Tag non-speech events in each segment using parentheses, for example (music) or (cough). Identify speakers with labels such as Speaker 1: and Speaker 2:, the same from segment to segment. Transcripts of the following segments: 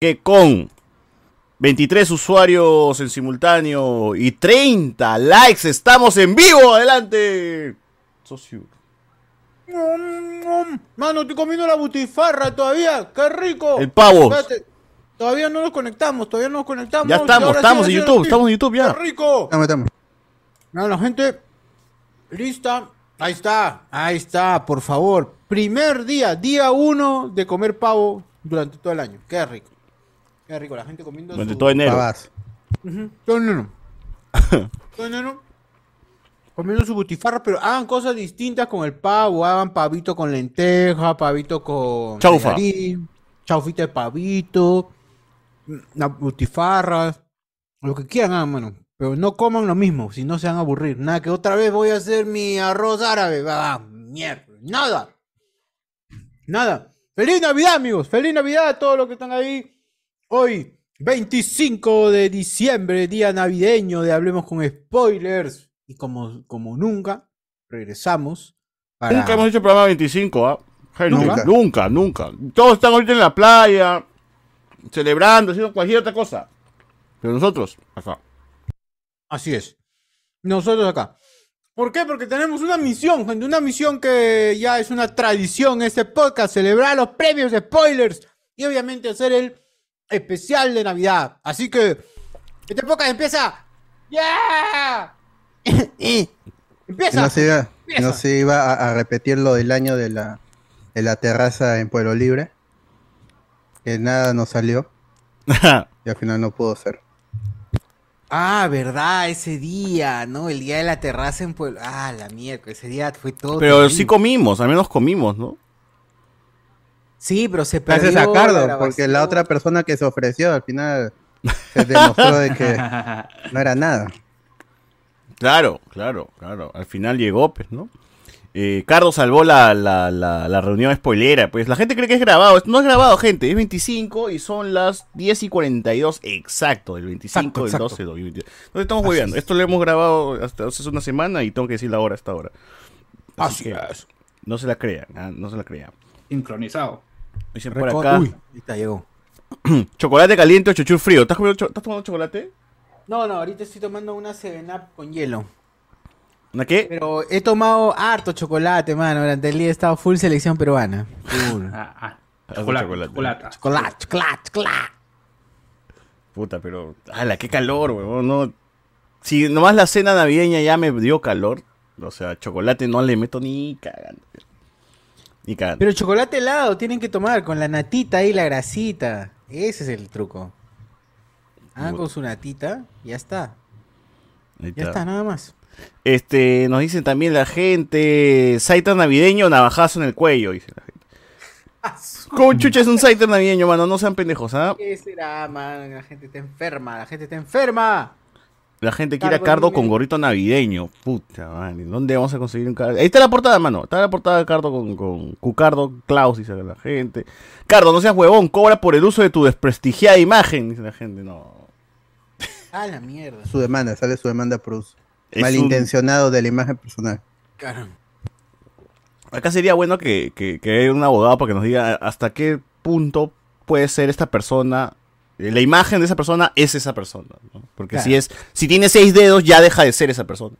Speaker 1: que con 23 usuarios en simultáneo y 30 likes estamos en vivo. Adelante. Socio.
Speaker 2: Mm, mm. Mano, estoy comiendo la butifarra todavía. ¡Qué rico!
Speaker 1: El pavo.
Speaker 2: Espérate, Todavía no nos conectamos, todavía no nos conectamos.
Speaker 1: Ya
Speaker 2: Y
Speaker 1: estamos,
Speaker 2: ahora sí,
Speaker 1: estamos en
Speaker 2: ahora sí,
Speaker 1: YouTube,
Speaker 2: ahora sí.
Speaker 1: estamos en YouTube ya.
Speaker 2: ¡Qué rico!
Speaker 3: Estamos, estamos.
Speaker 2: Mano, la gente lista. Ahí está, ahí está, por favor. Primer día, día uno de comer pavo durante todo el año. ¡Qué rico! ¡Qué rico! La gente comiendo
Speaker 1: Durante
Speaker 2: su-
Speaker 1: todo enero.
Speaker 3: Pavadas.
Speaker 2: Ujú, Todo enero. Todo enero. Comiendo su butifarra, pero hagan cosas distintas con el pavo. Hagan pavito con lenteja, pavito con.
Speaker 1: Chaufa.
Speaker 2: tallarín, Chaufita de pavito. Las butifarras. Lo que quieran, hagan, mano. Pero no coman lo mismo, si no se van a aburrir. Nada, que otra vez voy a hacer mi arroz árabe. va, mierda. Nada. Nada. ¡Feliz Navidad, amigos! ¡Feliz Navidad a todos los que están ahí! Hoy, 25 de diciembre, día navideño de Hablemos con Spoilers. Y como, como nunca, regresamos para...
Speaker 1: Nunca hemos hecho el programa 25, ¿ah? Gente,
Speaker 3: Nunca.
Speaker 1: nunca, nunca. Todos están ahorita en la playa, celebrando, haciendo cualquier otra cosa. Pero nosotros, acá.
Speaker 2: Así es. Nosotros acá. ¿Por qué? Porque tenemos una misión, gente. Una misión que ya es una tradición en este podcast. Celebrar los premios spoilers. Y obviamente hacer el especial de Navidad. Así que este podcast empieza. (laughs) ¡Ya!
Speaker 3: Que
Speaker 2: empieza.
Speaker 3: no se iba, que
Speaker 2: Empieza.
Speaker 3: no se iba a, a repetir lo del año de la, de la terraza en Pueblo Libre. Que nada
Speaker 1: (laughs)
Speaker 3: nos salió y al final no pudo ser.
Speaker 2: Ah, verdad, ese día, ¿no? El día de la terraza en Pueblo. Ah, la mierda, ese día fue todo.
Speaker 1: Pero
Speaker 2: terrible.
Speaker 1: sí comimos, al menos comimos, ¿no?
Speaker 2: Sí, pero se perdió.
Speaker 3: Gracias a
Speaker 2: la
Speaker 3: Cardo, porque la
Speaker 2: grabación.
Speaker 3: otra persona que se ofreció al final se demostró
Speaker 1: (laughs)
Speaker 3: de que no era nada.
Speaker 1: Claro, claro, claro. Al final llegó, pues, ¿no? Eh, Cardo salvó la, la, la, la reunión spoilera. Pues la gente cree que es grabado. Esto No es grabado, gente. Es 25 y son las 10 y 42 exacto. El 25
Speaker 2: Exacto,
Speaker 1: del
Speaker 2: exacto.
Speaker 1: 12 de 2022. Entonces estamos hueveando. Esto lo hemos grabado hasta hace una semana y tengo que decir la hora hasta ahora.
Speaker 2: Así
Speaker 1: que
Speaker 2: es.
Speaker 1: No se la crean, ah, no se la crean.
Speaker 4: (laughs)
Speaker 5: sincronizado.
Speaker 1: Dicen por
Speaker 2: Record-
Speaker 1: acá.
Speaker 2: Uy, ahorita llegó.
Speaker 1: (clears throat) Chocolate caliente o chuchur frío. ¿Estás, comiendo cho- estás tomando chocolate?
Speaker 2: No, no, ahorita estoy tomando una 7-Up con hielo.
Speaker 1: ¿Una qué?
Speaker 2: Pero he tomado harto chocolate, mano. Durante el día he estado full selección peruana. Full.
Speaker 5: Ah, ah.
Speaker 1: Chocolate,
Speaker 5: Chocolate,
Speaker 1: chocolate.
Speaker 5: chocolate.
Speaker 2: chocolate, chocolate, chocolate.
Speaker 1: Puta, pero. ¡Hala, qué calor, weón! No. Si nomás la cena navideña ya me dio calor, o sea, chocolate no le meto ni cagando. pero- Ni cagando.
Speaker 2: Pero chocolate helado tienen que tomar con la natita y la grasita. Ese es el truco. Ah, con su natita, ya está.
Speaker 1: Ahí
Speaker 2: Ya está, nada más.
Speaker 1: Este, nos dicen también la gente. Saiter navideño, navajazo en el cuello, dice
Speaker 2: (laughs)
Speaker 1: la gente. ¿Cómo chucha es un Saiter navideño, mano? No sean pendejos, ¿ah?
Speaker 2: ¿Qué será, man? La gente está enferma, la gente está enferma.
Speaker 1: La gente quiere a
Speaker 2: Cardo,
Speaker 1: Cardo con
Speaker 2: dime.
Speaker 1: gorrito navideño. Puta madre, ¿dónde vamos a conseguir un Cardo? Ahí está la portada, mano. Está la portada de Cardo con, con Cucardo, Klaus, dice la gente. Cardo, no seas huevón, cobra por el uso de tu desprestigiada imagen, dice la gente. No.
Speaker 2: Ah, la mierda.
Speaker 3: Su demanda, sale su demanda por uso.
Speaker 1: Es
Speaker 3: Malintencionado de la imagen personal.
Speaker 2: Caramba.
Speaker 1: Acá sería bueno que, que, que haya un abogado para que nos diga hasta qué punto puede ser esta persona. eh, La imagen de esa persona es esa persona. ¿no? Porque si
Speaker 2: Claro.
Speaker 1: es, si tiene seis dedos, ya deja de ser esa persona.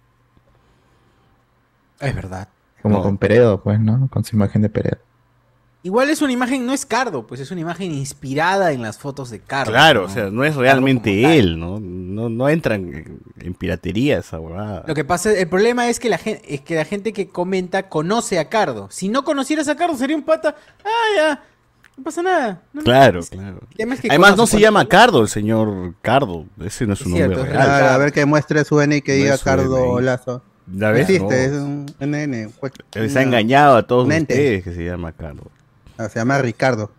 Speaker 2: Es verdad.
Speaker 6: Como
Speaker 1: No.
Speaker 6: con Peredo, pues, ¿no? Con su imagen de Peredo.
Speaker 2: Igual es una imagen, no es Cardo, pues es una imagen inspirada en las fotos de Cardo.
Speaker 1: Claro,
Speaker 2: ¿no?
Speaker 1: o sea, no es
Speaker 2: Algo como
Speaker 1: realmente
Speaker 2: tal.
Speaker 1: él, ¿no? No, no entran en, en piratería esa huevada.
Speaker 2: Lo que pasa, el problema es que la gente, es que la gente que comenta conoce a Cardo. Si no conocieras a Cardo, sería un pata. Ah, ya. No pasa nada. No, no.
Speaker 1: Claro,
Speaker 2: El
Speaker 1: claro.
Speaker 2: tema es que
Speaker 1: Además, no
Speaker 2: conoce
Speaker 1: se
Speaker 2: a-
Speaker 1: llama Cardo el señor Cardo. Ese no es su
Speaker 2: Es
Speaker 1: nombre
Speaker 2: cierto, es
Speaker 1: real.
Speaker 2: real.
Speaker 3: Claro, a ver que muestre su N y que
Speaker 1: No
Speaker 3: diga
Speaker 1: es su
Speaker 3: Cardo
Speaker 1: DNI.
Speaker 3: Lazo.
Speaker 1: ¿La
Speaker 3: No
Speaker 1: ves?
Speaker 3: existe,
Speaker 1: No.
Speaker 3: es un NN. fue-
Speaker 1: Les ha
Speaker 3: no.
Speaker 1: engañado a todos
Speaker 3: Mente.
Speaker 1: ustedes que se llama Cardo.
Speaker 3: No, Ah, se llama Ricardo.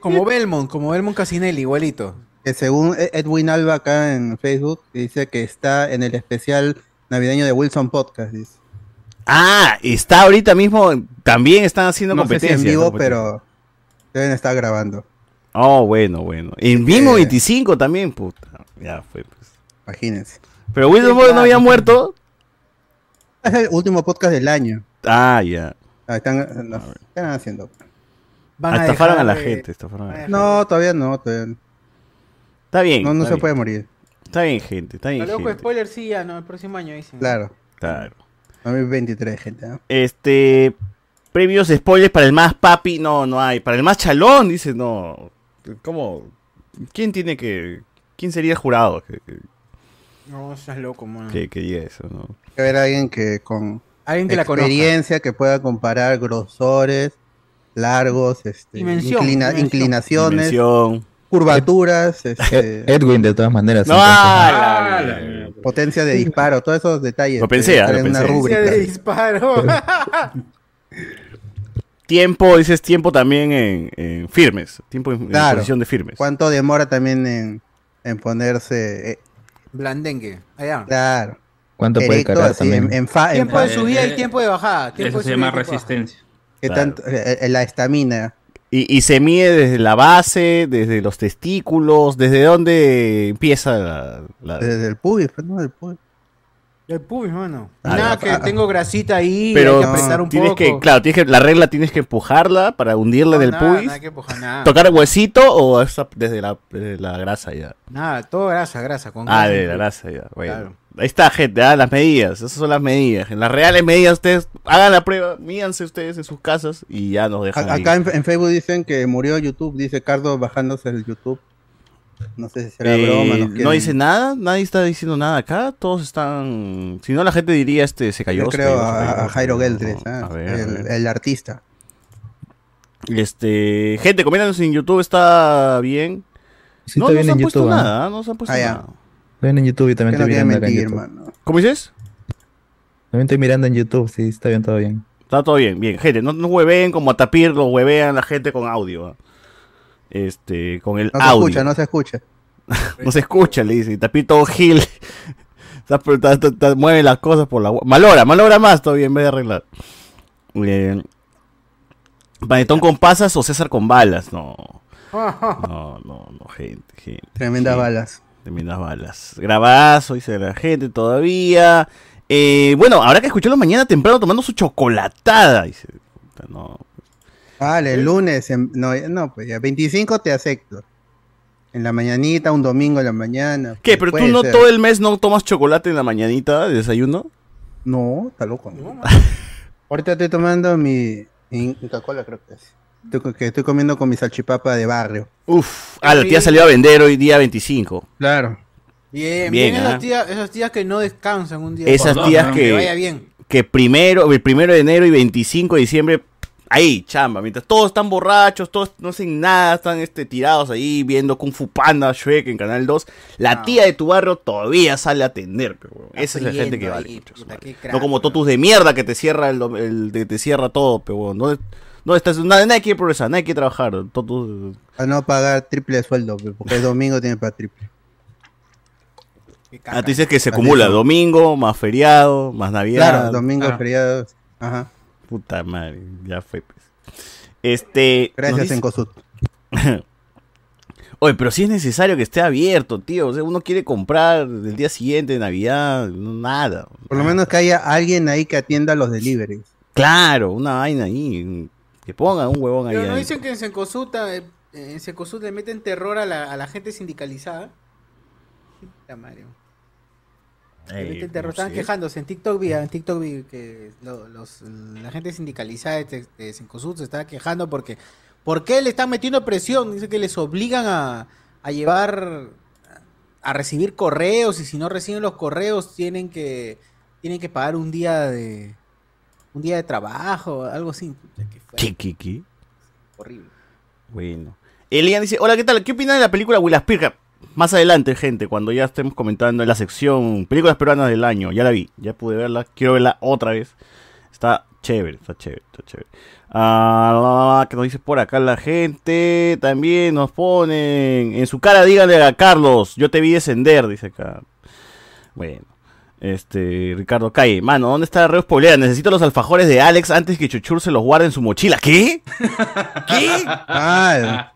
Speaker 2: Como Belmont, como Belmont Casinelli, igualito.
Speaker 3: Que según E- Edwin Alba acá en Facebook, dice que está en el especial navideño de Wilson Podcast. dice.
Speaker 1: Ah, está ahorita mismo. También están haciendo
Speaker 3: No sé si
Speaker 1: competencia.
Speaker 3: en vivo,
Speaker 1: competencia.
Speaker 3: pero deben estar grabando.
Speaker 1: Oh, bueno, bueno.
Speaker 2: Este,
Speaker 1: En vivo
Speaker 3: Eh.
Speaker 1: 25 también, puta. Ya fue, pues.
Speaker 3: Imagínense.
Speaker 1: Pero Wilson
Speaker 2: Sí,
Speaker 1: Ford no
Speaker 2: claro.
Speaker 1: había muerto.
Speaker 3: Es el último podcast del año. eh,
Speaker 1: Ah, ya.
Speaker 3: Ah, Están, nos están haciendo.
Speaker 2: van a
Speaker 1: estafaron a
Speaker 2: dejar
Speaker 1: la
Speaker 2: de-
Speaker 1: gente, estafaron a la
Speaker 2: van a
Speaker 1: gente.
Speaker 3: No, todavía no, todavía no.
Speaker 1: Está bien.
Speaker 3: No, no
Speaker 1: está
Speaker 3: se
Speaker 1: bien.
Speaker 3: puede morir.
Speaker 1: Está bien, gente, está bien.
Speaker 2: Lo loco, este.
Speaker 1: gente.
Speaker 2: pues, spoiler sí, ya, no, el próximo año dicen.
Speaker 3: Claro.
Speaker 1: Claro.
Speaker 3: 2023, gente. ¿no?
Speaker 1: Este. Premios spoilers para el más papi. No, no hay. Para el más chalón, dice, no. ¿Cómo? ¿Quién tiene que.? ¿Quién sería el jurado que, que,
Speaker 2: No, seas loco,
Speaker 3: Ah.
Speaker 2: mano.
Speaker 1: que- que diga eso? ¿no?
Speaker 3: Hay que ver a alguien que con
Speaker 2: Alguien que la conozca.
Speaker 3: experiencia que pueda comparar grosores, largos, este,
Speaker 2: Dimensión,
Speaker 3: inclina-
Speaker 2: dimensión.
Speaker 3: inclinaciones,
Speaker 1: Dimensión.
Speaker 3: curvaturas,
Speaker 4: Ed-
Speaker 3: este,
Speaker 4: Edwin, de todas maneras.
Speaker 1: No,
Speaker 4: entonces,
Speaker 1: ah,
Speaker 2: Ah,
Speaker 1: la-
Speaker 2: la-
Speaker 1: la-
Speaker 3: potencia de disparo, todos esos detalles.
Speaker 1: Lo
Speaker 3: que
Speaker 1: pensé, ah,
Speaker 3: están
Speaker 1: lo
Speaker 3: en una
Speaker 1: pensé.
Speaker 2: Potencia de
Speaker 3: rúbrica.
Speaker 2: disparo.
Speaker 1: Tiempo, dices tiempo también en, en firmes. Tiempo en, en
Speaker 3: Claro.
Speaker 1: posición de firmes.
Speaker 3: ¿Cuánto demora también en, en ponerse? eh,
Speaker 2: (laughs) Blandengue. Allá.
Speaker 3: claro.
Speaker 4: ¿Cuánto puede
Speaker 3: Erecto,
Speaker 4: cargar
Speaker 3: así,
Speaker 4: también?
Speaker 3: en, en fa- en
Speaker 2: Tiempo
Speaker 3: fa-
Speaker 2: de subida
Speaker 1: Eh,
Speaker 2: y tiempo de bajada.
Speaker 7: Eso
Speaker 2: Tiempo de
Speaker 7: se
Speaker 2: subida y
Speaker 7: llama
Speaker 2: tiempo de bajada.
Speaker 7: resistencia.
Speaker 3: ¿Qué
Speaker 1: Claro.
Speaker 3: tanto? eh, eh, la estamina.
Speaker 1: Y, y se mide desde la base, desde los testículos, desde dónde empieza la. la-
Speaker 3: Desde el pubis, pues, ¿no? El pubis.
Speaker 2: El pubis, mano.
Speaker 1: Ah,
Speaker 2: Nada,
Speaker 1: la-
Speaker 2: que
Speaker 3: ah,
Speaker 2: tengo grasita ahí,
Speaker 1: Pero
Speaker 2: hay que apretar un
Speaker 1: tienes
Speaker 2: poco.
Speaker 1: que, claro, tienes que, la regla tienes que empujarla para hundirla en el
Speaker 2: nada,
Speaker 1: pubis.
Speaker 2: Nada, que empujar, nada.
Speaker 1: ¿Tocar el huesito o es desde la, desde la grasa ya?
Speaker 2: Nada, todo grasa, grasa. Con
Speaker 1: Ah, de la grasa ya. bueno.
Speaker 2: Claro.
Speaker 1: Ahí está, gente, ah, las medidas, esas son las medidas. En las reales medidas ustedes hagan la prueba, mídanse ustedes en sus casas y ya nos dejan.
Speaker 3: A-
Speaker 1: ahí.
Speaker 3: Acá en, en Facebook dicen que murió YouTube, dice Cardo bajándose el YouTube. No sé si será
Speaker 1: Eh,
Speaker 3: broma. nos
Speaker 1: no
Speaker 3: quieren-
Speaker 1: dice nada, nadie está diciendo nada acá, todos están... Si no, la gente diría, este, se cayó.
Speaker 3: Yo
Speaker 1: se
Speaker 3: creo
Speaker 1: cayó, se
Speaker 3: a,
Speaker 1: cayó,
Speaker 3: a
Speaker 1: se
Speaker 3: Jairo
Speaker 1: cayó.
Speaker 3: Geldres, ah,
Speaker 1: A ver, a
Speaker 3: el,
Speaker 1: ver.
Speaker 3: el artista.
Speaker 1: Este, gente, coméntanos si en YouTube, está bien.
Speaker 4: Sí,
Speaker 1: no,
Speaker 4: está
Speaker 1: no
Speaker 4: bien
Speaker 1: se han
Speaker 4: en
Speaker 1: puesto
Speaker 4: YouTube. ¿ah?
Speaker 1: nada, ¿eh? no se han puesto
Speaker 3: Ah, ya.
Speaker 1: nada.
Speaker 4: Está bien en YouTube y
Speaker 3: Que
Speaker 4: también
Speaker 3: no
Speaker 4: estoy
Speaker 3: quiere
Speaker 4: mirando acá en
Speaker 3: mentir,
Speaker 4: YouTube.
Speaker 3: hermano.
Speaker 1: ¿Cómo dices?
Speaker 4: También estoy mirando en YouTube, sí, está bien, todo bien.
Speaker 1: Está todo bien, bien, gente, no, no hueveen como a Tapir, lo huevean la gente con audio. ¿ah? Este, con el
Speaker 3: No se
Speaker 1: audio.
Speaker 3: escucha, no se escucha.
Speaker 1: (laughs) No se escucha, le dice, y Tapir todo gil. (laughs) Está- está- está- está- mueve las cosas por la hua- Malora, malora más todavía en vez de arreglar. Bien. Panetón con pasas o César con balas. No, no,
Speaker 8: (laughs)
Speaker 1: no, no, gente, gente.
Speaker 3: Tremendas
Speaker 1: gente.
Speaker 3: balas.
Speaker 1: Tremendas balas. Grabazo, dice la gente todavía. Eh, bueno, habrá que escucharlo mañana temprano tomando su chocolatada. Dice. Puta, No,
Speaker 3: Vale, el lunes, en- no, ya- no, pues ya 25 te acepto. En la mañanita, un domingo en la mañana.
Speaker 1: ¿Qué?
Speaker 3: pues,
Speaker 1: ¿Pero tú
Speaker 3: puede
Speaker 1: no
Speaker 3: ser.
Speaker 1: todo el mes no tomas chocolate en la mañanita de desayuno?
Speaker 3: No, está loco. ¿no? (laughs) Ahorita estoy tomando mi mi Coca-Cola, creo que es. Estoy co- que estoy comiendo con mi salchipapa de barrio.
Speaker 1: Uf. Ah, la tía salió a vender hoy día 25.
Speaker 3: Claro.
Speaker 2: Bien,
Speaker 1: Bien,
Speaker 2: bien,
Speaker 1: ah.
Speaker 2: esas, tías, esas tías que no descansan un día.
Speaker 1: Esas
Speaker 7: Por dos,
Speaker 1: tías
Speaker 7: ¿no?
Speaker 2: Que vaya
Speaker 1: que,
Speaker 2: bien.
Speaker 1: que primero, el primero de enero y 25 de diciembre, ahí, chamba. Mientras todos están borrachos, todos no hacen nada, están este, tirados ahí viendo Kung Fu Panda, Shrek en Canal 2. La
Speaker 2: Ah.
Speaker 1: tía de tu barrio todavía sale a atender, pero, weón.
Speaker 2: Está
Speaker 1: Esa es la gente que
Speaker 2: friendo
Speaker 1: vale.
Speaker 2: ahí,
Speaker 1: mucho, su
Speaker 2: puta,
Speaker 1: madre.
Speaker 2: qué crack,
Speaker 1: no como
Speaker 2: weón.
Speaker 1: totus de mierda que te cierra, el, el- que te cierra todo, pero weón. no, no estás, nadie, nadie quiere progresar, nadie quiere trabajar. Totus,
Speaker 3: A no pagar triple de sueldo, pe, porque el domingo tiene para triple.
Speaker 2: Qué caca.
Speaker 1: Ah, tú dices que se
Speaker 3: Así
Speaker 1: acumula
Speaker 3: son.
Speaker 1: domingo, más feriado, más
Speaker 3: Claro,
Speaker 1: navidad.
Speaker 3: domingo,
Speaker 7: claro.
Speaker 3: feriados. Ajá.
Speaker 1: Puta madre, ya fue. pues. Este. nos
Speaker 3: Gracias,
Speaker 1: dice-
Speaker 3: Encosud.
Speaker 1: (laughs) Oye, pero si es necesario que esté abierto, tío. O sea, uno quiere comprar el día siguiente, Navidad, no, nada.
Speaker 3: Por lo menos que haya alguien ahí que atienda los deliveries.
Speaker 1: Claro, una vaina ahí. Que ponga un huevón ahí.
Speaker 2: Pero no
Speaker 1: ahí.
Speaker 2: dicen que en Sencosuta, eh, en Cencosud le meten terror a la, a la gente sindicalizada. Puta madre.
Speaker 1: Eh,
Speaker 2: Le meten
Speaker 1: no
Speaker 2: terror. Estaban
Speaker 1: sé.
Speaker 2: quejándose en TikTok, vi, en TikTok vi que lo- los, la gente sindicalizada de, Te- de Cencosud se estaba quejando porque ¿por qué le están metiendo presión? Dice que les obligan a, a llevar a recibir correos y si no reciben los correos tienen que tienen que pagar un día de un día de trabajo, algo así. Puta, que fue
Speaker 1: ¿Qué, qué, qué?
Speaker 2: horrible.
Speaker 1: Bueno. Elian dice, hola, ¿qué tal? ¿Qué opinan de la película Willas Pirca? Más adelante, gente, cuando ya estemos comentando en la sección películas peruanas del año. Ya la vi, ya pude verla, quiero verla otra vez. Está chévere, está chévere, está chévere. Ah, que nos dice por acá la gente. También nos ponen en su cara, díganle a Carlos, yo te vi descender, dice acá. Bueno. Este, Ricardo Calle, mano, ¿dónde está Reus Poblera? Necesito los alfajores de Alex antes que Chuchur se los guarde en su mochila. ¿Qué? ¿Qué?
Speaker 3: Ah,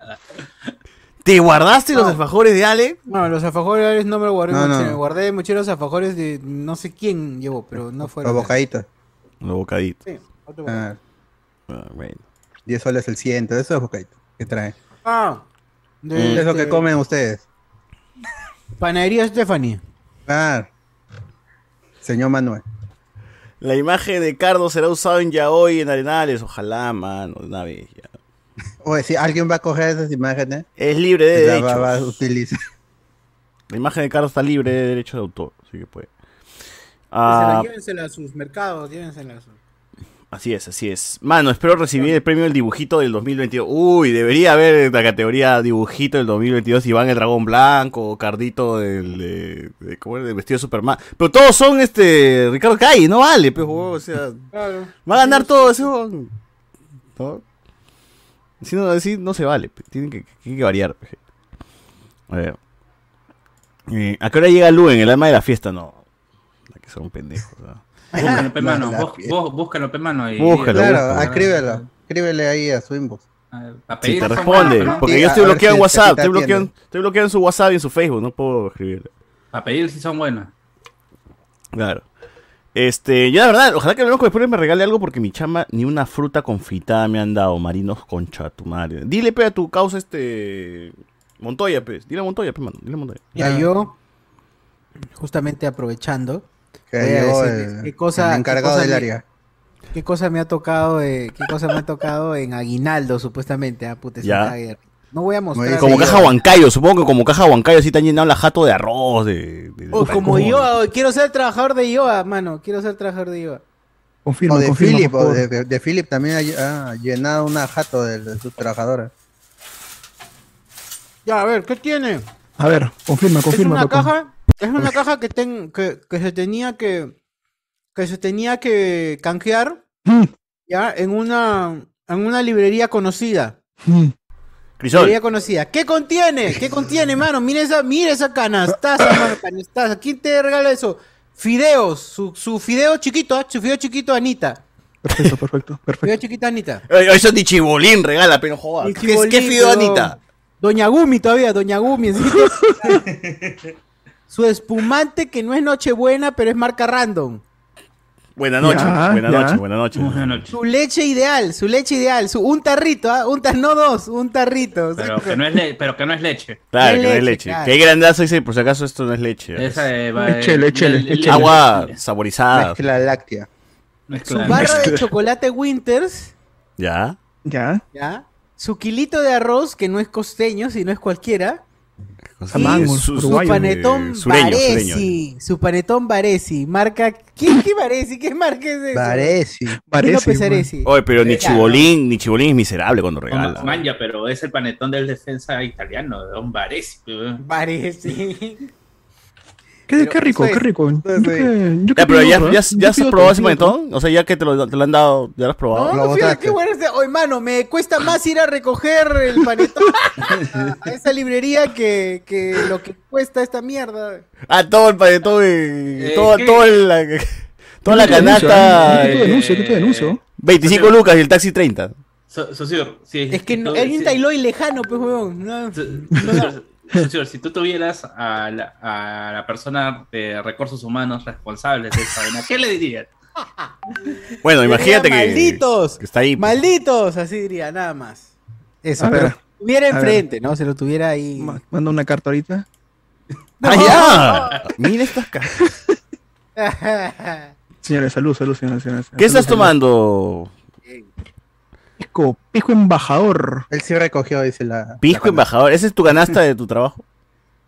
Speaker 1: ¿Te guardaste los
Speaker 2: No.
Speaker 1: alfajores de Ale?
Speaker 2: No, los alfajores no me los guardé,
Speaker 3: No,
Speaker 2: mucho,
Speaker 3: no.
Speaker 2: me guardé mucho los alfajores de no sé quién llevó, pero no
Speaker 3: los
Speaker 2: fueron.
Speaker 3: bocaditos.
Speaker 1: Los bocaditos.
Speaker 2: Sí, otro bocadito.
Speaker 3: Ah,
Speaker 1: Ah, bueno.
Speaker 3: 10 soles el ciento. Eso es bocadito que trae.
Speaker 2: Ah, de
Speaker 3: Es lo
Speaker 2: este,
Speaker 3: que comen ustedes.
Speaker 2: Panadería Stephanie.
Speaker 3: Claro. Ah. Señor Manuel.
Speaker 1: La imagen de Cardo será usada en Yaoi, en Arenales. Ojalá, mano, de una vez. ya.
Speaker 3: Oye, si alguien va a coger esas imágenes,
Speaker 1: Es libre de
Speaker 3: la va,
Speaker 1: derechos.
Speaker 3: va a utilizar.
Speaker 1: (laughs) La imagen de Cardo está libre de derechos de autor. Así que puede.
Speaker 2: Llévensela
Speaker 1: Ah,
Speaker 2: a sus mercados, llévensela a sus.
Speaker 1: así es, así es. Mano, espero recibir el premio del dibujito del 2022. Uy, debería haber la categoría dibujito del 2022. Iván el Dragón Blanco, o Cardito del de, de- ¿cómo era? del vestido de Superman. Pero todos son este Ricardo Calle, no vale, pues, huevón, o sea.
Speaker 2: Claro.
Speaker 1: Va a ganar todo ese huevón. ¿No? Si no, así no se vale. pe. Tienen que, tienen que variar. pe. A ver. Eh, ¿A qué hora llega Lu en el alma de la fiesta? No. La que son pendejos. ¿no?
Speaker 5: Búscalo, pe mano.
Speaker 3: La-
Speaker 5: Vos, vos, búscalo, pe mano. Y,
Speaker 1: Búscalo,
Speaker 3: Claro,
Speaker 1: búscalo.
Speaker 3: escríbelo. Escríbele ahí a su inbox.
Speaker 5: A
Speaker 1: Si
Speaker 5: pedir
Speaker 1: te
Speaker 5: esa
Speaker 1: responde.
Speaker 5: huevada, ¿no?
Speaker 1: Porque
Speaker 3: Sí,
Speaker 1: yo
Speaker 3: a
Speaker 1: estoy
Speaker 3: ver
Speaker 1: bloqueado
Speaker 3: si
Speaker 1: en
Speaker 3: es que
Speaker 1: WhatsApp.
Speaker 3: te
Speaker 1: Estoy bloqueado, en,
Speaker 3: atienden.
Speaker 1: estoy bloqueado en su WhatsApp y en su Facebook. No puedo escribirle.
Speaker 5: A pedir si son buenas.
Speaker 1: Claro. Este, yo la verdad, ojalá que el loco después me regale algo porque mi chama ni una fruta confitada me han dado, marinos concha tu madre. Dile pe a tu causa este Montoya, pues. Dile a Montoya, pe, mano. Dile a Montoya.
Speaker 2: Mira,
Speaker 3: Claro.
Speaker 2: yo, justamente aprovechando,
Speaker 3: Que
Speaker 2: Voy a
Speaker 3: llegó
Speaker 2: decirles,
Speaker 3: el,
Speaker 2: ¿qué cosa-
Speaker 3: el encargado
Speaker 2: qué cosa
Speaker 3: del
Speaker 2: le-
Speaker 3: área.
Speaker 2: ¿qué cosa me ha tocado, eh, qué cosa me ha tocado en Aguinaldo, supuestamente? Ah, puta, es
Speaker 1: Ya.
Speaker 2: una guerra. No voy a mostrar.
Speaker 3: bien,
Speaker 1: Como
Speaker 3: Sí,
Speaker 1: caja
Speaker 3: ya.
Speaker 1: huancayo, supongo que como caja huancayo sí te han llenado la jato de arroz, de. de-
Speaker 2: Oh,
Speaker 1: de-
Speaker 2: como Ioa, oh, quiero ser trabajador de Ioa, mano, quiero ser trabajador de Ioa.
Speaker 4: Confirma,
Speaker 3: O de
Speaker 4: confirma,
Speaker 3: Philip,
Speaker 4: por
Speaker 3: o
Speaker 4: favor.
Speaker 3: de, de Philip también ha lle- ha llenado una jato de, de sus trabajadores.
Speaker 2: Ya, a ver, ¿qué tiene?
Speaker 4: A ver, confirma, confirma.
Speaker 2: es una
Speaker 4: papá.
Speaker 2: caja, es una caja que, ten- que, que se tenía que, que se tenía que canjear,
Speaker 4: (laughs) Mm,
Speaker 2: ya, en una, en una librería conocida.
Speaker 4: mm.
Speaker 1: Crisol,
Speaker 2: Librería conocida. ¿Qué contiene? ¿Qué contiene, mano? Mira esa, mira esa canastaza, mano, canastaza. ¿Quién te regala eso? Fideos, su, su fideo chiquito, ¿ah? su fideo chiquito Anita.
Speaker 4: Perfecto, perfecto, perfecto.
Speaker 2: (laughs) Fideo chiquito Anita.
Speaker 1: Oye, eso es de chibolín, regala, pero joda.
Speaker 2: El
Speaker 1: ¿Qué, es- ¿Qué
Speaker 2: chibolín,
Speaker 1: fideo,
Speaker 2: huevón.
Speaker 1: Anita?
Speaker 2: Doña Gumi todavía, Doña Gumi. ¿sí?
Speaker 1: (laughs)
Speaker 2: Su espumante que no es Nochebuena, pero es marca random.
Speaker 1: Buenas noches,
Speaker 4: Ya,
Speaker 1: buenas
Speaker 4: ya.
Speaker 1: noches, buenas noches.
Speaker 5: Buenas noches.
Speaker 2: Su leche ideal, su leche ideal, su un tarrito, ¿ah? un tar- no dos, un tarrito. o sea,
Speaker 5: Pero
Speaker 4: (laughs)
Speaker 5: que no es, le- pero que no es leche.
Speaker 1: Claro,
Speaker 2: Es
Speaker 1: que no es
Speaker 2: leche,
Speaker 1: leche.
Speaker 2: claro.
Speaker 1: Que hay grandazo, dice, por si acaso esto no es leche.
Speaker 5: Esa de. va-
Speaker 4: Leche,
Speaker 5: eh,
Speaker 4: leche,
Speaker 5: le-
Speaker 4: leche.
Speaker 5: le-
Speaker 1: Agua
Speaker 5: le-
Speaker 1: saborizada.
Speaker 3: Mezcla láctea.
Speaker 2: su
Speaker 5: mezcla.
Speaker 4: (laughs)
Speaker 2: barra de chocolate Winters,
Speaker 1: ¿Ya?
Speaker 4: Ya.
Speaker 2: ¿ya? Su kilito de arroz que no es costeño, sino es cualquiera.
Speaker 1: Sí,
Speaker 4: Mango,
Speaker 1: su-
Speaker 2: Su
Speaker 4: Uruguayo,
Speaker 2: panetón
Speaker 1: eh, sureño,
Speaker 2: Baresi,
Speaker 1: sureño.
Speaker 2: su panetón Baresi, marca ¿Qué, qué Baresi? ¿Qué marca es eso?
Speaker 3: Parece.
Speaker 2: López
Speaker 4: Parece. güey.
Speaker 2: Aresi.
Speaker 1: Oye, pero ni
Speaker 2: Claro.
Speaker 1: Chibolín, ni Chibolín es miserable cuando
Speaker 5: Ma-
Speaker 1: regala.
Speaker 5: Manja, pero es el panetón del defensa italiano, de un Baresi. weón.
Speaker 2: Parece.
Speaker 4: Qué,
Speaker 2: Pero
Speaker 4: qué rico,
Speaker 2: eso es,
Speaker 4: qué rico. Yo
Speaker 3: eso es.
Speaker 4: que- yo
Speaker 1: Ya,
Speaker 4: que
Speaker 1: pero
Speaker 4: pido
Speaker 1: ya,
Speaker 4: otro,
Speaker 1: ya,
Speaker 4: ¿eh?
Speaker 1: ya
Speaker 4: Yo
Speaker 1: has
Speaker 4: pido
Speaker 1: probado
Speaker 4: otro,
Speaker 1: ese
Speaker 4: pido otro.
Speaker 1: panetón. O sea, ya que te lo, te lo han dado, ya lo has probado.
Speaker 2: No,
Speaker 3: Lo
Speaker 2: no, fíjate
Speaker 3: botaste.
Speaker 2: qué bueno es. Oye, mano, me cuesta más ir a recoger el panetón
Speaker 4: (laughs)
Speaker 2: a, a esa librería que, que lo que cuesta esta mierda.
Speaker 1: Ah, todo el panetón, eh,
Speaker 5: Eh,
Speaker 1: todo,
Speaker 5: ¿qué?
Speaker 1: todo el- la, (laughs) toda la
Speaker 4: Yo te denuncio,
Speaker 1: canasta.
Speaker 4: ¿eh? Yo
Speaker 1: eh,
Speaker 4: te denuncio, yo te denuncio. Ah,
Speaker 1: 25 lucas y el taxi 30.
Speaker 5: So- Socio, si
Speaker 2: Es que no,
Speaker 5: si-
Speaker 2: hay un
Speaker 5: si-
Speaker 2: Tailoy lejano, pues, weón. No.
Speaker 5: so- socio, socio, si tú tuvieras a la, a la persona de recursos humanos responsable de esa vaina, ¿qué le dirías?
Speaker 1: Bueno, imagínate
Speaker 2: Diría,
Speaker 1: que,
Speaker 2: Malditos.
Speaker 1: que está ahí. pues.
Speaker 2: Malditos, así diría, nada más. (laughs) Eso,
Speaker 4: A
Speaker 2: pero
Speaker 4: ver.
Speaker 2: si lo tuviera
Speaker 4: ver.
Speaker 2: enfrente, ¿no? Se lo tuviera ahí.
Speaker 4: Ma- Manda una carta ahorita.
Speaker 1: ¡Ah, ya! Mira estas cajas.
Speaker 4: (laughs) Señores, salud, salud, señores, señores.
Speaker 1: ¿Qué estás tomando?
Speaker 4: Pisco, pisco embajador.
Speaker 3: Él sí recogió, dice la.
Speaker 1: Pisco
Speaker 3: la-
Speaker 1: embajador. ¿Esa es tu canasta de tu trabajo?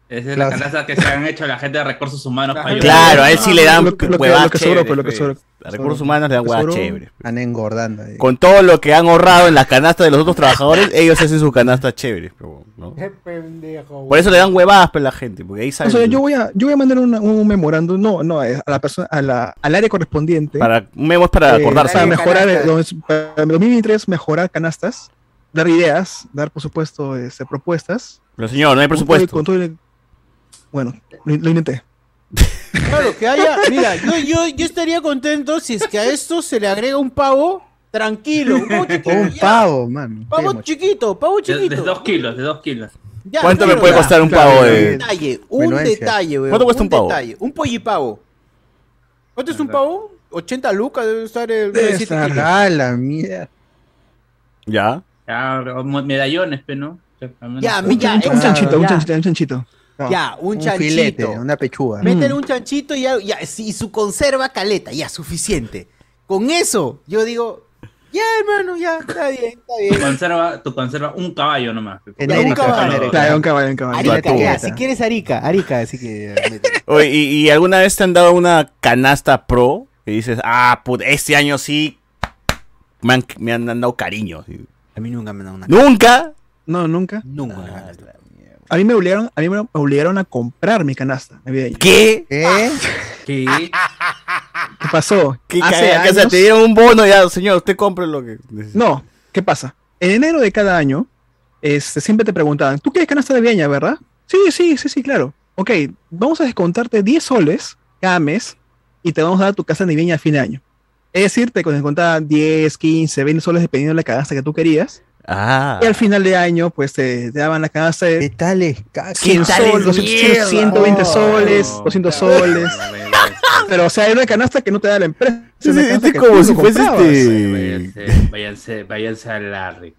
Speaker 5: Esa es la
Speaker 3: Claro.
Speaker 5: canasta que se han hecho la gente de recursos humanos para ayudar.
Speaker 1: Claro, a él sí le dan
Speaker 4: Lo que, lo que,
Speaker 1: huevadas
Speaker 4: lo que sobró, pues, lo que
Speaker 1: chéveres,
Speaker 4: sobró.
Speaker 1: A recursos humanos le dan huevas chéveres.
Speaker 3: Están engordando. ahí.
Speaker 1: Con todo lo que han ahorrado en las canastas de los otros trabajadores, ellos hacen sus canastas chéveres. pero, ¿no?
Speaker 2: Qué pendejo,
Speaker 1: Por eso le dan huevadas a la gente, porque ahí
Speaker 4: O
Speaker 1: saben.
Speaker 4: sea, yo voy a, yo voy a mandar una- un memorando, no, no, eh, a la persona, a la, al área correspondiente.
Speaker 1: para, un memo es para
Speaker 4: eh,
Speaker 1: acordarse.
Speaker 4: para mejorar,
Speaker 2: Canastas.
Speaker 4: eh, dos- para 2023, mejorar canastas, dar ideas, dar, por supuesto, este, propuestas.
Speaker 1: Pero señor, no hay presupuesto.
Speaker 4: Con todo el- bueno, lo, lo intenté.
Speaker 2: Claro, que haya. Mira, yo, yo, yo estaría contento si es que a esto se le agrega un pavo tranquilo. Un pavo chiquito.
Speaker 3: Un
Speaker 2: ya.
Speaker 3: pavo, mano.
Speaker 2: Pavo chiquito, pavo
Speaker 5: De, de
Speaker 2: chiquito.
Speaker 5: dos kilos, de dos kilos.
Speaker 2: Ya,
Speaker 1: ¿Cuánto me
Speaker 2: claro,
Speaker 1: puede
Speaker 2: ya.
Speaker 1: costar un
Speaker 4: claro,
Speaker 1: pavo
Speaker 4: ya.
Speaker 2: Un
Speaker 1: de.?
Speaker 2: detalle, un
Speaker 3: Menudencia.
Speaker 2: detalle, weón.
Speaker 1: ¿Cuánto cuesta un pavo?
Speaker 2: detalle, un pollipavo. ¿Cuánto es un
Speaker 5: Claro.
Speaker 2: pavo? 80 lucas debe estar el.
Speaker 4: Debe
Speaker 2: siete
Speaker 4: estar.
Speaker 2: kilos.
Speaker 3: Ah, la mierda.
Speaker 1: Ya.
Speaker 5: Ya, mo- medallones, pe, ¿no? Ya, al menos-
Speaker 2: Ya,
Speaker 4: Un,
Speaker 2: mi-
Speaker 4: chanchito, un
Speaker 2: claro,
Speaker 4: chanchito, un
Speaker 2: ya.
Speaker 4: chanchito, un chanchito.
Speaker 3: No,
Speaker 2: Ya, un,
Speaker 3: un
Speaker 2: chanchito.
Speaker 3: filete, una pechuga. Mm.
Speaker 2: Métele un chanchito y, ya, ya, si- y su conserva caleta, ya, suficiente. Con eso, yo digo, ya, hermano, ya, está bien, está
Speaker 5: Tu
Speaker 2: bien.
Speaker 5: conserva, tu conserva un caballo nomás. pe.
Speaker 3: En
Speaker 5: Porque
Speaker 2: Erika,
Speaker 5: un caballo.
Speaker 2: eh, en Erika.
Speaker 4: Claro, un caballo, un caballo.
Speaker 2: Arica,
Speaker 3: Una
Speaker 2: ya,
Speaker 3: tubeta.
Speaker 2: si quieres Arica, Arica, así que... ya, métele.
Speaker 1: Oye, ¿y, y alguna vez te han dado una canasta pro? Y dices, ah, puta, este año sí me han, me han dado cariño. así.
Speaker 2: A mí nunca me dan una...
Speaker 1: ¿Nunca?
Speaker 4: No, nunca.
Speaker 2: Nunca. me
Speaker 1: Ah,
Speaker 2: dan una-
Speaker 4: A mí me obligaron, a mí me obligaron a comprar mi canasta navideña.
Speaker 1: ¿Qué?
Speaker 3: ¿Qué?
Speaker 5: Sí.
Speaker 4: ¿Qué pasó?
Speaker 1: ¿Qué
Speaker 4: Hace
Speaker 1: cagada? Que, O sea,
Speaker 4: años-
Speaker 1: te dieron un bono ya, señor, usted compre lo que necesite.
Speaker 4: No, ¿qué pasa? En enero de cada año, este, siempre te preguntaban, ¿tú quieres canasta de viña, verdad? Sí, sí, sí, sí, claro. Ok, vamos a descontarte 10 soles cada mes y te vamos a dar tu casa de viña a fin de año. Es decir, te descontaban 10, 15, 20 soles dependiendo de la canasta que tú querías.
Speaker 1: Ah.
Speaker 4: Y al final de año, pues te, te daban la canasta de
Speaker 3: ¿Qué tal es caca?
Speaker 4: 100
Speaker 1: tal es
Speaker 4: soles, 200, 120
Speaker 3: Oh.
Speaker 4: soles, 200 soles. Pero, o sea, hay una canasta que no te da la empresa. es una
Speaker 1: Este-
Speaker 4: canasta
Speaker 1: este
Speaker 4: que
Speaker 1: como
Speaker 4: tú
Speaker 1: si
Speaker 4: no
Speaker 1: fuese
Speaker 4: comprabas.
Speaker 1: este.
Speaker 5: Váyanse, váyanse, váyanse a Larry.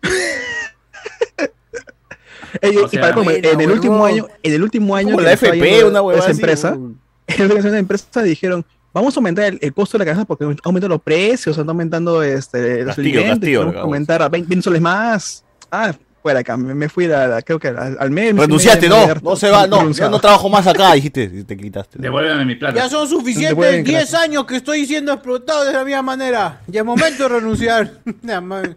Speaker 4: Ellos-
Speaker 5: O sea,
Speaker 4: y para colmo,
Speaker 2: buena,
Speaker 4: en el
Speaker 2: huevón.
Speaker 4: último año, en el último año
Speaker 1: Como
Speaker 4: que
Speaker 1: la
Speaker 4: me estaba
Speaker 1: FP,
Speaker 4: yendo de-
Speaker 1: una
Speaker 4: de
Speaker 1: huevada
Speaker 4: esa
Speaker 1: así,
Speaker 4: empresa,
Speaker 1: un-
Speaker 4: (laughs) en esa empresa dijeron, vamos a aumentar el, el costo de la canasta porque aumentan los precios, están aumentando este los
Speaker 1: Castigo,
Speaker 4: alimentos,
Speaker 1: castigo,
Speaker 4: vamos a
Speaker 1: digamos.
Speaker 4: aumentar a 20, soles más. Ah, fuera acá, me, me fui a la- creo que al, al mes.
Speaker 1: Renunciaste,
Speaker 4: me- me-
Speaker 1: no,
Speaker 4: me-
Speaker 1: no se va, no, yo
Speaker 4: renunciaba.
Speaker 1: no trabajo más acá, dijiste, y te quitaste.
Speaker 5: Devuélveme mi plata.
Speaker 2: Ya son
Speaker 4: Devuelven
Speaker 2: suficientes 10
Speaker 4: gratis.
Speaker 2: años que estoy siendo explotado de la misma manera. Ya es momento
Speaker 4: (laughs)
Speaker 2: de renunciar. Ya, madre.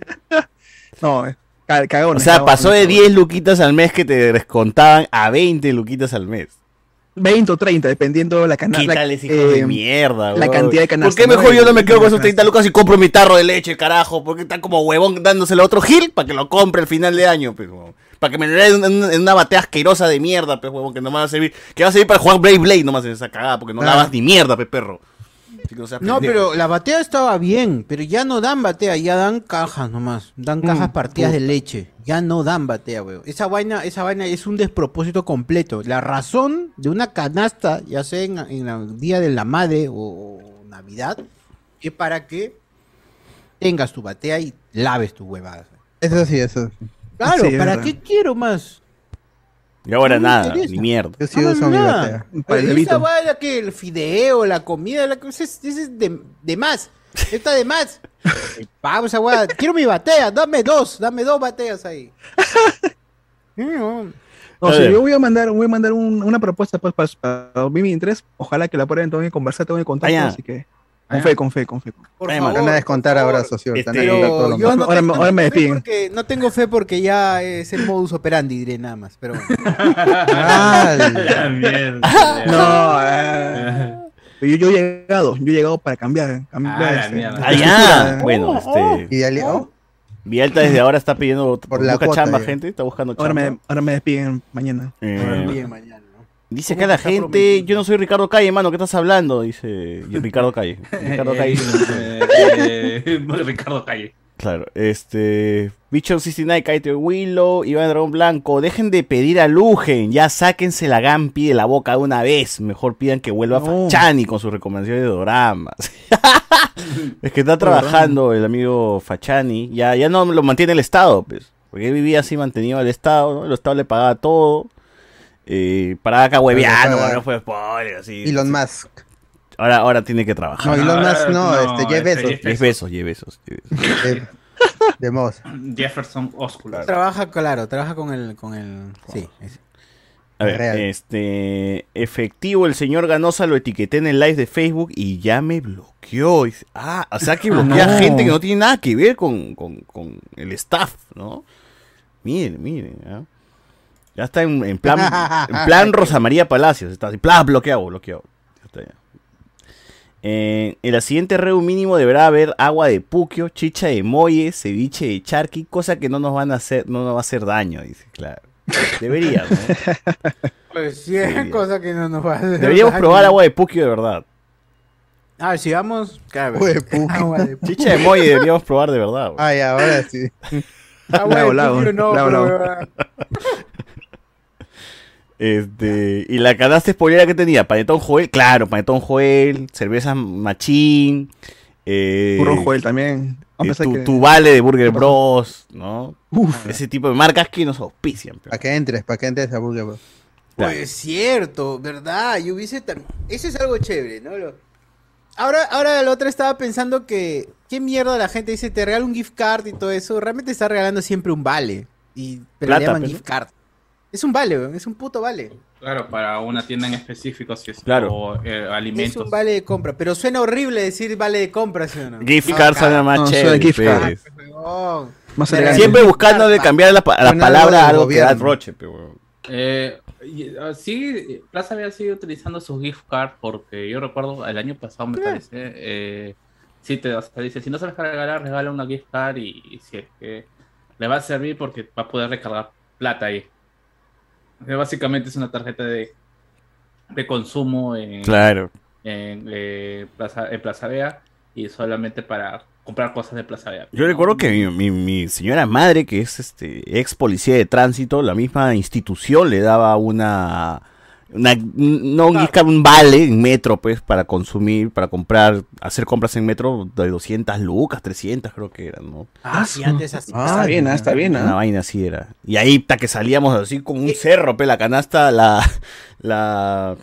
Speaker 4: No, eh, ca- cagón.
Speaker 1: O sea,
Speaker 4: cagón,
Speaker 1: pasó de
Speaker 4: cagón.
Speaker 1: 10 luquitas al mes que te descontaban a 20 luquitas al mes.
Speaker 4: 20 o 30, dependiendo la canasta.
Speaker 1: Quítales, hijo de
Speaker 4: eh,
Speaker 1: mierda,
Speaker 4: la
Speaker 1: weón.
Speaker 4: cantidad de
Speaker 1: ¿Por
Speaker 4: canasta,
Speaker 1: qué
Speaker 4: ¿no?
Speaker 1: mejor yo no me
Speaker 4: Y-
Speaker 1: quedo con esos
Speaker 4: canasta.
Speaker 1: 30 lucas y compro mi tarro de leche, carajo? Porque está como huevón dándoselo a otro gil para que lo compre al final de año, pues, huevón. Para que me lo den en, en una batea asquerosa de mierda, pues, huevón, que no me va a servir. Que va a servir para jugar Blade Blade nomás en esa cagada, porque no
Speaker 3: Ah.
Speaker 1: lavas ni mierda, pues, perro. Así que no seas
Speaker 2: No,
Speaker 1: pendejo.
Speaker 2: pero la batea estaba bien, pero ya no dan batea, ya dan cajas nomás. Dan cajas
Speaker 4: Mm,
Speaker 2: partidas de leche. Ya no dan batea, weón. Esa vaina, esa vaina es un despropósito completo. La razón de una canasta, ya sea en, en el Día de la Madre o, o Navidad, es para que tengas tu batea y laves tu huevada.
Speaker 3: Eso sí, eso sí.
Speaker 2: Claro,
Speaker 4: Ah, Sí, es
Speaker 2: ¿para
Speaker 4: verdad.
Speaker 2: qué quiero más?
Speaker 1: Y ahora
Speaker 2: no me
Speaker 1: nada,
Speaker 2: interesa.
Speaker 1: ni mierda.
Speaker 3: Yo sí
Speaker 2: Ah,
Speaker 3: uso mi
Speaker 2: no.
Speaker 3: batea.
Speaker 4: Para el
Speaker 2: esa
Speaker 4: levito.
Speaker 2: vaina que el fideo, la comida, la cosa es, ese es de, de más. Está
Speaker 1: (laughs)
Speaker 2: de más. El pavo, esa weá. Quiero mi batea, dame dos, dame dos
Speaker 1: (laughs)
Speaker 2: bateas ahí. Sí, no.
Speaker 4: No,
Speaker 1: Está
Speaker 4: sí,
Speaker 1: bien.
Speaker 4: yo voy a mandar, voy a mandar un- una propuesta pues, para, para 2023. Ojalá que la puedan tengo que conversar, tengo que contar.
Speaker 1: Ah, ya.
Speaker 4: Así que
Speaker 5: Ah,
Speaker 4: con
Speaker 5: ya.
Speaker 4: fe, con fe, con fe.
Speaker 2: Por
Speaker 1: Ay,
Speaker 2: favor,
Speaker 3: Van a descontar
Speaker 2: por favor.
Speaker 3: abrazos, sí, van a
Speaker 1: Este,
Speaker 3: descontar
Speaker 1: pero
Speaker 3: todo lo
Speaker 2: Pero yo
Speaker 3: más.
Speaker 2: no,
Speaker 4: Ahora me-
Speaker 2: tengo
Speaker 4: ahora me
Speaker 2: fe
Speaker 4: despiden.
Speaker 2: porque- no tengo fe porque ya es el modus operandi, diré nada más. Pero bueno.
Speaker 1: (laughs)
Speaker 3: Ah,
Speaker 5: La mierda.
Speaker 4: (laughs) No, eh,
Speaker 5: Ah,
Speaker 4: yo, yo he llegado, yo he llegado para cambiar. cambiar
Speaker 5: la
Speaker 4: este,
Speaker 5: mierda.
Speaker 1: Ah,
Speaker 4: estructura,
Speaker 1: ya.
Speaker 4: eh.
Speaker 1: Bueno, este.
Speaker 3: Y dale, oh,
Speaker 1: Vialta desde ahora está pidiendo.
Speaker 3: Por la
Speaker 1: busca
Speaker 3: cuota,
Speaker 1: chamba,
Speaker 3: ya.
Speaker 1: gente. Está buscando chamba.
Speaker 4: eh. Ahora me, ahora me despiden mañana.
Speaker 1: Eh,
Speaker 2: Bien, mañana, ¿no?
Speaker 1: Dice acá la
Speaker 2: está
Speaker 1: gente,
Speaker 2: prometido?
Speaker 1: yo no soy Ricardo Calle, mano, ¿qué estás hablando? Dice Ricardo Calle.
Speaker 2: (laughs)
Speaker 1: Ricardo
Speaker 5: eh,
Speaker 1: Calle.
Speaker 5: eh,
Speaker 9: (laughs)
Speaker 5: eh, Ricardo Calle.
Speaker 1: Claro, este. Bicho 69, Kaito Willow, Iván Dragón Blanco. Dejen de pedir a Lugen, ya sáquense la Gampi de la boca de una vez. Mejor pidan que vuelva
Speaker 4: No.
Speaker 1: Fachani con sus recomendaciones de
Speaker 3: (laughs)
Speaker 1: doramas. es que está trabajando el amigo Fachani, ya, ya no lo mantiene el Estado, pues. Porque él vivía así mantenido el Estado, ¿no? El Estado le pagaba todo. Eh, paraba acá hueveando,
Speaker 3: paga-
Speaker 1: no fue pobre, así.
Speaker 3: Elon Musk.
Speaker 1: Ahora, ahora tiene que trabajar.
Speaker 3: No, Elon Musk no,
Speaker 5: Ah,
Speaker 3: este, Jeff
Speaker 5: este,
Speaker 3: Bezos.
Speaker 1: Diez besos, diez besos. diez besos.
Speaker 3: (laughs)
Speaker 1: (laughs)
Speaker 3: De, de Moss.
Speaker 5: Jefferson Oscular.
Speaker 2: Trabaja, claro, trabaja con el. Con el sí, es-
Speaker 1: A ver, eh,
Speaker 3: Real.
Speaker 1: este. Efectivo, el señor Ganosa lo etiqueté en el live de Facebook y ya me bloqueó. Dice, Ah, o sea que bloquea
Speaker 4: no.
Speaker 1: gente que no tiene nada que ver con, con- con el staff, ¿no? Miren, miren. ¿ah? Ya está en, en plan, en plan Rosa María Palacios. Está así, plan bloqueado, bloqueado. Ya está ya. Eh, en la siguiente reu mínimo deberá haber agua de puquio, chicha de molle, ceviche de charqui, cosa que no nos van a hacer, no nos va a hacer daño, dice, claro. Debería, ¿no?
Speaker 2: Pues sí, es
Speaker 1: Debería.
Speaker 2: cosa que no nos va a hacer (laughs)
Speaker 1: Deberíamos
Speaker 2: daño.
Speaker 1: probar agua de puquio de verdad.
Speaker 2: Ah, si vamos. Claro,
Speaker 3: Ué,
Speaker 2: (laughs)
Speaker 3: puki.
Speaker 2: agua de
Speaker 1: Chicha de molle deberíamos probar de verdad. güey.
Speaker 3: Ay,
Speaker 4: (laughs)
Speaker 3: ahora sí.
Speaker 2: Agua
Speaker 4: Bravo,
Speaker 2: de
Speaker 4: bravo,
Speaker 2: vidrio no,
Speaker 4: bravo,
Speaker 2: pero,
Speaker 1: Este, y la canasta espolera que tenía, panetón Joel, claro, panetón Joel, cerveza machín, eh,
Speaker 4: Burro Joel también. a
Speaker 1: eh,
Speaker 4: pesar
Speaker 1: tu,
Speaker 4: que-
Speaker 1: tu vale de Burger Bros, ¿no? Eh,
Speaker 4: Uf,
Speaker 1: Ese tipo de marcas que nos auspician. pe.
Speaker 3: Para que entres, para que entres a Burger Bros.
Speaker 1: Claro.
Speaker 2: Oye, es Pues cierto, ¿verdad? Yo hubiese tam- Eso es algo chévere, ¿no? Lo- Ahora, ahora la otra estaba pensando que. ¿Qué mierda la gente dice? Te regalo un gift card y todo eso. Realmente está regalando siempre un vale. Y, pero
Speaker 1: Plata, pues,
Speaker 2: le llaman
Speaker 1: pero-
Speaker 2: gift card. Es un vale, weón, Es un puto vale.
Speaker 5: Claro, para una tienda en específico, si es
Speaker 1: Claro.
Speaker 5: o, eh,
Speaker 2: Es
Speaker 5: alimentos.
Speaker 2: un vale de compra. Pero suena horrible decir vale de compra, ¿sí o no?
Speaker 1: Gift
Speaker 2: No,
Speaker 1: cards son las
Speaker 2: carajo,
Speaker 1: más
Speaker 4: Ah, No, soy de
Speaker 1: chéveres.
Speaker 4: gift card.
Speaker 1: pe.
Speaker 2: weón.
Speaker 4: más
Speaker 2: Me
Speaker 4: elegante.
Speaker 1: Siempre buscando de cambiar la, pa- la
Speaker 3: Suena algo
Speaker 1: palabra a
Speaker 3: del
Speaker 1: algo que da
Speaker 3: gobierno.
Speaker 1: Roche, pe, weón.
Speaker 5: Eh, y, eh, sí, Plaza había sido utilizando sus gift cards porque yo recuerdo el año pasado, me parece. Eh, sí, te o sea, dice: si no sabes regalar, regala una gift card y, y si es que le va a servir porque va a poder recargar plata ahí. Eh, Básicamente es una tarjeta de, de consumo en,
Speaker 1: Claro.
Speaker 5: en, eh, Plaza, en Plaza Vea y solamente para comprar cosas de Plaza Vea.
Speaker 1: Yo recuerdo que mi, mi- mi señora madre, que es este ex policía de tránsito, la misma institución le daba una, una- no un gift card, un vale en metro, pues, para consumir, para comprar, hacer compras en metro de 200 lucas, 300 creo que eran, ¿no?
Speaker 2: Ah, sí, antes así.
Speaker 4: Está bien, ah, está bien,
Speaker 1: Una
Speaker 4: ah.
Speaker 1: vaina así era. Y ahí ta que salíamos así con un cerro, pe, la canasta, la. la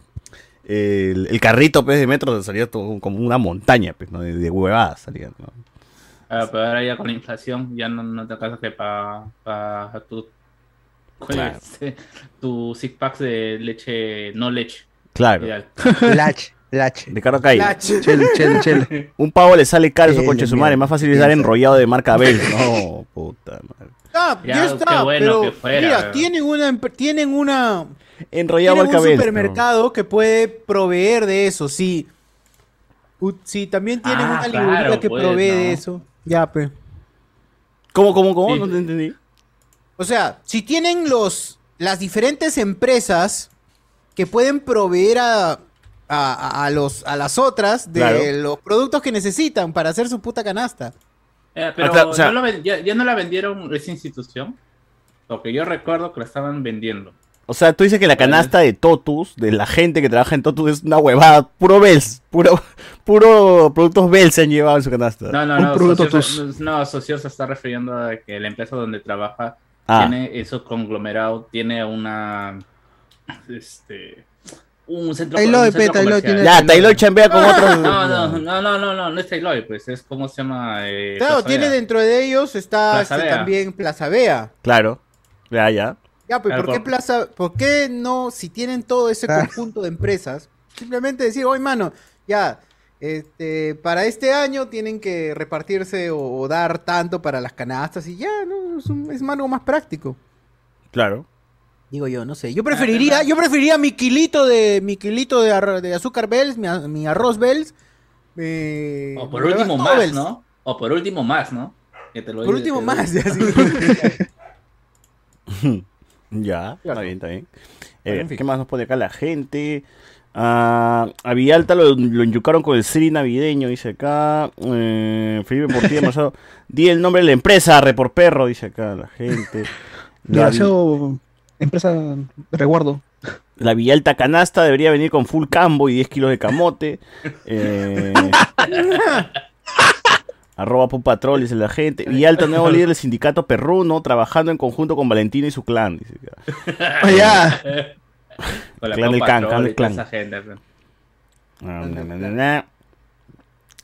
Speaker 1: el, el carrito pues, de metro salía todo como una montaña pues, ¿no? de, de huevadas salía, ¿no?
Speaker 5: Ah, pero ahora ya con la inflación ya no, no te alcanza que para tu,
Speaker 1: Claro.
Speaker 5: este, tu six pack de leche, no leche.
Speaker 1: Claro. (laughs)
Speaker 5: (laughs) Ideal.
Speaker 3: Lach, Lach.
Speaker 1: De caro caído.
Speaker 4: Chel, chel, chel.
Speaker 1: (laughs) Un pavo le sale caro eso
Speaker 3: Sí,
Speaker 1: conche su
Speaker 3: mira,
Speaker 1: madre. Más fácil es dar
Speaker 3: piensa.
Speaker 1: enrollado de marca Bell. No, puta madre.
Speaker 2: Ah, ya,
Speaker 5: Ya,
Speaker 2: está,
Speaker 5: qué bueno
Speaker 2: pero
Speaker 5: que fuera,
Speaker 2: mira,
Speaker 5: weón.
Speaker 2: tienen una, empre- tienen una,
Speaker 1: Enrollado
Speaker 2: tienen
Speaker 1: marca
Speaker 2: un
Speaker 1: Bell.
Speaker 2: supermercado que puede proveer de eso, sí. U- sí, también tienen
Speaker 5: Ah,
Speaker 2: una librería
Speaker 5: claro,
Speaker 2: que
Speaker 5: pues,
Speaker 2: provee
Speaker 5: ¿no?
Speaker 2: de eso. Ya, pe.
Speaker 1: ¿Cómo, cómo, cómo?
Speaker 5: Sí.
Speaker 1: No te entendí.
Speaker 2: O sea, si tienen los las diferentes empresas que pueden proveer a, a- a- a los a las otras de
Speaker 1: Claro.
Speaker 2: los productos que necesitan para hacer su puta canasta.
Speaker 5: Eh, pero
Speaker 1: Ah, claro, o sea-
Speaker 5: no lo ven- ya, ya no la vendieron esa institución. Porque yo recuerdo que la estaban vendiendo.
Speaker 1: O sea, tú dices que la canasta de Totus, de la gente que trabaja en Totus, es una huevada. Puro Bells. Puro, puro productos Bells se han llevado en su canasta.
Speaker 5: No, no,
Speaker 4: Un
Speaker 5: no.
Speaker 4: producto
Speaker 5: socio-
Speaker 4: tus-
Speaker 5: no, socio se está refiriendo a que la empresa donde trabaja
Speaker 1: ah,
Speaker 5: tiene esos conglomerados, tiene una. Este. Un centro,
Speaker 3: Ahí lo
Speaker 5: un
Speaker 3: de
Speaker 5: centro
Speaker 3: Peta, ahí lo
Speaker 5: comercial.
Speaker 3: tiene-
Speaker 1: ya, Taylor chambea con otros.
Speaker 5: Ah, No, no, no, no, no, no, no es Taylor, pues es como se llama. Eh,
Speaker 2: Claro,
Speaker 5: Plaza
Speaker 2: tiene
Speaker 5: Vea.
Speaker 2: dentro de ellos está
Speaker 5: Plaza
Speaker 2: este,
Speaker 5: Vea.
Speaker 2: también Plaza Vea.
Speaker 1: Claro. Ya, ya.
Speaker 2: Ya, pues,
Speaker 5: Claro,
Speaker 2: ¿por qué
Speaker 5: por-
Speaker 2: plaza, por qué no, si tienen todo ese
Speaker 3: Claro.
Speaker 2: conjunto de empresas, simplemente decir, oye, mano, ya, este, para este año tienen que repartirse o, o dar tanto para las canastas y ya, ¿no? Es, un- es algo más práctico.
Speaker 1: Claro.
Speaker 2: Digo yo, no sé.
Speaker 3: Ah,
Speaker 2: Yo preferiría, yo preferiría mi kilito de, mi kilito de, arro- de azúcar bells, mi, a- mi arroz bells. eh,
Speaker 5: O por
Speaker 2: mi
Speaker 5: último
Speaker 2: huevas
Speaker 5: más,
Speaker 2: Bells.
Speaker 5: ¿no? O por último más, ¿no? Que te lo-
Speaker 2: Por último
Speaker 5: te-
Speaker 2: más. ya, sí.
Speaker 5: (laughs)
Speaker 1: Ya,
Speaker 2: Claro.
Speaker 1: está bien, está bien. Eh,
Speaker 2: Bueno, en fin.
Speaker 1: ¿Qué más nos pone acá la gente? Ah, a Villalta lo, lo enyucaron con el Siri navideño, dice acá. Eh, Felipe (laughs) Portilla Machado. Di el nombre de la empresa, re por perro, dice acá la (laughs) gente. La, vi-
Speaker 4: Demasiado empresa de resguardo.
Speaker 1: la Villalta canasta debería venir con full cambo y 10 kilos de (laughs) camote. Eh, arroba Pupatrol, dice la gente. Villalta, (laughs) nuevo líder del sindicato perruno, trabajando en conjunto con Valentino y su clan, dice acá.
Speaker 4: Allá.
Speaker 5: Con la
Speaker 1: Clan del
Speaker 5: Copa
Speaker 1: Can, Clan
Speaker 5: Troll y
Speaker 1: del
Speaker 5: toda
Speaker 1: Clan.
Speaker 5: esa gente, pues.
Speaker 1: Na, na, na, na, na.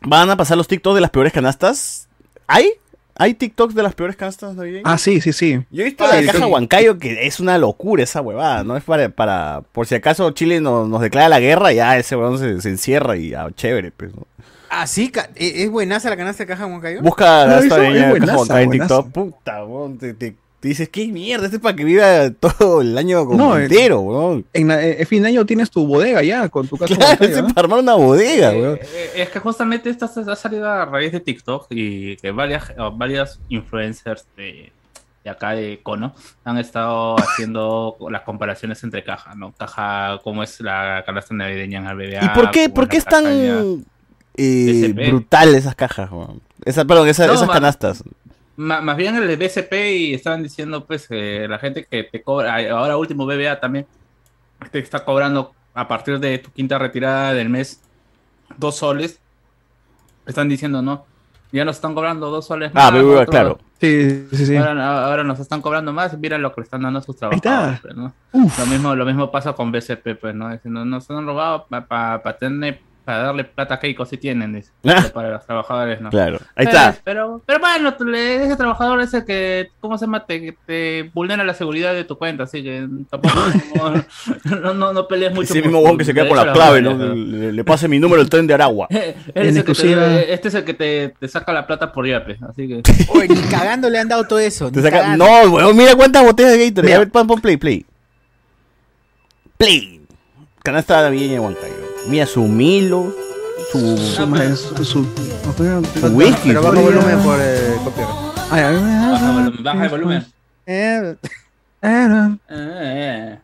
Speaker 1: Van a pasar los TikToks de las peores canastas. ¿Hay? (laughs) ¿Hay TikToks de las peores canastas navideñas?
Speaker 4: Ah, sí, sí, sí.
Speaker 1: Yo he visto la
Speaker 4: sí,
Speaker 1: caja
Speaker 4: sí.
Speaker 1: Huancayo que es una locura esa huevada, ¿no? Es para, para por si acaso Chile nos, nos declara la guerra, ya ese huevón se, se encierra y ah, chévere, pues, ¿no?
Speaker 2: Así, Ah, ca- e, ¿es es buenaza la canasta de caja Huancayo?
Speaker 1: Busca la
Speaker 4: No, eso
Speaker 1: canasta navideña
Speaker 4: es
Speaker 1: de
Speaker 4: buenaza,
Speaker 1: caja Huancayo en
Speaker 4: buenaza.
Speaker 1: TikTok. Puta, huevón, te, te- te dices, qué mierda, este es para que viva todo el año como
Speaker 4: No, eh,
Speaker 1: entero, huevón.
Speaker 4: En, la- en fin de año tienes tu bodega ya con tu casa.
Speaker 1: Claro,
Speaker 4: bancaria,
Speaker 1: ese es
Speaker 4: ¿no?
Speaker 1: para armar una bodega, huevón.
Speaker 5: Eh, eh, es que justamente esta se- ha salido a raíz de TikTok y que varias, o varias influencers de, de acá de Cono han estado haciendo las comparaciones entre cajas, ¿no? Caja, cómo es la canasta navideña en RBA.
Speaker 1: ¿Y por qué,
Speaker 5: cómo
Speaker 1: por qué
Speaker 5: Ah, pues, la
Speaker 1: es tan
Speaker 5: caja ya-
Speaker 1: eh,
Speaker 5: DCP?
Speaker 1: brutal esas cajas? weón? Esa, perdón, esa-
Speaker 5: No,
Speaker 1: esas
Speaker 5: ma-
Speaker 1: canastas.
Speaker 5: Ma- más bien el BCP y estaban diciendo pues eh, la gente que te cobra, ahora último BBA también, te está cobrando a partir de tu quinta retirada del mes dos soles, están diciendo no, Ya nos están cobrando dos soles
Speaker 1: Ah, pero
Speaker 5: otro-
Speaker 1: bueno, claro.
Speaker 4: Sí, sí, sí.
Speaker 5: (laughs) Ahora, ahora nos están cobrando más, mira lo que le están dando a sus
Speaker 4: está.
Speaker 5: trabajadores. pues, ¿no?
Speaker 4: Uf.
Speaker 5: Lo mismo, lo mismo pasa con BCP, pues, ¿no? Dicen, "No- nos han robado para tener, para darle plata a Keiko si tienen, dice.
Speaker 1: (laughs) Ah.
Speaker 5: Pero para los trabajadores, ¿no?
Speaker 1: Claro. Ahí
Speaker 5: Pero-
Speaker 1: está.
Speaker 5: Pero, pero bueno, tú le- ese trabajador ese que, ¿cómo se llama? Te, que te vulnera la seguridad de tu cuenta, así que
Speaker 1: (laughs)
Speaker 5: tampoco no, no, no, no pelees mucho.
Speaker 1: Ese
Speaker 5: por
Speaker 1: mismo
Speaker 5: tu
Speaker 1: huevón que se queda con
Speaker 5: derecho
Speaker 1: la
Speaker 5: a
Speaker 1: clave,
Speaker 5: vida,
Speaker 1: ¿no? Le, le pase mi número el tren de Aragua.
Speaker 5: (laughs) Él es
Speaker 4: En
Speaker 5: el que te
Speaker 4: exclusiva.
Speaker 5: debe- este es el que te, te saca la plata por yape,
Speaker 1: (laughs)
Speaker 5: así que...
Speaker 2: Oye, ni cagando le han dado todo eso.
Speaker 1: Te
Speaker 2: ni
Speaker 1: saca...
Speaker 2: cagando.
Speaker 1: No, weón, mira cuántas botellas de Gatorade.
Speaker 4: Mira.
Speaker 1: A ver, pon, pon play, play. Play. Canasta navideña de Huancayo. Mira su Milo, su...
Speaker 4: Su maestro, su.
Speaker 1: su whisky.
Speaker 3: Pero
Speaker 1: su-
Speaker 3: bajo volumen por eh, copyright.
Speaker 5: Baja el volumen, baja el volumen.
Speaker 3: Eh, Ah,
Speaker 5: Eh, eh.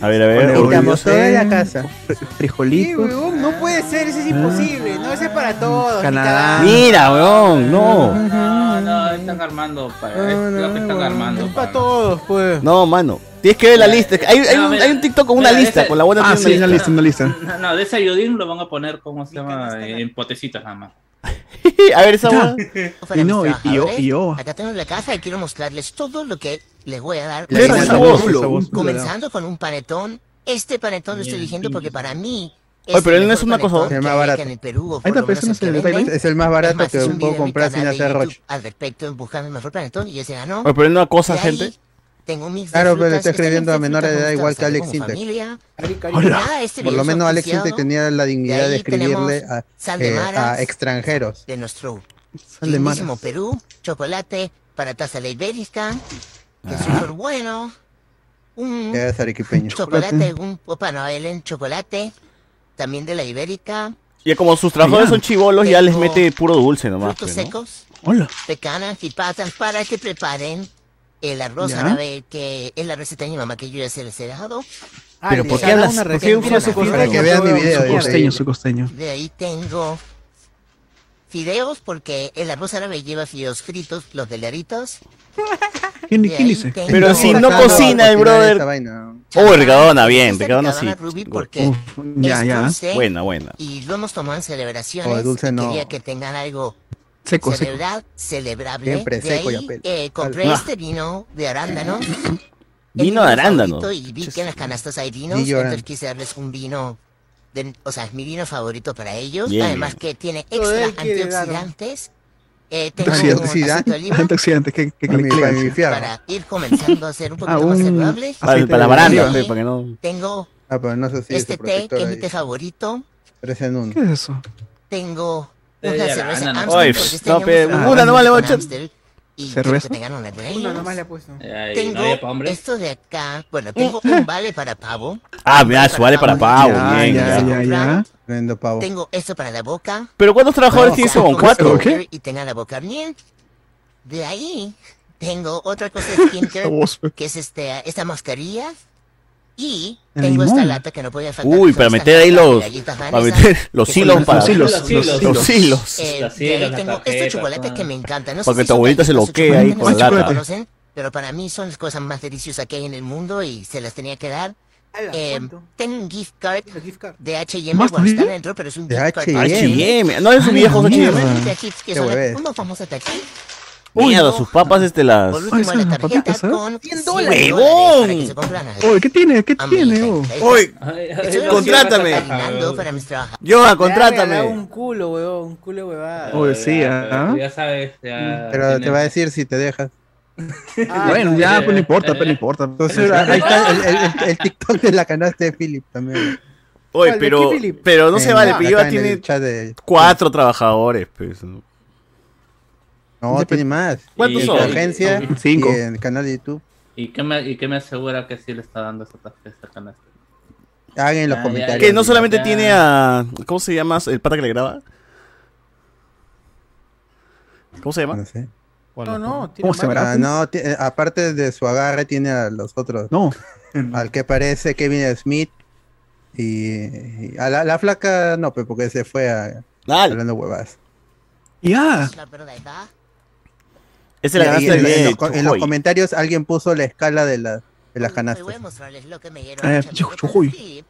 Speaker 1: A ver, a ver.
Speaker 4: Orgullo.
Speaker 3: digamos, toda
Speaker 4: Eh,
Speaker 3: la casa.
Speaker 2: Sí,
Speaker 4: Frijolitos.
Speaker 2: huevón, no puede ser, eso es imposible. No, eso es para todos. ni
Speaker 4: Canadá.
Speaker 2: cagando.
Speaker 1: Mira, weón, no.
Speaker 5: No, no, están armando para es lo que están armando.
Speaker 2: Es
Speaker 5: para-
Speaker 2: para todos, pues.
Speaker 1: No, mano. Tienes que ver la lista. Hay, hay,
Speaker 5: No,
Speaker 1: un,
Speaker 5: mira,
Speaker 1: hay un TikTok con una
Speaker 5: mira,
Speaker 1: lista,
Speaker 5: ese-
Speaker 1: con la buena
Speaker 4: Ah,
Speaker 1: tiene una
Speaker 4: sí, una
Speaker 1: lista.
Speaker 4: lista, una lista.
Speaker 5: No, no, de ese ayudín lo van a poner, ¿cómo se llama? Eh,
Speaker 2: canasta.
Speaker 5: En potecitos nada más.
Speaker 1: (laughs) A ver, esa
Speaker 4: Ya.
Speaker 1: weón.
Speaker 4: Y no, y- y yo- y yo.
Speaker 10: Acá tengo la casa y quiero mostrarles todo lo que les voy a dar.
Speaker 3: La
Speaker 4: Mira
Speaker 3: igual
Speaker 4: esa
Speaker 3: también
Speaker 4: voz,
Speaker 3: fue
Speaker 4: esa voz.
Speaker 10: Comenzando con un panetón. Este panetón lo estoy
Speaker 5: Bien,
Speaker 10: diciendo porque
Speaker 5: pinche.
Speaker 10: para mí.
Speaker 1: Oye, pero él no
Speaker 10: el
Speaker 1: es
Speaker 10: mejor
Speaker 1: un acosador.
Speaker 10: panetón
Speaker 3: Es
Speaker 10: que
Speaker 3: más
Speaker 10: hay acá
Speaker 3: barato.
Speaker 10: En el Perú, o
Speaker 4: Ahí
Speaker 10: por
Speaker 4: está,
Speaker 10: lo
Speaker 4: pero
Speaker 10: menos
Speaker 4: ese no
Speaker 10: el
Speaker 4: es el
Speaker 10: que
Speaker 4: detalle.
Speaker 10: venden.
Speaker 3: Es el más
Speaker 10: Es
Speaker 3: barato
Speaker 10: más,
Speaker 3: que
Speaker 10: hice un video
Speaker 3: puedo
Speaker 10: en mi
Speaker 3: comprar sin
Speaker 10: canal de
Speaker 3: hacer
Speaker 10: YouTube
Speaker 3: roche.
Speaker 10: Al respecto, en buscando el mejor panetón y ese ganó.
Speaker 1: Oye, pero no acosa
Speaker 10: De ahí
Speaker 1: gente.
Speaker 10: Tengo un mix de
Speaker 3: Claro, pero
Speaker 10: frutas
Speaker 3: está
Speaker 10: que están
Speaker 3: escribiendo a
Speaker 10: entre
Speaker 3: menores
Speaker 10: frutas
Speaker 3: de edad, igual que
Speaker 10: gustadas,
Speaker 3: Alex
Speaker 10: como
Speaker 3: Sintek.
Speaker 10: familia.
Speaker 2: Rica,
Speaker 10: Y nada, este
Speaker 3: Por
Speaker 10: video
Speaker 3: lo
Speaker 10: es
Speaker 3: menos Alex
Speaker 10: auspiciado
Speaker 3: Sintek tenía la dignidad de
Speaker 10: ahí tenemos
Speaker 3: escribirle a,
Speaker 10: Sal
Speaker 3: eh,
Speaker 10: de
Speaker 3: a
Speaker 10: Maras,
Speaker 3: extranjeros.
Speaker 10: de nuestro
Speaker 4: Sal de maras.
Speaker 10: lindísimo Perú, chocolate para taza la ibérica, que es súper bueno, un
Speaker 3: Que es arequipeño.
Speaker 10: chocolate, un Papá Noel en chocolate, también de la ibérica,
Speaker 1: Ya como sus trabajadores son chivolos, ya les mete puro dulce nomás.
Speaker 10: frutos
Speaker 1: pues, ¿no?
Speaker 10: secos,
Speaker 4: Hola.
Speaker 10: pecanas y pasas para que preparen el arroz
Speaker 4: Ya.
Speaker 10: árabe, que es la receta de mi mamá que yo ya se les he dejado.
Speaker 1: Pero
Speaker 2: le
Speaker 1: ¿por qué
Speaker 2: saca
Speaker 1: hablas?
Speaker 2: una
Speaker 1: ¿Por qué
Speaker 2: receta.
Speaker 1: usas su
Speaker 3: Para que
Speaker 1: contenido?
Speaker 3: vean mi video.
Speaker 4: Su
Speaker 3: dice ahí.
Speaker 4: costeño, su costeño.
Speaker 10: De ahí tengo fideos, porque el arroz árabe lleva fideos fritos, los delgaditos.
Speaker 4: (laughs) ¿Quién,
Speaker 10: De
Speaker 4: quién
Speaker 10: ahí
Speaker 4: dice?
Speaker 10: tengo-
Speaker 1: Pero si no
Speaker 3: Sacando a
Speaker 1: cocina el
Speaker 3: cocinar
Speaker 1: brother.
Speaker 3: esta vaina.
Speaker 1: Oh, Mercadona, bien,
Speaker 10: Esta
Speaker 1: Mercadona sí.
Speaker 10: Mercadona Ruby, porque
Speaker 4: Uf, ya,
Speaker 10: es
Speaker 4: ya.
Speaker 10: dulce
Speaker 1: Buena, buena.
Speaker 10: Y lo hemos tomado en celebraciones.
Speaker 3: Oh, dulce
Speaker 10: y
Speaker 3: no.
Speaker 10: Quería que tengan algo
Speaker 4: Seco, seco.
Speaker 10: celebrar, celebrable.
Speaker 3: Siempre
Speaker 10: De
Speaker 3: seco y
Speaker 10: ahí,
Speaker 3: a pelo.
Speaker 10: eh, compré
Speaker 1: Ah.
Speaker 10: este vino de
Speaker 1: (laughs)
Speaker 10: arándano. Este
Speaker 1: Vino de arándano.
Speaker 10: Y vi que en las canastas hay vinos.
Speaker 3: Ni lloran.
Speaker 10: Entonces quise darles un vino. de- o sea, es mi vino favorito para ellos.
Speaker 1: Bien,
Speaker 10: Además que tiene extra
Speaker 2: Todavía quiere dar-
Speaker 10: antioxidantes. Eh, tengo un
Speaker 4: Antioxidante.
Speaker 10: aceite de
Speaker 3: (laughs)
Speaker 10: oliva
Speaker 4: Tanto accidente, que, que,
Speaker 3: Para mi- para mi
Speaker 4: que
Speaker 3: fiarra.
Speaker 10: para ir comenzando a ser un poquito
Speaker 4: Ah,
Speaker 10: más
Speaker 4: un-
Speaker 10: saludable.
Speaker 4: Ah,
Speaker 1: Para,
Speaker 4: Aceite
Speaker 1: para la
Speaker 4: de
Speaker 1: baranda,
Speaker 10: oliva.
Speaker 1: pe, para que no.
Speaker 10: Tengo
Speaker 3: Ah, pero no sé si es
Speaker 10: este
Speaker 3: su
Speaker 10: té, que
Speaker 3: protector
Speaker 10: es mi
Speaker 3: ahí.
Speaker 10: té favorito.
Speaker 3: Tres en uno.
Speaker 4: ¿Qué es eso?
Speaker 10: Tengo
Speaker 5: Eh,
Speaker 10: una
Speaker 5: ya,
Speaker 10: cerveza
Speaker 5: no, no.
Speaker 10: Amstel,
Speaker 1: Oye,
Speaker 10: porque
Speaker 1: pff,
Speaker 10: este año
Speaker 1: no, pe-
Speaker 10: hemos
Speaker 4: una
Speaker 10: trabajado
Speaker 1: nomás le voy a
Speaker 10: con
Speaker 1: echar.
Speaker 10: Amstel, y quiero
Speaker 4: ¿Cerveza?
Speaker 10: que tengan una de
Speaker 2: Una
Speaker 10: ellas.
Speaker 2: nomás le ha puesto.
Speaker 5: Ay,
Speaker 10: Tengo
Speaker 5: no había pa' hombre.
Speaker 10: esto de acá. Bueno,
Speaker 2: (laughs)
Speaker 10: tengo un vale para pavo.
Speaker 1: Ah, mira, su vale para pavo,
Speaker 4: Ya,
Speaker 1: bien.
Speaker 4: ya,
Speaker 1: ya.
Speaker 4: ya.
Speaker 3: Tremendo pavo.
Speaker 10: Tengo esto para la boca.
Speaker 1: Pero ¿cuántos trabajadores
Speaker 3: No,
Speaker 1: tiene
Speaker 10: tengo
Speaker 1: eso?
Speaker 10: esto
Speaker 1: Con cuatro.
Speaker 4: ¿Qué?
Speaker 10: Y tengan la boca bien. De ahí tengo otra cosa
Speaker 4: (laughs)
Speaker 10: de skincare, que es este, esta mascarilla. Y
Speaker 4: El
Speaker 10: tengo esta
Speaker 4: limón.
Speaker 10: lata que no podía faltar.
Speaker 1: Uy,
Speaker 10: que son
Speaker 1: para
Speaker 10: estas
Speaker 1: meter ahí
Speaker 10: latas de
Speaker 1: los.
Speaker 10: galletas
Speaker 1: Para
Speaker 10: Vanessa.
Speaker 1: meter los
Speaker 10: que son
Speaker 1: hilos
Speaker 10: las
Speaker 1: para.
Speaker 4: Los hilos, los
Speaker 5: Los hilos.
Speaker 4: hilos.
Speaker 1: Los hilos.
Speaker 10: Eh,
Speaker 5: Las
Speaker 10: de ahí
Speaker 5: hielas, las
Speaker 10: tengo estos
Speaker 5: tarjetas,
Speaker 10: chocolates
Speaker 5: ah.
Speaker 10: que me encantan. No
Speaker 1: Para
Speaker 10: sé
Speaker 1: que
Speaker 10: si
Speaker 1: tu
Speaker 10: son
Speaker 1: abuelita se
Speaker 10: galletas o
Speaker 1: loquee ahí
Speaker 10: chocolates,
Speaker 1: con
Speaker 10: no
Speaker 4: la
Speaker 10: sé si
Speaker 4: lata.
Speaker 10: conocen, pero para mí son las cosas más deliciosas que hay en el mundo y se las tenía que dar.
Speaker 2: Ala,
Speaker 10: Eh,
Speaker 2: ¿cuánto?
Speaker 10: tengo un gift card
Speaker 2: La gift card.
Speaker 10: de H&M
Speaker 4: ¿Más
Speaker 10: bueno, está
Speaker 4: todavía?
Speaker 10: dentro, pero es un
Speaker 3: De
Speaker 10: gift card.
Speaker 3: H&M.
Speaker 1: HM. No es un
Speaker 4: Ay,
Speaker 1: viejo
Speaker 4: la
Speaker 1: HM.
Speaker 4: mierda.
Speaker 10: Unos taquis que
Speaker 3: Qué
Speaker 10: son las-
Speaker 3: huevés.
Speaker 10: unos famosos taquis.
Speaker 1: Mierda, sus papas este las.
Speaker 10: Por último,
Speaker 4: son
Speaker 10: la
Speaker 4: las
Speaker 10: tarjeta
Speaker 4: papitas, ¿eh?
Speaker 10: con
Speaker 2: 100
Speaker 1: dólares.
Speaker 10: para que se compran algo.
Speaker 4: Oye, ¿qué tiene? ¿Qué
Speaker 10: A mi
Speaker 4: tiene?
Speaker 10: hija,
Speaker 4: oh?
Speaker 10: hija,
Speaker 1: Oye,
Speaker 5: Ay, ay,
Speaker 10: estoy
Speaker 5: no, sí,
Speaker 1: contrátame.
Speaker 5: vas a trabajar,
Speaker 10: Caminando
Speaker 5: weón.
Speaker 10: para mis trabajadores.
Speaker 1: Yoa,
Speaker 2: Le ha regalado
Speaker 1: contrátame.
Speaker 2: un culo, weón. Un culo, huevada.
Speaker 4: Oye, sí,
Speaker 5: ya,
Speaker 4: ¿ah?
Speaker 5: Ya sabes,
Speaker 3: este,
Speaker 5: ya.
Speaker 3: Pero te
Speaker 5: tiene-
Speaker 3: va a decir si te dejas.
Speaker 2: Ah,
Speaker 4: Bueno,
Speaker 2: no,
Speaker 4: ya,
Speaker 5: eh,
Speaker 4: pues no importa,
Speaker 5: eh,
Speaker 4: pues no importa.
Speaker 3: Entonces, ahí está el, el-
Speaker 4: (laughs)
Speaker 3: el- el TikTok de la canasta de Philip también.
Speaker 1: Oye,
Speaker 2: ¿Cuál? ¿De
Speaker 1: pero.
Speaker 2: qué, Philip?
Speaker 1: Pero no
Speaker 3: En-
Speaker 1: se vale,
Speaker 3: acá
Speaker 1: pero Yoa
Speaker 3: en
Speaker 1: tiene
Speaker 3: el chat de-
Speaker 1: cuatro trabajadores, pues. ¿no?
Speaker 3: No, tiene más.
Speaker 1: ¿Cuántos
Speaker 5: Y-
Speaker 3: En la
Speaker 1: son?
Speaker 3: agencia
Speaker 4: Cinco.
Speaker 3: y en el canal de YouTube.
Speaker 5: ¿Y qué, me, ¿Y qué me asegura que sí le está dando esa tarjeta canasta?
Speaker 3: Hagan en los
Speaker 5: Ya, ya,
Speaker 3: comentarios.
Speaker 1: Que no
Speaker 5: Ay,
Speaker 1: solamente
Speaker 5: ya.
Speaker 1: tiene a. ¿Cómo se llama? El pata que le graba. ¿Cómo se llama?
Speaker 3: No sé.
Speaker 2: No, no. tiene
Speaker 4: ¿Cómo se
Speaker 2: más.
Speaker 4: llama?
Speaker 3: Ah, no, ti- eh, aparte de su agarre, tiene a los otros.
Speaker 4: No,
Speaker 3: Al que parece Kevin Smith. Y, y a la, la flaca, no, pues, porque se fue a-
Speaker 1: Dale.
Speaker 3: hablando huevas.
Speaker 4: ya.
Speaker 10: La verdad, ¿verdad?
Speaker 1: Ese la
Speaker 3: Y
Speaker 1: ganaste
Speaker 3: en, en
Speaker 1: de
Speaker 3: los, co- en los
Speaker 1: Chujoy.
Speaker 3: comentarios alguien puso la escala de, la- de las
Speaker 10: Hoy
Speaker 3: canastas.
Speaker 10: voy a Mm, mostrarles lo que me dieron
Speaker 4: Eh,
Speaker 10: muchas
Speaker 4: yo-
Speaker 10: tarjetas
Speaker 4: yo- uy.
Speaker 10: Philips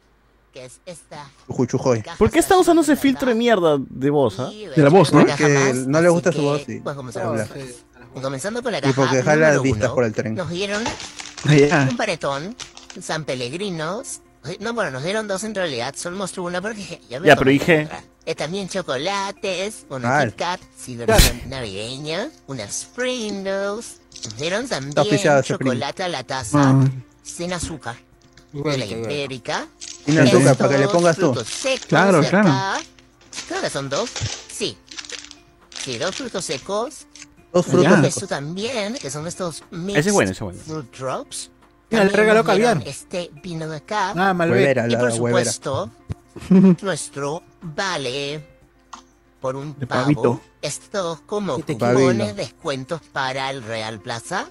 Speaker 10: que es esta.
Speaker 3: Jujujoy.
Speaker 10: caja
Speaker 1: ¿Por qué está usando ese
Speaker 10: cerrada
Speaker 1: filtro de mierda de voz, ah?
Speaker 10: y
Speaker 4: De la voz, ¿no?
Speaker 10: una caja
Speaker 3: Porque
Speaker 10: más,
Speaker 3: no le
Speaker 10: así
Speaker 3: gusta su
Speaker 10: que,
Speaker 3: voz y
Speaker 10: pues, comenzamos.
Speaker 3: habla.
Speaker 10: Comenzando por la caja.
Speaker 3: Y porque jala
Speaker 10: número
Speaker 3: vistas
Speaker 10: uno,
Speaker 3: por el tren.
Speaker 10: Nos dieron
Speaker 1: Ah,
Speaker 4: Ya.
Speaker 10: un paretón, San Pellegrinos. No, bueno, nos dieron dos en realidad, solo mostró una porque (laughs) ya me
Speaker 1: Ya,
Speaker 10: comí
Speaker 1: pero dije-
Speaker 10: otra. Eh, también chocolates, una
Speaker 3: Mal.
Speaker 10: Kit Kat,
Speaker 3: (laughs)
Speaker 10: celebración navideña, unas Pringles. Nos dieron
Speaker 3: auspiciado
Speaker 10: también
Speaker 3: ese Pringles.
Speaker 10: chocolate a la taza,
Speaker 4: Ah,
Speaker 10: sin azúcar, de la Ibérica.
Speaker 3: Sin azúcar,
Speaker 10: Estos
Speaker 3: para que le pongas tú.
Speaker 10: frutos secos
Speaker 4: Claro,
Speaker 10: de
Speaker 4: claro.
Speaker 10: acá. Creo que son dos. Sí. Sí, dos frutos secos.
Speaker 3: Dos
Speaker 4: Ya.
Speaker 3: frutos secos.
Speaker 10: Esto también, que son estos mixed
Speaker 1: Ese es bueno, ese es bueno.
Speaker 10: fruit drops.
Speaker 11: Mira, le
Speaker 10: También
Speaker 11: regaló
Speaker 10: nos dieron
Speaker 11: caviar.
Speaker 10: Este vino de acá.
Speaker 11: Ah, Malbec.
Speaker 3: Huevera,
Speaker 10: y por
Speaker 3: la huevera.
Speaker 10: supuesto, nuestro vale por un
Speaker 4: De
Speaker 10: pavo.
Speaker 4: pavito.
Speaker 10: Esto como
Speaker 3: Que te
Speaker 10: cupones,
Speaker 3: pavilo.
Speaker 10: descuentos para el Real Plaza.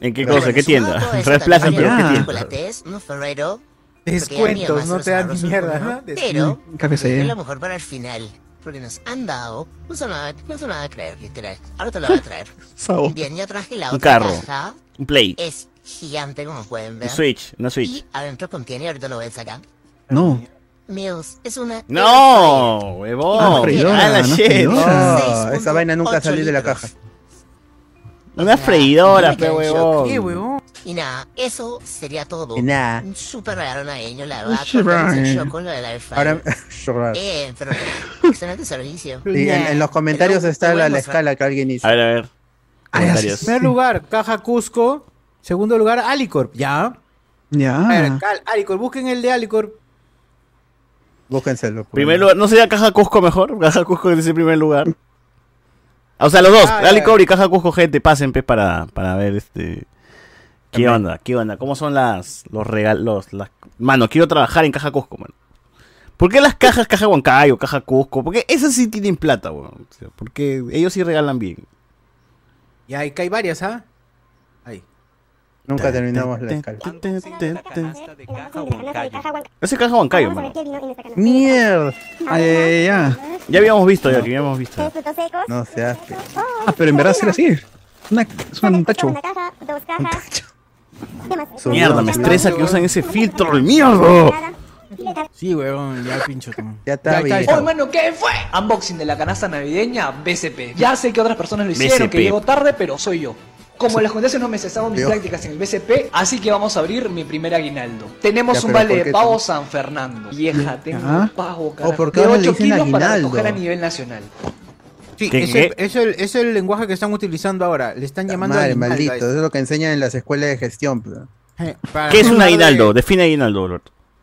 Speaker 1: ¿En qué
Speaker 3: Pero
Speaker 1: cosa?
Speaker 10: Por
Speaker 1: ¿Qué
Speaker 10: supuesto,
Speaker 1: tienda?
Speaker 10: esto
Speaker 1: Red Plaza,
Speaker 10: también nos
Speaker 1: pero ¿qué
Speaker 10: dieron
Speaker 4: Ah.
Speaker 1: tienda?
Speaker 10: Chocolates, un ferrero.
Speaker 2: Descuentos, no te dan ni
Speaker 10: ni
Speaker 2: mierda, ¿no?
Speaker 10: Pero,
Speaker 4: Mm, café se-
Speaker 10: dejé lo mejor para el final. Porque nos han dado, no se lo va- no se lo van a creer, literal. Ahora te lo voy a traer.
Speaker 4: sabo.
Speaker 10: Bien, yo traje la
Speaker 1: Un
Speaker 10: otra
Speaker 1: carro.
Speaker 10: caja.
Speaker 1: Un Play,
Speaker 10: Es gigante, como pueden
Speaker 1: un
Speaker 10: ver.
Speaker 1: Switch, una Switch.
Speaker 10: Y adentro contiene, ahorita lo voy a sacar.
Speaker 4: No.
Speaker 10: Amigos, es una.
Speaker 1: ¡No! ¡Huevón!
Speaker 4: freidora,
Speaker 1: ¡A la
Speaker 4: no
Speaker 1: shit!
Speaker 4: freidora.
Speaker 3: No, Ah, esa vaina nunca
Speaker 10: 6.8
Speaker 3: salió de la
Speaker 10: litros.
Speaker 3: caja.
Speaker 1: Una
Speaker 10: No
Speaker 1: freidora,
Speaker 10: me quedé
Speaker 1: pe
Speaker 10: en
Speaker 1: huevón.
Speaker 2: ¿Qué, huevón?
Speaker 10: Y nada, eso sería todo.
Speaker 3: Y nada.
Speaker 10: Un super regalo navideño, la
Speaker 4: Un
Speaker 10: verdad.
Speaker 4: super
Speaker 10: cortarse
Speaker 4: regalo.
Speaker 10: yo con lo del iPhone.
Speaker 3: Ahora, (laughs) ah,
Speaker 10: Eh, pero. Excelente servicio.
Speaker 3: Sí, en, en los comentarios
Speaker 10: Pero,
Speaker 3: está
Speaker 10: bueno,
Speaker 3: la,
Speaker 10: o sea-
Speaker 3: la escala que alguien hizo.
Speaker 1: A ver, a ver.
Speaker 4: Ay,
Speaker 1: Comentarios.
Speaker 4: así
Speaker 2: Primer lugar, Caja Cusco. Segundo lugar, Alicorp. Ya.
Speaker 1: Ah.
Speaker 2: A ver,
Speaker 4: Ya.
Speaker 2: Cal- Alicorp, busquen el de Alicorp.
Speaker 3: Búsquenselo. pues. por
Speaker 1: Primer
Speaker 3: favor.
Speaker 1: lugar, ¿no sería Caja Cusco mejor? Caja Cusco en ese primer lugar. Ah, O sea, los dos,
Speaker 2: Ah,
Speaker 1: Dali
Speaker 2: ya.
Speaker 1: Cobra y Caja Cusco, gente, pasen pues para, para ver este. ¿Qué onda? ¿Qué onda? ¿Cómo son las los regalos? Las... Mano, quiero trabajar en Caja Cusco, mano. ¿Por qué las cajas Caja Huancayo, Caja Cusco? Porque esas sí tienen plata, weón. O sea, porque ellos sí regalan bien.
Speaker 2: Y ahí que hay varias, ¿ah? Ahí.
Speaker 3: Nunca terminamos la escala.
Speaker 1: Ese es Caja Huancayo,
Speaker 12: Vamos a ver
Speaker 1: mano.
Speaker 12: qué vino en nuestra canasta.
Speaker 3: Mierda.
Speaker 4: Ay, ay, ay, ay.
Speaker 1: Ya habíamos visto, ya, que habíamos visto.
Speaker 12: Tres frutos secos.
Speaker 3: No se hace.
Speaker 4: Ah, pero en verdad será así. Una, es un tacho.
Speaker 12: Una caja, dos cajas. ¿Qué más?
Speaker 3: Su
Speaker 1: Mierda, me
Speaker 3: Mierda,
Speaker 1: estresa que usan ese filtro, el mierda.
Speaker 2: Sí, huevón, ya pincho.
Speaker 3: Ya está
Speaker 2: Ya, ya,
Speaker 3: bien.
Speaker 2: ya.
Speaker 13: Oh, hermano, ¿qué fue? Unboxing de la canasta navideña BCP. Ya sé que otras personas lo hicieron,
Speaker 1: BCP.
Speaker 13: que llegó tarde, pero soy yo. Como les conté hace unos meses, hago mis
Speaker 3: Dios.
Speaker 13: prácticas en el BCP, así que vamos a abrir mi primer aguinaldo. Tenemos
Speaker 3: Ya,
Speaker 13: un
Speaker 3: pero
Speaker 13: vale
Speaker 3: ¿por
Speaker 13: de
Speaker 3: qué
Speaker 13: pavo
Speaker 3: tan-
Speaker 13: San Fernando. Vieja, tengo
Speaker 4: Ah.
Speaker 13: un pavo, carajo,
Speaker 3: Oh, ¿por qué
Speaker 13: de
Speaker 3: ahora le
Speaker 13: 8
Speaker 3: dicen
Speaker 13: kilos para
Speaker 3: aguinaldo?
Speaker 13: recoger a nivel nacional.
Speaker 2: Sí,
Speaker 1: ¿Qué,
Speaker 2: es,
Speaker 1: qué?
Speaker 2: El, es, el, es el lenguaje que están utilizando ahora. Le están llamando
Speaker 3: Madre,
Speaker 2: aguinaldo a
Speaker 3: maldito.
Speaker 2: eso.
Speaker 3: Eso es lo que enseñan en las escuelas de gestión. pues.
Speaker 2: Eh, para
Speaker 1: ¿Qué es un
Speaker 2: hablar de-
Speaker 1: aguinaldo? Define aguinaldo, Lord.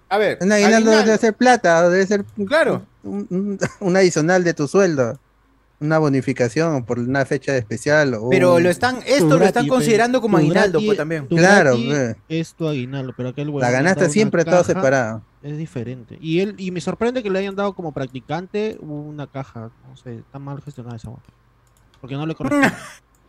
Speaker 2: A ver,
Speaker 3: Un aguinaldo
Speaker 2: aguinaldo.
Speaker 3: debe ser plata, debe ser
Speaker 2: Claro.
Speaker 3: un, un- un adicional de tu sueldo. Una bonificación por una fecha especial. O
Speaker 2: Pero
Speaker 3: un-
Speaker 2: lo están, esto lo están considerando como aguinaldo, pues también.
Speaker 3: Claro,
Speaker 6: Claro,
Speaker 3: pe.
Speaker 6: es tu aguinaldo, pero aquel huevón
Speaker 3: La
Speaker 6: le han dado
Speaker 3: ganaste
Speaker 6: una
Speaker 3: siempre todo
Speaker 6: caja,
Speaker 3: separado.
Speaker 6: Es diferente. Y él y me sorprende que le hayan dado como practicante una caja, no sé, está mal gestionada esa huevón. Porque no le corresponde.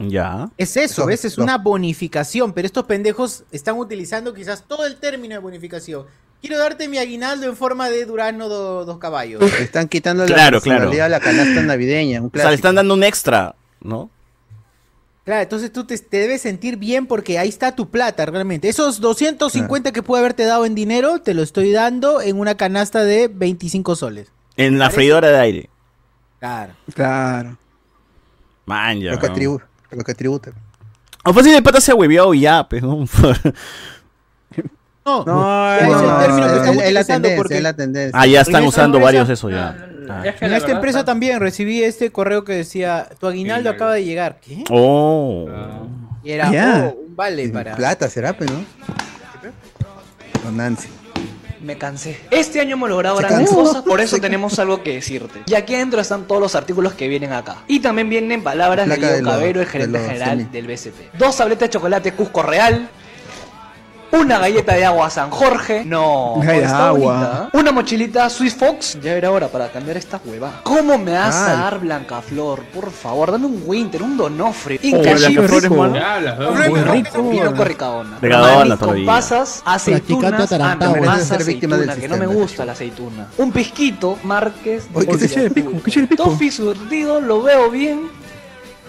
Speaker 1: Ya.
Speaker 2: Es eso,
Speaker 3: Eso,
Speaker 2: ¿ves? Es
Speaker 3: eso.
Speaker 2: una bonificación, pero estos pendejos están utilizando quizás todo el término de bonificación. Quiero darte mi aguinaldo en forma de durazno do- dos caballos.
Speaker 3: Le están quitando la
Speaker 1: Claro,
Speaker 3: personalidad a la canasta navideña. Un
Speaker 1: O sea, le
Speaker 3: clásico.
Speaker 1: están dando un extra, ¿no?
Speaker 2: Claro, entonces tú te, te debes sentir bien porque ahí está tu plata realmente. Esos 250 que pude haberte dado en dinero, te lo estoy dando en una canasta de 25 soles.
Speaker 1: En la freidora de aire.
Speaker 2: Claro.
Speaker 4: Claro.
Speaker 1: Man, ya.
Speaker 3: Lo que,
Speaker 1: weón.
Speaker 3: tribu- lo que tributa.
Speaker 1: O fácil el pata se ha hueveado y ya, pues, ¿no? (laughs)
Speaker 2: No,
Speaker 3: No,
Speaker 2: es
Speaker 3: no,
Speaker 2: el
Speaker 3: no,
Speaker 2: término que
Speaker 3: es-
Speaker 2: están
Speaker 3: es la
Speaker 2: utilizando
Speaker 3: tendencia,
Speaker 2: porque-
Speaker 3: es la tendencia.
Speaker 1: ah, ya están
Speaker 2: Regresa,
Speaker 1: usando
Speaker 2: regresa.
Speaker 1: varios eso
Speaker 5: No,
Speaker 1: ya.
Speaker 5: no,
Speaker 1: Ah.
Speaker 5: no, es que
Speaker 2: en
Speaker 5: la
Speaker 2: esta
Speaker 5: verdad
Speaker 2: empresa
Speaker 5: está-
Speaker 2: también recibí este correo que decía, tu aguinaldo
Speaker 5: Aguinaldo.
Speaker 2: acaba de llegar. ¿Qué?
Speaker 1: Oh.
Speaker 5: Ah.
Speaker 2: Y era,
Speaker 4: Ya.
Speaker 2: oh, un vale para...
Speaker 3: Plata será, pero ¿no? Donancia.
Speaker 13: Me cansé. Este año hemos logrado
Speaker 3: Se
Speaker 13: grandes
Speaker 3: cansó.
Speaker 13: cosas, (laughs) por eso tenemos algo que decirte. Y aquí adentro están todos los artículos que vienen acá. Y también vienen palabras de
Speaker 3: Placa
Speaker 13: Guido
Speaker 3: de lo-
Speaker 13: Cabero, el
Speaker 3: de
Speaker 13: gerente
Speaker 3: lo
Speaker 13: general
Speaker 3: semi.
Speaker 13: del BCP. Dos tabletas de chocolate Cusco Real. Una galleta de agua San Jorge. No,
Speaker 4: Galleta de
Speaker 13: está
Speaker 4: agua.
Speaker 13: bonita. Una mochilita Swiss Fox. Ya era hora para cambiar esta hueva. ¿Cómo me vas a
Speaker 4: Mal.
Speaker 13: dar Blancaflor? Por favor, dame un Winter, un Donofre.
Speaker 4: Blancaflor es malo.
Speaker 5: Ya hablas, ¿no?
Speaker 13: Muy rico.
Speaker 4: rico.
Speaker 13: Pino con ricadona.
Speaker 1: Ricadona
Speaker 13: Maní con
Speaker 1: todavía.
Speaker 13: pasas, aceitunas.
Speaker 6: Practicante
Speaker 13: Ah,
Speaker 6: atarantado.
Speaker 13: no, más
Speaker 3: Ser víctima del
Speaker 13: aceituna, que no me
Speaker 3: sistema.
Speaker 13: gusta la aceituna. Un pisquito, Márquez.
Speaker 4: Oye, ¿qué se echa de
Speaker 13: Pico?
Speaker 4: pico? ¿Qué se echa de pico?
Speaker 13: Toffee surtido, lo veo bien.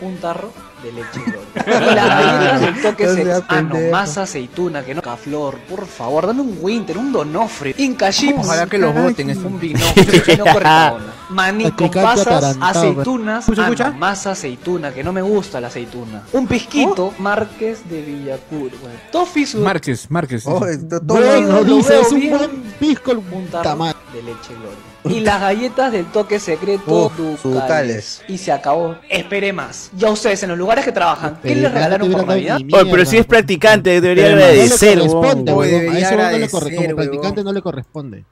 Speaker 13: Un tarro de leche Lola. (laughs) Y las galletas del toque
Speaker 3: No
Speaker 13: sex.
Speaker 3: sea
Speaker 13: Ah, no,
Speaker 3: pendejo.
Speaker 13: más aceituna que no. Caflor, por favor, dame un Winter, un Donofre. Inca Chips.
Speaker 2: Ojalá que los voten. es
Speaker 13: Un vinofre, Pino con ricadona. Maní con
Speaker 6: Practicante
Speaker 13: pasas,
Speaker 6: atarantado, güey.
Speaker 13: aceitunas.
Speaker 11: Escucha,
Speaker 13: Ah, no,
Speaker 11: escucha.
Speaker 13: más aceituna, que no me gusta la aceituna. Un pisquito, Márquez de Villacuro. güey. Toffee sur-
Speaker 11: Márquez, Márquez.
Speaker 3: Oh, esto- todo-
Speaker 6: Bueno,
Speaker 13: lo
Speaker 6: dice,
Speaker 13: veo
Speaker 6: es un
Speaker 13: bien.
Speaker 6: buen pisco el
Speaker 13: un
Speaker 6: puta
Speaker 13: tarro
Speaker 6: madre.
Speaker 13: de leche Gloria. Y las galletas del toque secreto
Speaker 3: Uf,
Speaker 13: ducales.
Speaker 3: ducales.
Speaker 13: Y se acabó. Esperé más. Ya ustedes, en los lugares que trabajan, ¿qué les regalaron por Navidad?
Speaker 1: Oye, pero si es practicante, debería
Speaker 6: Pero no le
Speaker 1: agradecer, huevón.
Speaker 6: corresponde,
Speaker 2: Oye,
Speaker 6: huevón. A
Speaker 2: debería
Speaker 6: eso no le
Speaker 2: agradecer,
Speaker 6: corresponde. Como
Speaker 2: huevón.
Speaker 6: practicante no le corresponde.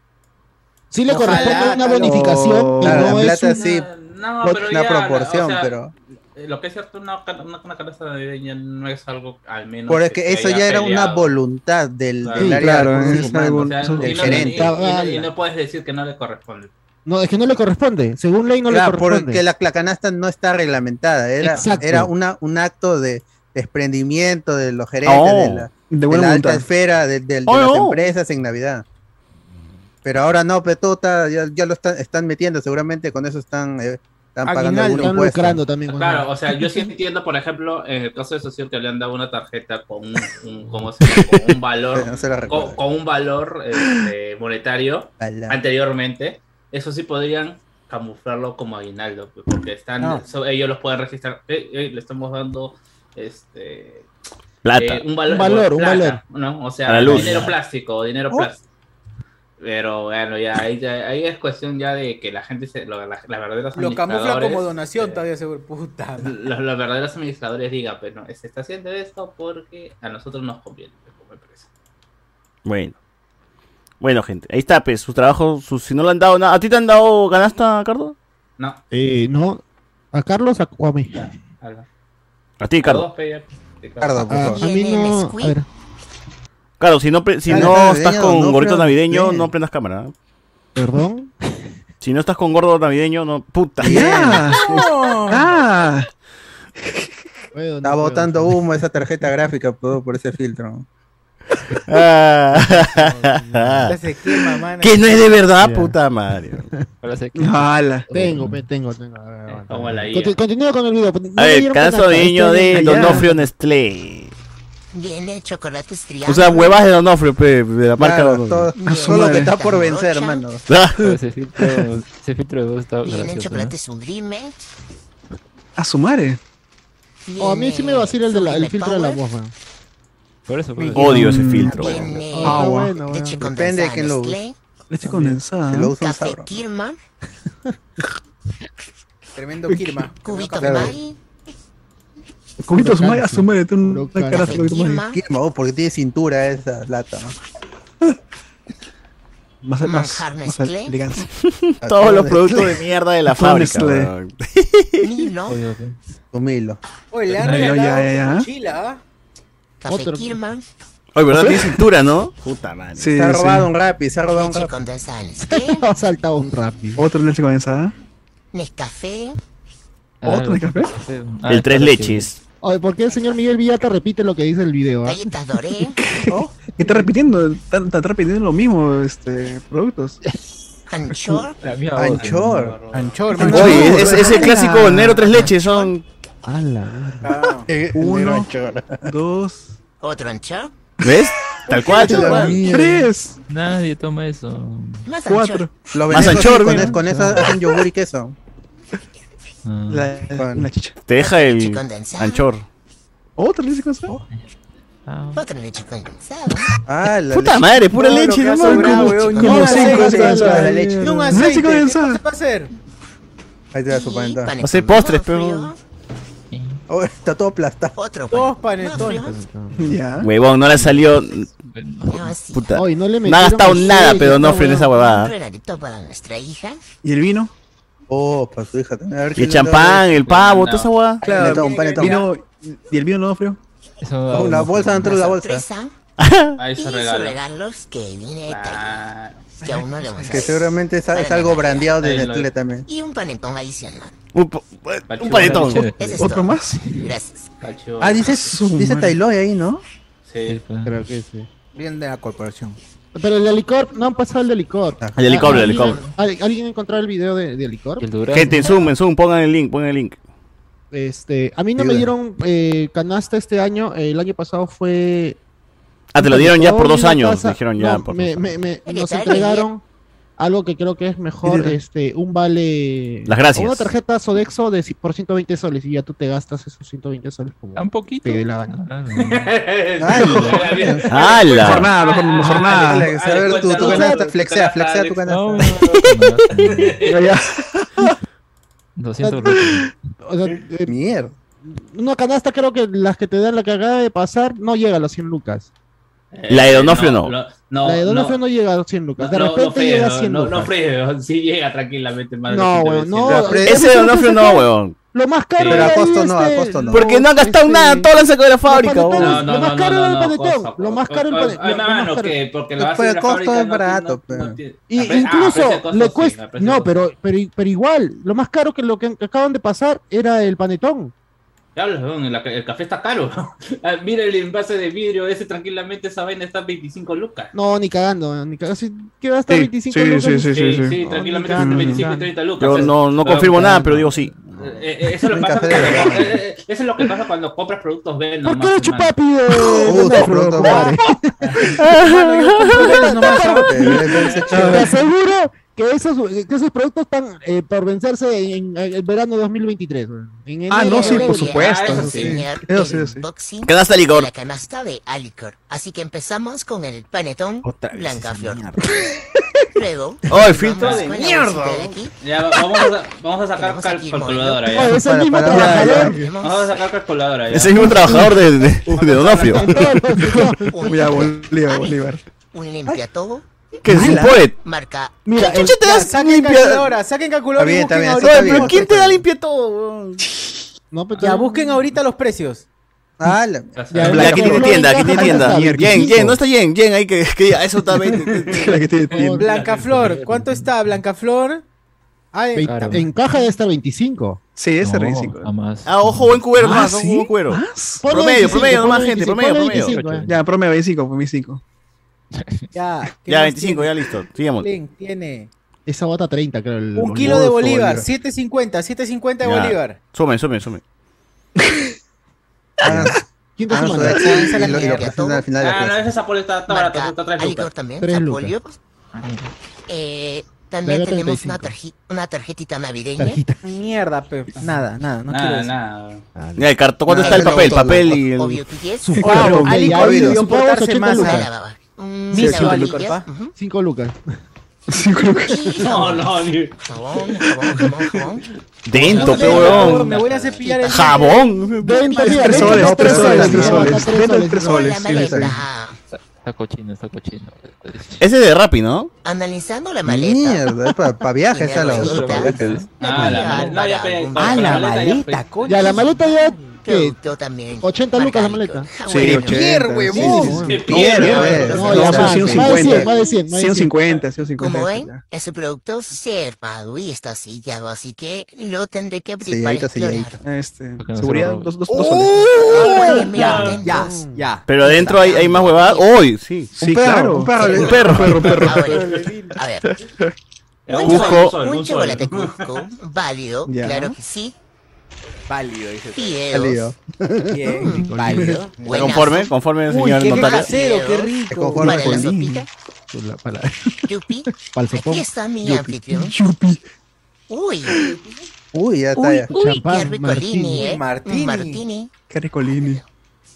Speaker 6: Sí le
Speaker 2: Ojalá,
Speaker 6: corresponde una
Speaker 2: claro.
Speaker 6: bonificación,
Speaker 3: Claro,
Speaker 6: pero no
Speaker 3: la
Speaker 6: es
Speaker 3: plata
Speaker 6: un-
Speaker 3: sí,
Speaker 5: No,
Speaker 3: no
Speaker 5: pero
Speaker 3: una
Speaker 5: ya,
Speaker 3: proporción,
Speaker 5: o sea,
Speaker 3: pero.
Speaker 5: eh, Lo que es cierto, una, ca- una, una canasta navideña no es algo, al menos.
Speaker 3: Porque
Speaker 5: se
Speaker 3: eso
Speaker 5: haya
Speaker 3: ya era una
Speaker 5: peleado.
Speaker 3: voluntad del,
Speaker 5: Claro.
Speaker 3: del
Speaker 5: Sí,
Speaker 3: área
Speaker 4: claro,
Speaker 3: de recursos
Speaker 4: es algo-
Speaker 5: O
Speaker 3: humanos.
Speaker 5: sea,
Speaker 4: es
Speaker 5: y no-
Speaker 4: un
Speaker 5: y no-
Speaker 3: gerente.
Speaker 5: y no- y no puedes decir que no le corresponde.
Speaker 6: No, es que no le corresponde. Según ley no
Speaker 3: Claro,
Speaker 6: le corresponde.
Speaker 3: Ah, porque la, la canasta no está reglamentada. Era,
Speaker 6: Exacto.
Speaker 3: era una, un acto de desprendimiento de los gerentes
Speaker 1: Oh.
Speaker 3: de la,
Speaker 4: De
Speaker 3: de
Speaker 4: buena
Speaker 3: la alta
Speaker 4: voluntad.
Speaker 3: esfera de, de- de
Speaker 1: Oh,
Speaker 3: las
Speaker 1: no.
Speaker 3: empresas en Navidad. Pero ahora no, pero todo está- ya, ya lo están, están metiendo, seguramente con eso están, eh, están pagando
Speaker 11: Aguinaldo,
Speaker 3: algún
Speaker 6: Están
Speaker 3: impuesto.
Speaker 6: lucrando también. con
Speaker 5: Claro,
Speaker 6: eso.
Speaker 5: o sea,
Speaker 1: (laughs)
Speaker 5: yo sí entiendo, por ejemplo, en el caso de socio que le han dado una tarjeta con un, un- ¿cómo se llama? Con un valor,
Speaker 3: Pero (laughs) no se la
Speaker 5: con,
Speaker 3: recuerdo.
Speaker 5: con un valor este, monetario
Speaker 3: Ala.
Speaker 5: anteriormente, eso sí podrían camuflarlo como aguinaldo, pues, porque están,
Speaker 11: No.
Speaker 5: so- ellos los pueden registrar, eh, eh, le estamos dando este
Speaker 1: Plata.
Speaker 5: eh, un valor,
Speaker 6: Un valor, un
Speaker 5: plata, ¿no? O sea,
Speaker 1: A la luz.
Speaker 5: dinero plástico, dinero
Speaker 3: Oh.
Speaker 5: plástico. Pero bueno, ya ahí, ya- ahí es cuestión ya de que la gente se lo, la, las verdaderas
Speaker 2: Lo camufla como
Speaker 5: administradores,
Speaker 2: donación
Speaker 5: eh,
Speaker 2: todavía, seguro. Puta. madre.
Speaker 5: los, los verdaderos administradores digan, pues no, se está haciendo esto porque a nosotros nos conviene pues, como empresa.
Speaker 1: Bueno. Bueno, gente. Ahí está, pues, su trabajo, su- si no le han dado nada. ¿A ti te han dado canasta, Cardo?
Speaker 5: No,
Speaker 6: Eh, no. ¿A Carlos a- o a mí?
Speaker 5: a la-
Speaker 1: A ti,
Speaker 5: a
Speaker 1: Cardo.
Speaker 5: dos, pe, ya, te cago.
Speaker 3: Cardo, por
Speaker 6: A,
Speaker 3: favor.
Speaker 6: Ah, a mí no. A ver.
Speaker 1: Claro, si no, pre- si
Speaker 3: Claro,
Speaker 1: no
Speaker 3: claro,
Speaker 1: estás
Speaker 3: navideño,
Speaker 1: con
Speaker 3: no,
Speaker 1: gorrito
Speaker 3: pero-
Speaker 1: navideño,
Speaker 3: sí.
Speaker 1: no prendas cámara. ¿eh?
Speaker 6: Perdón.
Speaker 1: Si no estás con gordo navideño, no. Puta.
Speaker 4: ¡Ya!
Speaker 1: Oh.
Speaker 6: (laughs)
Speaker 4: ¡Ah!
Speaker 6: Puedo, no
Speaker 3: Está
Speaker 6: puedo.
Speaker 3: botando humo esa tarjeta gráfica por, por ese filtro.
Speaker 6: (laughs)
Speaker 1: Ah.
Speaker 2: Ya se quema, mano.
Speaker 1: que no es de verdad,
Speaker 6: Ya.
Speaker 1: puta madre.
Speaker 4: (laughs) ¡Hala!
Speaker 6: Tengo, pe, tengo, tengo. A ver, aguanta.
Speaker 5: Como la
Speaker 6: Conti-
Speaker 5: IA.
Speaker 6: Continúa con el video. pues, No
Speaker 1: A
Speaker 6: le
Speaker 1: ver,
Speaker 6: dieron
Speaker 1: canasta
Speaker 6: canasta,
Speaker 1: navideño
Speaker 6: este
Speaker 1: de
Speaker 6: año-
Speaker 1: Donofrio Nestlé.
Speaker 10: Viene chocolate estriado.
Speaker 6: Ah.
Speaker 1: O sea, huevas de Donofrio, pe, de la marca
Speaker 3: Claro,
Speaker 1: Donofrio.
Speaker 3: todo, todo Ah, lo que está por
Speaker 1: (laughs)
Speaker 3: vencer, hermano.
Speaker 8: Ese filtro, ese filtro de voz está
Speaker 10: Viene
Speaker 8: gracioso. ¿no?
Speaker 10: chocolate sublime.
Speaker 4: ¡A su madre!
Speaker 6: O a mí sí me vacila el, de la- el filtro de la voz, man.
Speaker 8: Por eso, por eso.
Speaker 1: Odio
Speaker 3: Mm.
Speaker 1: ese filtro. weón.
Speaker 10: Viene
Speaker 6: Ah,
Speaker 4: Agua.
Speaker 6: bueno, bueno.
Speaker 10: leche
Speaker 3: Depende de
Speaker 10: condensada
Speaker 3: quién lo use.
Speaker 10: Nestlé,
Speaker 4: Leche condensada.
Speaker 3: Se
Speaker 4: ¿no?
Speaker 3: lo usa un
Speaker 10: café
Speaker 3: sabro.
Speaker 10: Kirma,
Speaker 2: Tremendo Kirma.
Speaker 10: cubito
Speaker 3: Claro.
Speaker 10: Mari,
Speaker 4: Cubito a su madre, a su madre. Tú
Speaker 6: Lo
Speaker 4: no cara
Speaker 10: café
Speaker 4: su madre.
Speaker 10: Kirma,
Speaker 3: Quema, oh, porque tiene cintura esa lata. ¿no?
Speaker 4: (laughs) Más al- más-
Speaker 10: Manjar
Speaker 4: más
Speaker 10: Nestlé.
Speaker 4: al- elegancia.
Speaker 1: Todos los productos de mierda de la
Speaker 4: Todo
Speaker 1: fábrica.
Speaker 4: Nestlé. (laughs)
Speaker 1: weón.
Speaker 10: Nilo,
Speaker 8: Odio, pe.
Speaker 3: Humilo.
Speaker 2: Oye, le han
Speaker 4: Ay, ay, ay,
Speaker 1: ¿eh?
Speaker 2: regalado
Speaker 4: ay.
Speaker 2: mochila, ¿ah?
Speaker 10: café
Speaker 6: Otro.
Speaker 10: Kirma,
Speaker 1: Oye, ¿verdad? Tiene cintura, ¿no? Puta madre.
Speaker 4: Sí,
Speaker 3: Se ha
Speaker 4: sí.
Speaker 3: robado (laughs) un rap y se ha robado un
Speaker 10: leche
Speaker 3: rap.
Speaker 10: condensada Nestlé,
Speaker 6: (laughs) Ha saltado un rápido.
Speaker 4: Otra leche condensada.
Speaker 10: Nescafé,
Speaker 8: Ah,
Speaker 4: ¿Otro de café?
Speaker 8: Ah,
Speaker 1: El tres
Speaker 8: claro, sí.
Speaker 1: leches.
Speaker 6: Oye, ¿por qué el señor Miguel Villata repite lo que dice el video? ah? ¿Oh?
Speaker 10: galletas
Speaker 6: (laughs)
Speaker 10: Doré,
Speaker 4: ¿Qué está repitiendo? Están están repitiendo lo mismo, este,
Speaker 3: (laughs)
Speaker 4: productos.
Speaker 10: anchor,
Speaker 8: La mía voz,
Speaker 3: Anchor.
Speaker 2: Anchor,
Speaker 4: hermano.
Speaker 2: mano.
Speaker 1: Oye, es, es el clásico Nero tres leches. Son.
Speaker 6: A la mierda.
Speaker 3: Ah,
Speaker 4: Eh, Uno. Dos.
Speaker 10: otro anchor,
Speaker 1: ¿Ves? Tal cual, tal cual.
Speaker 4: Tres.
Speaker 8: Nadie toma eso.
Speaker 10: más
Speaker 4: Cuatro.
Speaker 10: anchor,
Speaker 3: Lo
Speaker 1: Más Ah.
Speaker 3: venezos
Speaker 1: anchor,
Speaker 3: con,
Speaker 1: mira.
Speaker 3: con eso hacen yogur y queso.
Speaker 8: Ah.
Speaker 4: La,
Speaker 3: Bueno.
Speaker 4: la chicha.
Speaker 1: Te deja
Speaker 10: leche
Speaker 1: el
Speaker 10: condensada,
Speaker 1: anchor.
Speaker 4: ¿Oh, ¿Otra leche condensada?
Speaker 8: Ah.
Speaker 10: otra leche condensada,
Speaker 3: Ah, la
Speaker 1: Puta
Speaker 3: leche-
Speaker 1: madre, pura
Speaker 2: Todo lo
Speaker 1: leche,
Speaker 2: que ha
Speaker 1: ¿no?
Speaker 2: sobrado,
Speaker 1: Como-
Speaker 2: weón,
Speaker 4: como
Speaker 2: ni un
Speaker 4: cinco
Speaker 2: aceite,
Speaker 4: cosas
Speaker 2: weón.
Speaker 4: de
Speaker 3: la leche.
Speaker 2: Ni un
Speaker 4: Leche
Speaker 2: aceite, ¿qué
Speaker 4: condensada.
Speaker 2: cosa va a hacer?
Speaker 3: Ahí te da su
Speaker 10: y
Speaker 3: panetón.
Speaker 10: panetón
Speaker 1: Hace postres,
Speaker 10: con
Speaker 1: pero-
Speaker 10: frío,
Speaker 3: Oh, está todo aplastado.
Speaker 10: otro
Speaker 2: Dos
Speaker 10: panetón con frío,
Speaker 2: panetones.
Speaker 4: Ya.
Speaker 1: Huevón, no le salió.
Speaker 10: no, así,
Speaker 1: Puta.
Speaker 6: Oye, no le
Speaker 1: No ha
Speaker 6: metieron
Speaker 1: gastado
Speaker 6: aceite,
Speaker 1: nada, pero no
Speaker 6: weón.
Speaker 1: en esa
Speaker 10: un
Speaker 1: huevada.
Speaker 10: regalito para nuestra hija,
Speaker 4: ¿Y el vino?
Speaker 3: Oh, para su hija. también. A ver
Speaker 1: Y
Speaker 3: si
Speaker 1: el
Speaker 3: le- pues.
Speaker 1: champán, el pavo,
Speaker 5: No.
Speaker 1: toda esa huevada.
Speaker 3: Panetón,
Speaker 4: Claro.
Speaker 3: panetón.
Speaker 4: Vino, ¿Y el vino no frío?
Speaker 8: Eso no da
Speaker 3: Una
Speaker 8: gusto.
Speaker 3: Oh, bolsa dentro de la bolsa.
Speaker 1: (laughs)
Speaker 10: sorpresa,
Speaker 5: Ahí
Speaker 10: y
Speaker 5: se
Speaker 10: sus
Speaker 5: regala.
Speaker 10: regalos que viene de Taiwán. Que aún no le hemos
Speaker 3: Que seguramente es, es algo brandeado desde Chile también.
Speaker 10: Y un panetón adicional.
Speaker 1: Un,
Speaker 10: un panetón.
Speaker 3: Ese es ¿Otro todo. más?
Speaker 10: Gracias.
Speaker 3: Ah, dice, dice Tailoy ahí, ¿no?
Speaker 5: Sí.
Speaker 11: Creo que sí.
Speaker 2: Bien de la corporación.
Speaker 6: Pero el de licor, no han pasado el de licor.
Speaker 4: Ah.
Speaker 1: El de licor, el de licor.
Speaker 6: ¿Alguien, alguien encontró el video de, de licor?
Speaker 1: Gente, en Zoom, en Zoom, pongan el link, pongan el link.
Speaker 6: Este, a mí no me
Speaker 1: Ayuda.
Speaker 6: dieron eh, canasta este año. El año pasado fue.
Speaker 1: Ah, te lo dieron ya por
Speaker 6: Todo en
Speaker 1: dos
Speaker 6: la
Speaker 1: años,
Speaker 6: casa.
Speaker 1: dijeron ya
Speaker 6: No,
Speaker 1: por
Speaker 6: me-
Speaker 1: dos
Speaker 6: me- me-
Speaker 10: años.
Speaker 6: nos entregaron algo que creo que es mejor, este, un vale.
Speaker 1: Las gracias.
Speaker 6: Una tarjeta Sodexo de, ci- por 120 soles y ya tú te gastas esos 120 soles. Como
Speaker 8: Un poquito.
Speaker 6: Te dé la gana.
Speaker 4: (laughs)
Speaker 1: ¡Hala!
Speaker 4: Mejor nada, mejor,
Speaker 10: Ah.
Speaker 4: mejor nada.
Speaker 3: Alex, a ver, tú, tú ganaste, flexea, flexea tu
Speaker 8: No,
Speaker 3: canasta.
Speaker 4: Ya, ya.
Speaker 8: 200 rupias.
Speaker 6: O sea, eh,
Speaker 3: Mierda.
Speaker 6: una canasta creo que las que te dan la que acaba de pasar no llega a los 100 lucas.
Speaker 1: La de Donofrio no.
Speaker 5: No, no,
Speaker 6: la de
Speaker 5: no,
Speaker 6: Donofrio no, llega a los 100 lucas. De
Speaker 5: no, no
Speaker 6: repente
Speaker 5: friegue,
Speaker 6: llega a
Speaker 5: no,
Speaker 6: 100
Speaker 5: no,
Speaker 6: lucas.
Speaker 5: no friegue, sí llega tranquilamente. más de
Speaker 6: No,
Speaker 5: 100
Speaker 6: weón,
Speaker 5: veces.
Speaker 6: no.
Speaker 5: Pero-
Speaker 6: eh,
Speaker 1: Ese
Speaker 6: hemos
Speaker 1: de Donofrio
Speaker 6: sacado
Speaker 1: no, weón.
Speaker 6: Lo más caro
Speaker 3: Pero
Speaker 6: era
Speaker 3: a costo
Speaker 6: ahí,
Speaker 3: no, a
Speaker 6: este,
Speaker 3: costo no.
Speaker 1: Porque no han gastado
Speaker 6: este,
Speaker 1: nada, todo lo han sacado de la fábrica,
Speaker 6: panetones,
Speaker 1: weón.
Speaker 5: No, no,
Speaker 6: lo
Speaker 5: no,
Speaker 6: más caro
Speaker 5: no,
Speaker 6: era el
Speaker 5: no,
Speaker 6: panetón.
Speaker 5: cosa,
Speaker 6: lo más
Speaker 5: co-
Speaker 6: caro el
Speaker 5: co-
Speaker 6: panetón.
Speaker 5: ah,
Speaker 6: lo más
Speaker 5: no,
Speaker 6: caro.
Speaker 5: que porque la
Speaker 3: Pero
Speaker 5: base de la
Speaker 3: el costo
Speaker 5: fábrica
Speaker 3: es
Speaker 5: no tiene-
Speaker 3: barato,
Speaker 5: no-
Speaker 3: pero.
Speaker 5: no tiene-
Speaker 6: Y
Speaker 5: a pre- ah,
Speaker 6: incluso
Speaker 5: a precio de
Speaker 6: le
Speaker 5: costo, sí,
Speaker 6: cuesta.
Speaker 5: a precio de
Speaker 6: no,
Speaker 5: costo.
Speaker 6: pero, pero, pero igual, lo más caro que lo que acaban de pasar era el panetón.
Speaker 5: ¿Qué hablas, weón? La- el café está caro. (laughs) Ah, Mira el envase de vidrio, ese tranquilamente esa vaina está 25 lucas.
Speaker 6: No, ni cagando, ni cagando. Si queda hasta
Speaker 4: Sí,
Speaker 6: 25
Speaker 4: sí,
Speaker 6: lucas. Ah,
Speaker 4: sí, sí,
Speaker 5: Sí, sí,
Speaker 6: No,
Speaker 5: tranquilamente
Speaker 6: ni
Speaker 5: son
Speaker 6: cagando.
Speaker 5: 25 y 30 lucas.
Speaker 1: Yo
Speaker 5: Es-
Speaker 1: no, no
Speaker 5: pero-
Speaker 1: confirmo nada, pero digo sí.
Speaker 5: eh, eh, eso, lo
Speaker 3: Un
Speaker 5: pasa
Speaker 3: café de
Speaker 5: cuando-
Speaker 3: verdad.
Speaker 5: eh, eh, (laughs) eso es lo que pasa cuando compras productos B.
Speaker 6: ¿Por
Speaker 5: nomás,
Speaker 6: qué lo
Speaker 5: hermano.
Speaker 6: chupapi de
Speaker 3: Uh,
Speaker 6: de- (laughs)
Speaker 3: tu pronto, madre.
Speaker 6: Hermano, yo compro velas nomás, ¿ah?
Speaker 3: Te debes verse
Speaker 6: Te
Speaker 3: chévere.
Speaker 6: aseguro que esos, que esos productos están eh, por vencerse en, en el verano 2023. weón. En
Speaker 4: Ah,
Speaker 6: enero,
Speaker 4: no, sí,
Speaker 6: febrero.
Speaker 4: por supuesto.
Speaker 5: Ah, eso sí.
Speaker 10: Señor,
Speaker 4: Eso sí,
Speaker 10: el
Speaker 4: sí.
Speaker 10: unboxing
Speaker 1: Canasta de
Speaker 10: de
Speaker 1: licor.
Speaker 10: la canasta de Alicor. Así que empezamos con el panetón Blanca Flor. Luego,
Speaker 1: (laughs) ¡Ay, filtro
Speaker 10: vamos
Speaker 1: de
Speaker 10: con la
Speaker 1: mierda!
Speaker 10: bolsita de aquí.
Speaker 5: Ya, va- vamos a, vamos a sacar
Speaker 10: Tenemos aquí
Speaker 5: cal- calculadora. ya.
Speaker 6: Oh, es el
Speaker 3: Para-
Speaker 6: mismo
Speaker 3: para-
Speaker 6: trabajador.
Speaker 10: Tenemos
Speaker 5: Vamos a sacar calculadora. Ya.
Speaker 1: Ese es un trabajador de, de, de
Speaker 6: (laughs)
Speaker 1: Donofrio.
Speaker 6: en todos los-
Speaker 10: un-
Speaker 4: Voy a Bolívar, Bolívar.
Speaker 10: un limpiatobo
Speaker 1: Que es un poet.
Speaker 10: marca
Speaker 6: Mira,
Speaker 1: ¿Qué
Speaker 6: el-
Speaker 1: chucha te
Speaker 2: Ya,
Speaker 1: das
Speaker 2: saquen
Speaker 1: limpia?
Speaker 2: calculadora, saquen calculadora.
Speaker 3: Está bien,
Speaker 2: y busquen
Speaker 3: está bien,
Speaker 2: ahorita-
Speaker 3: está
Speaker 1: Oye,
Speaker 3: bien.
Speaker 1: pero ¿quién te da limpia
Speaker 2: Oh,
Speaker 1: todo, weón?
Speaker 6: no, pero-
Speaker 2: Ya, busquen ahorita los precios.
Speaker 3: Ah, la-
Speaker 5: Ya,
Speaker 6: Ya,
Speaker 1: Ya, aquí tiene tienda, aquí tiene tienda.
Speaker 4: Mierda,
Speaker 1: Yen,
Speaker 4: quinto.
Speaker 1: Yen, no está Yen, Yen, ahí que, que ya, eso está 20.
Speaker 4: La que tiene- tiene-
Speaker 2: Blancaflor, ¿cuánto está Blancaflor? Ah, eh,
Speaker 6: Ve-
Speaker 8: Claro.
Speaker 6: En caja de estar 25
Speaker 4: Sí, ese
Speaker 8: No,
Speaker 4: rey 5.
Speaker 8: a más.
Speaker 1: Ah, ojo, buen cubero
Speaker 4: Ah,
Speaker 1: nomás, ojo,
Speaker 4: ¿sí?
Speaker 1: buen cubero.
Speaker 4: ¿Más?
Speaker 6: Ponle
Speaker 1: Promedio,
Speaker 6: 25,
Speaker 1: promedio nomás,
Speaker 6: ponle
Speaker 1: gente,
Speaker 6: 25,
Speaker 1: promedio,
Speaker 6: ponle
Speaker 1: promedio.
Speaker 6: 25, eh.
Speaker 4: Ya, promedio 25, fue mi 5.
Speaker 2: ya, ¿qué
Speaker 1: Ya,
Speaker 2: más
Speaker 1: 25, ya
Speaker 2: tiene?
Speaker 1: listo. Sigamos.
Speaker 2: Link tiene
Speaker 6: Esa bota 30, creo. el-
Speaker 2: un kilo de
Speaker 6: Rodolfo
Speaker 2: bolívar, 7.50, 7.50 de
Speaker 1: Ya.
Speaker 2: bolívar.
Speaker 1: Sumen, sumen, sumen.
Speaker 3: hagan-
Speaker 6: ¿Quién te
Speaker 3: hagan su
Speaker 6: suma?
Speaker 3: Excel y lo- y lo presentan al final de la
Speaker 5: Ah, no,
Speaker 10: pues.
Speaker 3: clase.
Speaker 5: ese Zapol está, está barato,
Speaker 10: marca
Speaker 5: está 3
Speaker 10: Alicor
Speaker 5: lucas.
Speaker 10: también,
Speaker 6: Tres
Speaker 10: Zapolio. pues. Eh, también
Speaker 6: Dale
Speaker 10: tenemos
Speaker 6: 35.
Speaker 10: una, tarji- una tarjetita navideña.
Speaker 6: Tarjita.
Speaker 2: Mierda, pe. Nada, nada, no quiero
Speaker 5: Nada,
Speaker 2: decir.
Speaker 5: nada.
Speaker 1: Ya, el cartón, ¿cuánto
Speaker 3: Ah,
Speaker 1: está el
Speaker 3: no,
Speaker 1: papel?
Speaker 3: todo,
Speaker 1: Papel y el...
Speaker 10: Obvio que es.
Speaker 6: Su
Speaker 10: Su
Speaker 6: pavo,
Speaker 3: Wow,
Speaker 6: que
Speaker 2: Alicor
Speaker 6: ya
Speaker 3: debió
Speaker 6: hizo
Speaker 2: importarse
Speaker 6: ochenta
Speaker 2: más,
Speaker 6: lucas.
Speaker 2: ah.
Speaker 10: baba.
Speaker 1: Mm,
Speaker 10: Mil
Speaker 6: Sí, sí,
Speaker 2: Lucas,
Speaker 10: lavanillas.
Speaker 2: pa.
Speaker 10: ujú,
Speaker 4: (laughs)
Speaker 6: 5 lucas.
Speaker 10: y
Speaker 5: No,
Speaker 10: jabón.
Speaker 5: no, ni-
Speaker 10: Jabón, jabón, jabón, jabón.
Speaker 1: Dento,
Speaker 2: No,
Speaker 1: pe,
Speaker 2: no,
Speaker 1: weón.
Speaker 2: Me voy a cepillar el
Speaker 1: Jabón.
Speaker 6: Venta, mira,
Speaker 4: Tres
Speaker 6: venta,
Speaker 4: soles,
Speaker 6: tres
Speaker 4: tres soles,
Speaker 6: soles,
Speaker 4: tres
Speaker 6: mira,
Speaker 4: soles.
Speaker 6: bota tres
Speaker 4: Venta,
Speaker 6: soles.
Speaker 4: tres
Speaker 10: Con
Speaker 4: soles.
Speaker 10: la
Speaker 4: sí, está bien.
Speaker 10: maleta.
Speaker 8: Está cochino, está cochino.
Speaker 1: Ese es de Rappi, ¿no?
Speaker 10: Analizando la maleta.
Speaker 3: Mierda, es para viajes, esa la
Speaker 10: Dinero,
Speaker 3: pa'
Speaker 10: bolsita.
Speaker 3: viajes.
Speaker 5: Ah, la maleta. No, ya, pe-
Speaker 10: Ah,
Speaker 5: con
Speaker 2: la
Speaker 5: ya
Speaker 2: maleta,
Speaker 5: pe-
Speaker 2: coño.
Speaker 6: Ya, la maleta ya. ¿Qué?
Speaker 10: Producto también.
Speaker 6: 80 lucas la maleta.
Speaker 4: Sí,
Speaker 10: Sí,
Speaker 4: 80.
Speaker 2: huevón.
Speaker 5: Qué
Speaker 4: Pierde,
Speaker 5: mierda,
Speaker 3: eh.
Speaker 5: weón.
Speaker 6: No, ya
Speaker 4: No,
Speaker 6: más. Más de 100, más de 100. más de 100.
Speaker 4: 150, 150.
Speaker 10: Como
Speaker 4: ya.
Speaker 10: ven, ese producto se armado y está sellado, así que lo tendré que abrir para
Speaker 3: Selladito,
Speaker 10: explorar.
Speaker 3: selladito.
Speaker 4: Este,
Speaker 8: Porque no se
Speaker 4: seguridad,
Speaker 8: robe.
Speaker 4: dos, dos, dos soles.
Speaker 10: Ahora me
Speaker 2: Ya,
Speaker 10: invento-
Speaker 2: ya, ya.
Speaker 1: Pero adentro hay, hay más huevadas. ¡Uy! sí.
Speaker 4: Sí, claro.
Speaker 3: Un perro,
Speaker 1: Un
Speaker 3: un perro.
Speaker 1: perro.
Speaker 10: Ah,
Speaker 2: (laughs) Ah,
Speaker 10: Ahora, A ver,
Speaker 5: Ya,
Speaker 10: un,
Speaker 5: un
Speaker 1: Cusco.
Speaker 5: sol,
Speaker 10: un
Speaker 5: un sol.
Speaker 10: chocolate Cusco, válido,
Speaker 4: Ya.
Speaker 10: claro que sí, Mm,
Speaker 2: Válido, dice.
Speaker 10: fideos,
Speaker 6: Mm,
Speaker 2: Bien, válido.
Speaker 1: ¿Está
Speaker 10: buenazo,
Speaker 1: conforme? ¿Conforme el
Speaker 2: Uy,
Speaker 1: señor
Speaker 2: qué
Speaker 1: notario?
Speaker 2: casero, qué
Speaker 3: Te
Speaker 2: rico.
Speaker 3: conformas
Speaker 10: para
Speaker 3: con
Speaker 10: la
Speaker 3: mí.
Speaker 10: sopita,
Speaker 6: La- para-
Speaker 10: yupi,
Speaker 6: (laughs) para el
Speaker 10: aquí
Speaker 6: sopón.
Speaker 10: está mi
Speaker 4: Yupi.
Speaker 10: anfitrión,
Speaker 4: Yupi.
Speaker 10: uy,
Speaker 3: Uy, ya está. ya.
Speaker 10: uy, qué
Speaker 6: Champán,
Speaker 10: rico
Speaker 6: martini.
Speaker 10: Lini, eh,
Speaker 2: Martini.
Speaker 10: un martini,
Speaker 4: Qué ricolini.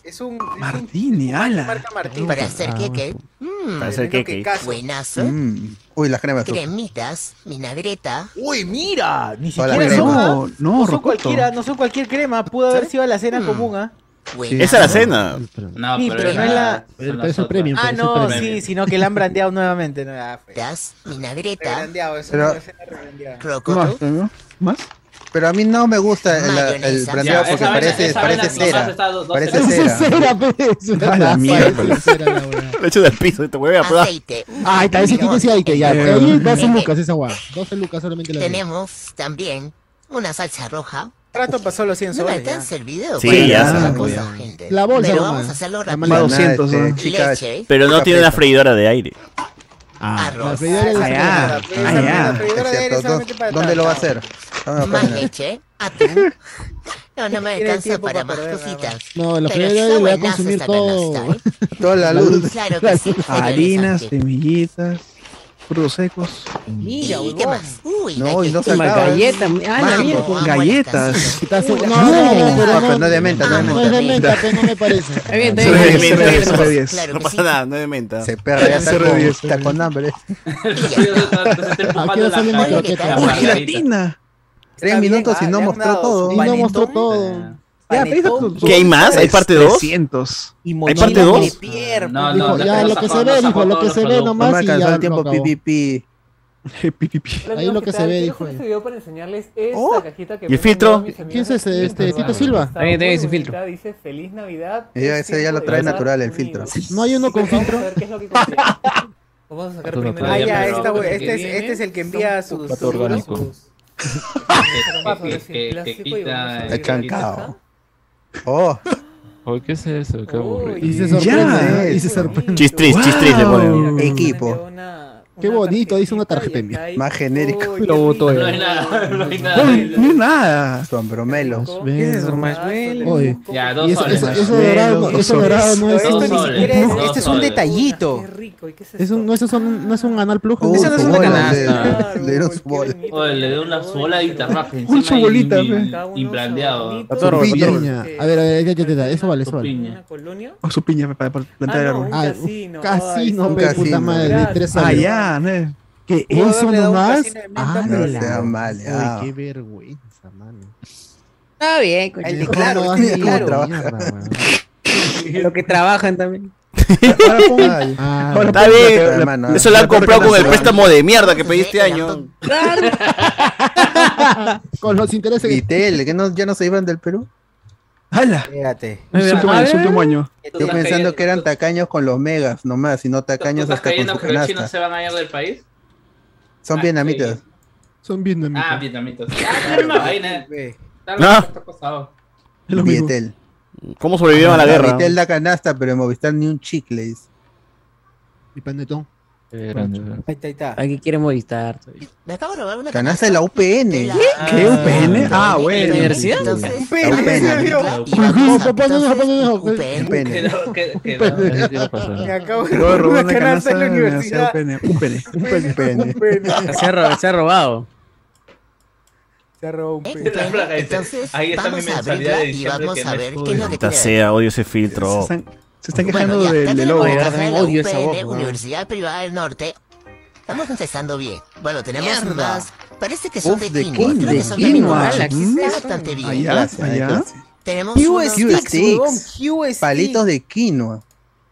Speaker 2: Es un.
Speaker 4: Martini, ala.
Speaker 2: Marca Martín.
Speaker 10: para
Speaker 4: Ah.
Speaker 10: hacer que que, mm,
Speaker 1: Para hacer
Speaker 2: Tremendo
Speaker 1: queque.
Speaker 2: quecazo.
Speaker 10: buenazo,
Speaker 4: Mm.
Speaker 3: Uy, las cremas. tú.
Speaker 10: cremitas, vinagreta,
Speaker 2: Uy, mira, ni
Speaker 3: Hola,
Speaker 2: siquiera
Speaker 3: crema.
Speaker 2: son, ¿ah?
Speaker 4: No, no,
Speaker 2: No son
Speaker 4: Rocoto.
Speaker 2: cualquiera, no son cualquier crema, pudo haber
Speaker 10: ¿Sí?
Speaker 2: sido a la cena
Speaker 10: Mm.
Speaker 2: común, ¿ah?
Speaker 10: buenazo,
Speaker 1: Esa es la cena.
Speaker 3: Ah,
Speaker 5: No,
Speaker 2: Sí, pero
Speaker 5: esa-
Speaker 2: no es la-
Speaker 5: son
Speaker 6: Pero
Speaker 5: las
Speaker 6: es el
Speaker 5: otras.
Speaker 6: premium.
Speaker 2: Ah,
Speaker 6: Pero
Speaker 2: no,
Speaker 5: sí,
Speaker 2: sí,
Speaker 5: pero-
Speaker 2: sino que la han brandeado nuevamente. No, ah, fue.
Speaker 10: das, vinagreta,
Speaker 2: Rebrandeado, es
Speaker 3: Pero-
Speaker 2: una cena rebrandeada.
Speaker 10: rocoto,
Speaker 4: Más, ¿no? ¿Más?
Speaker 3: Pero a mí no me gusta el, el
Speaker 2: Mayonesa.
Speaker 3: brandeado
Speaker 2: Ya,
Speaker 3: porque
Speaker 2: esa vaina-
Speaker 3: parece,
Speaker 2: esa
Speaker 3: parece
Speaker 2: vaina nomás
Speaker 3: cera.
Speaker 2: está dos- dos
Speaker 3: Parece
Speaker 2: ceras.
Speaker 3: cera.
Speaker 2: (laughs) A la mierda.
Speaker 1: Lo echo del piso, este
Speaker 10: Ah,
Speaker 1: huevea, pero-
Speaker 6: pues, Ay, tal vez si tienes aceite, ya.
Speaker 1: Eh,
Speaker 6: Ahí, 12 lucas esa guada. 12 lucas solamente la
Speaker 10: Tenemos también una salsa roja.
Speaker 2: Rato pasó los 100
Speaker 10: No me
Speaker 2: soles.
Speaker 10: están servido.
Speaker 1: Sí,
Speaker 10: Bueno,
Speaker 1: ya Ah,
Speaker 10: esa es la
Speaker 1: saben,
Speaker 10: cosa,
Speaker 1: ya.
Speaker 10: gente.
Speaker 6: La bolsa
Speaker 10: Pero
Speaker 6: nomás.
Speaker 10: vamos a hacerlo
Speaker 6: La
Speaker 10: rápido.
Speaker 6: mala 200, ¿no?
Speaker 10: Leche,
Speaker 1: este,
Speaker 10: ¿eh?
Speaker 1: Pero no tiene una freidora de aire.
Speaker 10: arroz,
Speaker 3: Ah, ya. Es cierto, ¿dó- ¿Dónde lo va a hacer?
Speaker 1: ah,
Speaker 3: ¿Dónde lo va
Speaker 10: más
Speaker 3: a hacer?
Speaker 2: (laughs)
Speaker 10: leche, atún. No, no me
Speaker 2: Tiene
Speaker 10: alcanza
Speaker 2: tiempo
Speaker 10: para
Speaker 2: para
Speaker 10: más
Speaker 2: perder,
Speaker 10: cositas.
Speaker 6: No,
Speaker 10: Pero
Speaker 6: la primera
Speaker 10: está
Speaker 6: vez voy a
Speaker 10: buenazo
Speaker 6: consumir
Speaker 10: esta canasta,
Speaker 6: todo.
Speaker 3: (laughs) Toda la luz.
Speaker 10: Claro que sí, señores,
Speaker 4: Harinas,
Speaker 10: ante-
Speaker 4: semillitas, frutos secos.
Speaker 10: Mira, ¿Y qué más? Uy,
Speaker 3: No, y no se
Speaker 4: Toma,
Speaker 3: acaba.
Speaker 4: galleta, ah, la mierda.
Speaker 3: Mango.
Speaker 4: Galletas.
Speaker 6: No,
Speaker 3: Uy,
Speaker 6: no, no, pero
Speaker 3: Papá,
Speaker 6: no.
Speaker 3: no de menta, no de
Speaker 6: No es de
Speaker 3: menta.
Speaker 6: menta, pues no me parece. (laughs) Está bien,
Speaker 3: bien. Sobre diez, sobre diez, sobre diez.
Speaker 1: No pasa nada, no de menta.
Speaker 3: Se perra, ya está
Speaker 4: Cero de
Speaker 3: con,
Speaker 4: diez.
Speaker 3: está
Speaker 2: (laughs)
Speaker 3: con hambre.
Speaker 6: Aquí no sale mi croqueta.
Speaker 4: Uy, gelatina.
Speaker 3: Tres minutos
Speaker 10: ah,
Speaker 3: y no mostró todo.
Speaker 6: Y no mostró todo.
Speaker 4: Ya,
Speaker 1: ¿Qué hay más? ¿Hay parte dos?
Speaker 4: 300.
Speaker 1: ¿Hay parte 2?
Speaker 5: No,
Speaker 6: Dijo,
Speaker 5: no,
Speaker 6: ya,
Speaker 5: no, no,
Speaker 6: lo que
Speaker 5: no, no,
Speaker 6: se ve,
Speaker 5: no,
Speaker 6: dijo,
Speaker 5: no,
Speaker 6: lo que
Speaker 5: no,
Speaker 6: se
Speaker 5: no,
Speaker 6: ve
Speaker 5: no,
Speaker 6: nomás y ya
Speaker 3: el tiempo
Speaker 6: lo acabó. (laughs)
Speaker 3: PPP.
Speaker 6: Ahí lo que se ve, dijo.
Speaker 14: Este video para enseñarles esta
Speaker 13: Oh,
Speaker 14: cajita que
Speaker 1: ¿Y el
Speaker 14: me han
Speaker 1: filtro?
Speaker 14: mandado mis
Speaker 1: ¿Quién
Speaker 14: amigos
Speaker 6: es ese?
Speaker 14: de
Speaker 6: Este,
Speaker 14: Instagram.
Speaker 6: Tito Silva.
Speaker 14: Está
Speaker 6: También, también
Speaker 14: muy
Speaker 6: sin filtro.
Speaker 14: bonita, Dice feliz Navidad.
Speaker 3: Ya,
Speaker 14: es
Speaker 3: ese ya
Speaker 14: tiempo
Speaker 3: lo
Speaker 14: de
Speaker 3: trae
Speaker 14: estar
Speaker 3: natural el filtro.
Speaker 14: unidos".
Speaker 6: No hay uno con
Speaker 14: Vamos a
Speaker 6: filtro.
Speaker 14: ver qué es lo que
Speaker 1: (laughs)
Speaker 14: consigue. Vamos a sacar
Speaker 8: Todo
Speaker 14: primero.
Speaker 8: natural.
Speaker 14: la
Speaker 8: Ah, ya,
Speaker 14: llave
Speaker 8: esta
Speaker 14: del
Speaker 8: we-
Speaker 14: orden
Speaker 8: este
Speaker 14: que
Speaker 2: es- este
Speaker 14: viene.
Speaker 2: es el que envía
Speaker 14: Son
Speaker 2: sus-
Speaker 14: cuatro
Speaker 2: sus-
Speaker 14: orgánico.
Speaker 2: sus-
Speaker 14: Vamos a ver si
Speaker 5: que
Speaker 14: el plástico y vamos
Speaker 5: quita,
Speaker 14: a
Speaker 5: eh,
Speaker 14: abrir
Speaker 3: Está
Speaker 14: la caja.
Speaker 3: chancado. Oh,
Speaker 8: Oye, ¿qué es eso? Qué aburrido.
Speaker 14: Uy,
Speaker 6: Y se
Speaker 3: Ya,
Speaker 6: sorprende. ¿eh?
Speaker 3: es.
Speaker 6: Y se sorprende.
Speaker 1: Chistris,
Speaker 4: Wow.
Speaker 1: chistris le ponen.
Speaker 14: Mira, acá
Speaker 3: Equipo.
Speaker 14: nos han enviado una-
Speaker 6: Qué
Speaker 14: una
Speaker 6: bonito, hizo una
Speaker 14: tarjetita y
Speaker 6: tarjeta.
Speaker 14: acá hay-
Speaker 3: Más genérico.
Speaker 14: Uy, qué
Speaker 6: Lo botó
Speaker 14: rico.
Speaker 5: No hay nada, (laughs) no hay nada.
Speaker 4: Uy, no hay nada.
Speaker 3: sombromelo.
Speaker 14: ¿Qué es
Speaker 6: Ven,
Speaker 14: eso? Marshmallow.
Speaker 6: Oye.
Speaker 5: Ya,
Speaker 6: Y
Speaker 5: dos
Speaker 6: eso,
Speaker 5: soles.
Speaker 6: eso,
Speaker 5: más.
Speaker 6: eso dorado, no-
Speaker 4: Dos
Speaker 6: eso dorado no
Speaker 2: Pero
Speaker 6: es.
Speaker 2: esto
Speaker 5: Dos
Speaker 2: ni
Speaker 5: soles.
Speaker 2: siquiera es,
Speaker 5: Dos
Speaker 2: este es un
Speaker 5: soles.
Speaker 2: detallito.
Speaker 14: Qué rico, ¿y qué es
Speaker 6: es
Speaker 14: esto?
Speaker 6: un, no, eso son, no es un anal plus.
Speaker 3: Oh,
Speaker 6: Eso no es
Speaker 3: su
Speaker 6: una
Speaker 3: bola,
Speaker 6: canasta.
Speaker 3: le- Le dieron
Speaker 14: qué
Speaker 3: su bola.
Speaker 14: bonito.
Speaker 5: Oye, le dio una sola y tarrafa
Speaker 4: Un chubolita,
Speaker 5: y,
Speaker 14: Cada uno
Speaker 5: y brandeado.
Speaker 14: saborito.
Speaker 3: Otro
Speaker 6: Su
Speaker 3: rollo, otro
Speaker 6: piña. A ver, a ver, ya, ya, ya, ya, eso vale, eso vale.
Speaker 5: Piña.
Speaker 14: ¿Una colonia?
Speaker 4: O su piña para para plantar
Speaker 14: Ah,
Speaker 4: el
Speaker 14: no,
Speaker 4: árbol.
Speaker 14: un
Speaker 6: Ah,
Speaker 14: casino.
Speaker 6: Casino,
Speaker 3: Un
Speaker 6: pe, puta
Speaker 3: casino.
Speaker 6: madre, de tres
Speaker 4: Ah,
Speaker 6: años.
Speaker 4: ya, ¿no?
Speaker 6: ¿Qué
Speaker 2: Pudo
Speaker 6: eso
Speaker 2: haberle dado un
Speaker 6: nomás?
Speaker 2: casino de menta,
Speaker 6: Ah, la-
Speaker 3: pero- No sea
Speaker 6: Ay,
Speaker 3: maleado.
Speaker 6: qué vergüenza, mano.
Speaker 15: Está bien, coño.
Speaker 2: El de Ah, claro,
Speaker 6: ¿Cómo
Speaker 2: el de
Speaker 6: así?
Speaker 2: claro.
Speaker 6: Mierda, weón.
Speaker 15: Lo que trabajan también.
Speaker 4: Ahora ponga-
Speaker 3: Ay,
Speaker 6: Ah,
Speaker 4: ahora
Speaker 1: Está
Speaker 4: ponga
Speaker 1: bien,
Speaker 4: la- la-
Speaker 3: hermano.
Speaker 1: Eso lo han
Speaker 4: la torre
Speaker 1: comprado
Speaker 4: que
Speaker 1: con el
Speaker 4: nace.
Speaker 1: préstamo de mierda que pedí este año.
Speaker 6: Con los intereses que
Speaker 3: Vitel, que no, ya no se iban del Perú.
Speaker 4: ¡Hala!
Speaker 2: Fíjate.
Speaker 4: Su último año, su último año.
Speaker 5: Tú
Speaker 3: Yo
Speaker 5: estás
Speaker 3: pensando
Speaker 5: creyendo-
Speaker 3: que eran tacaños con los megas nomás, y no
Speaker 5: ¿tú- tú
Speaker 3: tacaños
Speaker 5: estás
Speaker 3: hasta con
Speaker 5: creyendo
Speaker 3: su
Speaker 5: que los chinos
Speaker 3: canasta.
Speaker 5: se van a ir del país?
Speaker 3: Son
Speaker 5: Ah,
Speaker 3: vietnamitas.
Speaker 5: sí.
Speaker 6: son viendo
Speaker 5: Ah, vietnamitas. Ah, no, ahí, ¿no? Claro,
Speaker 1: Ah.
Speaker 5: está pasado.
Speaker 4: Es lo mismo.
Speaker 3: Vietel.
Speaker 1: ¿Cómo sobrevivieron a la guerra?
Speaker 3: Vietel Ah, da canasta, pero en Movistar ni un chicle. dice.
Speaker 6: Y panetón.
Speaker 8: Qué
Speaker 15: Eh,
Speaker 8: grande, ¿verdad?
Speaker 2: Ahí está, ahí está.
Speaker 15: Aquí quiere molestar.
Speaker 10: Me acabo de robar una
Speaker 3: Canasta de la UPN.
Speaker 10: de la-
Speaker 4: ¿Qué? ¿UPN? Ah,
Speaker 10: de
Speaker 4: bueno.
Speaker 10: la
Speaker 15: universidad?
Speaker 10: Entonces,
Speaker 3: La UPN.
Speaker 10: y vamos a-
Speaker 6: Papá, no,
Speaker 10: entonces,
Speaker 6: papá, no,
Speaker 10: UPN.
Speaker 3: UPN.
Speaker 5: Quedó, quedó, quedó.
Speaker 8: Eso sí va a pasar.
Speaker 2: Me acabo de
Speaker 4: Luego
Speaker 2: robar
Speaker 4: robó
Speaker 2: una
Speaker 4: una
Speaker 2: canasta
Speaker 4: canasta
Speaker 2: en la
Speaker 4: hacia
Speaker 2: universidad.
Speaker 4: UPN. UPN.
Speaker 3: UPN.
Speaker 15: (laughs) Se ha, ro- se ha robado.
Speaker 2: Se robó un
Speaker 10: Eh,
Speaker 2: pene.
Speaker 10: UPN. Entonces,
Speaker 5: Ahí está mi
Speaker 10: vamos a
Speaker 5: mentalidad
Speaker 10: abrirla
Speaker 5: de
Speaker 10: y
Speaker 5: diciembre
Speaker 10: vamos
Speaker 5: que
Speaker 10: a
Speaker 5: no
Speaker 10: ver
Speaker 5: estudio.
Speaker 10: qué es lo que
Speaker 1: Puta
Speaker 10: tiene.
Speaker 1: sea, odio ese
Speaker 4: Se
Speaker 1: filtro.
Speaker 4: están, se están
Speaker 10: Bueno,
Speaker 4: quejando
Speaker 10: ya,
Speaker 4: del, del
Speaker 10: tenemos
Speaker 4: logo.
Speaker 10: la
Speaker 15: Oye,
Speaker 10: caja de la
Speaker 15: odio esa
Speaker 10: UPN,
Speaker 15: voz, weón.
Speaker 10: Universidad Privada del Norte. Estamos empezando bien. Bueno, tenemos más. Parece que son
Speaker 3: Uf,
Speaker 10: de
Speaker 3: de
Speaker 10: quinoa. Creo
Speaker 3: quinoa.
Speaker 10: que son de
Speaker 4: De
Speaker 10: quinoa.
Speaker 4: quinoa.
Speaker 10: Está bastante bien.
Speaker 4: Allá,
Speaker 3: Clase,
Speaker 4: allá.
Speaker 3: clase.
Speaker 10: Tenemos unos
Speaker 2: Q
Speaker 3: unos
Speaker 2: sticks, huevón,
Speaker 3: sticks.
Speaker 2: Q sticks.
Speaker 3: Palitos de quinoa.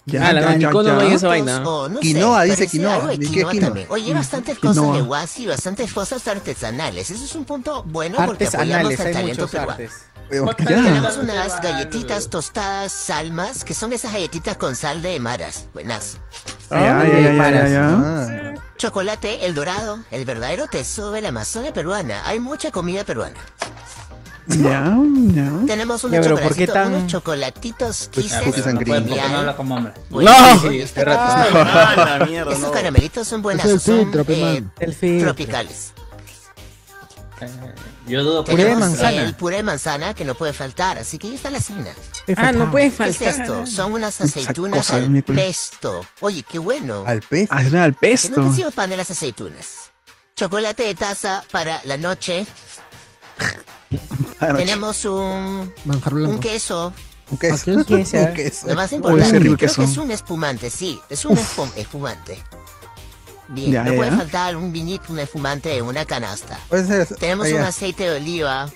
Speaker 4: Ya,
Speaker 15: Ah, la
Speaker 4: ya, ya,
Speaker 15: Manicón no
Speaker 4: ya.
Speaker 15: me esa
Speaker 10: productos,
Speaker 15: vaina.
Speaker 10: o no sé,
Speaker 3: Quinoa, dice
Speaker 10: parece
Speaker 3: quinoa.
Speaker 10: algo de
Speaker 3: ¿De qué
Speaker 10: quinoa
Speaker 3: quinoa?
Speaker 10: también. Oye, bastantes
Speaker 4: quinoa.
Speaker 10: cosas de Wasi, bastantes cosas artesanales. Eso es un punto bueno porque
Speaker 2: Artes
Speaker 10: apoyamos
Speaker 2: anales,
Speaker 10: al
Speaker 2: hay
Speaker 10: talento
Speaker 2: muchos
Speaker 10: peruano.
Speaker 2: artes.
Speaker 3: Huevón,
Speaker 10: Tenemos
Speaker 4: Ya.
Speaker 10: unas galletitas tostadas salmas, que son esas galletitas con sal de maras. Buenas.
Speaker 4: Ah, Ya, ya, ya, ya, ya, ya.
Speaker 3: Ah,
Speaker 10: Chocolate, el dorado, el verdadero tesoro de la Amazonia peruana. Hay mucha comida peruana.
Speaker 4: Ya, Mm. ya.
Speaker 10: Tenemos
Speaker 2: Ya,
Speaker 10: unos,
Speaker 2: pero ¿por
Speaker 10: chocolatitos,
Speaker 2: qué tan-
Speaker 10: unos
Speaker 4: Pues,
Speaker 10: chocolatitos
Speaker 5: Ah,
Speaker 10: quises.
Speaker 3: Cookies
Speaker 5: pero
Speaker 3: and
Speaker 5: no puede,
Speaker 3: cream.
Speaker 5: porque no habla como hombre.
Speaker 10: Buenas.
Speaker 1: No.
Speaker 10: Sí, este rato está-
Speaker 1: Ah, la mierda,
Speaker 10: Estos
Speaker 1: no.
Speaker 10: caramelitos son buenas,
Speaker 6: Es el
Speaker 10: son
Speaker 6: filtro, pe,
Speaker 10: eh,
Speaker 6: man.
Speaker 2: El filtro.
Speaker 10: tropicales.
Speaker 5: Eh, Yo dudo que
Speaker 2: Puré de
Speaker 10: Tenemos,
Speaker 2: manzana.
Speaker 10: eh, El puré de manzana que no puede faltar, así que ahí está la cena.
Speaker 15: Ah, no puede
Speaker 10: ¿Qué es
Speaker 15: faltar.
Speaker 10: esto? Son unas
Speaker 4: Esa
Speaker 10: aceitunas
Speaker 4: cosa,
Speaker 10: al
Speaker 4: Nicolás.
Speaker 10: pesto. Oye, qué bueno.
Speaker 3: Al pez.
Speaker 4: Hazme Ah, al
Speaker 10: Que
Speaker 4: pesto.
Speaker 10: nunca he sido fan de las aceitunas. Chocolate de taza para la noche.
Speaker 4: Ah, no,
Speaker 10: Tenemos un,
Speaker 6: Manjar
Speaker 10: un
Speaker 6: blanco.
Speaker 10: queso.
Speaker 3: Un queso.
Speaker 6: ¿A qué es?
Speaker 3: Un queso.
Speaker 10: Lo más
Speaker 4: qué
Speaker 10: importante,
Speaker 4: rico
Speaker 10: creo
Speaker 4: que
Speaker 10: que es
Speaker 4: son.
Speaker 10: un espumante, sí, es un espum- espumante. Bien,
Speaker 4: Ya,
Speaker 10: no puede
Speaker 4: ya.
Speaker 10: faltar un vinito, un espumante de una canasta.
Speaker 3: Puede ser.
Speaker 10: Tenemos
Speaker 3: Ah,
Speaker 10: un
Speaker 3: ya.
Speaker 10: aceite de oliva,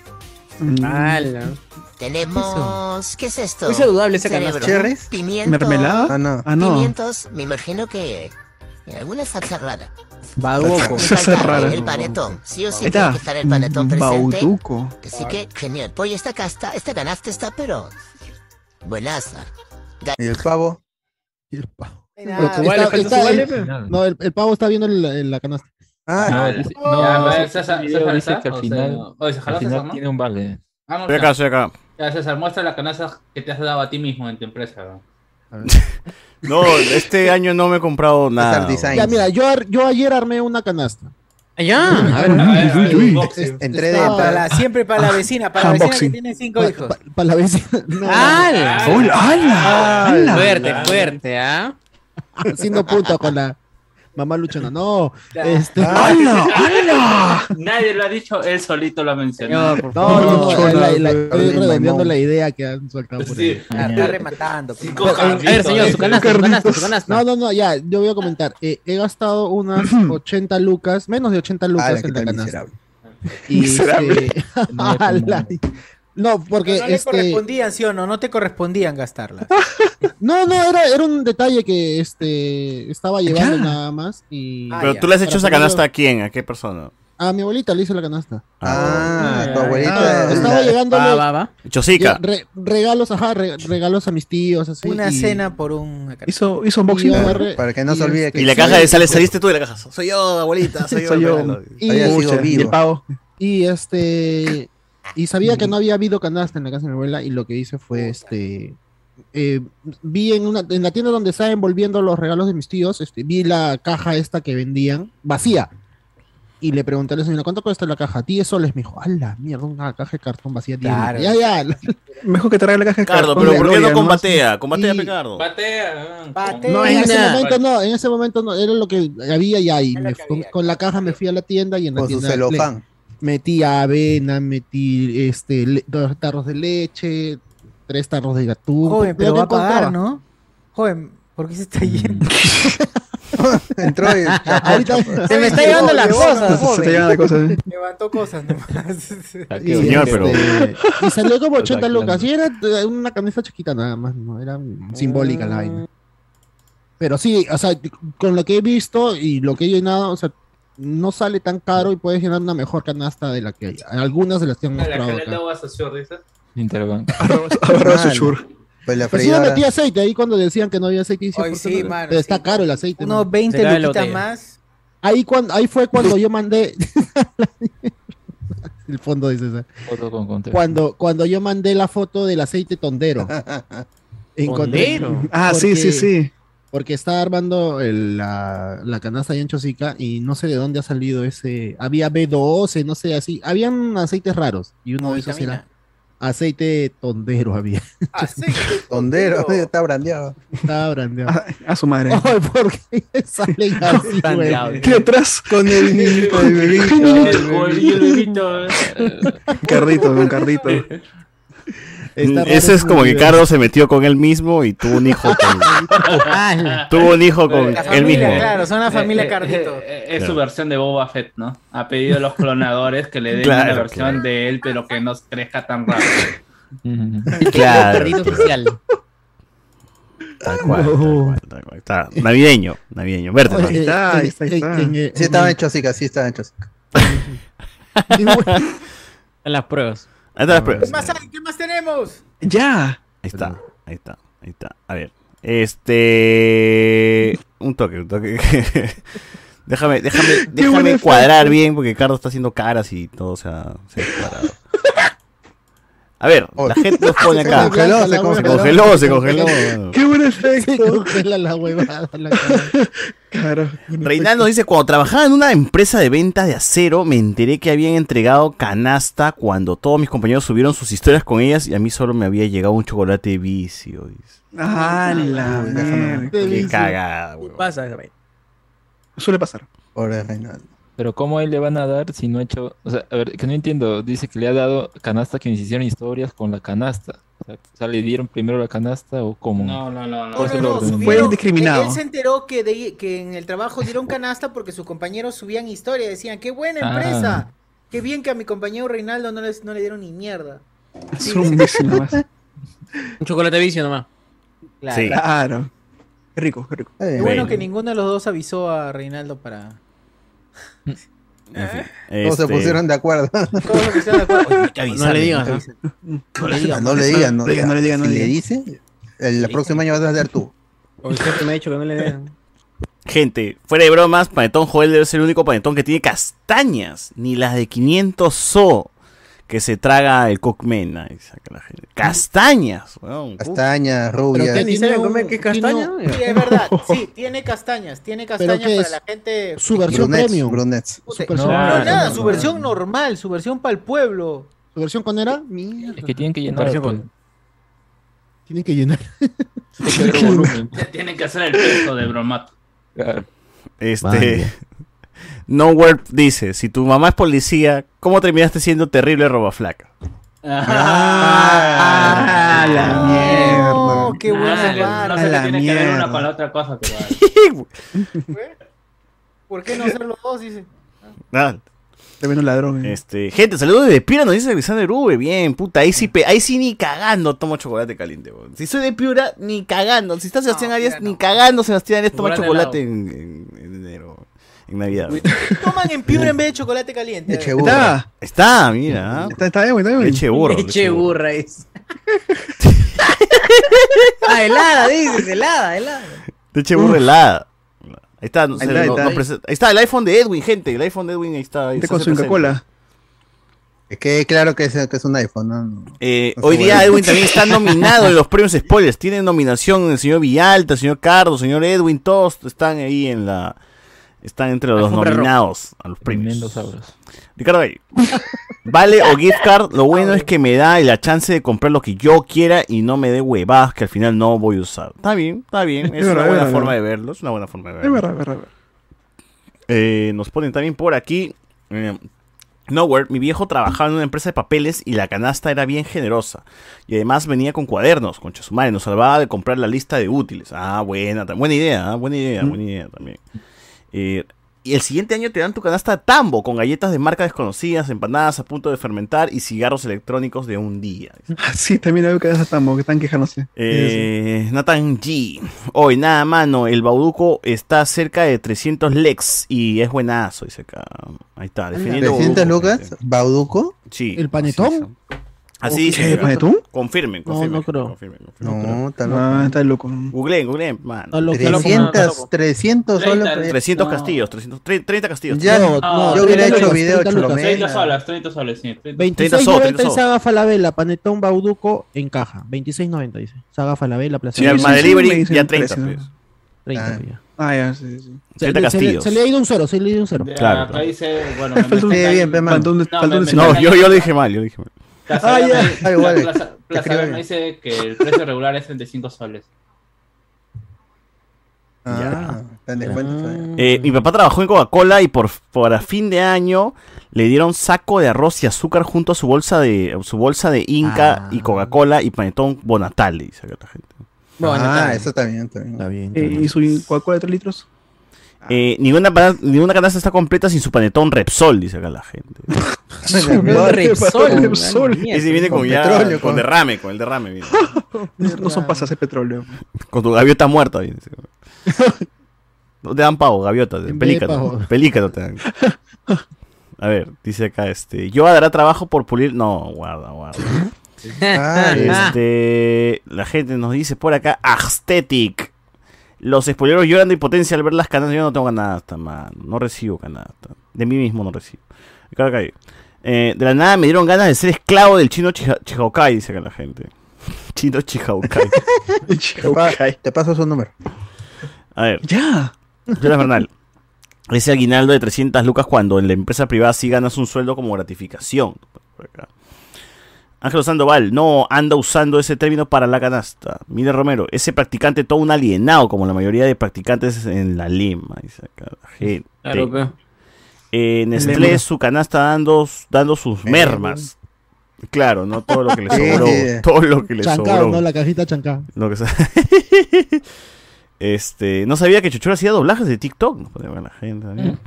Speaker 15: Ala.
Speaker 10: Tenemos. ¿Qué es esto?
Speaker 15: Muy saludable esa
Speaker 10: Cerebro.
Speaker 15: canasta.
Speaker 3: ¿Cherries?
Speaker 10: Pimientos.
Speaker 4: ¿Mermelada?
Speaker 3: Ah, no.
Speaker 4: Ah, no.
Speaker 10: Pimientos, me imagino que. en alguna salsa rara.
Speaker 15: Baduoco.
Speaker 10: Infaltable, El panetón. Sí o sí
Speaker 15: Ahí
Speaker 10: tiene
Speaker 15: está.
Speaker 10: que estar el
Speaker 2: Mm,
Speaker 10: panetón presente.
Speaker 4: Bauduco.
Speaker 10: Así que, genial. Pues esta casta, esta ganaste esta, pero...
Speaker 15: (laughs)
Speaker 10: Buenaza.
Speaker 3: ¿Y el pavo?
Speaker 6: Y el pavo.
Speaker 10: Pero tú vale, pero tú vale, pe.
Speaker 6: No, el, el pavo está viendo el- el- la canasta.
Speaker 5: Ah,
Speaker 8: sí.
Speaker 5: no,
Speaker 8: no,
Speaker 5: ya,
Speaker 8: ese-
Speaker 5: César,
Speaker 8: ese video
Speaker 5: César,
Speaker 8: dice
Speaker 5: ¿está?
Speaker 8: que al
Speaker 5: O sea,
Speaker 8: final,
Speaker 5: no. Oye, se
Speaker 8: al
Speaker 5: jaló
Speaker 8: final
Speaker 5: César, ¿no?
Speaker 8: tiene un vale.
Speaker 5: Ah, no,
Speaker 1: Estoy acá,
Speaker 5: ya.
Speaker 1: estoy acá.
Speaker 5: Ya, César, muestra la canasta que te has dado a ti mismo en tu empresa. ¿no?
Speaker 1: No, este año no me he comprado nada.
Speaker 6: Ya, mira, yo, ar- yo ayer armé una canasta.
Speaker 15: Allá.
Speaker 6: A ver,
Speaker 1: uy, uy.
Speaker 6: Entré
Speaker 2: No, para la- siempre para
Speaker 6: Ah,
Speaker 2: la vecina, para la vecina que tiene cinco hijos.
Speaker 6: (laughs) Para la vecina.
Speaker 15: ¡Hala!
Speaker 6: ¡Hola! ¡Hala! ¡Hala!
Speaker 15: Fuerte, fuerte, ¿ah?
Speaker 6: Haciendo punto con la mamá luchona. No. Este... (laughs)
Speaker 5: ¡Hala! Nadie lo ha dicho, él solito lo ha mencionado.
Speaker 6: No, no, no, la- la- estoy redondeando la idea que han soltado por ahí.
Speaker 5: Sí.
Speaker 2: Está rematando.
Speaker 5: Cinco
Speaker 6: Pero, eh,
Speaker 5: carritos, eh.
Speaker 6: No, no, no, ya, yo voy a comentar. Eh, he gastado unas 80 lucas, menos de 80 lucas
Speaker 3: Ala, qué
Speaker 6: en la
Speaker 3: tal
Speaker 6: canasta.
Speaker 3: miserable.
Speaker 6: Y
Speaker 3: Miserable.
Speaker 6: este-
Speaker 1: (laughs)
Speaker 6: Ala. No, porque
Speaker 2: no le
Speaker 6: este,
Speaker 2: correspondían, ¿sí o no? No te correspondían gastarla.
Speaker 6: no, no, era, era un detalle que este estaba llevando nada más. Y,
Speaker 2: Ah,
Speaker 1: Pero tú le has
Speaker 6: para
Speaker 1: hecho esa
Speaker 6: ponerlo-
Speaker 1: canasta a quién, a qué persona.
Speaker 6: A mi abuelita le hice la canasta.
Speaker 3: Ah, tu
Speaker 6: Ah,
Speaker 3: abuelita.
Speaker 6: estaba llegando
Speaker 15: Va, va, va.
Speaker 1: Chosica.
Speaker 6: regalos, ajá, re- regalos a mis tíos, así.
Speaker 2: Una
Speaker 6: y-
Speaker 2: cena por un.
Speaker 4: Hizo, hizo
Speaker 6: y
Speaker 4: unboxing.
Speaker 6: agarré-
Speaker 3: Para que no se
Speaker 6: y
Speaker 3: olvide
Speaker 6: este-
Speaker 3: que.
Speaker 1: Y la caja de sales, saliste tú de la caja. Soy yo,
Speaker 6: (laughs)
Speaker 1: abuelita, soy yo.
Speaker 4: Soy yo.
Speaker 1: regalo.
Speaker 6: Y,
Speaker 3: Había sido
Speaker 6: Pucha,
Speaker 3: vivo.
Speaker 6: y el pavo. Y este. Y sabía que no había habido canasta en la casa de mi abuela. Y lo que hice fue este. eh, vi en una en la tienda donde estaba envolviendo los regalos de mis tíos, este, vi la caja esta que vendían, vacía. Y le pregunté a la señora, ¿cuánto cuesta la caja? 10 soles. Me dijo, a la mierda, una caja de cartón vacía. 10
Speaker 2: Claro.
Speaker 6: Ya, ya.
Speaker 4: Mejor que te regale la caja de
Speaker 1: Cardo,
Speaker 4: cartón
Speaker 1: pero
Speaker 4: de
Speaker 1: ¿por qué
Speaker 4: Gloria,
Speaker 1: no combatea? Combatea,
Speaker 6: Y-
Speaker 1: Pecardo.
Speaker 5: Patea.
Speaker 2: Patea.
Speaker 6: No, en
Speaker 15: Ay,
Speaker 6: ese
Speaker 15: nada.
Speaker 6: momento no, en ese momento no, era lo que había ya, y me- con, con la caja me fui a la tienda y en la
Speaker 3: Con su
Speaker 6: tienda le-
Speaker 3: celofán.
Speaker 6: metí avena, metí este le- dos tarros de leche, tres tarros de gatún.
Speaker 2: Joven,
Speaker 6: lo
Speaker 2: pero
Speaker 6: que
Speaker 2: va a pagar,
Speaker 6: encontraba.
Speaker 2: ¿no? Joven, ¿por qué se está yendo?
Speaker 6: Mm.
Speaker 2: (laughs)
Speaker 3: Entró y.
Speaker 6: Ahorita-
Speaker 15: Se me está llevando las cosas,
Speaker 4: Se te
Speaker 15: joven.
Speaker 4: llegan las cosas.
Speaker 2: (laughs) Levantó cosas nomás.
Speaker 6: y,
Speaker 1: Señor,
Speaker 6: este,
Speaker 1: pero.
Speaker 6: y
Speaker 1: (laughs)
Speaker 6: salió como 80
Speaker 8: Claro.
Speaker 6: lucas. Y era eh, una camisa chiquita nada más, no era simbólica la
Speaker 2: Mm.
Speaker 6: vaina. Pero sí, o sea, con lo que he visto y lo que he llenado, o sea, no sale tan caro y puedes llenar una mejor canasta de la que hay. Algunas de las que han
Speaker 5: La que
Speaker 6: mostrado
Speaker 5: le
Speaker 6: acá.
Speaker 5: daba a Sasur, dices.
Speaker 8: Interbank.
Speaker 4: (laughs) Agarró su
Speaker 3: Mal.
Speaker 4: chur.
Speaker 3: Pues la
Speaker 6: Pero sí le
Speaker 3: freidora.
Speaker 6: metí aceite ahí cuando decían que no había aceite. y decía,
Speaker 2: Hoy
Speaker 6: "¿Por qué
Speaker 2: sí,
Speaker 6: no?".
Speaker 2: mano,
Speaker 6: Pero
Speaker 2: sí.
Speaker 6: está caro el aceite. mano.
Speaker 2: Unos 20
Speaker 15: Se la
Speaker 2: luquitas
Speaker 15: botella.
Speaker 2: más.
Speaker 6: Ahí, cuando, ahí fue cuando yo mandé. (laughs) el fondo dice César.
Speaker 8: Foto con contexto.
Speaker 6: Cuando, cuando yo mandé la foto del aceite
Speaker 3: (laughs)
Speaker 6: tondero. Encontré-
Speaker 15: Tondero.
Speaker 4: Ah, sí, sí,
Speaker 6: porque-
Speaker 4: sí.
Speaker 6: Porque estaba armando el- la, la canasta ahí en Chosica y no sé de dónde ha salido ese. Había B12, no sé, así. Habían aceites raros y uno de esos era aceite tondero.
Speaker 3: (laughs)
Speaker 6: Había. (laughs)
Speaker 3: Tondero. Está brandeado.
Speaker 6: Estaba brandeado.
Speaker 4: A, a su madre.
Speaker 6: Ay, ¿por qué salen así, güey?
Speaker 4: ¿Qué atrás? Con (laughs) el niñito, el
Speaker 5: El bolillo, el bebito, eh.
Speaker 4: Carrito, un carrito.
Speaker 6: Está raro
Speaker 1: Ese es
Speaker 6: ese
Speaker 1: como que
Speaker 6: video.
Speaker 1: Cardo se metió con él mismo y tuvo un hijo con,
Speaker 15: ¡Hala!
Speaker 1: tuvo un hijo con
Speaker 2: La
Speaker 1: él
Speaker 2: familia,
Speaker 1: mismo.
Speaker 2: claro, son la
Speaker 5: Eh,
Speaker 2: familia
Speaker 5: eh,
Speaker 2: Cardito.
Speaker 5: eh, eh, es su
Speaker 1: Claro.
Speaker 5: versión de Boba Fett, ¿no? Ha pedido a los clonadores que le den
Speaker 1: Claro,
Speaker 5: una versión
Speaker 1: claro.
Speaker 5: de él, pero que no crezca tan rápido.
Speaker 8: Mm.
Speaker 1: (laughs) Claro.
Speaker 15: Carrito oficial.
Speaker 1: Tal cual, tal cual, tal cual. Está navideño, navideño. Verde,
Speaker 6: Oye,
Speaker 1: ¿no?
Speaker 4: Ahí está,
Speaker 6: en-
Speaker 4: ahí está, ahí
Speaker 6: en-
Speaker 4: está.
Speaker 6: en- en-
Speaker 3: Sí, estaba en Chosica, sí, estaba en Chosica.
Speaker 15: En las pruebas.
Speaker 1: Ahí están las
Speaker 2: ¿Qué
Speaker 1: pruebas.
Speaker 2: más hay? ¿Qué más tenemos?
Speaker 4: Ya.
Speaker 1: Ahí está, ahí está, ahí está. A ver. Este. Un toque, un toque. (laughs) déjame, déjame, déjame cuadrar bien porque Carlos está haciendo caras y todo se ha, se ha cuadrado. A ver, la gente nos pone
Speaker 3: Oh. Se
Speaker 1: acá.
Speaker 3: congeló, se
Speaker 6: Se
Speaker 1: Se
Speaker 3: congeló.
Speaker 1: congeló, se congeló.
Speaker 4: Qué buen
Speaker 6: Se
Speaker 4: efecto.
Speaker 6: congela la huevada. la cara.
Speaker 4: Carajo.
Speaker 1: Reinaldo dice, cuando trabajaba en una empresa de ventas de acero, me enteré que habían entregado canasta cuando todos mis compañeros subieron sus historias con ellas y a mí solo me había llegado un chocolate vicio. dice.
Speaker 4: Ah, la
Speaker 3: Uy, déjame ver.
Speaker 4: mierda.
Speaker 6: Qué
Speaker 1: Qué
Speaker 6: vicio.
Speaker 1: cagada, huevón.
Speaker 15: Pasa, güey.
Speaker 4: Suele pasar.
Speaker 3: Pobre Reinaldo.
Speaker 8: Pero ¿cómo a él le van a dar si no ha hecho... O sea, a ver, que no entiendo. Dice que le ha dado canasta que nos hicieron historias con la canasta. O sea, o sea, ¿le dieron primero la canasta o cómo?
Speaker 5: No, no, no, no.
Speaker 3: Pues,
Speaker 8: Por
Speaker 2: No,
Speaker 8: eso lo-
Speaker 2: no, no, subieron-
Speaker 4: Fue indiscriminado.
Speaker 2: Él se enteró que, de- que en el trabajo dieron canasta porque sus compañeros subían historia. Decían, qué buena
Speaker 8: Ah.
Speaker 2: empresa. Qué bien que a mi compañero Reinaldo no, les, no le dieron ni mierda.
Speaker 4: Es un vicio nomás.
Speaker 15: Un chocolate vicio nomás.
Speaker 1: Sí.
Speaker 4: Claro. Qué rico, qué rico.
Speaker 3: Está bien.
Speaker 2: Qué bueno
Speaker 1: Bueno.
Speaker 2: que ninguno de los dos avisó a Reinaldo para...
Speaker 1: En fin,
Speaker 3: Todos se
Speaker 1: este-
Speaker 3: pusieron de acuerdo.
Speaker 1: avisarle,
Speaker 3: le
Speaker 1: digas,
Speaker 3: digas,
Speaker 1: ¿ah?
Speaker 3: No le digas, no le digas. No le digas. Si le dice, el el próximo año vas a ser tú.
Speaker 16: O el jefe me ha dicho que no le den.
Speaker 1: Gente, fuera de bromas, Panetón Joel debe ser el único panetón que tiene castañas, ni las de 500 so que se traga el Cockmena. y saca la gente. Castañas, weón.
Speaker 3: Castañas,
Speaker 1: rubias.
Speaker 3: qué, ni
Speaker 1: sabe
Speaker 3: saben
Speaker 1: comer qué castaña?
Speaker 2: Sí, es verdad. Sí, tiene castañas. Tiene castañas
Speaker 6: qué
Speaker 2: para
Speaker 6: es?
Speaker 2: la gente.
Speaker 6: Su versión
Speaker 3: Brunettes,
Speaker 6: premium.
Speaker 3: Brunettes.
Speaker 6: Su
Speaker 2: No,
Speaker 6: versión
Speaker 2: no,
Speaker 6: premium.
Speaker 2: nada, su versión normal, su versión para el pueblo.
Speaker 6: ¿Su versión con era? Mierda.
Speaker 8: Es que tienen
Speaker 6: (laughs)
Speaker 8: que llenar.
Speaker 6: Versión
Speaker 8: pues.
Speaker 6: Tienen que llenar.
Speaker 5: Tienen que hacer el peso de bromato.
Speaker 1: Este.
Speaker 5: Vaya.
Speaker 1: (laughs) No Word dice: Si tu mamá es policía, ¿cómo terminaste siendo terrible roba flaca?
Speaker 16: Ah, la mierda.
Speaker 2: qué buena
Speaker 5: No
Speaker 2: barra.
Speaker 5: sé
Speaker 2: La
Speaker 5: qué tiene que ver una
Speaker 2: mierda.
Speaker 5: con la otra cosa, pero vale.
Speaker 2: ¿Por qué no hacer los dos? Dice.
Speaker 1: Tremendo ladrón. Este, gente, saludos desde Piura, nos dice Alexander Ube. Bien, puta. Ahí sí, pe- ahí sí ni cagando tomo chocolate caliente, weón. Si soy de Piura, ni cagando. Si está Sebastián Arias, ni cagando Sebastián Arias toma
Speaker 2: Chocolate
Speaker 1: chocolate en, en- en enero, weón. en Navidad. weón.
Speaker 2: Toman en piura en vez de chocolate caliente.
Speaker 1: Leche burra. Está, mira. Está, bien, está bien. Leche burra.
Speaker 14: Leche burra es. ah, helada, dices, helada, helada.
Speaker 1: Leche burra helada. Ahí está, no sé,
Speaker 4: Ahí está, ahí
Speaker 1: no-
Speaker 4: está.
Speaker 1: no prese- ahí está el iPhone de Edwin, gente. El iPhone de Edwin ahí está. ahí
Speaker 3: Gente
Speaker 1: se
Speaker 3: Este con
Speaker 1: hace
Speaker 3: su
Speaker 1: presente.
Speaker 3: Coca-Cola. Es que claro que es, que es un iPhone. ¿no? No.
Speaker 1: Eh,
Speaker 3: No se
Speaker 1: hoy día
Speaker 3: mueve.
Speaker 1: Edwin también está nominado en los premios spoilers. Tiene nominación el señor Villalta, el señor Cardo, el señor Edwin. Todos están ahí en la. Están entre los
Speaker 8: Alfombra roja.
Speaker 1: nominados a los premios. Ricardo Gallo. Vale o gift card, lo (laughs) bueno es que me da la chance de comprar lo que yo quiera y no me dé huevadas que al final no voy a usar. Está bien, está bien. Es,
Speaker 4: Es
Speaker 1: una
Speaker 4: verdad,
Speaker 1: buena
Speaker 4: es
Speaker 1: forma
Speaker 4: verdad.
Speaker 1: de verlo. Es una buena forma de verlo.
Speaker 4: Es verdad, es verdad, es verdad.
Speaker 1: Eh, nos ponen también por aquí. eh, Nowhere, mi viejo trabajaba en una empresa de papeles y la canasta era bien generosa. Y además venía con cuadernos, concha su madre, nos salvaba de comprar la lista de útiles. Ah, buena, ta- buena idea, ah, buena idea, buena idea también. Eh, y el siguiente año te dan tu canasta tambo con galletas de marcas desconocidas, empanadas a punto de fermentar y cigarros electrónicos de un día.
Speaker 4: Ah, Sí, también hay que ya estamos, que están quejándose.
Speaker 1: Eh, Nathan G. Hoy, nada, mano. El Bauduco está cerca de 300 lex y es buenazo. Dice acá. Ahí está, definiendo.
Speaker 3: 300
Speaker 1: Bauduco.
Speaker 3: lucas, Bauduco.
Speaker 1: Sí.
Speaker 6: ¿El panetón?
Speaker 1: Así dice.
Speaker 6: ¿El panetón?
Speaker 1: Confirmen,
Speaker 6: No,
Speaker 1: confirmen.
Speaker 6: no creo.
Speaker 1: confirmen,
Speaker 3: No,
Speaker 1: confirmen.
Speaker 3: está loco. Ah,
Speaker 4: está loco.
Speaker 1: Googleen, googleen, man.
Speaker 3: 300, 300 solo.
Speaker 1: 300 castillos, 300, 30, castillos.
Speaker 3: Ya, no,
Speaker 5: Ah,
Speaker 3: yo hubiera
Speaker 5: 30
Speaker 3: hecho
Speaker 5: lucas,
Speaker 3: video
Speaker 5: 30 lucas.
Speaker 3: Chulomena.
Speaker 5: 30 soles, 30 soles, sí. 30.
Speaker 6: 26.90 en Saga Falabella, Panetón Bauduco en caja. 26.90 dice. Saga Falabella, Plaza
Speaker 1: Si al
Speaker 6: María.
Speaker 1: Madrid delivery,
Speaker 6: me dicen
Speaker 1: ya 30.
Speaker 6: precio.
Speaker 1: pues.
Speaker 6: 30, pues, ya.
Speaker 4: Ah, ya, sí, sí.
Speaker 6: Se,
Speaker 1: 30
Speaker 6: le- se le,
Speaker 1: castillos.
Speaker 6: se le ha ido un cero, se le ha ido un cero.
Speaker 5: Ya,
Speaker 1: Claro,
Speaker 5: acá
Speaker 1: claro.
Speaker 5: dice, bueno, me
Speaker 1: Escribe
Speaker 5: meten
Speaker 1: bien,
Speaker 5: ahí-
Speaker 1: pe, man.
Speaker 5: No, me- me meten
Speaker 1: No,
Speaker 5: ahí-
Speaker 1: yo, yo lo dije mal, yo lo dije mal.
Speaker 5: Plaza
Speaker 1: Ah,
Speaker 5: Verde
Speaker 1: ya.
Speaker 5: me-
Speaker 1: Ah, igual.
Speaker 5: Plaza- Plaza
Speaker 1: escribe
Speaker 5: Verde
Speaker 1: bien.
Speaker 5: me dice que el precio regular es 35 soles.
Speaker 3: Ah, tan descuento. todavía.
Speaker 1: Eh, mi papá trabajó en Coca-Cola y por, para fin de año le dieron saco de arroz y azúcar junto a su bolsa de su bolsa de Inca
Speaker 4: Ah.
Speaker 1: y Coca-Cola y panetón Bonatale, dice acá la gente.
Speaker 3: Ah, eso también, también. Está
Speaker 6: bien.
Speaker 4: Eh, ¿Y su Coca-Cola de 3 litros? Ah.
Speaker 1: Eh, ninguna, pana- ninguna canasta está completa sin su panetón Repsol, dice acá la
Speaker 4: (laughs)
Speaker 1: gente.
Speaker 4: Repsol, Repsol.
Speaker 1: Ese viene con,
Speaker 4: Con
Speaker 1: ya-
Speaker 4: petróleo,
Speaker 1: con
Speaker 4: con-
Speaker 1: derrame, con el derrame, viene.
Speaker 4: No, no son pasas, es petróleo.
Speaker 1: Con tu gaviota muerta, viene.
Speaker 4: (laughs)
Speaker 1: No te dan pavo, gaviota,
Speaker 4: En vez de
Speaker 1: pelícano.
Speaker 4: pavo.
Speaker 1: Pelícano
Speaker 4: (laughs)
Speaker 1: te dan. A ver, dice acá este. Yo dará trabajo por pulir. No, guarda, guarda.
Speaker 4: (laughs)
Speaker 9: (laughs)
Speaker 3: Ah,
Speaker 1: Este, la gente nos dice por acá, aesthetic. Los spoileros lloran de impotencia al ver las canastas. Yo no tengo canasta, mano. No recibo canasta. De mí mismo no recibo. Ricardo Calle. Eh, de la nada me dieron ganas de ser esclavo del chino Chiha- Chihaukai, dice acá la gente. (laughs) Chino Chihaukai.
Speaker 3: Te, pa- te paso su número.
Speaker 1: A ver. Ya. Jonas Bernal. Ese aguinaldo de 300 lucas cuando en la empresa privada sí ganas un sueldo como gratificación. Por acá. Ángelo Sandoval, no anda usando ese término para la canasta. Mire Romero, ese practicante todo un alienado, como la mayoría de practicantes en la Lima. dice acá la gente.
Speaker 15: Claro, pe.
Speaker 1: Eh, Nestlé,
Speaker 15: Lema.
Speaker 1: su canasta dando, dando sus mermas. Claro, no todo lo que le
Speaker 6: (laughs) Sí,
Speaker 1: sobró.
Speaker 6: sí.
Speaker 1: Todo lo que le
Speaker 6: Chancao,
Speaker 1: sobró.
Speaker 6: ¿no? La cajita chancada.
Speaker 1: Lo que sea. (laughs) Este, no sabía que Chuchura hacía doblajes de TikTok. Nos pone buena gente también.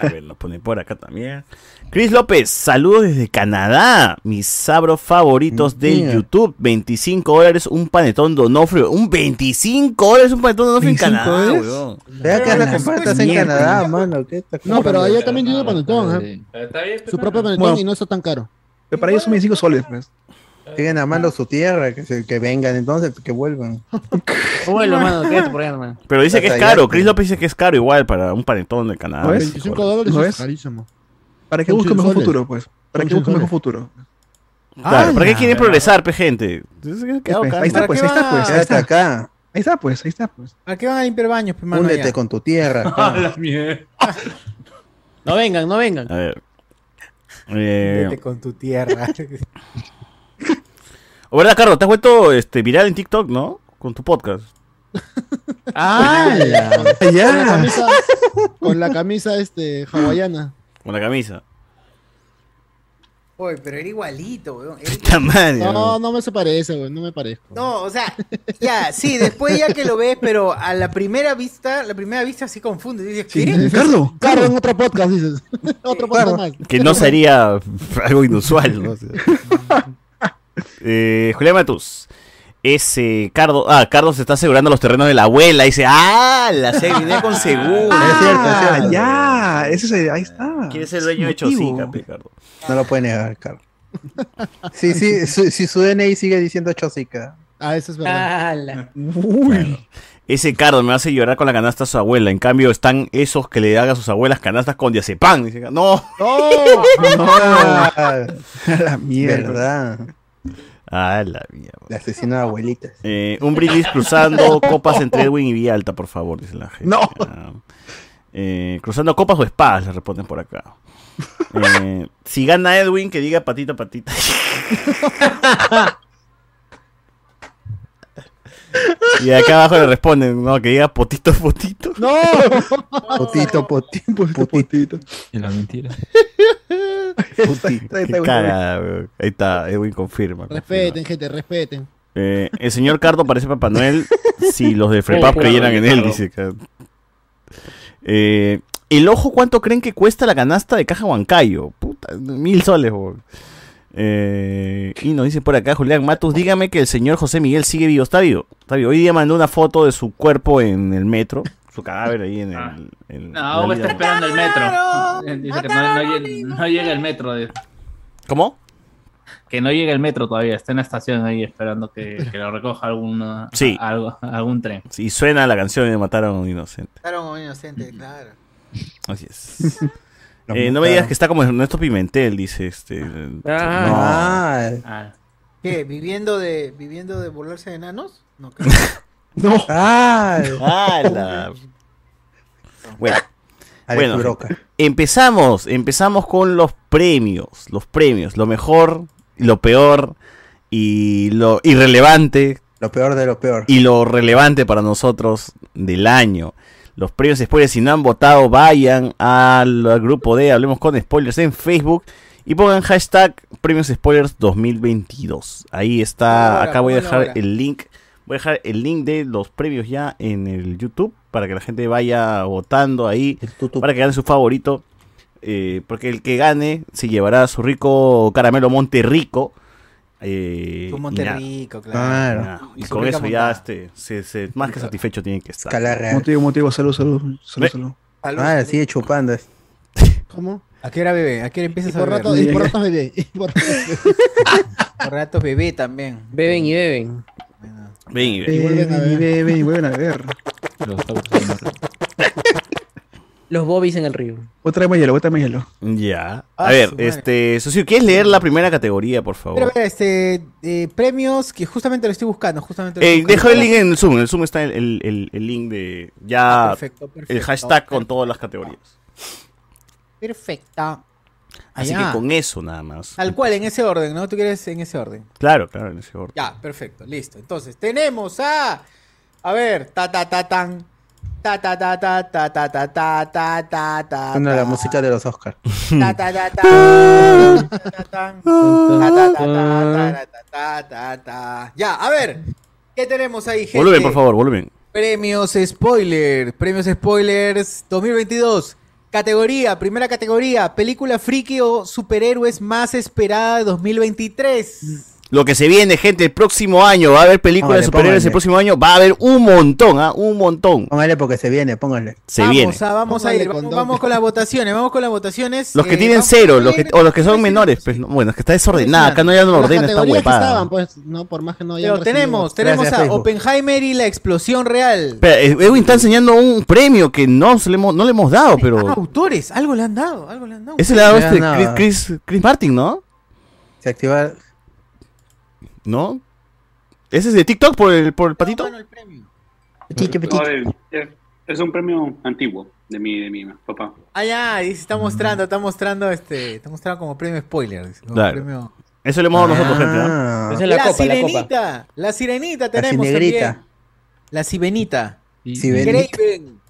Speaker 1: A ver, nos pone por acá también. Chris López, saludos desde Canadá. Mis sabros favoritos de
Speaker 2: Mira.
Speaker 1: YouTube. 25 dólares un panetón donofrio. Un 25 dólares un panetón donofrio en
Speaker 3: 25
Speaker 1: Canadá,
Speaker 3: dólares.
Speaker 1: weón.
Speaker 3: Vea que la compadre estás en
Speaker 6: mierda.
Speaker 3: Canadá, mano. ¿qué
Speaker 6: No,
Speaker 3: estás
Speaker 6: pero
Speaker 3: comprando?
Speaker 6: allá también tiene
Speaker 4: Ah,
Speaker 6: panetón, ¿eh? Su propio panetón
Speaker 3: Bueno.
Speaker 6: y no está tan caro.
Speaker 4: Pero para ellos son 25 soles, pues.
Speaker 3: Siguen amando su tierra, que, se- que vengan entonces, que vuelvan.
Speaker 15: Bueno, mano, quédate por
Speaker 6: Ah,
Speaker 15: allá, mano.
Speaker 1: Pero dice que es
Speaker 3: Hasta
Speaker 1: caro.
Speaker 3: allá.
Speaker 1: Chris López dice que es caro igual para un panetón de Canadá.
Speaker 4: ¿No ves?
Speaker 6: 25 dólares
Speaker 4: ¿No
Speaker 6: es
Speaker 4: ves?
Speaker 6: carísimo.
Speaker 4: Para que
Speaker 6: Son
Speaker 4: busque
Speaker 6: cien
Speaker 4: mejor
Speaker 6: soles.
Speaker 4: futuro, pues. Para
Speaker 6: Son
Speaker 4: que
Speaker 6: cien
Speaker 4: busque mejor
Speaker 6: soles.
Speaker 4: futuro.
Speaker 1: Claro, ¿para qué
Speaker 4: Ah,
Speaker 1: quieren
Speaker 4: verdad.
Speaker 1: progresar, pe, gente? Entonces, ¿qué- qué hago
Speaker 4: Pues,
Speaker 1: acá?
Speaker 4: Ahí está,
Speaker 1: ¿Para
Speaker 4: pues,
Speaker 1: qué
Speaker 4: ahí está,
Speaker 1: va?
Speaker 4: pues. Ahí
Speaker 3: Quédate
Speaker 4: está.
Speaker 3: acá.
Speaker 4: Ahí está, pues, ahí está, pues.
Speaker 2: ¿A qué van a limpiar baños, pues, mano?
Speaker 3: Únete
Speaker 2: ya?
Speaker 3: con tu tierra.
Speaker 2: Ah,
Speaker 3: acá.
Speaker 15: No vengan, no vengan.
Speaker 1: A ver. Eh,
Speaker 2: Únete con
Speaker 4: (laughs)
Speaker 2: tu tierra.
Speaker 1: o ¿Verdad, Carlos? Te has vuelto este, viral en TikTok, ¿no? Con tu podcast.
Speaker 6: ¡Hala! Ah, Con la
Speaker 1: Ya.
Speaker 6: camisa, con la camisa este, hawaiana.
Speaker 1: Con la camisa.
Speaker 2: Oye, pero era igualito, weón. Era
Speaker 1: Puta madre,
Speaker 6: No,
Speaker 1: weón.
Speaker 6: no me se parece, güey. No me parezco.
Speaker 2: No, o sea,
Speaker 6: pues.
Speaker 2: ya, sí, después ya que lo ves, pero a la primera vista, la primera vista sí confunde. Dices, ¿qué eres?
Speaker 6: Carlos. Carlos, en otro podcast dices. otro podcast más.
Speaker 1: Que no sería (laughs) algo inusual,
Speaker 15: (laughs)
Speaker 1: ¿no? O sea. Eh, Julián Matus. Ese Cardo, ah, Cardo se está asegurando los terrenos de la abuela. Dice, ah, la se
Speaker 15: (laughs)
Speaker 1: vine con seguro.
Speaker 4: Ah, ya. Ese es el- ahí está.
Speaker 1: Quiere ser dueño de
Speaker 4: Motivo.
Speaker 1: Chosica, pe,
Speaker 4: (laughs)
Speaker 1: Cardo.
Speaker 3: No lo puede negar, Carlos. Sí, sí, su- si su DNI sigue diciendo Chosica.
Speaker 6: Ah, eso es
Speaker 14: verdad.
Speaker 4: Uy.
Speaker 1: Ese Cardo me hace llorar con la canasta a su abuela. En cambio, están esos que le dan a sus abuelas canastas con diazepam. Dice, no.
Speaker 3: No. A
Speaker 4: la mierda.
Speaker 3: ¿Verdad?
Speaker 1: Ah, la mierda.
Speaker 3: Le asesina a abuelitas.
Speaker 1: Eh, un brindis
Speaker 3: (laughs)
Speaker 1: cruzando copas entre Edwin y Vía Alta, por favor, dice la gente.
Speaker 4: No.
Speaker 1: Ah. Eh, cruzando copas o espadas, le responden por acá. Eh, si gana Edwin, que diga patita, patita. y acá abajo le responden, no, que diga potito, potito.
Speaker 6: ¡No!
Speaker 4: (laughs)
Speaker 3: Potito, potito, potito.
Speaker 8: Y la mentira.
Speaker 6: (laughs)
Speaker 1: Qué cagada, weón. Ahí está, Edwin confirma.
Speaker 6: Respeten, gente, respeten.
Speaker 1: Eh, el señor Cardo parece Papá Noel si los de Frepap
Speaker 8: Sí,
Speaker 1: creyeran en
Speaker 8: claro,
Speaker 1: él,
Speaker 8: claro.
Speaker 1: dice. acá. Eh, el ojo, ¿cuánto creen que cuesta la canasta de caja Huancayo? Puta, mil soles, weón. Eh, y nos dice por acá Julián Matus, dígame que el señor José Miguel sigue vivo, está vivo, está vivo. Hoy día mandó una foto de su cuerpo en el metro, su cadáver ahí en el... en-
Speaker 5: No, pues
Speaker 1: en
Speaker 5: aún
Speaker 1: la
Speaker 5: está
Speaker 1: vía.
Speaker 5: esperando el metro. (laughs) Dice que no, no llega, no llega el metro. dice.
Speaker 1: ¿Cómo?
Speaker 5: Que no llega el metro todavía, está en la estación ahí esperando que, que lo recoja alguna,
Speaker 1: Sí.
Speaker 5: algo, algún tren.
Speaker 1: Sí, suena la canción de Mataron a un inocente.
Speaker 2: Mataron a un inocente, claro.
Speaker 1: Así es. Eh, no me digas que está como Ernesto Pimentel, dice este. el-
Speaker 2: Ah.
Speaker 1: No.
Speaker 2: ¿Qué? ¿Viviendo de, viviendo de burlarse de enanos? No, creo.
Speaker 4: No.
Speaker 3: Ah,
Speaker 1: Ah, la- Bueno,
Speaker 3: Alex
Speaker 1: Bueno,
Speaker 3: Broca.
Speaker 1: gente, empezamos, empezamos con los premios, los premios, lo mejor, lo peor y lo irrelevante.
Speaker 3: Lo peor de lo peor.
Speaker 1: Y lo relevante para nosotros del año. Los premios spoilers, si no han votado, vayan al, al grupo de Hablemos con Spoilers en Facebook y pongan hashtag Premios Spoilers 2022. Ahí está,
Speaker 2: Ahora,
Speaker 1: acá voy a
Speaker 2: ponlo
Speaker 1: dejar
Speaker 2: ahora.
Speaker 1: el link. Voy a dejar el link de los premios ya en el YouTube para que la gente vaya votando ahí, para que gane su favorito. eh, porque el que gane se llevará su rico caramelo Monterrico. Eh,
Speaker 2: Tu
Speaker 1: y
Speaker 2: Monterrico,
Speaker 1: nada.
Speaker 3: claro.
Speaker 1: Y nada. Y
Speaker 2: Su
Speaker 1: con
Speaker 2: rica
Speaker 1: eso ya
Speaker 2: montada.
Speaker 1: este, se- se- más que satisfecho tienen que estar.
Speaker 4: Motivo, motivo. Salud, salud. Salud,
Speaker 1: Ve.
Speaker 4: salud.
Speaker 3: Ah, sigue chupando.
Speaker 6: ¿Cómo?
Speaker 2: ¿A qué hora bebé? ¿A qué hora
Speaker 6: Y
Speaker 2: empiezas a
Speaker 6: por
Speaker 2: beber?
Speaker 6: ratos, y por ratos bebé. Y por ratos bebé.
Speaker 2: (laughs) Por ratos bebé también.
Speaker 15: Beben y beben.
Speaker 1: Ven y ven.
Speaker 4: Beben y beben y vuelven a ver.
Speaker 15: Los bobbies en el río.
Speaker 4: Voy a traerme hielo, voy a traerme hielo.
Speaker 1: Ya. A
Speaker 2: Ah,
Speaker 1: ver,
Speaker 2: su madre.
Speaker 1: este, Socio, ¿quieres leer la primera categoría, por favor?
Speaker 2: Pero, pero, este, eh, premios que justamente lo estoy buscando, justamente lo
Speaker 1: Eh,
Speaker 2: estoy
Speaker 1: deja el
Speaker 2: buscando.
Speaker 1: link en el Zoom. En el Zoom está el, el- el- el link de
Speaker 2: Ah,
Speaker 1: ya
Speaker 2: perfecto, perfecto.
Speaker 1: el hashtag con todas las categorías.
Speaker 2: Perfecta.
Speaker 1: Así
Speaker 2: Allá.
Speaker 1: que con eso nada más.
Speaker 2: Tal cual, en ese orden, ¿no? Tú quieres en ese orden.
Speaker 1: Claro, claro, en ese orden.
Speaker 2: Ya, perfecto, listo. Entonces, tenemos a. A ver, ta ta ta tan. Ta ta ta ta ta ta ta ta ta ta Ah, ta.
Speaker 3: Bueno, la música de los Oscars.
Speaker 1: Mm.
Speaker 2: Ta ta ta ta. Ta ta ta ta ta ta ta ta ta ta ta. Ya, a ver. ¿Qué tenemos ahí, gente?
Speaker 1: Volumen, por favor, volumen.
Speaker 2: Premios spoiler, premios spoilers 2022. Categoría, primera categoría, película friki o superhéroes más esperada de 2023.
Speaker 1: Lo que se viene, gente, el próximo año va a haber películas de
Speaker 2: Póngale,
Speaker 1: superhéroes, el
Speaker 2: póngale.
Speaker 1: próximo año va a haber un montón, ¿ah? Un montón.
Speaker 3: Póngale porque se viene, póngale.
Speaker 1: Se
Speaker 2: vamos,
Speaker 1: viene.
Speaker 2: ah, vamos a ir, vamos, vamos con las votaciones, vamos con las votaciones.
Speaker 1: Los que
Speaker 2: Eh,
Speaker 1: tienen
Speaker 2: vamos
Speaker 1: cero,
Speaker 2: a
Speaker 1: los que,
Speaker 2: leer-
Speaker 1: o los que son menores, pues, no, bueno, es que está desordenada, acá no ya no
Speaker 6: Las
Speaker 1: ordena, está
Speaker 6: categorías que
Speaker 1: huevada.
Speaker 6: estaban, pues, no, por más que no hayan
Speaker 2: Pero
Speaker 6: recibido.
Speaker 2: tenemos, tenemos a Oppenheimer y la explosión real.
Speaker 1: Espera, eh, Edwin está enseñando un premio que no, se le hemos- no le hemos dado, pero
Speaker 2: Ah, Autores, algo le han dado, algo le han dado.
Speaker 1: ese le ha dado
Speaker 2: No,
Speaker 1: este
Speaker 2: no.
Speaker 1: Chris, Chris- Chris Martin, ¿no?
Speaker 3: Se activa.
Speaker 1: ¿No? ¿Ese es de TikTok por el, por el patito?
Speaker 17: No, es, es- es un premio antiguo de mi, de mi papá.
Speaker 2: Ah, ya, dice, está mostrando, está mostrando este, está mostrando como premio spoiler. dice, como
Speaker 1: Claro.
Speaker 2: premio-
Speaker 1: Eso le hemos dado nosotros, gente.
Speaker 2: Ah.
Speaker 1: ¿ah?
Speaker 2: Esa es la, sirenita, la, sirenita tenemos
Speaker 1: sinegrita.
Speaker 2: también. La sibenita.
Speaker 3: Sibenita.
Speaker 2: Kraven.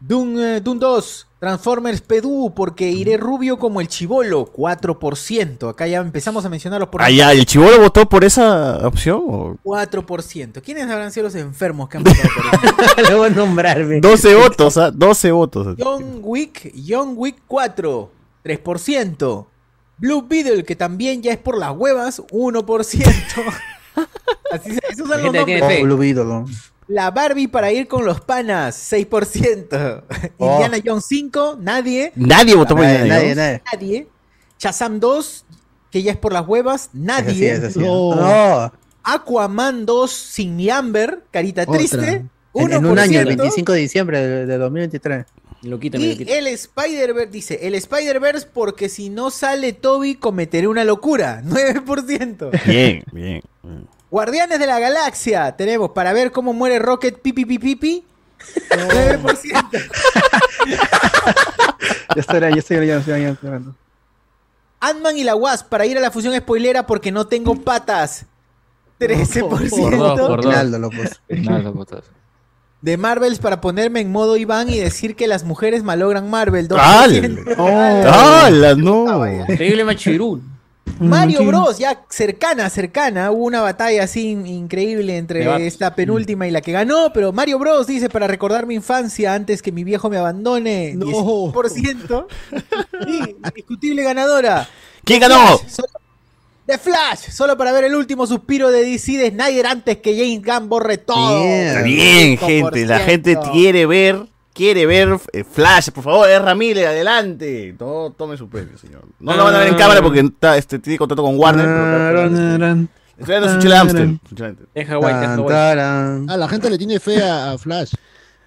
Speaker 2: Doom, eh, Doom 2, Transformers Pedú, porque iré rubio como el chivolo, 4%. Acá ya empezamos a mencionarlos por
Speaker 1: Ah, ya, ¿el chivolo votó por esa opción? o?
Speaker 2: 4%. ¿Quiénes habrán sido los enfermos que han votado por
Speaker 1: (laughs)
Speaker 2: eso?
Speaker 1: Luego nombrarme. 12 votos, ¿ah? 12 votos.
Speaker 2: John Wick, John Wick 4, 3%. Blue Beetle, que también ya es por las huevas,
Speaker 1: (laughs)
Speaker 2: 1%. Así se, esos son los nombres.
Speaker 3: Oh, Blue Beetle, ¿no?
Speaker 2: La Barbie para ir con los panas,
Speaker 3: (laughs)
Speaker 2: 6%.
Speaker 3: Oh.
Speaker 2: Indiana Jones 5, nadie.
Speaker 1: Nadie votó por
Speaker 2: Nadie,
Speaker 1: Indiana
Speaker 2: Nadie,
Speaker 1: Jones.
Speaker 2: nadie. nadie. Shazam 2, que ya es por las huevas, nadie.
Speaker 3: Ese sí, ese sí.
Speaker 2: No.
Speaker 3: No.
Speaker 2: Aquaman 2 sin mi Amber, carita
Speaker 3: Otra.
Speaker 2: triste.
Speaker 3: En, en un año,
Speaker 2: 1%.
Speaker 3: el 25 de diciembre de, de 2023.
Speaker 15: Lo
Speaker 2: Y el Spider-Verse, dice, el Spider-Verse porque si no sale Toby cometeré una locura, (laughs) 9%.
Speaker 1: Bien,
Speaker 2: (laughs)
Speaker 1: bien.
Speaker 2: Guardianes de la Galaxia, tenemos para ver cómo muere Rocket pipi pipi pipi. 9%.
Speaker 4: Ya estoy, ya estoy, ya estoy, ya estoy hablando.
Speaker 2: Ant-Man y la Wasp para ir a la fusión spoilera porque no tengo patas.
Speaker 8: (laughs)
Speaker 2: 13%.
Speaker 8: Por dos, por dos. (laughs)
Speaker 3: Ronaldo lo puso.
Speaker 8: Ronaldo votó.
Speaker 2: De Marvels para ponerme en modo Iván y decir que las mujeres malogran Marvel. 2%.
Speaker 1: ¡Al!
Speaker 8: Oh.
Speaker 2: Ah,
Speaker 1: ¡Al! ¡No!
Speaker 15: Increíble Machirú.
Speaker 2: Mario Bros, ya cercana, cercana, hubo una batalla así in- increíble entre
Speaker 15: Debates.
Speaker 2: esta penúltima y la que ganó, pero Mario Bros dice para recordar mi infancia antes que mi viejo me abandone,
Speaker 1: (laughs)
Speaker 2: 10%. Sí, indiscutible ganadora.
Speaker 1: ¿Quién
Speaker 2: The
Speaker 1: ganó?
Speaker 2: Flash, solo- The Flash, solo para ver el último suspiro de DC de Snyder antes que James Gunn borre todo.
Speaker 1: Está bien, gente. La gente
Speaker 2: 5%.
Speaker 1: quiere ver, quiere ver eh, Flash. Por favor, es Ramírez, adelante. No, tome su premio, señor. No lo van a
Speaker 15: Ah.
Speaker 1: ver en cámara porque está, este, tiene contrato con Warner. pero- Estoy dando su chile Amster. su chile Amster.
Speaker 6: En
Speaker 1: Hawái, en Hawái.
Speaker 6: Ah, la gente le tiene fe a, a Flash.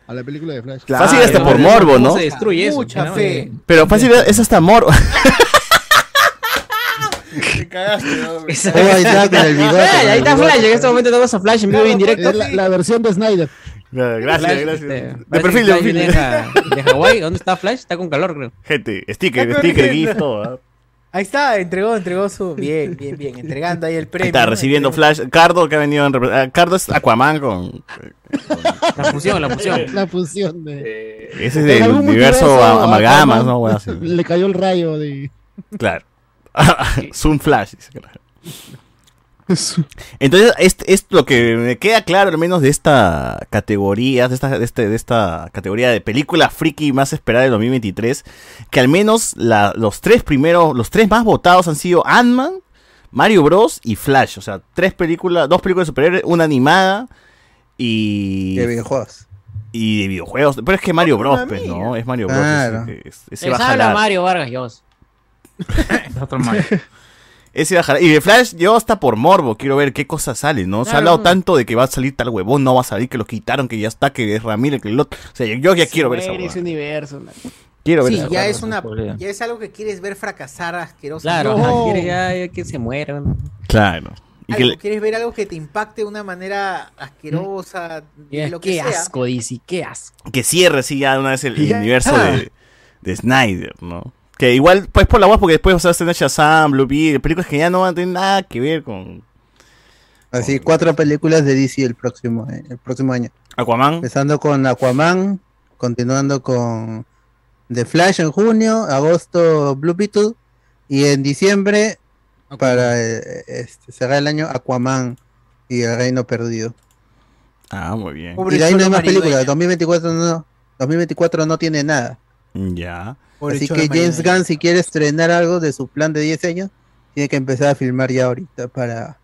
Speaker 6: A la película de Flash.
Speaker 1: Claro. Fácil
Speaker 15: Ah,
Speaker 1: hasta por morbo, ¿no? Se destruye
Speaker 6: eso,
Speaker 2: Mucha
Speaker 6: ¿no?
Speaker 2: fe.
Speaker 1: Pero fácil, es hasta moro.
Speaker 2: Te cagaste,
Speaker 6: ahí está con el bigote,
Speaker 15: Flash,
Speaker 6: con el
Speaker 15: ahí está
Speaker 6: bigote.
Speaker 15: Flash, en este momento estamos a Flash en vivo y en directo.
Speaker 6: La, la versión de Snyder.
Speaker 1: Gracias,
Speaker 15: Flash,
Speaker 1: gracias.
Speaker 15: este,
Speaker 1: De
Speaker 15: Flash
Speaker 1: perfil, de (laughs)
Speaker 15: Flash
Speaker 1: perfil.
Speaker 15: viene a- De Hawái, ¿dónde está Flash? Está con calor, creo.
Speaker 1: Gente, sticker, sticker, gif, todo. ¿ah?
Speaker 2: Ahí está, entregó, entregó su. Bien, bien, bien, entregando ahí el premio.
Speaker 1: Ahí está recibiendo Flash. Cardo que ha venido en repre- ah, Cardo es Aquaman con.
Speaker 15: La fusión, la fusión.
Speaker 6: La fusión
Speaker 18: Eh,
Speaker 19: eh.
Speaker 6: de.
Speaker 1: Ese es
Speaker 6: En
Speaker 1: del
Speaker 6: algún
Speaker 1: universo
Speaker 6: multiverso,
Speaker 1: amalgamas,
Speaker 6: Aquaman
Speaker 1: ¿no? Bueno, así.
Speaker 6: Le cayó el rayo de.
Speaker 1: Claro. (laughs) Zoom Flash. dice, claro. Entonces, es, es lo que me queda claro, al menos de esta categoría, de esta, de este- de esta categoría de película friki más esperada de 2023, que al menos la- los tres primeros, los tres más votados han sido Ant-Man, Mario Bros. y Flash. O sea, tres películas, dos películas de superhéroes, una animada y.
Speaker 3: De videojuegos.
Speaker 1: Y de videojuegos. Pero es que Mario Bros, pues, ¿no? Es Mario Bros.
Speaker 3: Claro.
Speaker 1: ese- ese- ese
Speaker 15: Les
Speaker 1: va a
Speaker 15: habla
Speaker 1: jalar.
Speaker 15: Mario Vargas Llosa.
Speaker 1: Ese va a jalar. Y de Flash, yo hasta por morbo quiero ver qué cosas sale, ¿no? Se ha
Speaker 15: Claro.
Speaker 1: hablado tanto de que va a salir tal huevón, no va a salir, que lo quitaron, que ya está, que es Ramírez, que el otro. O sea, yo, yo ya quiero ver esa
Speaker 15: Muere ese
Speaker 1: huevada.
Speaker 15: universo. la-
Speaker 1: Quiero ver
Speaker 2: Sí,
Speaker 1: esa
Speaker 2: ya
Speaker 1: huevada.
Speaker 2: es una. Ya es algo que quieres ver fracasar asqueroso.
Speaker 15: Claro,
Speaker 2: No.
Speaker 15: ajá, quiere ya, ya que se mueran.
Speaker 1: Claro. Y que
Speaker 2: Algo-
Speaker 1: le-
Speaker 2: quieres ver algo que te impacte de una manera asquerosa, de lo que
Speaker 15: qué
Speaker 2: sea.
Speaker 15: asco, DC, qué asco.
Speaker 1: que cierre, sí, ya una vez el, el
Speaker 15: Ya.
Speaker 1: universo de, de Snyder, ¿no? Que igual, pues por la voz, porque después vas a tener Shazam, Blue Beetle, películas que ya no van a tener nada que ver con
Speaker 3: Así, cuatro películas de DC el próximo, eh, el próximo año.
Speaker 1: Aquaman.
Speaker 3: Empezando con Aquaman, continuando con The Flash en junio, agosto Blue Beetle y en diciembre para eh, este, cerrar el año Aquaman y el Reino Perdido.
Speaker 1: Ah, muy bien.
Speaker 3: y de ahí no hay más películas. 2024 no, 2024 no tiene nada.
Speaker 1: Ya.
Speaker 3: Así que James Gunn, si quiere estrenar algo de su plan de 10 años, tiene que empezar a filmar ya ahorita para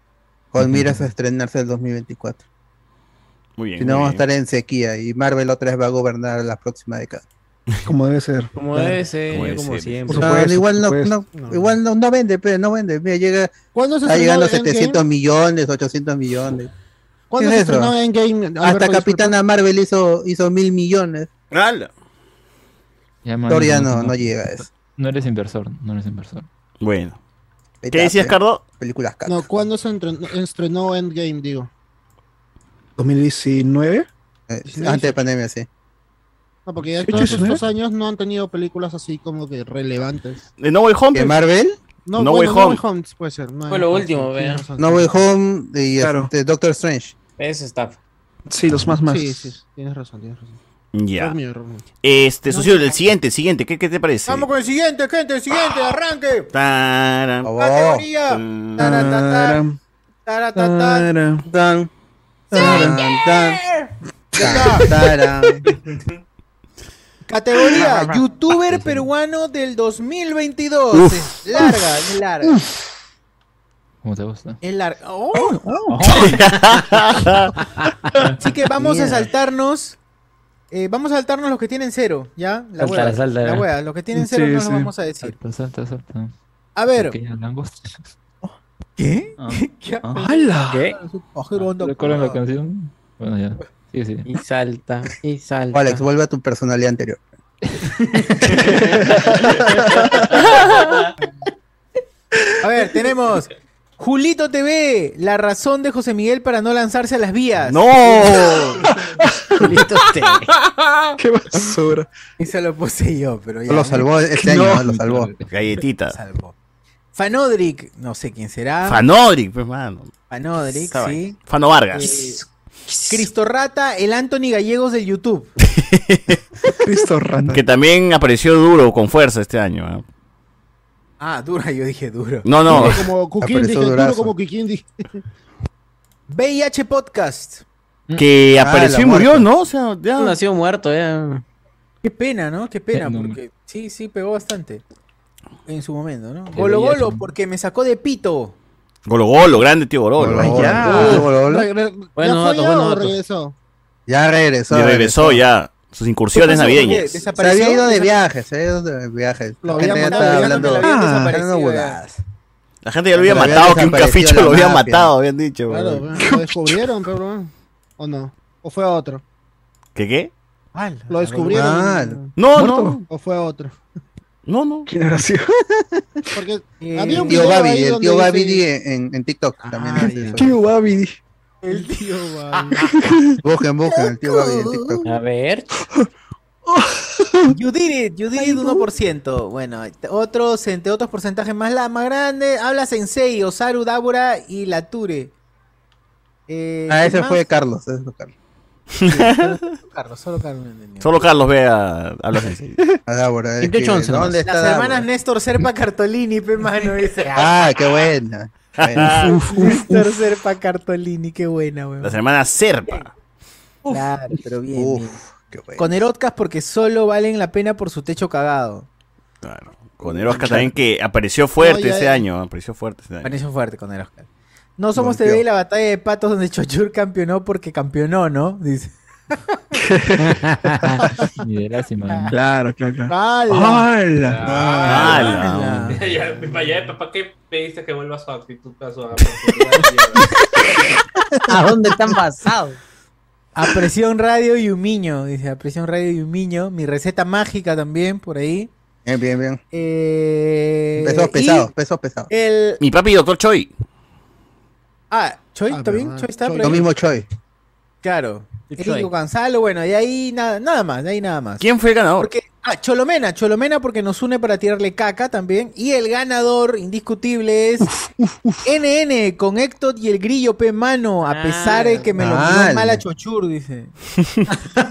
Speaker 3: con miras a estrenarse el 2024.
Speaker 1: Muy bien.
Speaker 3: Si no,
Speaker 1: muy
Speaker 3: vamos a
Speaker 1: bien.
Speaker 3: estar en sequía y Marvel otra vez va a gobernar la próxima década.
Speaker 4: Como debe ser.
Speaker 20: Como debe ser, yo como siempre.
Speaker 3: No, igual no, no, igual no, no vende, pero no vende. Mira, llega,
Speaker 6: ¿Cuándo se
Speaker 3: está
Speaker 6: estrenó
Speaker 3: llegando a
Speaker 6: Endgame?
Speaker 3: 700 millones, 800 millones.
Speaker 6: ¿Cuándo
Speaker 3: ¿Qué
Speaker 6: se
Speaker 3: es eso?
Speaker 6: estrenó Endgame? Alberto,
Speaker 3: Hasta
Speaker 6: disculpa?
Speaker 3: Capitana Marvel hizo, hizo mil millones.
Speaker 8: Ya, man,
Speaker 3: Thor ya no- no llega a eso.
Speaker 8: No eres inversor, no eres inversor.
Speaker 1: Bueno.
Speaker 3: ¿Qué decías,
Speaker 1: Cardo?
Speaker 3: Películas caca.
Speaker 6: No, ¿cuándo se entrenó- estrenó Endgame, digo?
Speaker 4: 2019.
Speaker 3: eh, antes de pandemia, sí.
Speaker 6: No, porque ya
Speaker 4: ¿Qué
Speaker 6: todos
Speaker 4: chucha,
Speaker 6: estos años no han tenido películas así como que relevantes.
Speaker 1: ¿De No Way Home?
Speaker 3: ¿De Marvel?
Speaker 6: No, bueno,
Speaker 3: No Way Home.
Speaker 6: No Way Home puede ser. no
Speaker 3: Fue
Speaker 6: hay-
Speaker 3: lo
Speaker 18: último,
Speaker 6: sí,
Speaker 18: vea.
Speaker 6: tienes razón.
Speaker 3: No Way Home y este, Doctor Strange.
Speaker 18: Eso está.
Speaker 4: Sí, los más más.
Speaker 6: Sí, sí, tienes razón, tienes razón.
Speaker 1: Ya.
Speaker 6: Error mío, error mío.
Speaker 1: Este, socio, el siguiente, siguiente, ¿qué, qué te parece?
Speaker 2: Vamos con el siguiente, gente, el siguiente,
Speaker 1: Ah,
Speaker 2: arranque.
Speaker 1: Taran.
Speaker 3: Oh.
Speaker 2: Categoría.
Speaker 1: Tan.
Speaker 2: Taran. Taratatán.
Speaker 3: Tan, tan, tan, tan, taran.
Speaker 1: (laughs)
Speaker 2: Categoría youtuber peruano del 2022.
Speaker 1: Uf.
Speaker 2: Es larga, es larga.
Speaker 8: ¿Cómo te gusta?
Speaker 2: Es larga. Oh. (laughs) Así que vamos a
Speaker 8: (laughs) Mierda.
Speaker 2: saltarnos. eh, vamos a saltarnos los que tienen cero, ¿ya? La
Speaker 8: Sáltala,
Speaker 2: hueá.
Speaker 8: sáltala.
Speaker 2: La hueá, los que tienen cero no los vamos a decir.
Speaker 8: Salta, salta, salta.
Speaker 2: A ver.
Speaker 8: Pequeña langosta.
Speaker 2: ¿Qué?
Speaker 8: Ah.
Speaker 2: ¿Qué?
Speaker 8: Ah.
Speaker 2: ¿Qué?
Speaker 8: ¿Recuerdan la canción? Bueno, ya. Sí, sí.
Speaker 18: Y salta, y salta.
Speaker 3: Alex, vuelve a tu
Speaker 1: (laughs)
Speaker 6: (laughs)
Speaker 3: personalidad anterior.
Speaker 2: A ver, tenemos Julito TV, la razón de José Miguel para no lanzarse a las vías. (laughs)
Speaker 1: ¡No!
Speaker 2: Julito
Speaker 1: (laughs)
Speaker 2: TV.
Speaker 4: (laughs) Qué basura.
Speaker 2: Y se lo puse yo, pero ya.
Speaker 3: Lo salvó este año,
Speaker 2: No.
Speaker 3: ¿no? lo salvó. (laughs)
Speaker 1: Galletita.
Speaker 2: Fanodric, no sé quién será.
Speaker 1: Fanodric, pues, mano.
Speaker 2: Fanodric,
Speaker 1: Esa
Speaker 2: sí.
Speaker 1: vaina. Fano Vargas.
Speaker 2: Cristo Rata, el Anthony Gallegos del YouTube.
Speaker 4: Cristo Rata.
Speaker 1: Que también apareció duro, con fuerza este año. ¿ah?
Speaker 2: Ah, dura, yo dije duro.
Speaker 1: No, no.
Speaker 6: Duro como Kukindi,
Speaker 1: Apareció
Speaker 6: duro
Speaker 1: durazo.
Speaker 6: como Kikindi.
Speaker 2: VIH Podcast.
Speaker 1: Que
Speaker 2: Ah,
Speaker 1: apareció
Speaker 2: la
Speaker 1: y murió,
Speaker 2: muerte.
Speaker 1: ¿no? O sea, ya.
Speaker 18: Nació muerto, ya.
Speaker 2: Qué pena, ¿no? Qué pena,
Speaker 18: No,
Speaker 2: porque sí, sí, pegó bastante. En su momento, ¿no?
Speaker 1: Qué
Speaker 2: Golo
Speaker 1: VIH.
Speaker 2: Golo, porque me sacó de pito.
Speaker 1: Golo Golo, grande tío Gorolo.
Speaker 6: Ah, re- re-
Speaker 1: Bueno, dato,
Speaker 6: ¿Ya fue ya
Speaker 1: bueno,
Speaker 6: o
Speaker 1: dato.
Speaker 6: regresó?
Speaker 3: Ya regresó.
Speaker 1: Y regresó ya. Sus incursiones
Speaker 3: ¿Qué pasó?
Speaker 1: navideñas.
Speaker 3: Se había ido de viaje, se había ido de viaje.
Speaker 2: Lo
Speaker 3: La gente
Speaker 2: había
Speaker 3: ya
Speaker 2: matado,
Speaker 3: estaba
Speaker 2: ya no
Speaker 3: hablando
Speaker 2: me lo habían
Speaker 3: ah,
Speaker 2: desaparecido,
Speaker 3: hablando
Speaker 2: ya.
Speaker 3: huevadas.
Speaker 1: La gente ya lo había
Speaker 3: Pero había
Speaker 1: matado, que un
Speaker 3: desaparecido
Speaker 1: caficho
Speaker 3: la
Speaker 1: lo había
Speaker 3: mafia.
Speaker 1: matado, habían dicho.
Speaker 6: Claro,
Speaker 1: weón.
Speaker 6: bueno, lo descubrieron, pero bueno. ¿O no? ¿O fue otro?
Speaker 1: ¿Qué qué?
Speaker 6: ¿Lo descubrieron?
Speaker 1: Mal. No, no.
Speaker 6: ¿O fue otro?
Speaker 1: No, no.
Speaker 4: ¿Quién habrá sido?
Speaker 6: Porque había
Speaker 3: El
Speaker 6: un
Speaker 3: tío
Speaker 6: video ahí
Speaker 3: Babidi, el
Speaker 6: donde
Speaker 3: tío
Speaker 6: dice-
Speaker 3: Babidi en, en TikTok también. hace eso.
Speaker 4: Tío Babidi.
Speaker 6: El tío
Speaker 2: Ah,
Speaker 3: Busquen, busquen, el tío Babidi en TikTok.
Speaker 18: A ver.
Speaker 2: You did it, you did it 1%. Bueno, t- otros, entre otros porcentajes más, la más grande, habla Sensei, Osaru, Dabura y Lature. Eh,
Speaker 3: Ah,
Speaker 2: ¿qué
Speaker 3: ese
Speaker 2: más?
Speaker 3: fue Carlos, ese fue Carlos.
Speaker 1: (laughs)
Speaker 2: (laughs) Carlos, solo Carlos. entendió.
Speaker 1: Solo Carlos ve a, a los
Speaker 3: (laughs) A Débora,
Speaker 1: ¿En qué
Speaker 3: que,
Speaker 1: Johnson?
Speaker 3: ¿Dónde está
Speaker 2: Las
Speaker 3: Débora?
Speaker 2: hermanas Néstor Serpa Cartolini, pe mano, dice.
Speaker 3: Ah, qué buena. Bueno.
Speaker 2: Néstor Serpa Cartolini, qué buena, weón.
Speaker 1: Las hermanas Serpa.
Speaker 2: Claro, pero bien. bien. Con Erotcas porque solo valen la pena por su techo cagado.
Speaker 1: Claro. Con el Oscar también que apareció fuerte
Speaker 2: No, ya,
Speaker 1: ese
Speaker 2: ya.
Speaker 1: año. Apareció fuerte ese año.
Speaker 2: Apareció fuerte con el Oscar. No somos
Speaker 1: Golpeó.
Speaker 2: TV y la batalla de patos donde Chochur campeonó porque campeonó, ¿no? Dice.
Speaker 8: Liderasi, man.
Speaker 4: Claro, claro, claro.
Speaker 2: ¡Hala!
Speaker 4: ¡Hala!
Speaker 1: Ah.
Speaker 5: (laughs) Ya, ya, papá, ¿qué pediste que vuelva a su actitud? A (laughs) su
Speaker 10: (laughs) ¿A dónde están pasados?
Speaker 2: A presión radio y un miño, dice. A presión radio y un miño. Mi receta mágica también, por ahí.
Speaker 3: Bien, bien, bien.
Speaker 2: Eh,
Speaker 3: Pesos
Speaker 2: y
Speaker 3: pesados, pesos pesados.
Speaker 2: El...
Speaker 1: Mi papi, doctor Choi.
Speaker 2: Ah, Choy, ¿está bien? Choy está por
Speaker 3: Lo
Speaker 2: ahí.
Speaker 3: mismo Choi.
Speaker 2: Claro.
Speaker 3: El
Speaker 2: Erico
Speaker 3: Choi.
Speaker 2: Gonzalo, bueno, de ahí nada, nada más, de ahí nada más.
Speaker 1: ¿Quién fue el ganador?
Speaker 2: Porque, ah, Cholomena, Cholomena porque nos une para tirarle caca también. Y el ganador indiscutible es NN con Héctor y el grillo P mano, a pesar de que me lo
Speaker 1: Ah, mal.
Speaker 3: (laughs)
Speaker 2: dio mala chochur, dice.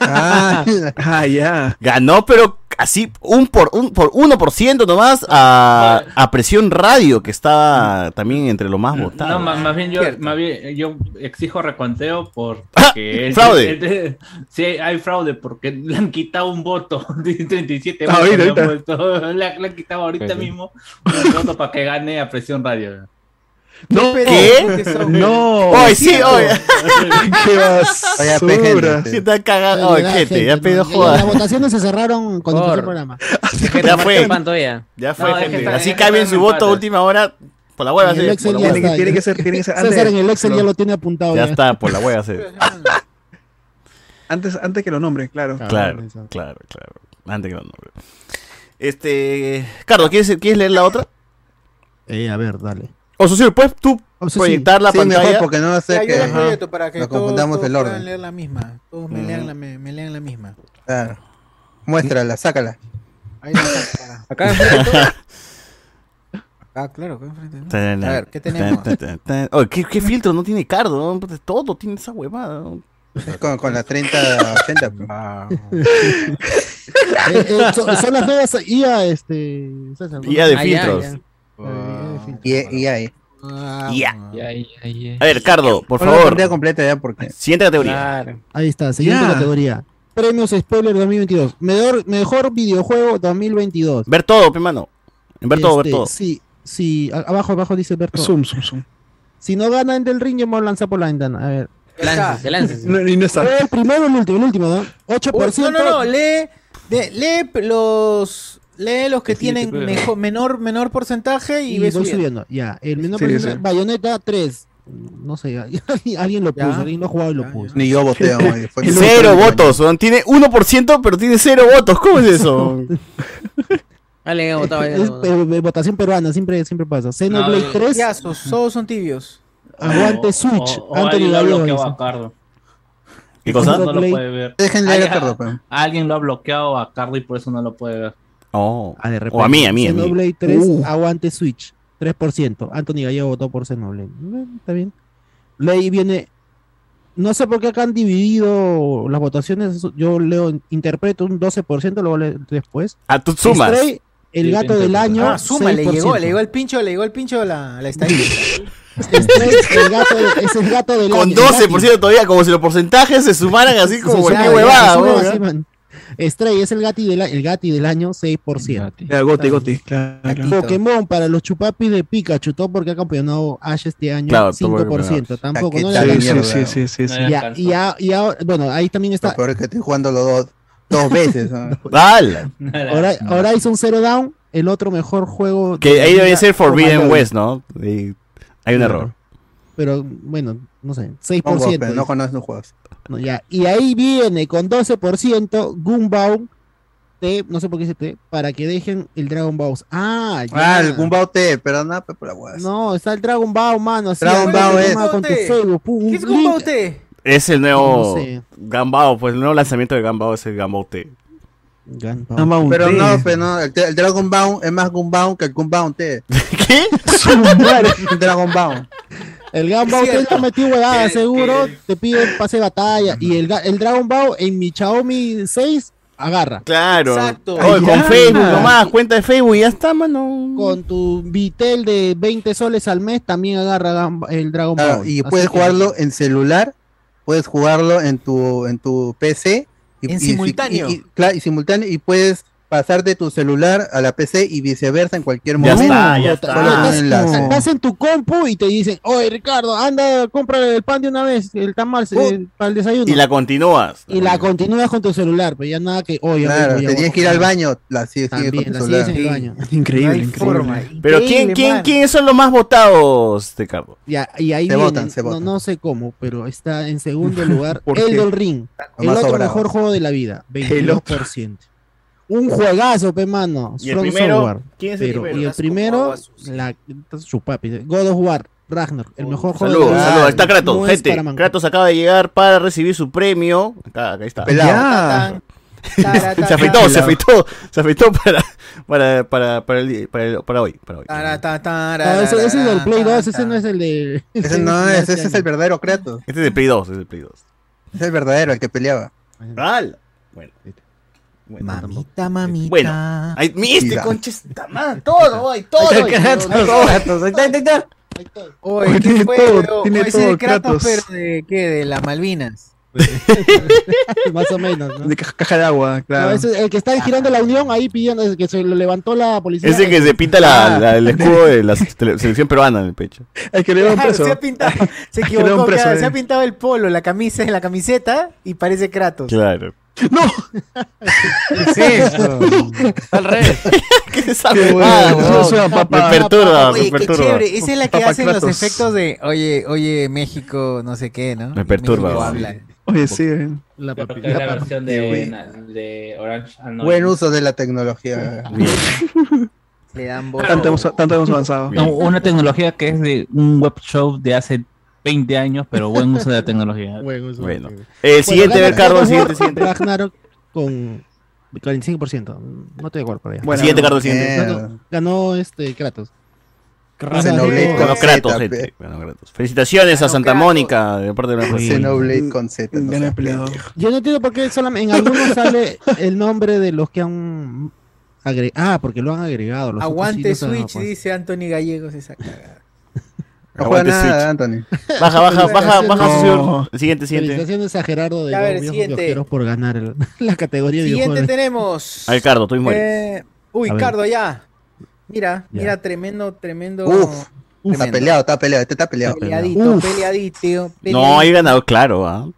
Speaker 4: Ah, ya.
Speaker 1: Ganó, pero así, un por un por 1% nomás a, a Presión Radio, que estaba también entre lo más votado.
Speaker 5: No, más, más bien yo, más bien eh, yo exijo reconteo porque él-
Speaker 1: ¡Ah! Fraude.
Speaker 5: él- él- sí, hay fraude porque (laughs) le han quitado un voto. (laughs) 37 votos
Speaker 4: Ah, ahorita,
Speaker 5: le han
Speaker 4: ahorita.
Speaker 5: puesto. (laughs) le, han- le han quitado ahorita
Speaker 4: Pues sí.
Speaker 5: mismo un voto para que gane a presión radio.
Speaker 4: No,
Speaker 1: ¿Qué?
Speaker 4: No.
Speaker 1: Oye, sí, oye.
Speaker 4: (laughs) Qué
Speaker 1: Oye, pe,
Speaker 4: basura.
Speaker 1: gente. Sí, está cagado. Oye, gente, ya pedo
Speaker 6: Las
Speaker 1: joda.
Speaker 6: votaciones se cerraron cuando
Speaker 1: Por-
Speaker 6: empezó el programa.
Speaker 1: Ya fue.
Speaker 15: Pantoya.
Speaker 1: Ya
Speaker 6: No,
Speaker 1: fue,
Speaker 6: es que
Speaker 1: gente.
Speaker 6: está-
Speaker 1: Así
Speaker 6: es que
Speaker 1: cambien su
Speaker 6: está en
Speaker 1: voto a
Speaker 6: empate.
Speaker 1: última hora. Por la hueva,
Speaker 6: En
Speaker 1: sí.
Speaker 6: el
Speaker 1: por
Speaker 6: Excel
Speaker 1: la
Speaker 6: ya
Speaker 1: hueva.
Speaker 6: está, ya.
Speaker 1: (laughs)
Speaker 6: César en el Excel ya lo tiene apuntado.
Speaker 1: Ya está, por la hueva, sí.
Speaker 4: Antes, antes que lo nombren, claro.
Speaker 1: Claro, claro, (laughs) claro. Antes que no, no. Este. Carlos, ¿quieres, ¿quieres leer la otra?
Speaker 6: Eh, a ver, dale.
Speaker 1: O sea, sí, puedes tú
Speaker 6: sí, sí.
Speaker 1: proyectar la
Speaker 6: Sí, mejor,
Speaker 1: pantalla.
Speaker 6: porque no va a ser
Speaker 2: Ya, yo
Speaker 6: que-
Speaker 2: la
Speaker 6: Ajá.
Speaker 2: proyecto para que
Speaker 6: No
Speaker 2: todos-
Speaker 6: confundamos
Speaker 2: todos
Speaker 6: el orden. Mm.
Speaker 2: puedan leer la misma. Todos me, lean la, me, me lean la misma.
Speaker 3: Claro. Muéstrala, sácala.
Speaker 2: Ahí la saco.
Speaker 3: Acá enfrente todo.
Speaker 2: Ah, claro, acá enfrente. ¿no?
Speaker 1: Tan,
Speaker 2: A ver, ¿qué
Speaker 1: tan,
Speaker 2: tenemos?
Speaker 1: tan, tan, tan. Oye, ¿qué, qué filtro no tiene Cardo? Puta, Todo tiene esa huevada. ¿no?
Speaker 3: Con, con la 3080. pues.
Speaker 6: Eh, eh, son, son las nuevas IA, este, César. ¿no? Eh,
Speaker 1: IA de filtros.
Speaker 3: Y, y ahí.
Speaker 6: Ah,
Speaker 1: Ya. A ver, Cardo, por
Speaker 3: Pon la
Speaker 1: favor.
Speaker 3: pantalla completa ya porque.
Speaker 1: Siguiente categoría.
Speaker 6: Ahí está, siguiente
Speaker 1: Ya.
Speaker 6: categoría. Premios Spoiler 2022. Mejor, mejor videojuego 2022.
Speaker 1: Ver todo, pe mano. Ver todo, ver
Speaker 6: Este,
Speaker 1: todo.
Speaker 6: Sí, sí, a- abajo, abajo dice ver todo.
Speaker 4: Zoom, zoom, zoom.
Speaker 6: Si no gana en del ring, yo me voy a lanzar por la ventana. A ver.
Speaker 4: Lánzese, lánzese. (laughs) No, y no está.
Speaker 6: El primero, el último, el último, ¿no? 8%.
Speaker 2: No, no, no, lee, de- lee p- los, lee los que tienen
Speaker 6: creo.
Speaker 2: mejor, menor, menor porcentaje y,
Speaker 6: y,
Speaker 2: ve
Speaker 6: voy
Speaker 2: subiendo.
Speaker 6: subiendo. Ya, el menor
Speaker 2: Sí,
Speaker 6: porcentaje-
Speaker 2: sí.
Speaker 6: Bayonetta 3. No sé, (laughs) alguien lo puso, alguien lo ha jugado y lo puso.
Speaker 3: Ni yo
Speaker 6: (laughs)
Speaker 3: voté. oye, fue mi-
Speaker 1: Cero votos, weón. Tiene 1%, pero tiene cero votos. ¿Cómo es
Speaker 6: (laughs)
Speaker 1: eso?
Speaker 15: Dale, he votado
Speaker 6: Es, eh, votación peruana, siempre, siempre pasa. Xenoblade 3.
Speaker 2: Tiazos, todos son tibios.
Speaker 6: Aguante Switch.
Speaker 5: O, o
Speaker 6: Anthony
Speaker 5: alguien lo ha
Speaker 6: Gabriel
Speaker 5: bloqueado
Speaker 6: dice.
Speaker 5: a Cardo.
Speaker 1: ¿Qué cosa?
Speaker 5: No lo puede ver.
Speaker 3: Déjenle
Speaker 5: Alguien-
Speaker 3: a Cardo, pe.
Speaker 5: Alguien lo ha bloqueado a Cardo y por eso no lo puede ver.
Speaker 1: Oh.
Speaker 6: Ah, de
Speaker 1: O a mí, a mí, a mí.
Speaker 6: Xenoblade 3,
Speaker 1: Uh.
Speaker 6: aguante Switch. 3%. Anthony Gallego votó por Xenoblade. Bueno, Está bien. Ley viene. No sé por qué acá han dividido las votaciones. eso Yo leo, interpreto un 12%, luego leo después.
Speaker 1: Ah, tú sumas.
Speaker 6: Stray, el
Speaker 1: Yo
Speaker 6: gato
Speaker 1: te
Speaker 6: del
Speaker 1: interpreto.
Speaker 6: año.
Speaker 2: Ah, suma, le llegó,
Speaker 6: 6%.
Speaker 2: le llegó el pincho, le llegó el pincho la,
Speaker 6: (laughs)
Speaker 2: la estadística.
Speaker 6: Stray, el gato, es el gato del
Speaker 1: Con
Speaker 6: año.
Speaker 1: 12% todavía, como si los porcentajes se sumaran así como
Speaker 6: Sí, sí,
Speaker 1: cualquier
Speaker 6: ya, ya,
Speaker 1: huevada,
Speaker 6: sí, man,
Speaker 1: weón.
Speaker 6: sí, man. Stray es el gati del, a- el gati del año 6%.
Speaker 4: Ya, Goti, Goti. Claro.
Speaker 6: Pokémon para los chupapis de Pikachu, todo porque ha campeonado Ash este año
Speaker 4: Claro, todo porque
Speaker 6: 5%.
Speaker 4: campeonado.
Speaker 6: Tampoco, no le
Speaker 4: Sí,
Speaker 6: alcanza.
Speaker 4: sí, sí, sí, sí, sí.
Speaker 6: Y a- y a- y ahora- bueno, ahí también está.
Speaker 3: Lo peor es que estoy jugando los dos,
Speaker 6: (laughs)
Speaker 3: dos veces. ¿no?
Speaker 1: ¡Dala!
Speaker 6: Hora- Horizon Zero Down, el otro mejor juego.
Speaker 1: Que
Speaker 6: de
Speaker 1: ahí
Speaker 6: la
Speaker 1: debe
Speaker 6: vida,
Speaker 1: ser Forbidden
Speaker 6: Overlord.
Speaker 1: West, ¿no? Y hay un error.
Speaker 6: Pero bueno, no sé, 6%.
Speaker 3: Pongo, pero no conozco los juegos.
Speaker 6: No, ya. Y ahí viene con 12% Gunbound T, no sé por qué dice T, para que dejen el Dragon Ball. Ah, ya.
Speaker 3: Ah, el Gumbao T, pero nada, pe, por la hueá.
Speaker 6: No, está el Dragon Ball, mano. así,
Speaker 3: Dragon
Speaker 6: ahí,
Speaker 3: Ball,
Speaker 6: nomás
Speaker 3: eh.
Speaker 6: Con tu
Speaker 3: ¿Qué es
Speaker 6: Facebook, pum, un
Speaker 2: ¿Cómo va
Speaker 6: link.
Speaker 2: usted?
Speaker 1: Es el nuevo
Speaker 6: No sé.
Speaker 1: Gambao, pues el nuevo lanzamiento de Gambao es el Gambao T.
Speaker 6: Gunbound
Speaker 3: Pero
Speaker 6: T.
Speaker 3: no, pero no, el, el Dragon Bound es más Gunbound que el
Speaker 6: (laughs)
Speaker 3: Gunbound T.
Speaker 1: ¿Qué?
Speaker 3: Dragon Bound.
Speaker 6: El Dragon Ball te está metido huevada, seguro. Te piden pase de batalla. Y el, ga- el Dragon Ball en mi Xiaomi 6 agarra.
Speaker 1: Claro.
Speaker 6: Exacto.
Speaker 1: Oye,
Speaker 6: Ay,
Speaker 1: con
Speaker 6: ya.
Speaker 1: Facebook nomás, cuenta de Facebook y ya está, mano.
Speaker 6: Con tu Vitel de 20 soles al mes también agarra Gam- el Dragon Ball.
Speaker 3: Claro, Ah, y
Speaker 6: Así
Speaker 3: puedes
Speaker 6: que-
Speaker 3: jugarlo en celular, puedes jugarlo en tu, en tu PC. Y,
Speaker 2: En
Speaker 3: y-
Speaker 2: simultáneo.
Speaker 3: Y, y- claro, y simultáneo. Y puedes pasar de tu celular a la PC y viceversa en cualquier
Speaker 1: Ya
Speaker 3: momento.
Speaker 1: está, ya
Speaker 3: Solo
Speaker 6: Ah,
Speaker 3: con un
Speaker 1: está.
Speaker 3: enlace.
Speaker 6: Estás en tu compu y te dicen, oye Ricardo, anda, compra el pan de una vez, el tamal
Speaker 1: Uh.
Speaker 6: eh, para el desayuno.
Speaker 1: Y la continúas.
Speaker 6: Y la continúas con tu celular, pero ya nada que, oye,
Speaker 3: Claro,
Speaker 6: oye,
Speaker 3: te tienes
Speaker 6: oye,
Speaker 3: que ir
Speaker 6: oye".
Speaker 3: al baño. La sigues sigues
Speaker 6: También,
Speaker 3: con
Speaker 6: la
Speaker 3: tu celular.
Speaker 6: sigues en el
Speaker 3: Sí.
Speaker 6: baño.
Speaker 4: Increíble,
Speaker 3: increíble.
Speaker 1: Pero
Speaker 6: Increíble,
Speaker 1: ¿quién, quién,
Speaker 6: mano.
Speaker 1: ¿quiénes son los más votados, de Cardo?
Speaker 6: Ya, y ahí
Speaker 1: Se
Speaker 6: viene,
Speaker 1: votan, se
Speaker 6: no,
Speaker 1: votan.
Speaker 6: no sé cómo, pero está
Speaker 1: (laughs)
Speaker 6: en segundo lugar
Speaker 1: ¿Por
Speaker 6: el
Speaker 1: qué?
Speaker 6: del Ring, el
Speaker 1: más
Speaker 6: otro
Speaker 1: sobrado.
Speaker 6: mejor juego de la vida,
Speaker 1: (laughs) El
Speaker 6: 22%. Un juegazo, pe mano.
Speaker 1: ¿Y el
Speaker 6: From
Speaker 1: primero?
Speaker 6: Software.
Speaker 1: ¿Quién es el
Speaker 6: Pero-
Speaker 1: primero?
Speaker 6: Y el
Speaker 1: Estás
Speaker 6: primero, la, su papi, God of War, Ragnar, el mejor juego
Speaker 1: Saludos,
Speaker 6: de la vida.
Speaker 1: saludos. Está Kratos,
Speaker 6: No es
Speaker 1: gente.
Speaker 6: para man-
Speaker 1: Kratos acaba de llegar para recibir su premio. Acá, acá está.
Speaker 3: Pelado. Ya.
Speaker 1: (laughs) Se afeitó, se afeitó, se afeitó para, para, para, para, el- para el- para hoy. Para hoy.
Speaker 3: Este
Speaker 6: No, ese, ese es del Play 2, ese no es el de... (laughs)
Speaker 3: Ese no,
Speaker 6: de
Speaker 3: ese,
Speaker 6: este
Speaker 3: ese es el verdadero Kratos.
Speaker 1: Este es de Play 2, es de Play 2.
Speaker 3: Es el verdadero, el que peleaba.
Speaker 1: ¡Al! Bueno.
Speaker 2: Mamita, mamita.
Speaker 1: Bueno, ahí, mi- este conches, ta madre, todo, hay todo.
Speaker 2: Todo,
Speaker 1: hay todo.
Speaker 2: Oye, ¿qué fue, weón? Oye, ese de Kratos, pero de qué, de las Malvinas.
Speaker 6: (laughs) Más o menos,
Speaker 4: De ca- caja de agua,
Speaker 6: No,
Speaker 4: claro.
Speaker 6: ese- el que está girando la unión ahí pidiendo es que se lo levantó la policía. Ah,
Speaker 1: Ese que se pinta
Speaker 3: Ah.
Speaker 1: la, la- el escudo de la tele- selección peruana en el pecho.
Speaker 4: El que le
Speaker 1: dio un
Speaker 2: Claro,
Speaker 1: preso.
Speaker 2: se ha pintado, se
Speaker 1: Que le dio un
Speaker 2: equivocó,
Speaker 1: preso,
Speaker 2: claro, se
Speaker 1: eh.
Speaker 2: ha pintado el polo, la camisa, la camiseta y parece Kratos.
Speaker 1: Claro.
Speaker 2: ¿Qué es eso?
Speaker 1: Al revés. ¿Qué sabe?
Speaker 2: (laughs) Qué bueno,
Speaker 1: Ah,
Speaker 2: weón.
Speaker 1: es una papa- Me perturba,
Speaker 2: Oye,
Speaker 1: me
Speaker 2: qué
Speaker 1: perturba.
Speaker 2: chévere. Esa es la que
Speaker 1: Papa
Speaker 2: hacen
Speaker 1: Kratos.
Speaker 2: los efectos de, oye, oye, México, no sé qué, ¿no?
Speaker 1: Me perturba,
Speaker 2: México
Speaker 1: weón.
Speaker 2: habla.
Speaker 4: Oye, sí. eh.
Speaker 3: Ah,
Speaker 6: La
Speaker 5: Creo que es la versión de, de Orange and the
Speaker 3: Buen uso de la tecnología.
Speaker 2: Le dan voz.
Speaker 4: Tanto hemos, tanto hemos avanzado.
Speaker 21: No, una tecnología que es de un web show de hace 20 años, pero buen uso de la tecnología.
Speaker 2: (laughs)
Speaker 6: Buen uso.
Speaker 1: Bueno. Eh, siguiente,
Speaker 6: Bueno,
Speaker 1: ver, Carlos,
Speaker 6: Ragnarok-
Speaker 1: siguiente, siguiente.
Speaker 6: Ragnarok con 45%. No estoy de acuerdo por allá.
Speaker 1: Bueno, Siguiente, Carlos, siguiente.
Speaker 6: Ganó, ganó, este Kratos.
Speaker 1: Ganó ganó Kratos, gente. Ganó Kratos. Felicitaciones a Santa Mónica de parte de la
Speaker 3: Xenoblade con Z. no sé.
Speaker 6: Yo no entiendo por qué solamente en algunos sale el nombre de los que han agregado. Ah, porque lo han agregado. los otros sí
Speaker 2: Aguante
Speaker 6: no se van a
Speaker 2: Switch,
Speaker 6: poner.
Speaker 2: dice Anthony Gallegos, esa cagada.
Speaker 3: No juega
Speaker 6: Aguante
Speaker 3: nada,
Speaker 6: Switch.
Speaker 3: Anthony.
Speaker 1: Baja, baja, baja, baja,
Speaker 6: No.
Speaker 1: señor. Siguiente, siguiente.
Speaker 6: Felicitaciones a Gerardo de
Speaker 2: A
Speaker 6: los
Speaker 2: ver,
Speaker 6: viejos
Speaker 2: siguiente.
Speaker 6: Kiosqueros por ganar el- (laughs) la categoría de
Speaker 2: Siguiente
Speaker 6: videojuegos.
Speaker 2: tenemos.
Speaker 1: Al Cardo, tú mismo
Speaker 2: Eh, uy,
Speaker 6: A ver.
Speaker 2: Cardo, ya. Mira,
Speaker 6: Ya.
Speaker 2: mira, tremendo, tremendo.
Speaker 3: Uf, está peleado, está peleado, este está peleado.
Speaker 2: Peleadito, peleadito,
Speaker 1: No, hay ganador, claro. ¿ah?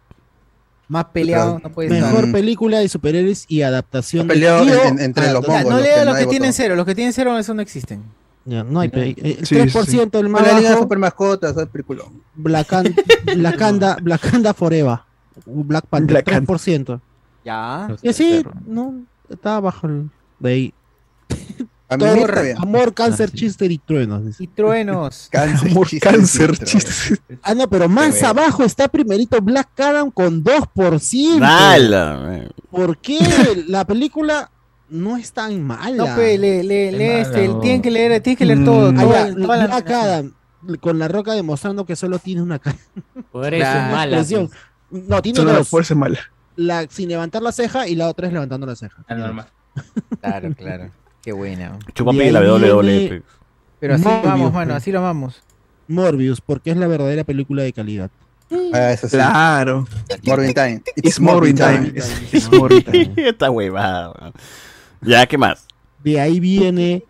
Speaker 2: Más peleado, no puede estar.
Speaker 6: Mejor película de superhéroes y adaptación. de-
Speaker 3: Peleado
Speaker 6: y o-
Speaker 3: en- en- entre los
Speaker 6: adaptación.
Speaker 2: Ya, no lea los que tienen cero, los que tienen cero eso no existen.
Speaker 6: Ya, no hay pe- eh,
Speaker 3: Sí,
Speaker 6: 3%
Speaker 3: sí.
Speaker 6: el más
Speaker 3: La Liga de
Speaker 6: bajo,
Speaker 3: Super Mascotas, es peliculón.
Speaker 6: (laughs) Blacan- Blacanda, Blacanda Forever. Black Panther, 3%.
Speaker 2: Ya.
Speaker 6: Que sí, no, estaba bajo el... De ahí.
Speaker 3: A mí
Speaker 6: Todo
Speaker 3: me
Speaker 6: re-
Speaker 3: re-
Speaker 6: amor, cáncer, chiste y truenos. dice.
Speaker 2: Y truenos.
Speaker 3: Cáncer,
Speaker 6: Ah, amor,
Speaker 3: chistes y
Speaker 6: cáncer,
Speaker 3: truenos.
Speaker 6: chistes. Ah, no, pero más
Speaker 3: Qué
Speaker 6: abajo está primerito Black Adam con 2%.
Speaker 1: Dala, man.
Speaker 2: (laughs)
Speaker 6: ¿Por qué la película no es tan mala?
Speaker 2: No, pe, le, le,
Speaker 6: Es
Speaker 2: lee
Speaker 6: mala,
Speaker 2: este,
Speaker 6: no.
Speaker 2: tienen que leer, tienes que leer todo.
Speaker 6: Ah,
Speaker 2: toda-
Speaker 6: ya,
Speaker 2: toda la
Speaker 6: Black Adam, con la roca demostrando que solo tiene una cara.
Speaker 13: Por eso
Speaker 6: (laughs) Una
Speaker 13: es mala,
Speaker 6: expresión. No, tiene
Speaker 4: Solo la
Speaker 6: dos.
Speaker 4: fuerza es mala.
Speaker 6: La sin levantar la ceja y la otra es levantando la ceja. (laughs)
Speaker 2: Claro, claro. Qué buena.
Speaker 1: Chupapi la WWE. pe.
Speaker 2: Pero así lo
Speaker 6: Morbius,
Speaker 2: vamos, mano,
Speaker 6: pe.
Speaker 2: así lo vamos.
Speaker 6: Morbius, porque es la verdadera película de calidad.
Speaker 3: Ah, eso sí.
Speaker 4: Claro.
Speaker 3: Morbin Time.
Speaker 6: It's Morbin time. (laughs)
Speaker 3: It's
Speaker 1: (laughs) Esta huevada. man. Ya, ¿qué más?
Speaker 6: De ahí viene,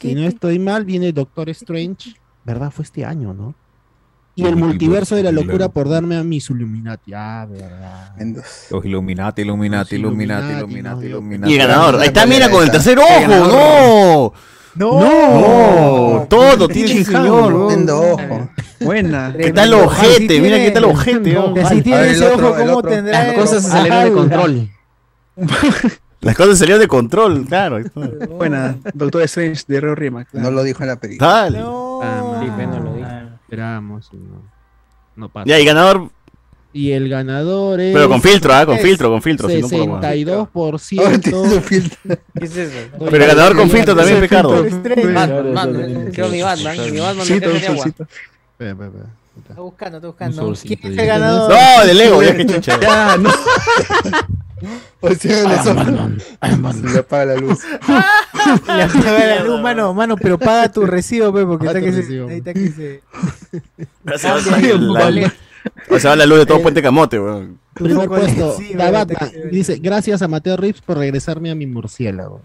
Speaker 6: si no estoy mal, viene Doctor Strange, ¿verdad? Fue este año, ¿no? Y el multiverso de la locura por darme a mis Illuminati. Ah, verdad.
Speaker 22: Los Illuminati, Illuminati, Illuminati, Illuminati, Illuminati.
Speaker 1: Y el ganador. Ahí está, mira, con el tercer
Speaker 22: Ahí ganador.
Speaker 1: ojo. ¡No!
Speaker 22: No.
Speaker 1: ¡No! Todo tiene el
Speaker 22: Chingado,
Speaker 1: señor.
Speaker 22: weón.
Speaker 1: Tremendo
Speaker 3: ojo. Ah,
Speaker 4: Buena.
Speaker 1: ¿Qué tal el ojete? Mira qué tal el ojete. weón.
Speaker 2: Si tiene ese ojo, ¿cómo tendrá?
Speaker 13: Las cosas se salieron de control.
Speaker 1: Las cosas salieron de control,
Speaker 3: (laughs)
Speaker 1: claro.
Speaker 4: Buena. Doctor Strange de Rio Rima.
Speaker 3: No lo dijo en la película.
Speaker 1: Dale.
Speaker 6: Esperamos. No, no pasa.
Speaker 1: Ya, y ganador.
Speaker 6: Y el ganador es.
Speaker 1: Pero con filtro, ah, con
Speaker 6: es
Speaker 1: filtro, con filtro, si no, por favor.
Speaker 6: 62%.
Speaker 2: ¿Qué es
Speaker 6: (laughs)
Speaker 2: eso?
Speaker 1: Pero el ganador con filtro también, Ricardo.
Speaker 2: Batman, Batman, quiero mi Batman, mi Batman me
Speaker 4: Solcito,
Speaker 2: cae de agua.
Speaker 4: solcito.
Speaker 2: Está buscando, está buscando.
Speaker 4: Un
Speaker 2: ¿Quién
Speaker 4: solcito
Speaker 2: es
Speaker 4: ya.
Speaker 2: el ganador?
Speaker 1: No, de Lego, ya que
Speaker 6: (laughs)
Speaker 1: chucha.
Speaker 4: Ya, no.
Speaker 3: O sea,
Speaker 2: Ay,
Speaker 3: eso-
Speaker 2: Batman, (laughs)
Speaker 3: Se Pues, le apaga la luz.
Speaker 2: Le apaga la luz, mano, mano, pero paga tu recibo, pe, porque está que se. Ahí está que se.
Speaker 1: Se va la- Eh, la- O sea, va la luz de todo Puente Camote, weón.
Speaker 6: Primer
Speaker 2: Con el-
Speaker 6: puesto,
Speaker 2: sí,
Speaker 6: la
Speaker 2: weón,
Speaker 6: Batman. Dice, gracias a Mateo Rips por regresarme a mi murciélago.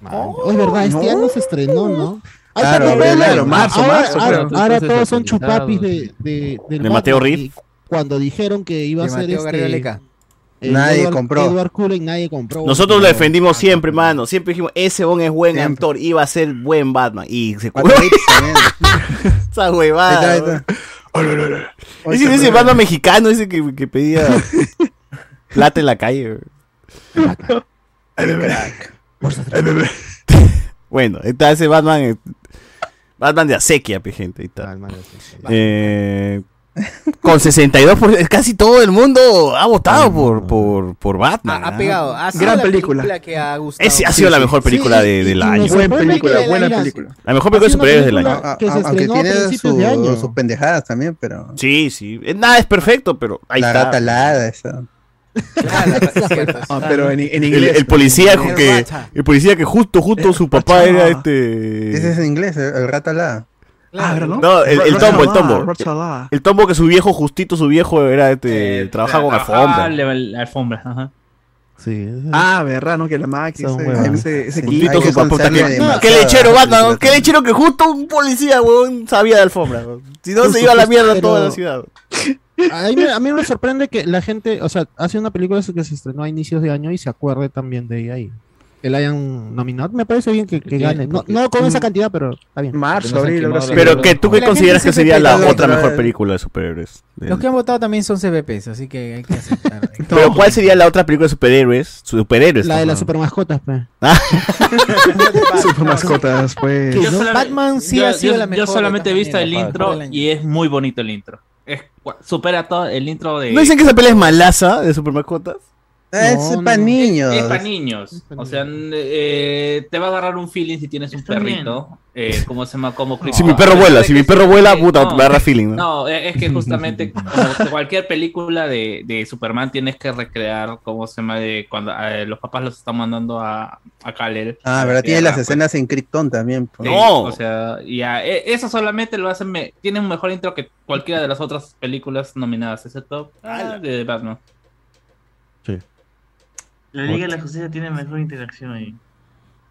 Speaker 6: Man, oh, es verdad, este año se estrenó, ¿no? Ahí está
Speaker 4: Claro,
Speaker 6: la novela.
Speaker 4: claro, marzo,
Speaker 6: ahora,
Speaker 4: marzo,
Speaker 6: ahora-
Speaker 4: creo.
Speaker 6: ahora
Speaker 4: Entonces,
Speaker 6: todos son
Speaker 4: actualizados,
Speaker 6: chupapis de, de, del
Speaker 1: De Mateo
Speaker 6: Batman,
Speaker 1: Rips.
Speaker 6: y Cuando dijeron que iba a
Speaker 2: De
Speaker 6: ser
Speaker 2: Mateo
Speaker 6: este...
Speaker 2: Garrioleca.
Speaker 6: eh,
Speaker 1: Nadie
Speaker 6: Edward-
Speaker 1: compró.
Speaker 6: Edward Cullen, nadie compró.
Speaker 1: Nosotros lo defendimos siempre, mano. Siempre dijimos, ese bon es buen actor, iba a ser buen Batman. Y se (laughs) cuenta. Ah, Esa huevada.
Speaker 3: Ahí está, Oh, ahí
Speaker 1: weón. Ese, ese Batman mexicano, ese que, que (laughs) pedía plata en la calle. weón. (laughs) Bueno, ahí está ese Batman. eh, Batman de acequia, pe, gente. Ahí está. Eh, con 62%, es casi todo el mundo ha votado por, por, por Batman.
Speaker 2: Ha
Speaker 1: ¿ah?
Speaker 2: pegado. Ha sido
Speaker 1: Gran
Speaker 2: la
Speaker 1: película.
Speaker 2: que ha gustado.
Speaker 1: Ese ha sido la mejor película de- del año. La mejor película
Speaker 2: Ha
Speaker 1: de
Speaker 2: sido una
Speaker 1: superhéroes del año.
Speaker 2: película que se
Speaker 3: Aunque
Speaker 2: estrenó a
Speaker 3: tiene
Speaker 2: principios
Speaker 3: su-
Speaker 2: de año.
Speaker 3: sus pendejadas también, pero.
Speaker 1: Sí, sí. Eh, Nada es perfecto, pero ahí
Speaker 3: la
Speaker 1: está.
Speaker 3: gata alada, esa.
Speaker 1: (laughs)
Speaker 4: Ah, pero en, en
Speaker 1: El-
Speaker 4: inglés.
Speaker 1: El, policía
Speaker 4: pues.
Speaker 1: que, el policía que justo, justo su papá era este.
Speaker 3: Ese es en inglés, el, el
Speaker 2: Ah,
Speaker 3: ratalá.
Speaker 4: Claro, ¿no?
Speaker 1: No, el, el tombo, el tombo.
Speaker 4: Rocha Lada.
Speaker 1: El tombo que su viejo, justito su viejo, era
Speaker 2: Eh,
Speaker 1: este. trabajaba con alfombra.
Speaker 21: la, la alfombra, ajá.
Speaker 1: Sí.
Speaker 4: Ah, verdad, ¿no? Que la máquina.
Speaker 1: Son
Speaker 4: Ese,
Speaker 1: huevadas.
Speaker 4: ese, ese
Speaker 1: Justito
Speaker 4: kit.
Speaker 1: su papá, puta, que- Qué lechero, Batman. ¿no? Qué lechero que justo un policía, weón, sabía de alfombra. weón. Si no,
Speaker 6: Por
Speaker 1: se iba a la
Speaker 6: supuesto,
Speaker 1: mierda
Speaker 6: pero-
Speaker 1: toda la ciudad.
Speaker 6: A mí, me- a mí me sorprende que la gente, o sea, hace una película que se estrenó a inicios de año y se acuerde también de ahí. Que la hayan nominado. Me parece bien que, que gane. No, no con esa cantidad, pero está bien.
Speaker 4: Marzo, abril, ahora sí.
Speaker 1: Pero que tú qué
Speaker 2: La
Speaker 1: consideras
Speaker 2: gente
Speaker 1: que
Speaker 2: se
Speaker 1: sería la
Speaker 2: respeta,
Speaker 1: otra
Speaker 2: pero-
Speaker 1: mejor película de superhéroes. Del-
Speaker 2: Los que han votado también son CBPs, así que hay que aceptar.
Speaker 1: Pero ¿cuál sería la otra película de superhéroes? Superhéroes.
Speaker 6: La de las
Speaker 1: ajá.
Speaker 6: supermascotas, pe.
Speaker 3: Ah.
Speaker 1: (laughs)
Speaker 4: Super mascotas, pues.
Speaker 6: Yo
Speaker 21: solamente-
Speaker 2: Batman sí
Speaker 21: yo-
Speaker 2: ha sido
Speaker 21: yo-
Speaker 2: la mejor.
Speaker 21: Yo solamente he
Speaker 2: de
Speaker 21: visto
Speaker 2: todas
Speaker 21: el
Speaker 2: maneras, para-
Speaker 21: intro
Speaker 2: para el año.
Speaker 21: y es muy bonito el intro. Es, cua- supera todo el intro de.
Speaker 1: ¿No dicen que esa pelea es malaza de supermascotas?
Speaker 3: es para niños.
Speaker 21: Es para niños. O sea, n- eh, te va a agarrar un feeling si tienes un perrito. Eh, ¿Cómo se llama? Como
Speaker 1: Si mi perro vuela, si mi perro vuela, puta, me agarra feeling, ¿no?
Speaker 21: No, eh, es que
Speaker 1: (laughs)
Speaker 21: justamente como cualquier película de, de Superman tienes que recrear cómo se llama de cuando eh, los papás los están mandando a, a Kal-El.
Speaker 3: Ah,
Speaker 21: A
Speaker 3: verdad, tiene
Speaker 21: Tierra,
Speaker 3: las
Speaker 1: pues.
Speaker 3: escenas en Krypton también. pues.
Speaker 21: Sí, O sea, ya, e- eso solamente lo hacen. me- tiene un mejor intro que cualquiera de las otras películas nominadas, excepto ah, de Batman.
Speaker 9: La Liga de la Justicia tiene mejor interacción ahí.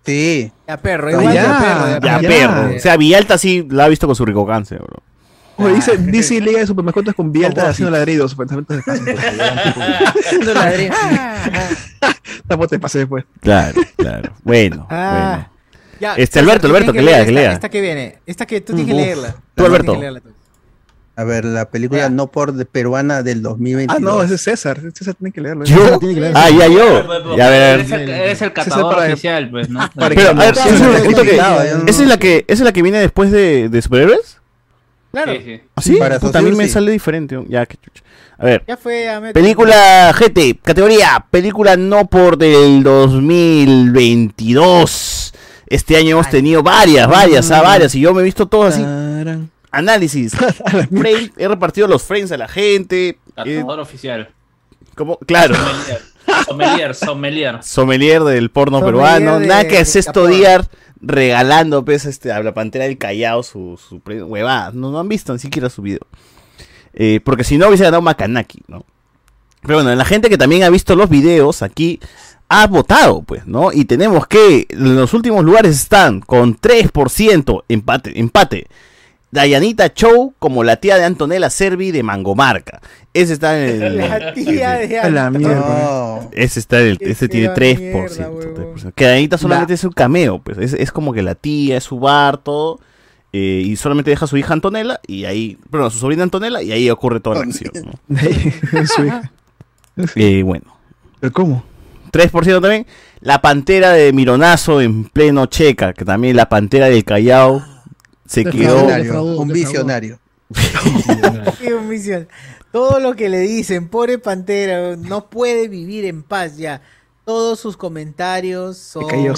Speaker 3: Sí.
Speaker 2: Ya perro,
Speaker 1: Ya,
Speaker 2: igual ya perro.
Speaker 1: ya,
Speaker 2: ya
Speaker 1: perro.
Speaker 2: perro.
Speaker 1: O sea, Villalta sí la ha visto con su ricocancia, bro.
Speaker 4: Oye,
Speaker 2: Ah,
Speaker 4: dice DC Liga de Supermascotas con
Speaker 2: Oh,
Speaker 4: Vialta haciendo ladridos. Pensamientos de paso.
Speaker 2: (laughs)
Speaker 4: (laughs) Haciendo (laughs) ladridos. Tampoco Ah, te pasé después.
Speaker 1: Claro, claro. (laughs) Bueno,
Speaker 2: Ah.
Speaker 1: bueno.
Speaker 2: Ya,
Speaker 1: este,
Speaker 2: César,
Speaker 1: Alberto,
Speaker 2: tú
Speaker 1: Alberto, que
Speaker 2: tienes leer
Speaker 1: lea, que
Speaker 2: esta-
Speaker 1: lea.
Speaker 2: Esta que viene, esta Ah, que tú tienes que
Speaker 3: Uf.
Speaker 2: leerla.
Speaker 3: Tú, Alberto.
Speaker 2: Tienes que leerla tú.
Speaker 3: A ver, la película
Speaker 2: Ah.
Speaker 3: no por de peruana del 2022.
Speaker 4: Ah, no, ese es César. César tiene que leerlo.
Speaker 3: ¿Yo?
Speaker 4: Tiene que leerlo.
Speaker 3: Ah, ya
Speaker 1: yo. Ya, a ver, a ver.
Speaker 21: Eres el, eres el
Speaker 4: César
Speaker 21: catador
Speaker 4: para-
Speaker 21: oficial, pues, ¿no?
Speaker 1: Pero, a ver, ¿esa es la que- ¿esa es la que esa es la que viene después de, de superhéroes?
Speaker 2: Claro.
Speaker 21: Sí, sí.
Speaker 1: ¿Ah, sí?
Speaker 3: Para
Speaker 1: Puta, a mí
Speaker 3: Saussure,
Speaker 1: me
Speaker 3: sí.
Speaker 1: sale diferente. Ya, qué chucha. A ver.
Speaker 2: Ya fue a meter-
Speaker 1: Película, gente, categoría, película no por del 2022. Este año hemos tenido varias, varias, ah, varias, y yo me he visto todas así.
Speaker 4: (laughs)
Speaker 1: Análisis. Frame- he repartido los frames a la gente. eh,
Speaker 21: Catador oficial.
Speaker 1: como, claro.
Speaker 21: Sommelier. Sommelier, sommelier.
Speaker 1: Sommelier del porno
Speaker 21: Sommelier
Speaker 1: peruano.
Speaker 21: de-
Speaker 1: Nada que es
Speaker 21: de
Speaker 1: esto
Speaker 21: Japón.
Speaker 1: día regalando pues, este, a la pantera del Callao su, su pre- huevada. No, no han visto ni siquiera su video. Eh, porque si no hubiese ganado Makanaki, ¿no? Pero bueno, la gente que también ha visto los videos aquí ha votado, pues, ¿no? Y tenemos que los últimos lugares están con 3%, empate, empate. Dayanita Chow como la tía de Antonella Servi de Mangomarca. Ese está en
Speaker 21: (laughs)
Speaker 1: el...
Speaker 2: La tía de
Speaker 4: A la mierda.
Speaker 1: Ese está en el,
Speaker 2: Qué
Speaker 1: ese tiene
Speaker 2: fea
Speaker 1: 3%,
Speaker 2: mierda,
Speaker 1: 3%. Que Danita solamente es un cameo, pues. Es, es como que la tía, es su bar, todo. eh, y solamente deja a su hija Antonella y ahí. Bueno, a su sobrina Antonella y ahí ocurre toda la acción. ¿no?
Speaker 4: Su hija. (laughs)
Speaker 1: (laughs) Eh, bueno.
Speaker 4: ¿Pero cómo?
Speaker 1: 3% también. La pantera de Mironazo en pleno Checa, que también la pantera del Callao se quedó.
Speaker 3: Visionario, un visionario.
Speaker 2: Qué omisión. Todo lo que le dicen, pobre pantera, no puede vivir en paz ya. Todos sus comentarios son.
Speaker 4: cayó-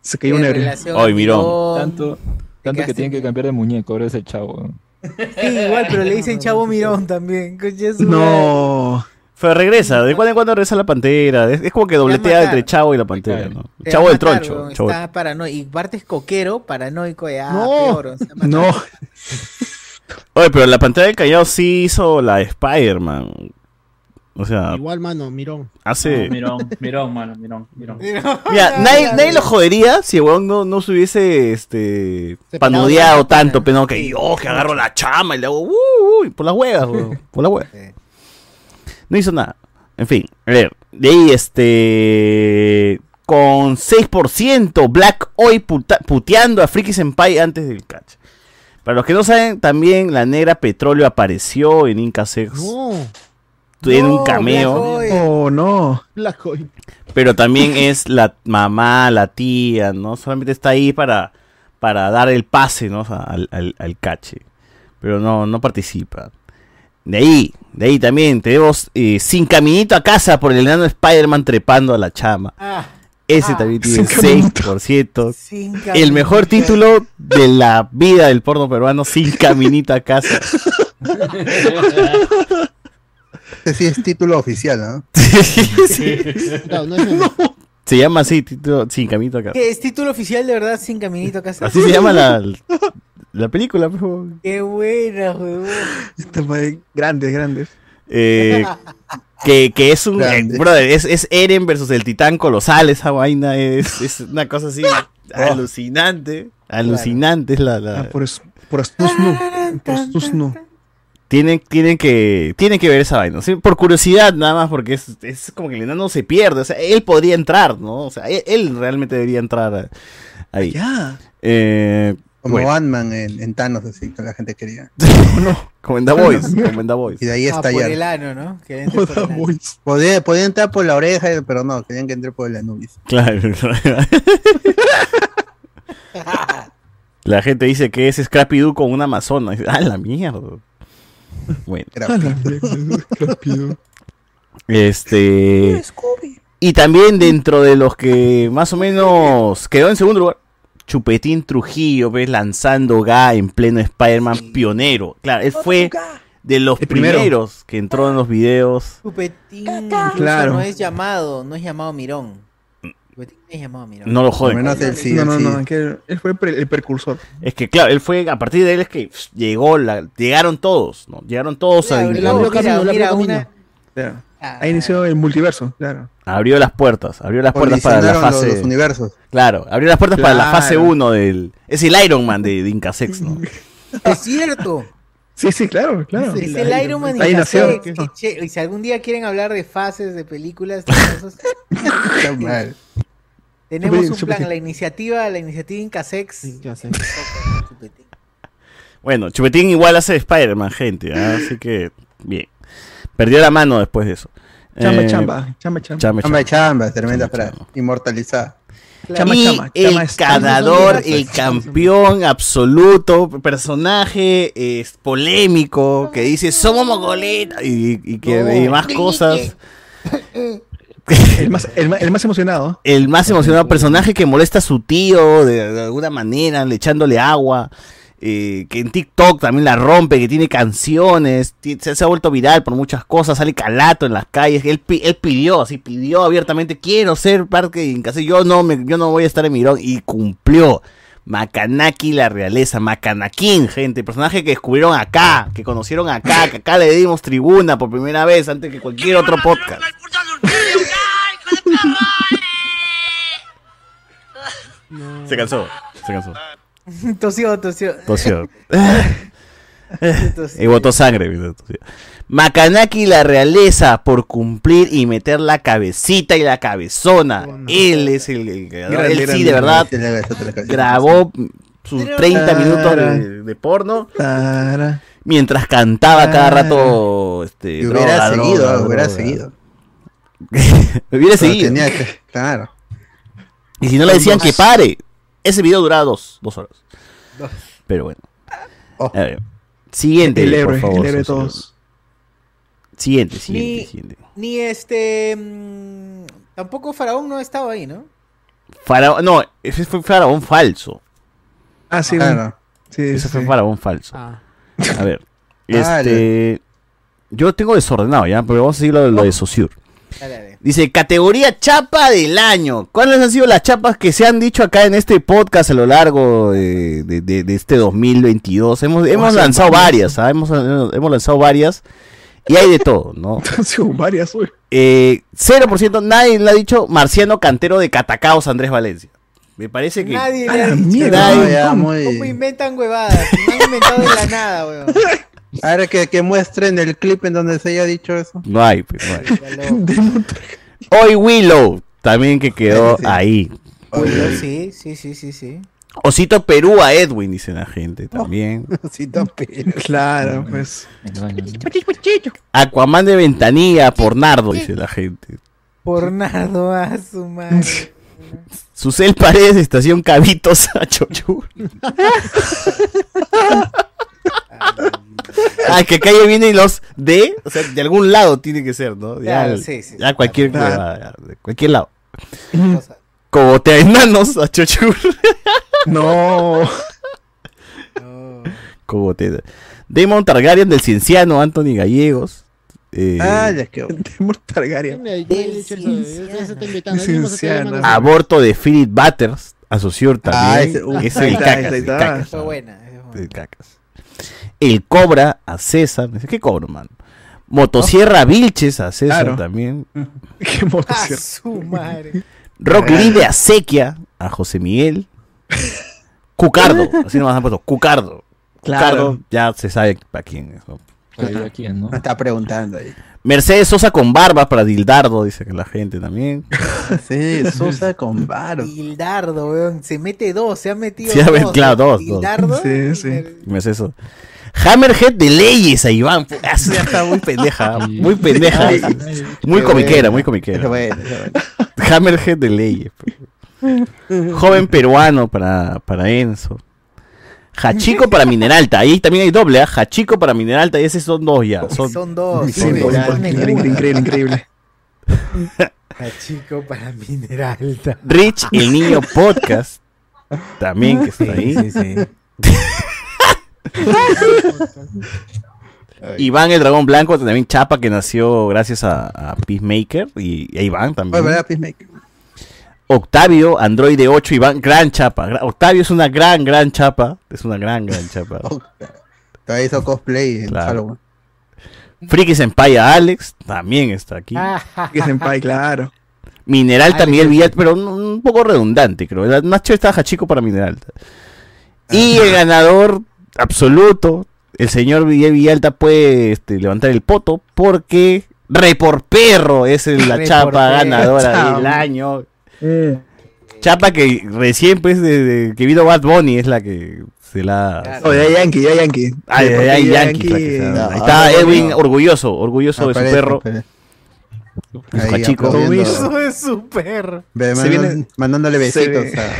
Speaker 4: se cayó un
Speaker 2: de
Speaker 4: ebrio.
Speaker 2: Oh, relación
Speaker 4: Ay, mirón.
Speaker 2: con-
Speaker 8: Tanto, tanto que
Speaker 2: quedaste
Speaker 8: tienen que cambiar de muñeco, ahora es el chavo.
Speaker 2: Sí, igual, pero le
Speaker 6: (laughs)
Speaker 2: dicen chavo mirón también. Coño, su madre.
Speaker 4: No.
Speaker 1: Pero regresa, de cuando en cuando regresa la pantera. Es, es como que dobletea
Speaker 2: matar.
Speaker 1: entre Chavo y la pantera, ¿no?
Speaker 2: Te
Speaker 1: Chavo
Speaker 2: va a
Speaker 1: del
Speaker 2: matar,
Speaker 1: troncho.
Speaker 2: weón,
Speaker 1: Chavo-
Speaker 2: Está paranoico. Y Bart es coquero, paranoico. De, ah,
Speaker 4: No.
Speaker 2: peor, o sea,
Speaker 4: No.
Speaker 1: Oye, pero la pantera del Callao sí hizo la de Spider-Man. O sea,
Speaker 6: Igual, mano, mirón.
Speaker 1: hace.
Speaker 21: Mirón, mirón, mano, mirón, mirón.
Speaker 1: Ah,
Speaker 6: (laughs)
Speaker 1: Mira, nadie, nadie lo jodería si el weón no, no se hubiese este, panudeado tanto, pero no, que yo Oh, que agarro la chama y le hago, "Uh, uy", por las huevas, weón, por las huevas. No hizo nada. En fin, a ver, de ahí este. Con 6%, Black hoy puta- puteando a Friki Senpai antes del catch. Para los que no saben, también la negra petróleo apareció en Inca Sex. (laughs) Tiene un cameo.
Speaker 4: Oh, no.
Speaker 6: Black Hoy.
Speaker 1: Pero también es la mamá, la tía, ¿no? Solamente está ahí para, para dar el pase, ¿no? O sea, al, al- al cache. Pero no, no participa. De ahí, de ahí también tenemos eh, Sin Caminito a Casa por el enano Spider-Man trepando a la chama. Ese también tiene
Speaker 2: Ah. Sin Caminito.
Speaker 1: 6%. El
Speaker 4: (laughs)
Speaker 2: Caminito.
Speaker 1: mejor título de la vida del porno peruano, Sin Caminito a Casa.
Speaker 3: Este (laughs) sí es título oficial, ¿no?
Speaker 6: No, no es-
Speaker 2: (laughs)
Speaker 1: Se llama así, título, sin camito acá.
Speaker 2: ¿Qué es título oficial de verdad sin caminito casa?
Speaker 1: Así se llama la, la película, pues, por favor.
Speaker 2: (laughs) Qué buena, huevón.
Speaker 4: Este Grandes, grandes.
Speaker 1: Eh, que, que es un. eh, brother, es, es Eren versus el titán colosal. Esa vaina es, es una cosa así alucinante. Alucinante es la. la...
Speaker 4: Ah, Por, es- por Astusnu. Por Astusnu.
Speaker 1: Tienen, tienen, que, tienen que ver esa vaina. ¿sí? Por curiosidad, nada más, porque es, es como que el enano se pierde. O sea, él podría entrar, ¿no? O sea, él, él realmente debería entrar ahí.
Speaker 4: Ya.
Speaker 1: Eh,
Speaker 3: Como
Speaker 1: bueno,
Speaker 3: Batman en, en Thanos, así que la
Speaker 1: (laughs)
Speaker 3: gente quería.
Speaker 1: como en The Voice. como en The Voice.
Speaker 3: Y de ahí
Speaker 2: Ah, por el
Speaker 3: estallar.
Speaker 2: ano, ¿no? Que entre por el ano.
Speaker 3: Podía, podía entrar por la oreja, eh, pero no, querían que entre por la nubis.
Speaker 1: Claro. (laughs) La gente dice que es Scrappy Doo con una amazona. Dice, ¡Ah, la mierda! Bueno. Este. Y también dentro de los que más o menos quedó en segundo lugar, Chupetín Trujillo, ¿ves? Lanzando Ga en pleno Spider-Man pionero. Claro, él fue de los
Speaker 4: primero.
Speaker 1: primeros que entró en los videos.
Speaker 2: Chupetín
Speaker 1: Claro.
Speaker 2: claro. no es llamado, no es llamado Mirón. Chupetín no es llamado Mirón.
Speaker 1: No lo joden.
Speaker 4: No, no, no. que él fue el pre- el precursor.
Speaker 1: Es que claro, él fue, a partir de él es que pff, llegó, la, llegaron todos, ¿no? Llegaron todos a
Speaker 4: Mira,
Speaker 1: abrió,
Speaker 4: mira, mira,
Speaker 2: una- Ah.
Speaker 4: Claro. Ahí inició el multiverso, claro.
Speaker 1: las puertas, abrió las puertas para la
Speaker 3: Condicionaron los-
Speaker 1: fase.
Speaker 3: los universos.
Speaker 1: Claro, abrió las puertas para la
Speaker 3: Claro.
Speaker 1: fase 1 del. Es el Iron Man de, de Incasex,
Speaker 3: (laughs)
Speaker 1: ¿no?
Speaker 2: (laughs) Es cierto.
Speaker 4: Sí, sí, claro, claro.
Speaker 2: Es el Iron Man y
Speaker 4: Ahí
Speaker 2: Café,
Speaker 4: nació.
Speaker 2: que che- Y si algún día quieren hablar de fases de
Speaker 1: (laughs)
Speaker 2: películas, tenemos- tenemos (laughs)
Speaker 1: Chupetín,
Speaker 2: un
Speaker 1: chupetín.
Speaker 2: plan, la iniciativa, la iniciativa Incasex.
Speaker 1: Bueno, Chupetín igual hace Spider-Man, gente. ¿ah? Así que, bien. Perdió la mano después de eso.
Speaker 3: Chamba,
Speaker 1: Eh,
Speaker 3: chamba,
Speaker 4: chamba,
Speaker 1: Chamba, chamba.
Speaker 3: Chamba, chamba, tremenda frase. Inmortalizada.
Speaker 1: y el ganador, el campeón absoluto, personaje es polémico, que dice somos mongolitas y, y que
Speaker 4: No.
Speaker 1: y más cosas.
Speaker 4: El más, el más- el más emocionado.
Speaker 1: El más emocionado personaje que molesta a su tío de, de alguna manera, le echándole agua. eh, que en TikTok también la rompe, que tiene canciones, ti- se, se ha vuelto viral por muchas cosas, sale calato en las calles. Él, pi- él pidió, así pidió abiertamente: Quiero ser parte de Incasé, yo no, me, yo no voy a estar en Mirón. Y cumplió. Macanaki la realeza, Macanaquín, gente, personaje que descubrieron acá, que conocieron acá, que acá le dimos tribuna por primera vez antes que cualquier otro podcast. Se cansó, se cansó.
Speaker 2: (laughs) tosió, tosió.
Speaker 1: Tosió. (laughs)
Speaker 2: Tosió.
Speaker 1: Y botó sangre. mira, tosió. Macanaki la realeza por cumplir y meter la cabecita y la cabezona. Él es el, el creador.
Speaker 3: Grande,
Speaker 1: Él sí,
Speaker 3: grande,
Speaker 1: de verdad,
Speaker 3: grande. Se le agradece otra cosa.
Speaker 1: grabó sus 30 minutos de, de porno
Speaker 4: (laughs)
Speaker 1: mientras cantaba
Speaker 4: Ah.
Speaker 1: cada rato. Este,
Speaker 3: Y hubiera
Speaker 1: droga,
Speaker 3: seguido,
Speaker 1: droga,
Speaker 3: hubiera
Speaker 1: droga.
Speaker 3: seguido.
Speaker 1: (laughs) hubiera
Speaker 3: Pero
Speaker 1: seguido.
Speaker 3: tenía que- claro.
Speaker 1: Y si no le
Speaker 3: Son
Speaker 1: decían
Speaker 3: dos.
Speaker 1: que pare, ese video duraba dos, dos horas. Pero bueno.
Speaker 3: Oh.
Speaker 1: A ver. Siguiente,
Speaker 4: El
Speaker 1: por
Speaker 4: héroe,
Speaker 1: favor.
Speaker 4: el héroe de
Speaker 1: socio.
Speaker 4: todos.
Speaker 1: Siguiente, (laughs)
Speaker 2: Ni,
Speaker 1: siguiente, siguiente.
Speaker 2: ni este. mm, tampoco Faraón no estaba ahí, ¿no?
Speaker 1: Faraón, no, ese fue faraón falso.
Speaker 4: Ah, sí,
Speaker 1: Claro.
Speaker 4: sí,
Speaker 1: ese
Speaker 4: sí,
Speaker 1: fue
Speaker 4: sí.
Speaker 1: faraón falso.
Speaker 2: Ah.
Speaker 1: A ver,
Speaker 4: (laughs) Dale.
Speaker 1: este. Yo tengo desordenado ya, pero vamos a seguir lo, lo de Sociur.
Speaker 2: Dale, dale.
Speaker 1: Dice, categoría chapa del año. ¿Cuáles han sido las chapas que se han dicho acá en este podcast a lo largo de, de- de- de este 2022? Hemos, hemos
Speaker 4: sea,
Speaker 1: lanzado
Speaker 4: varias.
Speaker 1: varias, ¿ah? hemos, hemos lanzado varias y hay de todo,
Speaker 4: (laughs)
Speaker 1: ¿no?
Speaker 4: Han sido varias, uy.
Speaker 1: Eh, 0% nadie le ha dicho Marciano Cantero de Catacaos Andrés Valencia. Me parece
Speaker 4: (laughs)
Speaker 1: que...
Speaker 2: Nadie
Speaker 1: A
Speaker 2: le ha
Speaker 1: la
Speaker 2: dicho.
Speaker 1: mierda.
Speaker 2: ¿Cómo-
Speaker 1: Ay, ya,
Speaker 2: ¿Cómo,
Speaker 1: muy-
Speaker 2: inventan huevadas? No han inventado de la
Speaker 1: (laughs)
Speaker 2: nada, weón.
Speaker 3: Ahora que, que muestren el clip en donde se haya dicho eso.
Speaker 1: No hay, pues, no hay. Hoy Willow, también que quedó ahí.
Speaker 2: Oye, sí, sí, sí, sí, sí.
Speaker 1: Osito Perú a Edwin, dice la gente también.
Speaker 3: (laughs) Osito Perú.
Speaker 4: Claro, pues.
Speaker 1: Aquaman de Ventanilla por Nardo, dice la gente.
Speaker 2: Por Nardo a su madre.
Speaker 1: Susel Paredes, Estación Cabitos (laughs) a Chochur. Ah, que acá ya vienen los de, o sea, de algún lado tiene que ser, ¿no? Ya,
Speaker 2: Claro, sí, sí.
Speaker 1: ya cualquier,
Speaker 2: Claro.
Speaker 1: huevada, ya, de cualquier lado. Cogotea enanos a Chochur. No. Cogotea. Demon Targaryen del Cienciano, Anthony Gallegos. Eh,
Speaker 4: Ah, ya (laughs) que Temor Targaryen.
Speaker 1: aborto de Philip Butters asoció
Speaker 4: Ah,
Speaker 1: también.
Speaker 4: ese- uh,
Speaker 1: es
Speaker 4: ahí
Speaker 1: el
Speaker 4: está,
Speaker 1: cacas. El
Speaker 4: ahí está.
Speaker 1: cacas.
Speaker 3: Ah,
Speaker 4: Fue
Speaker 2: buena,
Speaker 1: El cacas. El cobra a César. ¿Qué cobro, man? Motosierra Vilches a César
Speaker 4: Claro.
Speaker 1: también.
Speaker 4: Qué motosierra.
Speaker 2: Su madre.
Speaker 1: Rock Lee de Acequia a José Miguel. Cucardo, así nomás han puesto. Cucardo.
Speaker 3: Claro.
Speaker 1: Cucardo, ya se sabe para quién es. ¿no?
Speaker 3: No está preguntando ahí.
Speaker 1: Mercedes Sosa con barba para Dildardo, dice que la gente también.
Speaker 3: Sí, Sosa con barba.
Speaker 2: Hildardo, weón. Se mete dos, se ha
Speaker 1: (laughs)
Speaker 2: metido
Speaker 1: Sí, a ver,
Speaker 2: dos.
Speaker 1: claro, dos. dos.
Speaker 2: Hildardo.
Speaker 1: Sí, sí. Mercedes Sosa. Hammerhead de leyes a Iván. Pu- ah, sí, está muy pendeja, muy pendeja.
Speaker 3: Ay,
Speaker 1: Muy
Speaker 3: qué
Speaker 1: comiquera,
Speaker 3: bueno.
Speaker 1: muy comiquera.
Speaker 3: Qué bueno, qué
Speaker 1: Hammerhead de leyes. pues.
Speaker 3: (laughs)
Speaker 1: Joven peruano para, para Enzo. Hachico para Mineralta. Ahí también hay doble, ¿ah? Hachico para Mineralta. Y esos son dos ya. Son,
Speaker 2: Son dos.
Speaker 1: son dos.
Speaker 4: Increíble, increíble,
Speaker 3: (laughs)
Speaker 4: increíble.
Speaker 2: Ah, Chico para Mineralta.
Speaker 1: Rich, el niño podcast. También que está ahí. (laughs) Iván, el dragón blanco. También Chapa, que nació gracias a, a Peacemaker. Y, y a Iván también.
Speaker 3: Bueno, ¿verdad, Peacemaker?
Speaker 1: Octavio, Android 8, Iván, gran chapa. Gra- Octavio es una gran, gran chapa. Es una gran, gran
Speaker 3: (laughs)
Speaker 1: chapa.
Speaker 3: Todavía hizo cosplay en
Speaker 1: Claro.
Speaker 3: Halloween.
Speaker 1: Friki Senpai a Alex, también está aquí.
Speaker 4: Que Senpai, claro.
Speaker 1: Mineralta, Miguel Villalta, pero un, un poco redundante, creo. El más chévere está Hachico para Mineralta.
Speaker 3: Ah.
Speaker 1: Y el ganador absoluto, el señor Miguel Villalta puede este, levantar el poto porque Repor Perro es el- la
Speaker 2: Re por
Speaker 1: chapa
Speaker 2: perro.
Speaker 1: ganadora del
Speaker 2: Chao.
Speaker 1: año. Chapa que recién, pues, de, de que vino Bad Bunny es la que se la...
Speaker 4: Oh, ya Yankee, ya Yankee.
Speaker 1: Ah, de- de- de- de- Yankees, la que se la- Ahí está Edwin, orgulloso, orgulloso de
Speaker 3: Aparece,
Speaker 1: su perro.
Speaker 3: aparece.
Speaker 1: Y su
Speaker 3: Ahí
Speaker 1: cachico.
Speaker 3: aplaudiendo.
Speaker 2: Eso es su perro.
Speaker 4: Se
Speaker 3: Ve, mandan-
Speaker 4: viene-
Speaker 3: mandándole
Speaker 4: se
Speaker 3: besitos
Speaker 4: ve-
Speaker 3: a,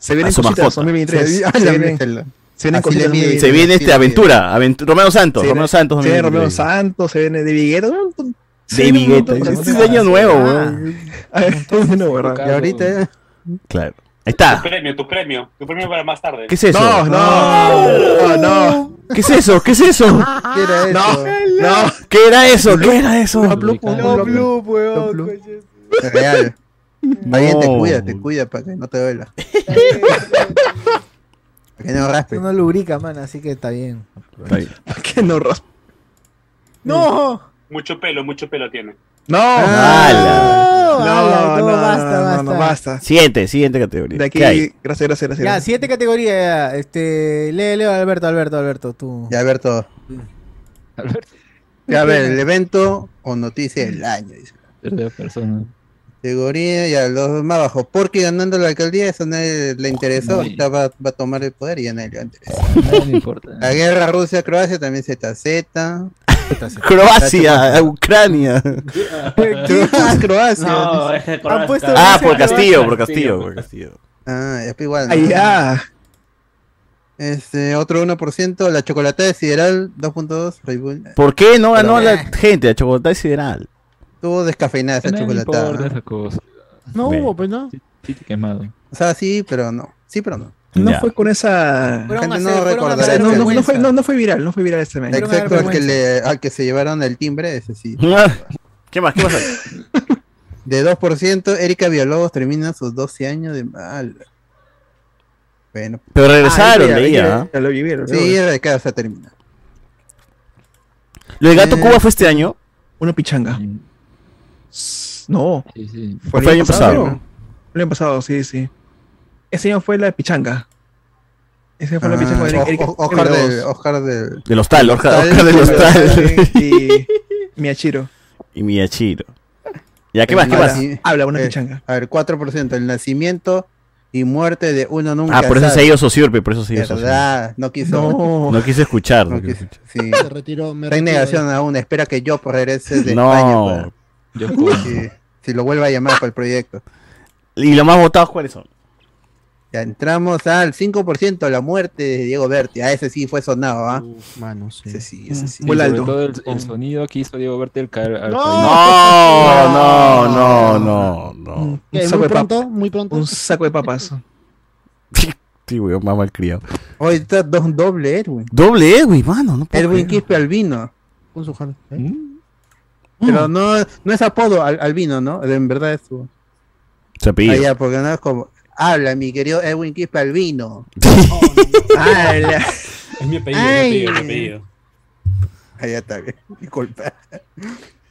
Speaker 4: Se vienen
Speaker 1: A su
Speaker 4: cositas
Speaker 1: mascota.
Speaker 4: 2023.
Speaker 3: (laughs) Se vi-
Speaker 4: Se
Speaker 3: la
Speaker 4: vienen-
Speaker 3: mierda.
Speaker 4: se vienen
Speaker 3: Así le
Speaker 4: cositas 2023.
Speaker 3: mide-
Speaker 1: Se viene
Speaker 3: Sí,
Speaker 1: este
Speaker 3: sí.
Speaker 1: aventura, aventu- Romeo Santos,
Speaker 4: Se
Speaker 1: Romeo
Speaker 4: viene-
Speaker 1: Santos.
Speaker 4: Se viene Romeo
Speaker 1: 2023.
Speaker 4: Santos, se viene de Vigueto. ¿no? Se
Speaker 1: De
Speaker 4: viene un
Speaker 1: Miguel.
Speaker 4: montón de
Speaker 1: Este es
Speaker 4: cosas.
Speaker 1: año nuevo,
Speaker 4: Ah,
Speaker 1: weón.
Speaker 4: (laughs) no, ¿verdad?
Speaker 3: Y ahorita.
Speaker 1: Claro. Ahí está.
Speaker 17: Tu premio, tu premio. Tu premio para más tarde.
Speaker 1: ¿Qué es eso?
Speaker 4: No, no, no, no.
Speaker 1: ¿Qué es eso? ¿Qué es eso?
Speaker 3: ¿Qué era eso?
Speaker 4: No,
Speaker 1: ¿Qué era eso? ¿Qué era eso?
Speaker 2: No, Blue, weón.
Speaker 3: Real.
Speaker 1: No.
Speaker 3: Alguien te cuida, te cuida para que no te duela. para que no raspe.
Speaker 2: No lubrica, man, así que está bien.
Speaker 1: Está bien.
Speaker 4: ¿Por qué no ras-
Speaker 2: ¡No!
Speaker 17: Mucho pelo, mucho pelo tiene.
Speaker 4: No,
Speaker 2: Ah,
Speaker 1: ¡Hala!
Speaker 2: No, ala,
Speaker 4: no,
Speaker 2: no,
Speaker 4: no,
Speaker 2: basta,
Speaker 4: no,
Speaker 2: basta.
Speaker 4: no, basta.
Speaker 1: Siguiente, siguiente categoría.
Speaker 4: De aquí,
Speaker 1: ¿Qué hay?
Speaker 4: gracias, gracias, gracias.
Speaker 2: Ya, siguiente categoría. ya. Este, leo, leo, Alberto, Alberto, Alberto, tú.
Speaker 3: Ya, Alberto. Ya,
Speaker 2: (laughs)
Speaker 3: a ver, el evento o noticia del año. dice.
Speaker 8: Tercera persona.
Speaker 3: Categoría y a los más bajos. Porque ganando la alcaldía, eso nadie le interesó.
Speaker 8: Uy.
Speaker 3: Ahorita va, va a tomar el poder y a nadie le va a interesar.
Speaker 8: No me importa.
Speaker 3: La guerra Rusia-Croacia también ZZ.
Speaker 1: Croacia, Ucrania. (laughs)
Speaker 3: Ah, Croacia. pues,
Speaker 5: No, es que Croacia-
Speaker 2: puesto-
Speaker 1: Ah, por
Speaker 2: Croacia,
Speaker 1: Castillo, por Castillo, por Castillo.
Speaker 3: Ah, ya, pues igual. ¿no?
Speaker 4: Ay, ya.
Speaker 3: Este, otro 1%, la chocolatada de Sideral 2.2, Red Bull.
Speaker 1: ¿Por qué no ganó
Speaker 3: Pero,
Speaker 1: la gente a Chocolatá y Sideral?
Speaker 3: Estuvo descafeinada esa
Speaker 8: No me
Speaker 3: chocolatada.
Speaker 8: importa
Speaker 3: ¿no?
Speaker 8: esa cosa.
Speaker 6: No
Speaker 1: Bueno.
Speaker 6: hubo, pues no.
Speaker 8: Sí, te he quemado.
Speaker 3: O sea, sí, pero no. Sí, pero no.
Speaker 4: No
Speaker 1: Ya.
Speaker 4: fue con esa.
Speaker 2: Fueron
Speaker 3: gente
Speaker 2: a
Speaker 3: no
Speaker 2: hacer- fueron a
Speaker 3: recordará
Speaker 2: hacer
Speaker 4: No, no, no
Speaker 2: vergüenza.
Speaker 4: fue, no, no fue viral, no fue viral este mes.
Speaker 2: Pero me da
Speaker 3: Excepto al que, le,
Speaker 2: vergüenza.
Speaker 3: al que se llevaron el timbre, ese sí.
Speaker 1: (laughs) ¿Qué más? ¿Qué más hay?
Speaker 3: De 2%, Erika Villalobos termina sus 12 años de mal. Bueno,
Speaker 1: Pero regresaron, leía. ¿ah?
Speaker 4: Ah, Ya lo vivieron.
Speaker 3: sí, de acá se termina.
Speaker 1: ¿Lo de Gato
Speaker 3: Eh,
Speaker 1: Cuba fue este año?
Speaker 4: Una pichanga. No.
Speaker 8: Sí, sí.
Speaker 4: Fue el año pasado. El año pasado, sí, sí. Ese año fue la pichanga. Ese fue la
Speaker 3: Ah,
Speaker 4: pichanga de
Speaker 3: o-
Speaker 4: Erika-
Speaker 3: o- Oscar
Speaker 4: Erika
Speaker 3: del.
Speaker 4: Villalobos.
Speaker 3: Oscar del.
Speaker 1: Del hostal, Oscar,
Speaker 3: Hostal,
Speaker 1: Oscar del hostal.
Speaker 4: Y Miyachiro.
Speaker 1: Y Miyachiro. ¿Ya qué más? ¿Qué
Speaker 3: Habla-
Speaker 1: más?
Speaker 4: Habla una
Speaker 3: eh,
Speaker 4: pichanga.
Speaker 3: A ver, 4%, el nacimiento y muerte de uno nunca.
Speaker 1: Ah, por eso se ha
Speaker 3: sabe.
Speaker 1: ido Sociurpe, por eso se ha ido Sociurpe.
Speaker 3: ¿Verdad? No quiso.
Speaker 4: No.
Speaker 1: No quise escuchar.
Speaker 3: no
Speaker 1: no
Speaker 3: quiso,
Speaker 1: quise escuchar.
Speaker 3: sí.
Speaker 6: Se retiró, me
Speaker 3: Está en
Speaker 6: retiro.
Speaker 3: negación aún. Espera que yo regrese de España. pues.
Speaker 1: No.
Speaker 8: Yo como.
Speaker 3: para- si- si lo vuelva a llamar para el proyecto.
Speaker 1: ¿Y los más votados cuáles son?
Speaker 3: Ya entramos al 5%, la muerte de Diego Berti. Ah, ese sí fue sonado, ¿ah?
Speaker 11: Mano, sí.
Speaker 3: Ese sí, ese sí.
Speaker 8: Sí,
Speaker 4: Vuela
Speaker 8: sobre
Speaker 4: alto.
Speaker 8: todo el, el sonido que hizo Diego Bertel caer al
Speaker 1: No, no, no, no, no.
Speaker 3: Mm,
Speaker 4: Un
Speaker 6: Que
Speaker 4: saco de
Speaker 6: Muy
Speaker 4: papas.
Speaker 6: pronto, muy pronto.
Speaker 4: Un saco de papas.
Speaker 1: Sí, weón, más mal criado.
Speaker 3: Hoy está dos doble eh, Edwin.
Speaker 1: Doble E, güey, mano. No puedo
Speaker 3: Edwin
Speaker 1: creer.
Speaker 3: Quispe Albino.
Speaker 1: ¿Eh?
Speaker 3: Mm.
Speaker 6: Con su jale.
Speaker 8: país.
Speaker 3: Pero no, no es apodo al, albino, ¿no? En verdad es su.
Speaker 1: Se apellida.
Speaker 3: Ah, ya, porque no es como. Habla, mi querido Edwin
Speaker 1: (laughs)
Speaker 3: Quispe albino. (laughs) Habla.
Speaker 9: Es mi apellido, es mi apellido, es mi apellido.
Speaker 3: Ah, ya está bien. (laughs) Disculpa.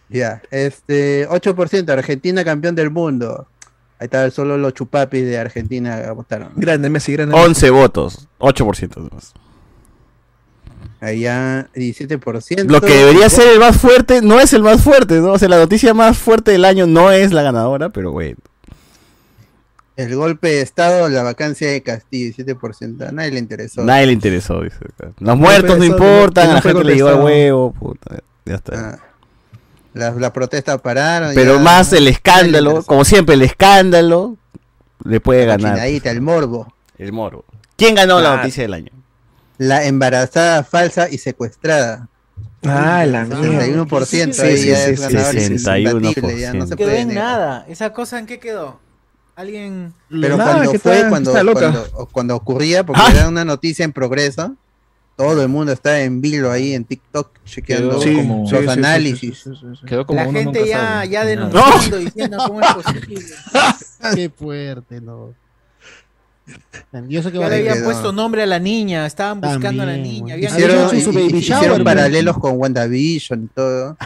Speaker 3: Ya, este, 8%, Argentina campeón del mundo. Ahí está, solo los chupapis de Argentina votaron.
Speaker 4: Grande Messi, grande.
Speaker 1: 11 votos, 8% más.
Speaker 3: Allá, 17%.
Speaker 1: Lo que debería ser el más fuerte no es el más fuerte, ¿no? O sea, la noticia más fuerte del año no es la ganadora, pero bueno.
Speaker 3: El golpe de Estado, la vacancia de Castillo, 7%. A nadie le interesó.
Speaker 1: Nadie le interesó, dice. Los muertos no
Speaker 3: Golpe de Estado,
Speaker 1: importan,
Speaker 3: que no
Speaker 1: la
Speaker 3: fue
Speaker 1: gente
Speaker 3: Ah. golpe
Speaker 1: le
Speaker 3: de
Speaker 1: llegó al
Speaker 3: Estado.
Speaker 1: huevo, puta. Ya está.
Speaker 3: Las la protestas pararon.
Speaker 1: Pero
Speaker 3: ya,
Speaker 1: más el escándalo, como siempre, el escándalo le puede
Speaker 3: la
Speaker 1: ganar.
Speaker 3: chinadita, el morbo.
Speaker 1: El morbo. ¿Quién ganó la
Speaker 3: Ah.
Speaker 1: noticia del año?
Speaker 3: La embarazada falsa y secuestrada.
Speaker 4: Ah, la
Speaker 3: mierda. 61% ahí
Speaker 1: Sí,
Speaker 3: ya
Speaker 1: sí,
Speaker 3: es
Speaker 1: sí,
Speaker 3: ganador, es
Speaker 1: 61%.
Speaker 3: imbatible, ya no se
Speaker 2: No quedó
Speaker 3: puede
Speaker 2: en
Speaker 3: negar.
Speaker 2: nada. ¿Esa cosa en qué quedó? ¿Alguien.?
Speaker 3: Pero
Speaker 2: Nada,
Speaker 3: cuando
Speaker 2: que
Speaker 3: fue,
Speaker 2: está-
Speaker 3: cuando,
Speaker 2: está loca.
Speaker 3: cuando, o cuando ocurría,
Speaker 1: Ah.
Speaker 3: porque era una noticia en progreso, todo el mundo estaba en vilo ahí en TikTok chequeando
Speaker 8: Quedó Sí, como-
Speaker 3: los
Speaker 8: sí, sí, sí,
Speaker 3: análisis.
Speaker 8: sí, sí, sí. Quedó como
Speaker 2: La
Speaker 8: uno
Speaker 2: gente
Speaker 8: nunca
Speaker 2: ya,
Speaker 8: sabe.
Speaker 2: ya
Speaker 8: Nada.
Speaker 2: denunciando, diciendo cómo es posible.
Speaker 6: (laughs) Qué fuerte, no. Y eso que
Speaker 2: Ya
Speaker 6: va
Speaker 2: le
Speaker 6: a
Speaker 2: habían
Speaker 6: quedar.
Speaker 2: puesto nombre a la niña, estaban buscando a la
Speaker 6: También,
Speaker 2: niña.
Speaker 6: güey.
Speaker 2: habían
Speaker 3: Hicieron,
Speaker 2: hecho su
Speaker 3: hi-
Speaker 2: baby
Speaker 3: hicieron
Speaker 2: shower,
Speaker 3: paralelos con WandaVision y todo.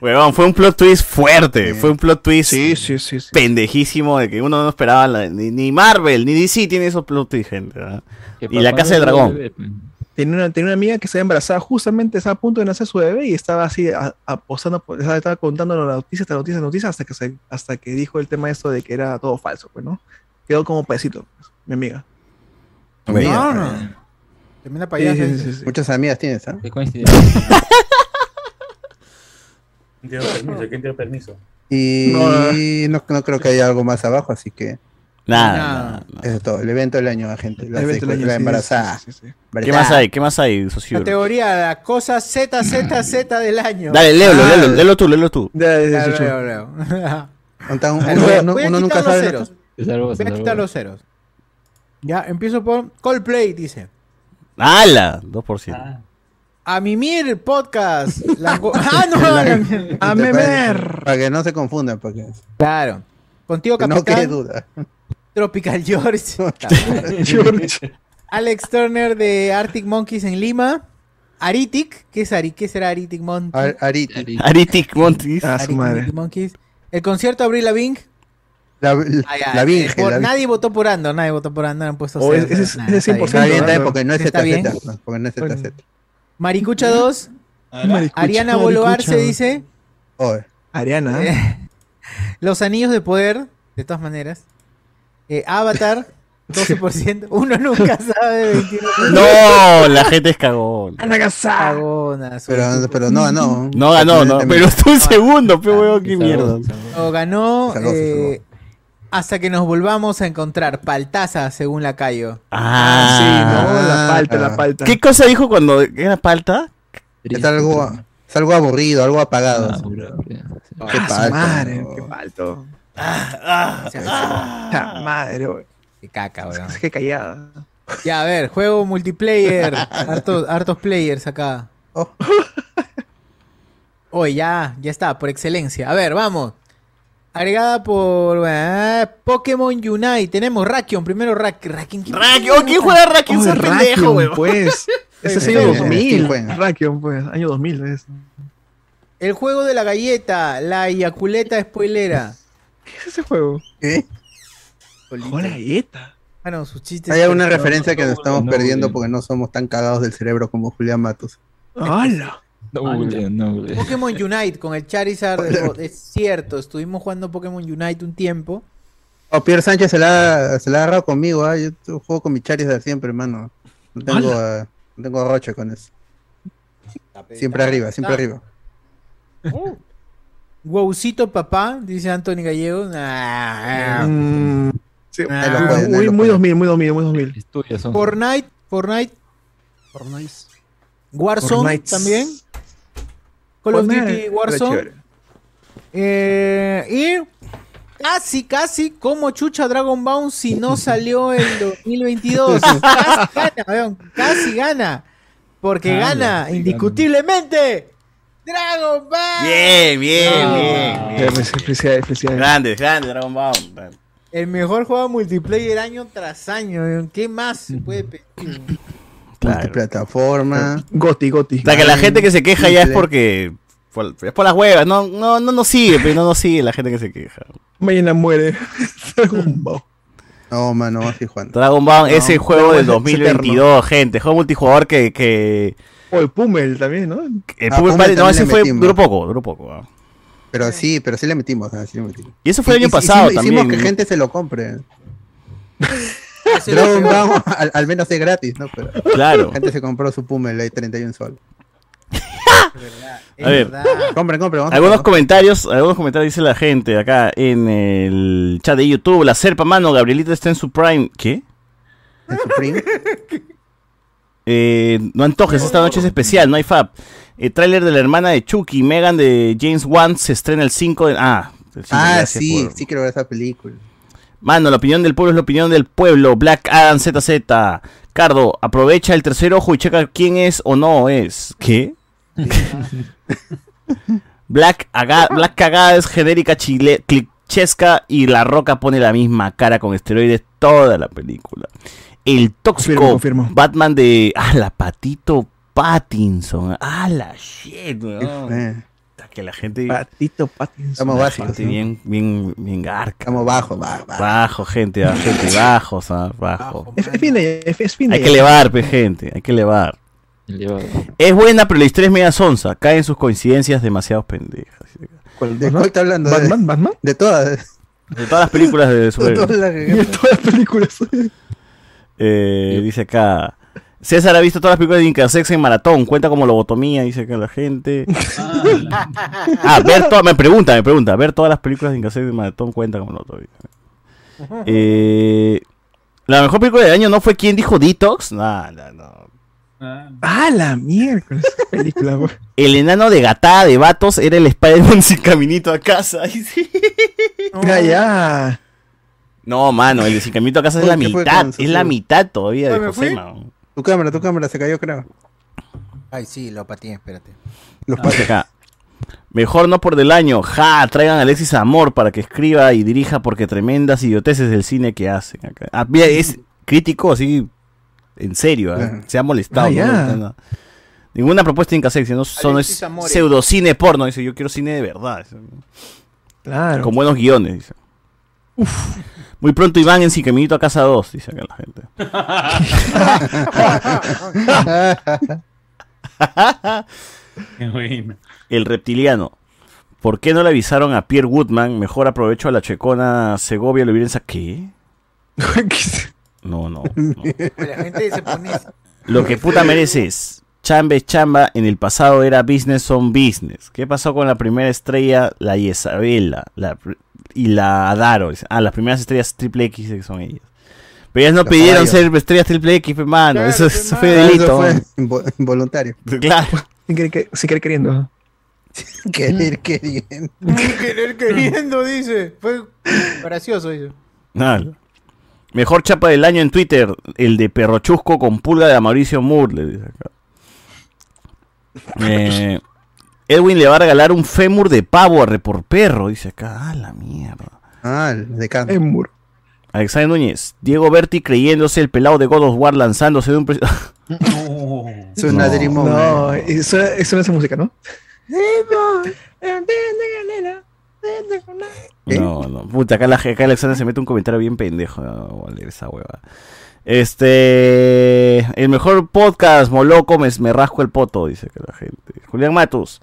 Speaker 1: Huevón, fue un plot twist fuerte. Fue un plot twist pendejísimo de que uno no esperaba. la- ni, ni Marvel, ni DC tiene esos plot twists, gente. ¿verdad? Y la Casa del Dragón.
Speaker 4: Tenía una, tenía una amiga que se había embarazada, justamente estaba a punto de nacer su bebé y estaba así a- apostando, por- estaba, estaba contando las noticias, las noticias, las noticias, hasta que, se- hasta que dijo el tema esto de que era todo falso, pues, ¿no? Quedó como pedacito, pues, mi amiga. eh.
Speaker 3: Amiga.
Speaker 2: Tremenda
Speaker 4: payasa,
Speaker 3: Sí, sí,
Speaker 4: dice.
Speaker 3: sí, sí. pues. Muchas amigas tienes, ¿ah?
Speaker 8: Qué coincidencia.
Speaker 3: (laughs)
Speaker 9: ¿Quién dio permiso? ¿Quién dio permiso?
Speaker 3: Y
Speaker 9: No, no,
Speaker 3: no, no creo que haya algo más abajo, así que.
Speaker 1: Nada,
Speaker 3: Eso es todo. El evento del año, gente. La,
Speaker 4: El evento del
Speaker 3: secu-
Speaker 4: año,
Speaker 3: la
Speaker 4: sí,
Speaker 3: embarazada.
Speaker 4: sí, sí, sí.
Speaker 1: ¿Qué más hay? ¿Qué más hay, socio?
Speaker 2: Categoría, la cosa Z, Z, Z del año. Ah.
Speaker 1: Dale, léelo, léelo,
Speaker 2: (laughs)
Speaker 1: léelo tú, léelo tú.
Speaker 2: Ya, leo, leo.
Speaker 3: Uno,
Speaker 2: uno- Voy a uno nunca quitar los sabe, ceros. Voy a quitar los
Speaker 1: ¡Hala!
Speaker 2: ceros. Ya, empiezo por Coldplay, dice.
Speaker 4: Ah,
Speaker 1: 2%.
Speaker 2: A mimir
Speaker 3: (laughs)
Speaker 2: podcast. La go- ah, no, a la mierda.
Speaker 3: A memer. Para que no se confundan, porque.
Speaker 2: Claro. Contigo,
Speaker 3: No quede
Speaker 2: capitán.
Speaker 3: duda.
Speaker 2: Tropical
Speaker 3: (laughs)
Speaker 2: George. (laughs) Alex Turner de Arctic Monkeys en Lima. Aritic, ¿qué es Ari? ¿Qué será Aritic Monkeys?
Speaker 3: Ar- Ariti.
Speaker 1: Aritic Montis.
Speaker 4: Ah,
Speaker 2: Arctic Monkeys. El concierto de Abril Lavigne.
Speaker 3: La,
Speaker 2: Ah, ya,
Speaker 3: la
Speaker 2: eh,
Speaker 3: Virgen.
Speaker 2: por-
Speaker 3: la Virgen.
Speaker 2: Nadie votó por Andor, nadie votó por Andor, han puesto
Speaker 3: Oh,
Speaker 2: cero,
Speaker 3: ese-
Speaker 2: cero,
Speaker 3: ese-
Speaker 2: nada,
Speaker 3: ese
Speaker 2: está bien.
Speaker 3: 100% está bien, porque no es
Speaker 2: Está bien.
Speaker 3: ZZ, no, porque no es ZZ.
Speaker 2: Maricucha 2.
Speaker 4: Maricucha,
Speaker 2: Ariana
Speaker 4: Maricucha.
Speaker 2: Boloarse dice Eh.
Speaker 4: Ariana.
Speaker 2: Los Anillos de Poder, de todas maneras. Eh,
Speaker 1: (laughs)
Speaker 2: Avatar, 12%. Uno nunca sabe. 21%.
Speaker 1: No, la gente es cagón.
Speaker 2: Cagona, su-
Speaker 3: Pero, pero no, no.
Speaker 1: No ganó, no. Pero estuvo en segundo, pe
Speaker 3: Ah,
Speaker 1: huevón, qué mierda.
Speaker 2: O ganó
Speaker 1: Se salvó, se
Speaker 2: eh, hasta que nos volvamos a encontrar. Paltaza, según la Cayo.
Speaker 1: Ah,
Speaker 4: Ah, palta, la palta.
Speaker 1: ¿Qué cosa dijo cuando era palta?
Speaker 3: Es algo, es algo aburrido, algo apagado. así. Ah, Qué
Speaker 4: Ah, su
Speaker 3: palta,
Speaker 4: madre,
Speaker 3: no.
Speaker 4: qué palto.
Speaker 2: O sea,
Speaker 4: Ah, madre, güey.
Speaker 2: Qué caca, weón.
Speaker 4: Es que callada.
Speaker 2: Ya, a ver, juego
Speaker 4: (laughs)
Speaker 2: multiplayer. Hartos, hartos players acá.
Speaker 4: Oh.
Speaker 2: (laughs) Hoy ya, ya está, por excelencia. A ver, vamos. Agregada por eh, Pokémon Unite. Tenemos Rakion, primero Rak Rakion. ¿quién-
Speaker 1: Rakion, ¿quién juega a Rakion?
Speaker 4: Oh,
Speaker 1: Ese pendejo,
Speaker 4: Rakion,
Speaker 1: weón.
Speaker 4: pues. Ese es
Speaker 1: Sí,
Speaker 4: año
Speaker 1: sí,
Speaker 4: 2000.
Speaker 1: sí,
Speaker 4: Rakion, pues. Año 2000 es.
Speaker 2: El juego de la galleta, la yaculeta spoilera.
Speaker 4: (laughs) ¿Qué es ese juego?
Speaker 3: ¿Qué?
Speaker 4: Hola, galleta.
Speaker 2: Ah, no, sus chistes.
Speaker 3: Hay alguna
Speaker 2: pero-
Speaker 3: referencia que nos estamos
Speaker 8: no,
Speaker 3: perdiendo
Speaker 8: güey.
Speaker 3: porque no somos tan cagados del cerebro como Julián Matos.
Speaker 4: ¡Hala!
Speaker 8: No, googleen, no, googleen.
Speaker 2: Pokémon Unite con el Charizard. oh, es cierto, estuvimos jugando Pokémon Unite un tiempo.
Speaker 3: O Pierre Sánchez se la, ha- se la ha agarrado conmigo, ah, yo t- juego con mi Charizard siempre, hermano. No tengo, ah, no tengo roche con eso. Siempre arriba, siempre
Speaker 2: Ah.
Speaker 3: arriba.
Speaker 2: Wowcito papá, dice Anthony Gallego. Nah.
Speaker 4: Mm, sí,
Speaker 2: Ah, Ahí lo
Speaker 4: muy-
Speaker 2: pueden, ahí
Speaker 4: muy,
Speaker 2: lo
Speaker 4: muy 2000, muy 2000, muy 2000.
Speaker 8: Tuyas son.
Speaker 2: Fortnite, Fortnite.
Speaker 6: Fortnite.
Speaker 2: Warzone
Speaker 4: Fortnite.
Speaker 2: también. Call of
Speaker 4: Fortnite,
Speaker 2: Duty
Speaker 4: era
Speaker 2: Warzone.
Speaker 4: chévere.
Speaker 2: Eh, y casi, casi como chucha Dragon Ball
Speaker 4: (laughs)
Speaker 2: si no salió el 2022. casi gana, weón, casi gana. Porque
Speaker 8: Ah,
Speaker 2: gana
Speaker 8: sí,
Speaker 2: indiscutiblemente Dragon Ball.
Speaker 1: Bien, bien, bien, bien.
Speaker 4: Felicidades, felicidades.
Speaker 1: Grandes, grandes, Dragon Ball.
Speaker 2: El mejor juego multiplayer año tras año. ¿Qué más se puede pedir?
Speaker 3: Multiplataforma.
Speaker 4: Eh, Goti, goti.
Speaker 1: O sea, que la gente que se queja ya es porque. por- es por las huevas. No, no, no nos sigue, pero no nos sigue la gente que se queja.
Speaker 4: Mañana muere. (laughs) Dragon Ball.
Speaker 3: No, mano, así Juan.
Speaker 1: Dragon Ball,
Speaker 3: No,
Speaker 1: ese juego
Speaker 3: Dragon
Speaker 1: del
Speaker 3: Ball es
Speaker 1: 2022, gente. Juego multijugador que. que
Speaker 4: O el Pummel también, ¿no?
Speaker 1: el
Speaker 3: Ah,
Speaker 1: Eh, Pummel
Speaker 3: Pummel
Speaker 1: Party- no,
Speaker 3: también
Speaker 1: ese
Speaker 3: le
Speaker 1: fue.
Speaker 3: metimos.
Speaker 1: Duró poco, duró poco. ah.
Speaker 3: Pero sí, pero sí le metimos. ah, sí le metimos.
Speaker 1: Y eso fue el
Speaker 3: Hic-
Speaker 1: año pasado
Speaker 3: hicimos,
Speaker 1: también.
Speaker 3: Hicimos que gente se lo compre. Dragon Ball, al, al menos es gratis, ¿no? Pero
Speaker 1: Claro.
Speaker 3: La gente se compró su Pummel, hay 31 sol.
Speaker 1: A ver.
Speaker 3: Compren, compren. vamos a
Speaker 1: Algunos
Speaker 3: comprar.
Speaker 1: comentarios, algunos comentarios dice la gente acá en el chat de YouTube. La serpa, mano, Gabrielita está en su prime. ¿Qué?
Speaker 3: ¿En su prime?
Speaker 1: (laughs) Eh, no antojes, esta noche es especial, no hay fab. El tráiler de la hermana de Chucky, Megan de James Wan, se estrena el 5 de... Ah, el 5,
Speaker 3: Ah,
Speaker 1: gracias
Speaker 3: sí,
Speaker 1: por-
Speaker 3: sí quiero ver esa película.
Speaker 1: Mano, la opinión del pueblo es la opinión del pueblo. Black Adam ZZ. Cardo, aprovecha el tercer ojo y checa quién es o no es. ¿Qué? (laughs) Black, Aga- Black Cagada es genérica chile clichesca y La Roca pone la misma cara con esteroides toda la película. El tóxico
Speaker 4: Confirmo,
Speaker 1: Batman de... Ah, la Patito Pattinson. Ah, la shit, weón. Puta, Que la gente...
Speaker 4: Patito Pattinson.
Speaker 3: Estamos
Speaker 1: La
Speaker 3: básicos,
Speaker 1: gente
Speaker 3: ¿no?
Speaker 1: Bien, bien, bien garca.
Speaker 3: Estamos bajos, bajos.
Speaker 1: Bajo, gente, bajo, gente, bajo, o sea, bajo.
Speaker 4: Es, es fin de es, es fin de
Speaker 1: Hay que elevar, pe, gente, hay que elevar. Es buena, pero la historia es media sonsa. Caen sus coincidencias demasiado pendejas.
Speaker 4: ¿Cuál-
Speaker 3: ¿De
Speaker 4: Batman?
Speaker 3: cuál está hablando? ¿De-
Speaker 4: ¿Batman? ¿Batman?
Speaker 3: De todas.
Speaker 1: De todas las películas
Speaker 3: (laughs)
Speaker 1: de
Speaker 3: De todas
Speaker 1: superhéroes.
Speaker 3: las
Speaker 4: De todas las películas.
Speaker 1: Eh, dice acá. César ha visto todas las películas de Incasex en maratón. Cuenta como lobotomía, dice acá la gente. Ah, ver todas. Me pregunta, me pregunta. Ver todas las películas de Incasex en maratón cuenta como lobotomía. Eh, la mejor película del año no fue quien dijo Detox. Nah, nah, no.
Speaker 4: Ah, la miércoles. esa película, güey.
Speaker 1: El enano de gatada de vatos era el Spider-Man sin caminito a casa. (laughs)
Speaker 4: Ya, ya.
Speaker 1: No, mano, el de sin caminito a casa es
Speaker 3: Uy,
Speaker 1: la
Speaker 3: ¿qué fue
Speaker 1: mitad.
Speaker 3: con su-
Speaker 1: Es la
Speaker 3: su-
Speaker 1: mitad todavía de
Speaker 3: ¿Me fui?
Speaker 1: Josema.
Speaker 3: Tu cámara, tu cámara se cayó, creo.
Speaker 2: Ay, sí, lo patín, espérate.
Speaker 1: Dice acá. Mejor no por del año. Ja, traigan a Alexis Amor para que escriba y dirija porque tremendas idioteces del cine que hacen. acá. Ah, mira, es crítico, así, en serio. ¿ah?
Speaker 4: Claro.
Speaker 1: Se ha molestado.
Speaker 4: Ah,
Speaker 1: ¿no?
Speaker 4: ya.
Speaker 1: No, no. Ninguna propuesta en casex, no, son
Speaker 2: Alexis
Speaker 1: es
Speaker 2: Amores.
Speaker 1: pseudocine porno. Dice, yo quiero cine de verdad. dice.
Speaker 4: Claro.
Speaker 1: Con buenos guiones, dice. Muy pronto Iván en Sin Caminito a Casa 2, dice acá la gente.
Speaker 4: (laughs)
Speaker 23: Qué bueno.
Speaker 1: (laughs) El reptiliano. ¿Por qué no le avisaron a Pierre Woodman? Mejor aprovecho a la checona Segovia lo hubieran sacado. ¿Qué? No, no.
Speaker 2: Pues la gente se pone.
Speaker 1: Lo que puta mereces. Chamba es chamba. En el pasado era business on business. ¿Qué pasó con la primera estrella? La Isabela la pr- y la Adaro. Ah, las primeras estrellas triple X que son ellas. Pero ellas no
Speaker 3: Los
Speaker 1: pidieron
Speaker 3: caballos.
Speaker 1: ser estrellas triple X, pe, mano.
Speaker 2: Claro,
Speaker 1: eso,
Speaker 2: pe,
Speaker 1: eso fue
Speaker 2: mano.
Speaker 1: delito.
Speaker 3: Eso fue
Speaker 1: mano.
Speaker 3: invo- involuntario.
Speaker 1: Claro.
Speaker 4: Sin querer, que- sin querer queriendo.
Speaker 3: Querer, queriendo.
Speaker 4: (laughs)
Speaker 2: Querer queriendo, dice. Fue gracioso eso.
Speaker 1: Nada. Mejor chapa del año en Twitter, el de Perrochusco con pulga de Mauricio Moore, le dice acá. Eh, Edwin le va a regalar un fémur de pavo a por Perro, dice acá. Ah, la mierda.
Speaker 3: Ah, el de Khan.
Speaker 4: Emur.
Speaker 1: Alexander Núñez, Diego Berti creyéndose el pelado de God of War lanzándose de un... (laughs) pre-
Speaker 3: Es una
Speaker 1: No.
Speaker 3: Dream Moment.
Speaker 4: No, eso, eso no es música, ¿no?
Speaker 3: ¿Qué?
Speaker 1: No, no. Puta, acá, la, acá Alexander se mete un comentario bien pendejo. No, no, vale, esa hueva. Este. El mejor podcast, Moloco, me, me rasco el poto, dice que la gente. Julián Matus.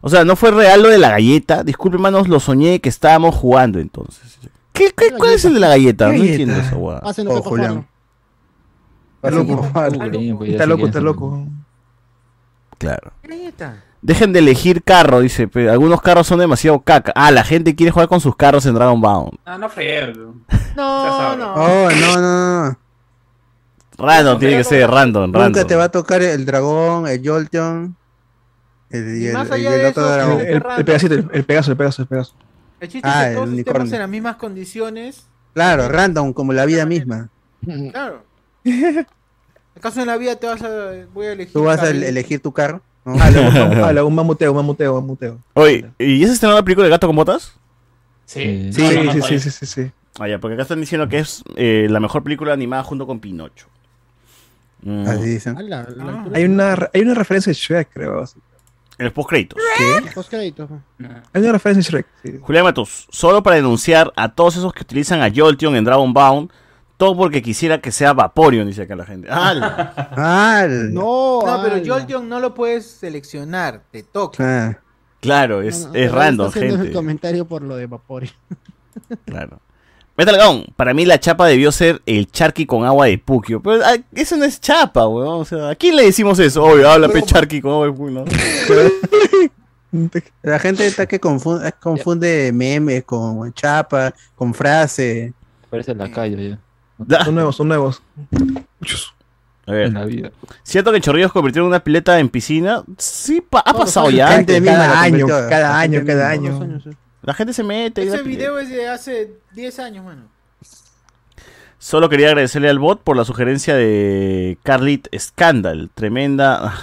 Speaker 1: O sea, ¿no fue real lo de la galleta? Disculpe, hermanos, lo soñé que estábamos jugando entonces. ¿Qué, qué, cuál es el de la galleta? No
Speaker 4: ¿Qué galleta?
Speaker 1: entiendo esa hueva.
Speaker 6: Pásenlo,
Speaker 3: Oh,
Speaker 6: Pepa
Speaker 3: Julián.
Speaker 6: Juan.
Speaker 3: Está loco, Juan.
Speaker 4: Está loco, está loco.
Speaker 1: Claro. Dejen de elegir carro, dice. pe- Algunos carros son demasiado caca. Ah, la gente quiere jugar con sus carros en Dragon Ball.
Speaker 5: Ah,
Speaker 21: No, no fregué, weón.
Speaker 2: No, no.
Speaker 3: Oh, no, no, no.
Speaker 1: Random, tiene que ser random, random.
Speaker 3: Nunca te va a tocar el dragón, el Jolteon. El, y el,
Speaker 2: más
Speaker 3: y
Speaker 2: allá
Speaker 3: el
Speaker 2: de
Speaker 3: otro
Speaker 2: eso,
Speaker 4: El,
Speaker 3: dragón.
Speaker 2: el-
Speaker 4: el, el pedacito, el, el pegaso, el pegaso, el pegaso.
Speaker 2: El chiste
Speaker 3: Ah,
Speaker 2: es que
Speaker 3: el
Speaker 2: todos estemos
Speaker 3: unicornio.
Speaker 2: en las mismas condiciones.
Speaker 3: Claro, random, como la vida misma.
Speaker 2: Claro. ¿Acaso en la vida te vas a. Voy a elegir.
Speaker 3: Tú vas a
Speaker 2: carril?
Speaker 3: el- elegir tu carro.
Speaker 1: (laughs)
Speaker 3: Ah,
Speaker 4: Ala, un mam- ala, un mamuteo, un mamuteo, un mamuteo.
Speaker 1: Oye, ¿y esa estrenó la película de Gato con Botas? Eh,
Speaker 4: Sí. Sí, sí, sí, sí, sí, sí, sí.
Speaker 1: Ah, ya, porque acá están diciendo que es eh, la mejor película animada junto con Pinocho. Mm.
Speaker 4: Así dicen. Hay una, re- hay una referencia de Shrek, creo.
Speaker 1: En los postcréditos.
Speaker 2: Ah.
Speaker 6: Postcréditos.
Speaker 4: Hay una referencia de Shrek. sí.
Speaker 1: Julián Matos, solo para denunciar a todos esos que utilizan a Jolteon en Dragon Bound, todo porque quisiera que sea Vaporeon, dice acá la gente.
Speaker 4: (laughs)
Speaker 1: ¡Ala!
Speaker 4: Ah,
Speaker 2: No,
Speaker 24: ala.
Speaker 2: pero Jolteon no lo puedes seleccionar, te toca.
Speaker 1: Claro, es,
Speaker 6: No, no,
Speaker 1: es
Speaker 6: ahora
Speaker 1: random,
Speaker 6: está haciendo el
Speaker 1: gente.
Speaker 6: comentario por lo de Vapori.
Speaker 1: Claro. Metal Gun, para mí la chapa debió ser el charqui con agua de Pukio. Pero ah, eso no es chapa, weón. O sea, ¿a quién le decimos eso? Obvio, habla pe charqui con agua de Pukio.
Speaker 3: La gente está que confunde, confunde memes con chapa, con frase.
Speaker 8: Parece la calle ya.
Speaker 4: Son nuevos, son nuevos.
Speaker 1: A ver. ¿Cierto que Chorrillos convirtieron una pileta en piscina? Sí, pa- ha
Speaker 4: Todos
Speaker 1: pasado
Speaker 4: los
Speaker 1: ya.
Speaker 4: años, Gente cada misma la año, convirtió. cada año, Gente cada misma, año. todos
Speaker 1: La gente se mete. y
Speaker 2: Ese
Speaker 1: la pileta.
Speaker 2: video es de hace 10 años, mano.
Speaker 1: Solo quería agradecerle al bot por la sugerencia de Carlit Scandal. Tremenda.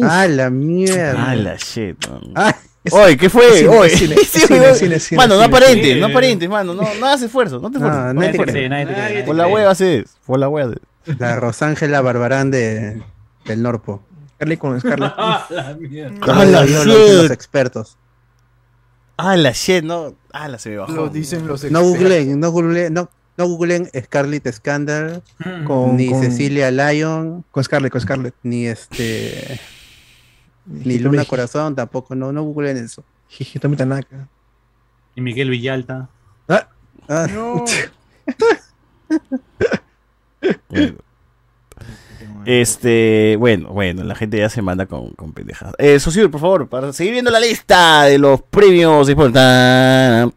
Speaker 3: ¡Ah, la mierda!
Speaker 1: Ah, la shit. man.
Speaker 3: Ah, es-
Speaker 1: Oye, ¿qué fue?
Speaker 3: es cine,
Speaker 1: Oye.
Speaker 3: es cine,
Speaker 1: (laughs)
Speaker 3: es cine,
Speaker 1: oye.
Speaker 3: es cine, es cine,
Speaker 1: Mano, no
Speaker 3: es cine.
Speaker 1: aparentes,
Speaker 3: Sí.
Speaker 1: no aparentes, mano. No, no hagas esfuerzo, no te
Speaker 3: No,
Speaker 1: esfuerces. No,
Speaker 3: nadie
Speaker 1: te
Speaker 3: te
Speaker 1: esfuerces.
Speaker 3: cree, nadie te cree.
Speaker 1: Por la hueva haces, por la hueva haces.
Speaker 3: La Rosángela Barbarán de, del Norpo.
Speaker 4: Carly con
Speaker 1: (laughs)
Speaker 4: Scarlett.
Speaker 3: Ah, la dicen los expertos.
Speaker 1: Ah, la shit, no. Ah, la se me bajó.
Speaker 2: Lo dicen los
Speaker 3: No
Speaker 2: expertos.
Speaker 3: googleen, no googleen, no, no googleen Scarlett Scandal,
Speaker 4: Con-
Speaker 3: ni
Speaker 4: con-
Speaker 3: Cecilia Lyon,
Speaker 4: Con Scarlett, con Scarlett.
Speaker 3: ni este. Ni Luna
Speaker 4: Hitomi-
Speaker 3: Corazón tampoco, no, no googleen eso.
Speaker 4: Hitomi Tanaka.
Speaker 9: Y Miguel Villalta.
Speaker 4: Ah,
Speaker 3: ah.
Speaker 1: Bueno. Este, bueno, bueno, la gente ya se manda con, con pendejadas. Eh, Sosur, por favor, para seguir viendo la lista de los premios. y por- Tan,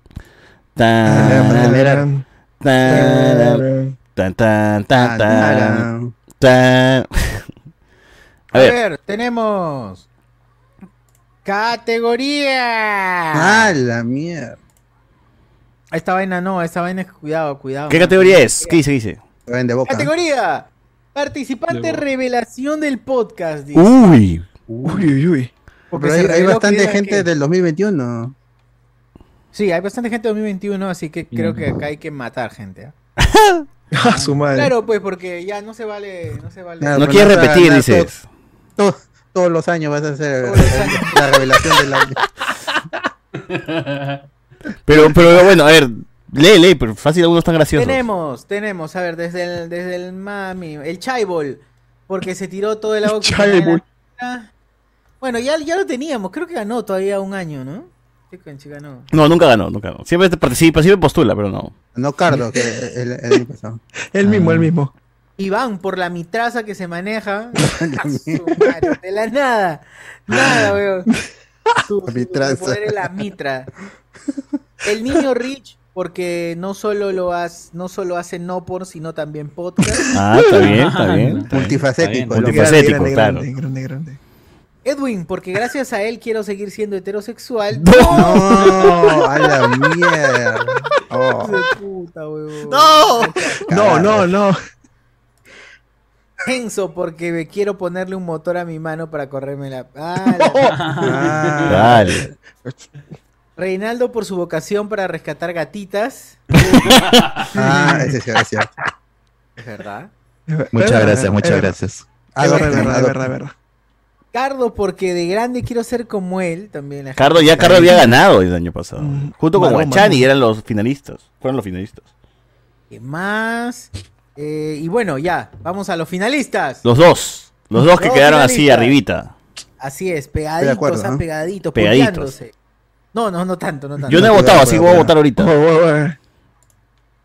Speaker 1: tan, tan, tan, tan, tan, tan, tan. A
Speaker 2: A
Speaker 1: ver,
Speaker 2: ver, tenemos. Categoría.
Speaker 3: (laughs) ¡Ah, la mierda!
Speaker 2: Esta vaina no, esta vaina es cuidado, cuidado.
Speaker 1: ¿qué categoría es? ¿Qué dice? dice?
Speaker 3: De boca.
Speaker 2: Categoría. Participante revelación del podcast. dice.
Speaker 1: Uy.
Speaker 4: Uy, uy, uy.
Speaker 2: Porque
Speaker 3: Pero
Speaker 2: se
Speaker 3: hay, hay
Speaker 2: reveló que
Speaker 3: bastante
Speaker 2: era
Speaker 3: gente
Speaker 2: que-
Speaker 4: (laughs)
Speaker 3: del 2021.
Speaker 2: Sí, hay bastante gente de 2021, así que creo que acá hay que matar gente. ¿ah?
Speaker 4: Ah, su madre.
Speaker 2: Claro, pues, porque ya no se vale. No se vale.
Speaker 3: (laughs) Claro, pero
Speaker 1: quieres
Speaker 3: vas a
Speaker 1: repetir,
Speaker 3: ganar
Speaker 1: dices.
Speaker 3: todo- todo- todos los años vas a hacer la revelación del año.
Speaker 1: Pero, pero bueno, a ver, lee, lee, pero fácil algunos están graciosos.
Speaker 2: Tenemos, tenemos, a ver, desde el, desde el mami, el chaibol, porque se tiró todo el agua. que tenía en la
Speaker 4: chaibol.
Speaker 2: cara. Bueno, ya, ya lo teníamos, creo que ganó todavía un año, ¿no? Sí, concha, ganó.
Speaker 1: No, nunca ganó, nunca ganó. Siempre te participa, siempre postula, pero no.
Speaker 3: No, Cardo, que el, el año
Speaker 4: (laughs)
Speaker 3: pasado.
Speaker 4: El mismo, el mismo.
Speaker 2: Iván, por la mitraza que se maneja,
Speaker 3: Ah,
Speaker 2: a su madre, de la nada,
Speaker 4: (laughs)
Speaker 2: nada, weón. Su, su- su
Speaker 3: mitraza.
Speaker 2: poder es la mitra. El niño Rich, porque no solo lo hace, no solo hace no por, sino también podcast.
Speaker 1: (laughs) Ah, está bien, está bien. está bien. Está
Speaker 3: Multifacético,
Speaker 1: bien, Multifacético, claro.
Speaker 4: grande, grande.
Speaker 2: Edwin, porque gracias a él quiero seguir siendo heterosexual.
Speaker 3: No, Oh, a la mierda.
Speaker 4: (laughs)
Speaker 3: Oh.
Speaker 2: (laughs) Hijo de puta, huevón.
Speaker 4: No, no, no.
Speaker 2: Enzo, porque me quiero ponerle un motor a mi mano para
Speaker 1: (laughs)
Speaker 2: correrme la. Ah, la-
Speaker 1: Dale.
Speaker 2: Reinaldo por su vocación para rescatar gatitas.
Speaker 4: (laughs)
Speaker 3: Ah, ese sí, es cierto.
Speaker 2: Es verdad.
Speaker 3: Era,
Speaker 25: Muchas
Speaker 3: era,
Speaker 25: gracias, muchas
Speaker 3: era.
Speaker 25: gracias.
Speaker 4: eh, Es verdad,
Speaker 3: Adopten,
Speaker 4: es verdad, es
Speaker 3: adopten.
Speaker 4: verdad, es verdad.
Speaker 2: Cardo, porque de grande quiero ser como él. También la
Speaker 1: Cardo, ya
Speaker 2: gente-
Speaker 1: Cardo había ganado el año pasado.
Speaker 4: Mm.
Speaker 1: Junto con
Speaker 2: Maroma,
Speaker 1: Guachani
Speaker 2: ¿no?
Speaker 1: eran los finalistas. Fueron los finalistas.
Speaker 2: ¿Qué más? Eh, y bueno, ya, vamos a los finalistas.
Speaker 1: Los dos. Los dos que
Speaker 2: Los
Speaker 1: quedaron así
Speaker 2: finalistas.
Speaker 1: arribita.
Speaker 2: Así es, pegaditos,
Speaker 3: acuerdo,
Speaker 2: ah,
Speaker 3: ¿no?
Speaker 2: pegaditos,
Speaker 1: Pegaditos.
Speaker 2: puteándose. No, no, no tanto, no tanto.
Speaker 1: Yo no he votado, así que voy a votar ahorita.
Speaker 4: Oh,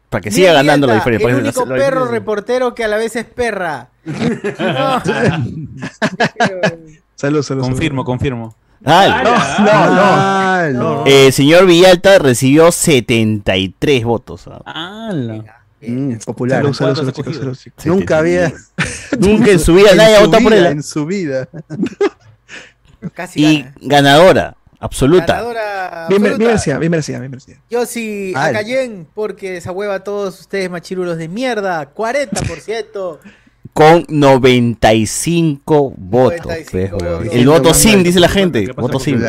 Speaker 1: Para que siga
Speaker 2: Miguel
Speaker 1: ganando la
Speaker 2: Villalta,
Speaker 1: diferencia.
Speaker 2: El
Speaker 1: Para que
Speaker 2: único
Speaker 1: la- la-
Speaker 2: perro reportero que a la vez
Speaker 4: (laughs)
Speaker 2: es perra. No.
Speaker 4: Salud, salud.
Speaker 9: Confirmo, confirmo.
Speaker 1: Dale.
Speaker 4: No, no, no.
Speaker 1: Eh, señor Villalta recibió 73 votos. ah.
Speaker 3: Mm, popular.
Speaker 4: Salud, salud, salud, chicos, salud, chicos.
Speaker 3: Nunca había.
Speaker 1: Nunca en su vida nadie ha
Speaker 3: su
Speaker 1: votado por
Speaker 3: vida,
Speaker 1: él.
Speaker 3: En su vida.
Speaker 1: Y ganadora, absoluta.
Speaker 2: Ganadora
Speaker 4: Bien, bien
Speaker 2: absoluta.
Speaker 4: merecida, bien merecida, bien merecida.
Speaker 2: Yo sí, a
Speaker 1: Al.
Speaker 3: (laughs)
Speaker 2: Cayenne, porque esa hueva a todos ustedes machirulos de mierda. 40%.
Speaker 1: con 95 votos. pues, huevón. El voto sim, dice la gente. Voto sim.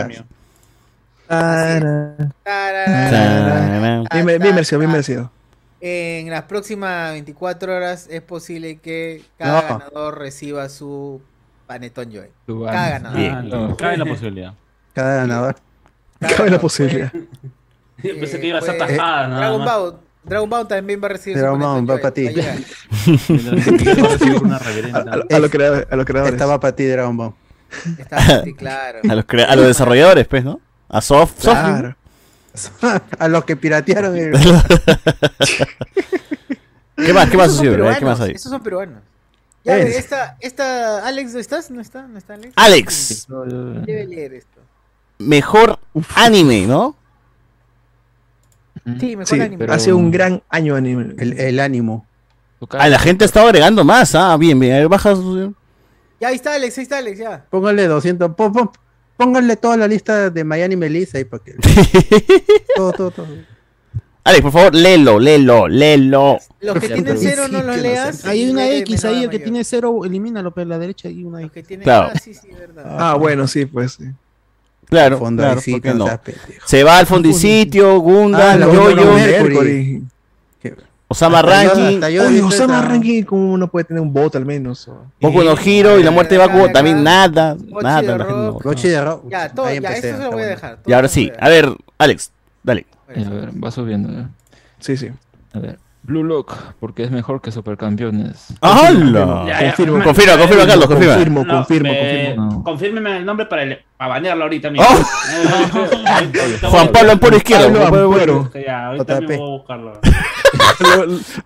Speaker 4: Bien, bien merecido, bien merecido.
Speaker 2: En las próximas 24 horas es posible que cada
Speaker 4: No.
Speaker 2: ganador reciba su panetón Joy.
Speaker 4: Su
Speaker 2: Cada
Speaker 4: pan-
Speaker 2: ganador.
Speaker 23: Ah,
Speaker 4: Bien.
Speaker 5: No, cabe la posibilidad.
Speaker 4: Cada ganador. Cabe la posibilidad.
Speaker 5: (laughs) Yo pensé que iba a ser
Speaker 2: Pues,
Speaker 5: tajada, nada
Speaker 2: Dragon
Speaker 5: más.
Speaker 2: Ball. Dragon Ball también va a recibir
Speaker 3: Dragon
Speaker 2: panetón
Speaker 3: Ball va
Speaker 2: Joy,
Speaker 3: pa' ti. (laughs)
Speaker 2: llegar.
Speaker 4: A, a los crea- a los creadores.
Speaker 3: Estaba para ti, Dragon Ball.
Speaker 1: (laughs) A los, crea- a los desarrolladores, pues, ¿no? A Soft.
Speaker 3: Claro. (laughs) A los que piratearon el.
Speaker 1: ¿Qué más? ¿Qué más,
Speaker 2: Esos son
Speaker 1: socio? A ver, ¿Qué
Speaker 2: peruanos,
Speaker 1: más hay?
Speaker 2: Esos son peruanos. Ya,
Speaker 3: Eh.
Speaker 1: Es.
Speaker 2: esta, esta, Alex, ¿no estás? ¿No está? ¿No está Alex?
Speaker 1: Alex.
Speaker 2: Debe leer esto.
Speaker 1: Mejor anime, ¿no?
Speaker 2: Sí, mejor
Speaker 4: Sí,
Speaker 2: anime.
Speaker 4: ha sido un gran año anime.
Speaker 3: El, el ánimo.
Speaker 1: Ah, la gente está agregando más. Ah, bien, bien. A ver, baja. socio.
Speaker 2: Ya, ahí está Alex, ahí está Alex, ya.
Speaker 3: Pónganle 200. pon- pon- pónganle toda la lista de Miami Melissa ahí para que. todo, todo, todo.
Speaker 1: Alex, por favor, léelo, léelo, léelo.
Speaker 2: Los que tienen cero no los leas.
Speaker 6: Hay
Speaker 2: y
Speaker 6: una
Speaker 2: ve de
Speaker 6: X
Speaker 2: menor a
Speaker 6: ahí, el que
Speaker 2: mayor.
Speaker 6: tiene cero, elimínalo, pero la derecha hay una X.
Speaker 1: Claro.
Speaker 2: sí, sí,
Speaker 4: Ah, bueno, sí, pues. sí.
Speaker 1: Claro,
Speaker 3: Fondo
Speaker 1: claro,
Speaker 3: de sitio,
Speaker 1: ¿por qué no?
Speaker 3: o sea,
Speaker 1: Se va al fondicitio,
Speaker 4: Ah,
Speaker 1: Gundam,
Speaker 4: la Gundam
Speaker 1: Yoyo,
Speaker 4: Mercury.
Speaker 1: Osama
Speaker 4: Hasta yo-
Speaker 1: Ranking,
Speaker 4: hasta yo he Oye, visto Osama esa- Ranking, como uno puede tener un voto al menos? o-
Speaker 1: Boku no Hiro y la muerte de Bakugo, también nada, nada. la gente no vota.
Speaker 2: Ya, todo,
Speaker 3: ahí
Speaker 2: ya,
Speaker 3: empecé,
Speaker 2: esto se
Speaker 3: está
Speaker 2: lo voy a dejar.
Speaker 1: Y ahora sí, a ver, Alex, dale.
Speaker 8: A ver, va subiendo. ¿eh?
Speaker 4: Sí, sí.
Speaker 8: A ver. Blue Lock, porque es mejor que Supercampeones.
Speaker 1: ¡Hala! Ya, ya, Confirmo, me- confirma, confirma, Carlos, confirma. confirmo,
Speaker 5: No,
Speaker 1: confirmo,
Speaker 5: me-
Speaker 1: confirmo.
Speaker 5: No. Confírmeme el nombre para, el, para banearlo ahorita Eh, mismo.
Speaker 1: Oh. (laughs) Juan Pablo Amparo Izquierdo.
Speaker 5: Pablo
Speaker 1: Juan Pablo
Speaker 5: Amparo.
Speaker 1: Amparo.
Speaker 5: Ya, ahorita
Speaker 1: JP.
Speaker 5: mismo voy
Speaker 1: (laughs)
Speaker 5: a buscarlo.
Speaker 4: lo,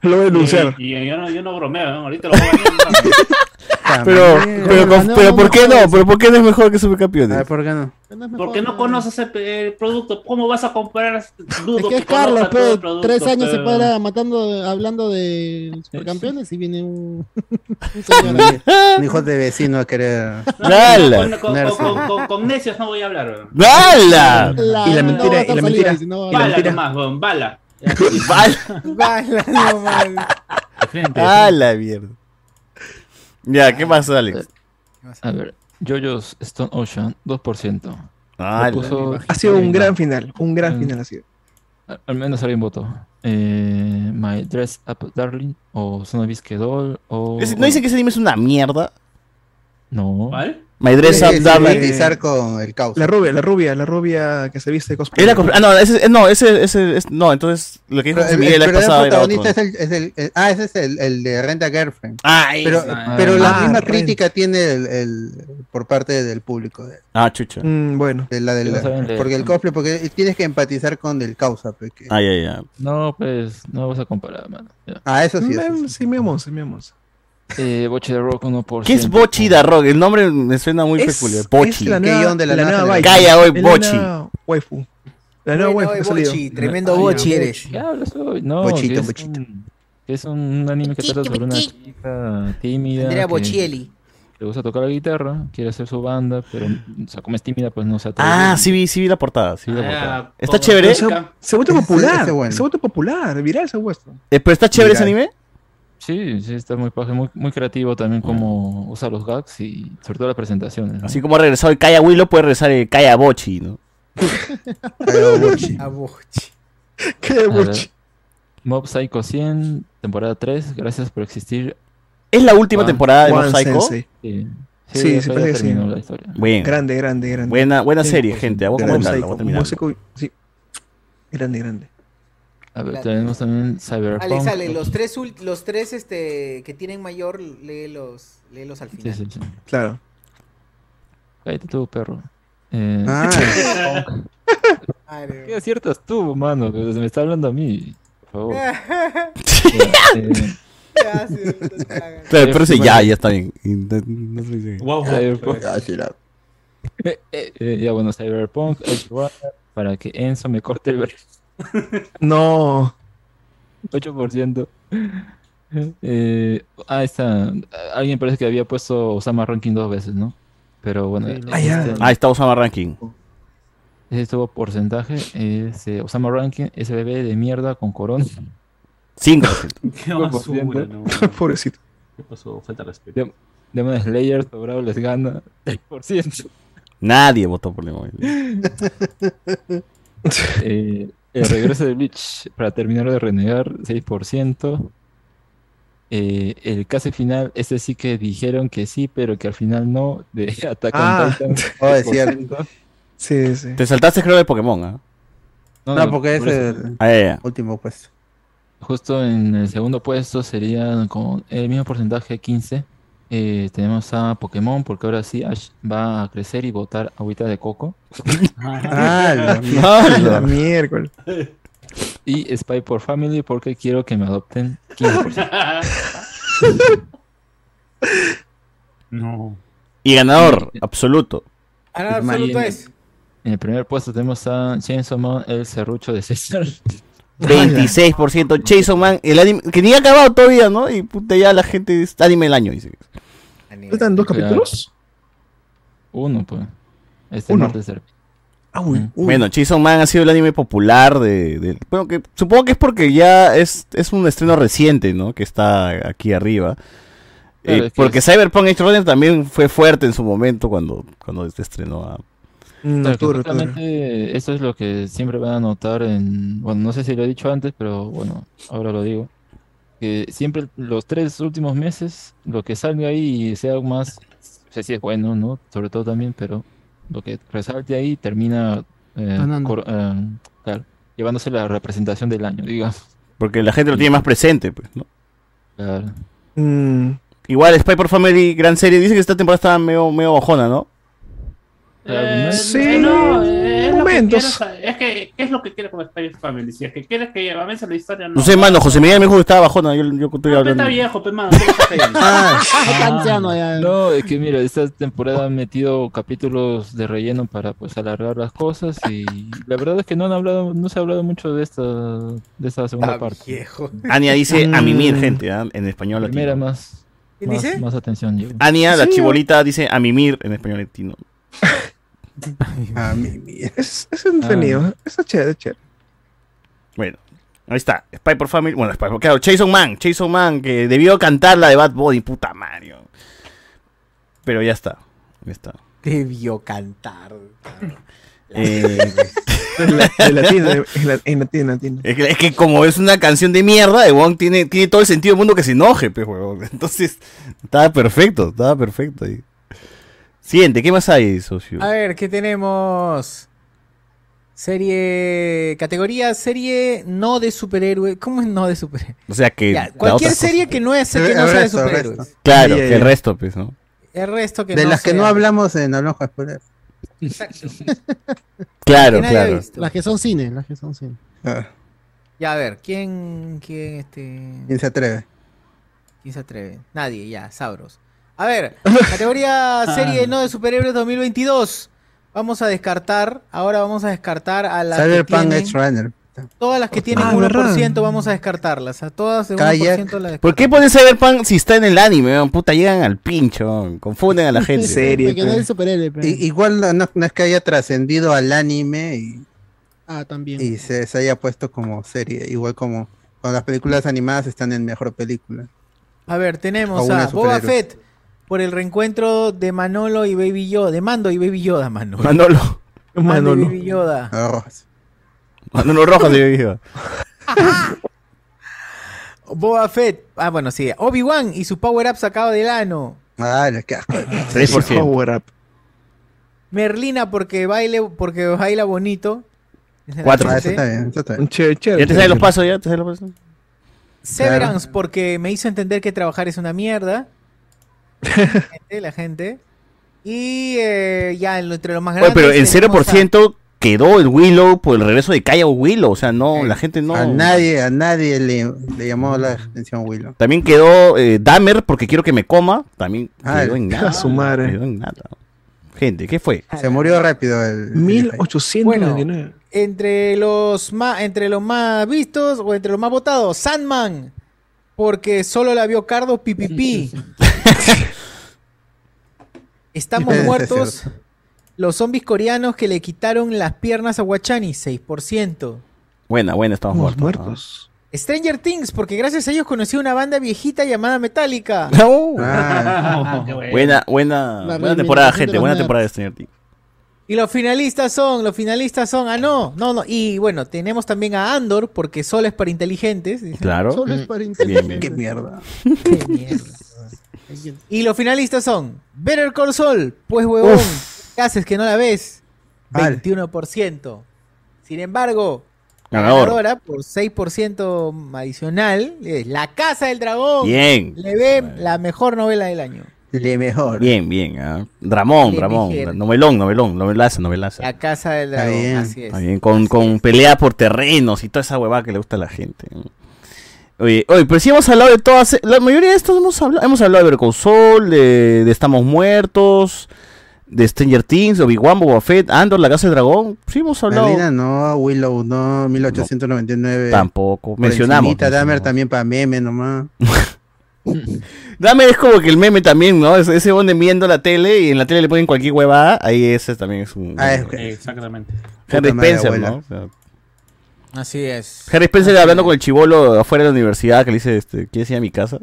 Speaker 4: lo voy a denunciar.
Speaker 5: Y, y yo, no, yo no bromeo, ¿no? ahorita lo voy a banear.
Speaker 1: Pero, pero, con- pero ¿por qué no? ¿Pero por qué no es mejor que Supercampeones?
Speaker 3: ¿Por qué no?
Speaker 5: ¿Por qué no conoces el, el producto? ¿Cómo vas a comprar? Dudo
Speaker 6: Es que es
Speaker 5: que conozca
Speaker 6: Carlos,
Speaker 5: todo el
Speaker 6: pe,
Speaker 5: producto,
Speaker 6: tres años se
Speaker 5: pero-
Speaker 6: para matando, hablando de supercampeones y viene un, un señor ahí.
Speaker 3: Un hijo de vecino a querer.
Speaker 5: No, no, con- con-
Speaker 3: Nerse.
Speaker 5: con, con- con- con necios no voy a hablar. weón.
Speaker 1: ¡Hala!
Speaker 4: Y la mentira, y la mentira. y la
Speaker 5: Bala
Speaker 4: mentira.
Speaker 5: nomás, weón, bala.
Speaker 4: (laughs)
Speaker 2: Bala nomás.
Speaker 1: (laughs) ¡Ah, la mierda! Ya, ¿qué más, Alex?
Speaker 8: A ver, JoJo's Stone Ocean, 2%.
Speaker 1: Ah,
Speaker 8: Lo puso-
Speaker 4: Ha sido un gran final, un gran
Speaker 8: Mm.
Speaker 4: final ha sido.
Speaker 8: Al- Al menos alguien votó. Eh, My Dress Up Darling o Son of Biscuit Doll o...
Speaker 1: Ese- ¿No dice que ese anime es una mierda?
Speaker 8: No.
Speaker 1: My Dress Up Darling.
Speaker 3: con el caos.
Speaker 4: La rubia, la rubia, la rubia que se viste de cosplay.
Speaker 1: Era compl- ah, no, ese, eh, no, ese, ese, es- no, entonces lo que dijo
Speaker 3: Pero
Speaker 1: José
Speaker 3: el,
Speaker 1: Miguel
Speaker 3: el
Speaker 1: la vez
Speaker 3: verdadero
Speaker 1: pasada era otro.
Speaker 3: protagonista es el, es el- el- Ah, ese es el, el de Renta Girlfriend.
Speaker 1: Ah,
Speaker 3: pero
Speaker 1: ese.
Speaker 3: pero la
Speaker 1: Ah,
Speaker 3: misma
Speaker 1: Rent.
Speaker 3: crítica tiene el, el- por parte del público. de-
Speaker 1: Ah, chucha.
Speaker 4: bueno.
Speaker 3: de la, de
Speaker 8: Sí,
Speaker 3: la-
Speaker 8: no saben leer.
Speaker 3: porque el cosplay, porque tienes que empatizar con el causa. pues, que-
Speaker 1: Ah, ya, ya.
Speaker 8: No, pues no vas a comparar, mano. Ya.
Speaker 3: Ah, eso sí.
Speaker 4: Me- Sí, mi amor, sí, mi amor.
Speaker 8: Eh, Boche de Rock 1%.
Speaker 1: ¿Qué es Bochi da Rock? El nombre me suena muy
Speaker 4: Es-
Speaker 1: peculiar.
Speaker 4: es
Speaker 1: Bochi.
Speaker 4: la nueva-
Speaker 3: guión de la nueva
Speaker 4: waifu.
Speaker 1: Calla hoy,
Speaker 4: Es
Speaker 1: Bochi.
Speaker 4: La nueva waifu. La nueva
Speaker 2: Bueno,
Speaker 4: waifu que ha
Speaker 2: Bochi,
Speaker 4: salido.
Speaker 2: tremendo
Speaker 4: Ay,
Speaker 2: Bochi
Speaker 4: ya,
Speaker 2: eres.
Speaker 8: ¿Qué hablas hoy? No,
Speaker 4: Bochito,
Speaker 8: que es
Speaker 4: bochito.
Speaker 8: un- que es un anime que trata sobre una chica tímida.
Speaker 2: Andrea
Speaker 8: que
Speaker 2: Bocelli.
Speaker 8: Le gusta tocar la guitarra, quiere hacer su banda, pero o sea, como es tímida, pues no se atreve.
Speaker 1: Ah, sí vi, sí vi la portada, sí vi
Speaker 8: Ah,
Speaker 1: la portada. Está
Speaker 4: Pero
Speaker 1: chévere.
Speaker 4: Se, se ha vuelto popular. Se ha vuelto popular. Viral se ha vuelto.
Speaker 1: Eh, pero está chévere ese
Speaker 8: Mira.
Speaker 1: anime.
Speaker 8: Sí, sí, está muy paja, muy, muy creativo también como usa los gags y sobre todo las presentaciones. ¿no?
Speaker 1: Así como ha regresado el Kaya Willow, puede regresar el Kaya Bochi, ¿no?
Speaker 2: A (laughs) Bochi.
Speaker 4: ¿Qué
Speaker 8: A ver, Mob Psycho 100, temporada 3, gracias por existir.
Speaker 1: ¿Es la última temporada de Mob
Speaker 8: Juan
Speaker 1: Psycho?
Speaker 8: Sensei. Sí, sí,
Speaker 4: Sí,
Speaker 8: ya-
Speaker 4: sí,
Speaker 8: ya
Speaker 4: parece que sí.
Speaker 8: terminó la historia.
Speaker 1: Bien.
Speaker 4: Grande, grande, grande.
Speaker 1: Buena, buena
Speaker 4: Sí,
Speaker 1: serie,
Speaker 4: sí,
Speaker 1: gente. Vamos a
Speaker 4: grande,
Speaker 1: terminarla, vamos a
Speaker 4: Psycho,
Speaker 1: terminarla.
Speaker 4: Psycho, sí. Grande, grande.
Speaker 8: A ver,
Speaker 2: Claro.
Speaker 8: pues, tenemos también
Speaker 2: Alex,
Speaker 8: Cyberpunk.
Speaker 2: Alex, los tres, ult- los tres este, que tienen mayor, léelos, léelos al
Speaker 8: Sí,
Speaker 2: final.
Speaker 8: sí, sí.
Speaker 4: Claro.
Speaker 8: Cállate tú, perro. Eh, (laughs)
Speaker 4: Ah.
Speaker 8: ¿Qué aciertas tú, mano? Que se me está hablando a mí. Por favor. eh.
Speaker 1: Claro, Eh, pero ese
Speaker 8: Este,
Speaker 1: ya, ya está bien. Y no- no se dice.
Speaker 8: Wow, Cyberpunk. Eh, eh, eh, ya bueno, Cyberpunk, Edge Runner, para que Enzo me corte el brazo.
Speaker 1: (laughs)
Speaker 4: No.
Speaker 8: 8%. Eh, ah, está. Alguien parece que había puesto Osama Ranking dos veces, ¿no? Pero bueno.
Speaker 4: Sí, lo Ah, ya.
Speaker 8: este-
Speaker 1: Ah, está Osama Ranking.
Speaker 8: Ese tuvo porcentaje. Es, eh, Osama Rankin, ese
Speaker 4: (laughs)
Speaker 8: bebé de mierda con corona.
Speaker 1: 5%.
Speaker 4: Pobrecito.
Speaker 5: ¿Qué pasó? Falta de
Speaker 1: (laughs)
Speaker 5: respeto.
Speaker 8: Dem- Demon Slayer sobrado les gana. Por ciento.
Speaker 1: Nadie votó por Demon Slayer.
Speaker 8: (laughs) Eh, el regreso de Bleach, para terminar de renegar, 6%. Eh, el casi final, este sí que dijeron que sí, pero que al final no, de Attack on
Speaker 3: Ah,
Speaker 8: Titan,
Speaker 3: oh, es
Speaker 8: 3%.
Speaker 3: cierto.
Speaker 4: Sí, sí.
Speaker 1: Te saltaste creo de Pokémon, ¿ah?
Speaker 3: No, porque es
Speaker 8: por eso.
Speaker 3: el último puesto.
Speaker 8: Justo en el segundo puesto sería con el mismo porcentaje, 15. Eh, tenemos a Pokémon, porque ahora sí Ash va a crecer y botar agüita de coco.
Speaker 4: Ah,
Speaker 8: (laughs)
Speaker 4: la mier- la miércoles.
Speaker 8: Y Spy por Family, porque quiero que me adopten 15%.
Speaker 1: No. Y ganador absoluto.
Speaker 2: Ah,
Speaker 8: Y en- En el primer puesto tenemos a Chainsaw Man, el serrucho de
Speaker 4: (laughs)
Speaker 8: César. (laughs)
Speaker 1: 26%. Jason Man, el anime que ni ha acabado todavía, ¿no? Y puta, ya la gente dice, anime del año, dice.
Speaker 4: ¿Faltan dos capítulos?
Speaker 8: Uno, pues. Este
Speaker 4: Uno.
Speaker 8: martes termina.
Speaker 4: Ah, uy, uy.
Speaker 1: Bueno, Chainsaw Man ha sido el anime popular de, de- bueno, que supongo que es porque ya es, es un estreno reciente, ¿no? Que está aquí arriba.
Speaker 8: Claro,
Speaker 1: Eh,
Speaker 8: es que
Speaker 1: porque
Speaker 8: es-
Speaker 1: Cyberpunk Edge Runner también fue fuerte en su momento cuando, cuando se estrenó a-
Speaker 8: Claro, que
Speaker 4: Arturo, Arturo.
Speaker 8: justamente eso es lo que siempre van a notar en, bueno, no sé si lo he dicho antes, pero bueno, ahora lo digo, que siempre los tres últimos meses, lo que salga ahí y sea más, no sé si es bueno, ¿no? Sobre todo también, pero lo que resalte ahí termina eh,
Speaker 6: Ganando.
Speaker 8: cor- eh, claro, llevándose la representación del año, digamos.
Speaker 1: Porque la gente lo tiene más presente, pues, ¿no?
Speaker 8: Claro.
Speaker 1: Igual, Spy por Family, gran serie. Dice que esta temporada estaba medio, medio bajona, ¿no?
Speaker 5: Eh,
Speaker 4: Sí,
Speaker 5: no, eh, es lo que
Speaker 4: momentos.
Speaker 5: quiero saber. Es que, ¿qué es lo que quiere con Spy Family? Si es que quieres que avance la historia, no.
Speaker 1: No sé, mano, José Miguel me dijo que estaba bajona. Yo, yo estoy
Speaker 5: Pero
Speaker 1: hablando.
Speaker 5: Está viejo, pe, mano, ¿qué le
Speaker 4: (laughs)
Speaker 5: estás cayendo?
Speaker 4: Ah.
Speaker 6: (laughs) anciano ya.
Speaker 8: No, es que mira, esta temporada han metido capítulos de relleno para pues alargar las cosas y la verdad es que no han hablado, no se ha hablado mucho de esta, de esta segunda parte.
Speaker 1: Ania dice a mimir, gente, ¿ah? en
Speaker 8: La
Speaker 1: español latino.
Speaker 8: Mm. primera más,
Speaker 1: ¿Quién
Speaker 8: más,
Speaker 1: dice?
Speaker 8: más atención. lleva.
Speaker 1: Ania, la
Speaker 4: Sí,
Speaker 1: chibolita, dice a mimir en español latino.
Speaker 3: A mí, mira.
Speaker 4: Es, es entretenido. Eso es chévere, es chévere.
Speaker 1: Bueno, ahí está. Spy por Family. Bueno, Spy por. Claro, Jason Man. Jason Man, que debió cantar la de Bad Body, puta Mario. Pero ya está. Ya está.
Speaker 2: Debió cantar.
Speaker 1: Eh,
Speaker 4: En la- en latino, en la- en latino, en latino.
Speaker 1: es, que, es que como es una canción de mierda, el huevón tiene, tiene todo el sentido del mundo que se enoje, pues, huevón. (laughs) Entonces, estaba perfecto, estaba perfecto ahí. Siguiente, ¿qué más hay,
Speaker 3: Ah,
Speaker 1: socio?
Speaker 2: A ver, ¿qué tenemos? Serie. Categoría serie no de superhéroe. ¿Cómo es no de superhéroe?
Speaker 1: O sea que.
Speaker 2: Ya,
Speaker 1: la
Speaker 2: cualquier
Speaker 1: otra cosa-
Speaker 2: serie que no, es, que
Speaker 3: El
Speaker 2: no sea de
Speaker 3: resto, el
Speaker 2: superhéroes.
Speaker 3: resto.
Speaker 1: Claro,
Speaker 3: Ay, ay,
Speaker 1: que el
Speaker 3: ay.
Speaker 1: resto, pues, ¿no?
Speaker 2: El resto que
Speaker 3: de
Speaker 2: no
Speaker 3: las que
Speaker 2: sea-
Speaker 3: no hablamos en Hablamos con Spoilers.
Speaker 2: Exacto.
Speaker 1: Claro,
Speaker 2: Que nadie ha
Speaker 1: claro.
Speaker 2: visto.
Speaker 6: Las que son cine, las que son cine.
Speaker 3: Ah,
Speaker 2: Ya, a ver, ¿quién, quién, este,
Speaker 3: ¿Quién se atreve?
Speaker 2: quién se atreve? Nadie, ya, Sabros.
Speaker 1: (laughs)
Speaker 2: A ver, categoría serie no de superhéroes 2022. Vamos a descartar, ahora vamos a descartar a las que
Speaker 3: Cyberpunk
Speaker 2: tienen-
Speaker 3: Edge Runner.
Speaker 2: todas las que tienen
Speaker 3: Ah,
Speaker 2: 1% vamos a descartarlas, a todas de
Speaker 3: Kayak.
Speaker 2: 1% las
Speaker 1: ¿Por qué ponen Cyberpunk si está en el anime? weón? Puta, llegan al pincho, weón. confunden
Speaker 3: (laughs)
Speaker 1: a la gente.
Speaker 4: Serie,
Speaker 6: Que no es superhéroe, pues. pero-
Speaker 3: I- pues. igual no, no- no es que haya trascendido al anime y,
Speaker 6: Ah, también.
Speaker 3: y se, se haya puesto como serie. Igual como cuando las películas animadas están en mejor película.
Speaker 2: A ver,
Speaker 3: O
Speaker 2: tenemos
Speaker 3: una
Speaker 2: a
Speaker 3: de
Speaker 2: Boba
Speaker 3: superhéroes.
Speaker 2: Fett por el reencuentro de Manolo y Baby Yoda, de Mando y Baby Yoda, Manolo.
Speaker 1: Manolo.
Speaker 2: Mando y
Speaker 1: Manolo.
Speaker 2: Baby Yoda.
Speaker 1: Manolo Rojas de Viva.
Speaker 2: Boba Fett. Ah, bueno, sí. Obi-Wan y su power-up sacado del ano.
Speaker 3: Ah, qué asco.
Speaker 1: 3%.
Speaker 4: Power up.
Speaker 2: Merlina porque baile, porque baila bonito.
Speaker 1: Cuatro.
Speaker 3: Ah, eso está bien, eso está bien.
Speaker 4: Un chévere, chévere.
Speaker 1: Ya te sabes los pasos, ya te sabes los pasos.
Speaker 2: Severance porque me hizo entender que trabajar es una
Speaker 3: (laughs)
Speaker 2: mierda. La gente, la gente. Y eh, ya en lo- entre los más
Speaker 1: Oye,
Speaker 2: grandes.
Speaker 1: pero en
Speaker 2: tenemos a-
Speaker 1: 0% quedó el Willow por el regreso de Kaya Willow. O sea, no, la gente no.
Speaker 3: A
Speaker 6: Oh.
Speaker 3: nadie, a nadie le, le llamó la
Speaker 6: Mm.
Speaker 3: atención Willow.
Speaker 1: También quedó eh, Dahmer porque quiero que me coma. También
Speaker 3: Ah,
Speaker 1: quedó en
Speaker 4: (laughs) a
Speaker 1: nada.
Speaker 4: su madre.
Speaker 1: Quedó en nada. Gente, ¿qué fue?
Speaker 3: Se murió rápido el.
Speaker 4: 1899.
Speaker 2: Entre los más, entre los más vistos o entre los más votados, Sandman. Porque solo la vio Cardo pipipi. (laughs) Estamos
Speaker 3: Sí, es
Speaker 2: muertos.
Speaker 3: cierto.
Speaker 2: Los zombies coreanos que le quitaron las piernas a Guachani, 6%.
Speaker 1: Buena, buena, estamos
Speaker 4: Estamos
Speaker 1: muertos. (laughs)
Speaker 4: muertos.
Speaker 2: Stranger Things, porque gracias a ellos conocí una banda viejita
Speaker 1: (laughs)
Speaker 2: llamada Metallica.
Speaker 1: Ah, buena, buena,
Speaker 2: La
Speaker 1: buena temporada,
Speaker 2: reivindicación de
Speaker 1: gente.
Speaker 2: los
Speaker 1: Buena
Speaker 2: nerds.
Speaker 1: temporada de Stranger Things.
Speaker 2: Y los finalistas son, los finalistas son, ah, no, no, no. Y bueno, tenemos también a Andor, porque Sol es para inteligentes. dice.
Speaker 1: Claro. Sol es para Bien, inteligentes. bien. Qué
Speaker 3: mierda.
Speaker 2: Qué mierda. Y los finalistas son Better Call Sol, pues huevón, ¿qué haces que no la ves? 21%. Sin embargo, la
Speaker 1: Ganador.
Speaker 2: ganadora por 6% adicional es La Casa del Dragón.
Speaker 1: Bien.
Speaker 2: Le ven la mejor novela del año.
Speaker 3: Le mejor.
Speaker 1: Bien, bien. ah. Dramón,
Speaker 2: Le
Speaker 1: Dramón.
Speaker 2: mejor.
Speaker 1: Novelón, novelón, novelaza, novelaza.
Speaker 2: La Casa del Dragón,
Speaker 1: bien.
Speaker 2: así es.
Speaker 1: Está bien, con, con pelea por terrenos y toda esa huevada que le gusta a la gente. Oye, oye, pero sí hemos hablado de todas. La mayoría de estos hemos hablado. Hemos hablado de Verconsol, de, de Estamos Muertos, de Stranger Things, Obi-Wan, Boba Fett, Andor, La Casa del Dragón. Sí hemos hablado.
Speaker 3: Merlina no, Willow no, 1899.
Speaker 1: Tampoco,
Speaker 3: Por
Speaker 1: mencionamos,
Speaker 3: encimita, Dahmer también para meme nomás.
Speaker 1: Dame es como que el meme también, ¿no? Ese, ese donde viendo la tele y en la tele le ponen cualquier huevada. Ahí ese también Ah, es un.
Speaker 2: Ah,
Speaker 23: Eh,
Speaker 9: Exactamente.
Speaker 1: Henry
Speaker 9: Puta madre,
Speaker 1: Spencer,
Speaker 9: abuela.
Speaker 1: ¿no? O sea,
Speaker 2: Así es.
Speaker 1: Harry Spencer hablando con el chivolo afuera de la universidad que le dice, este, ¿quieres ir a mi casa?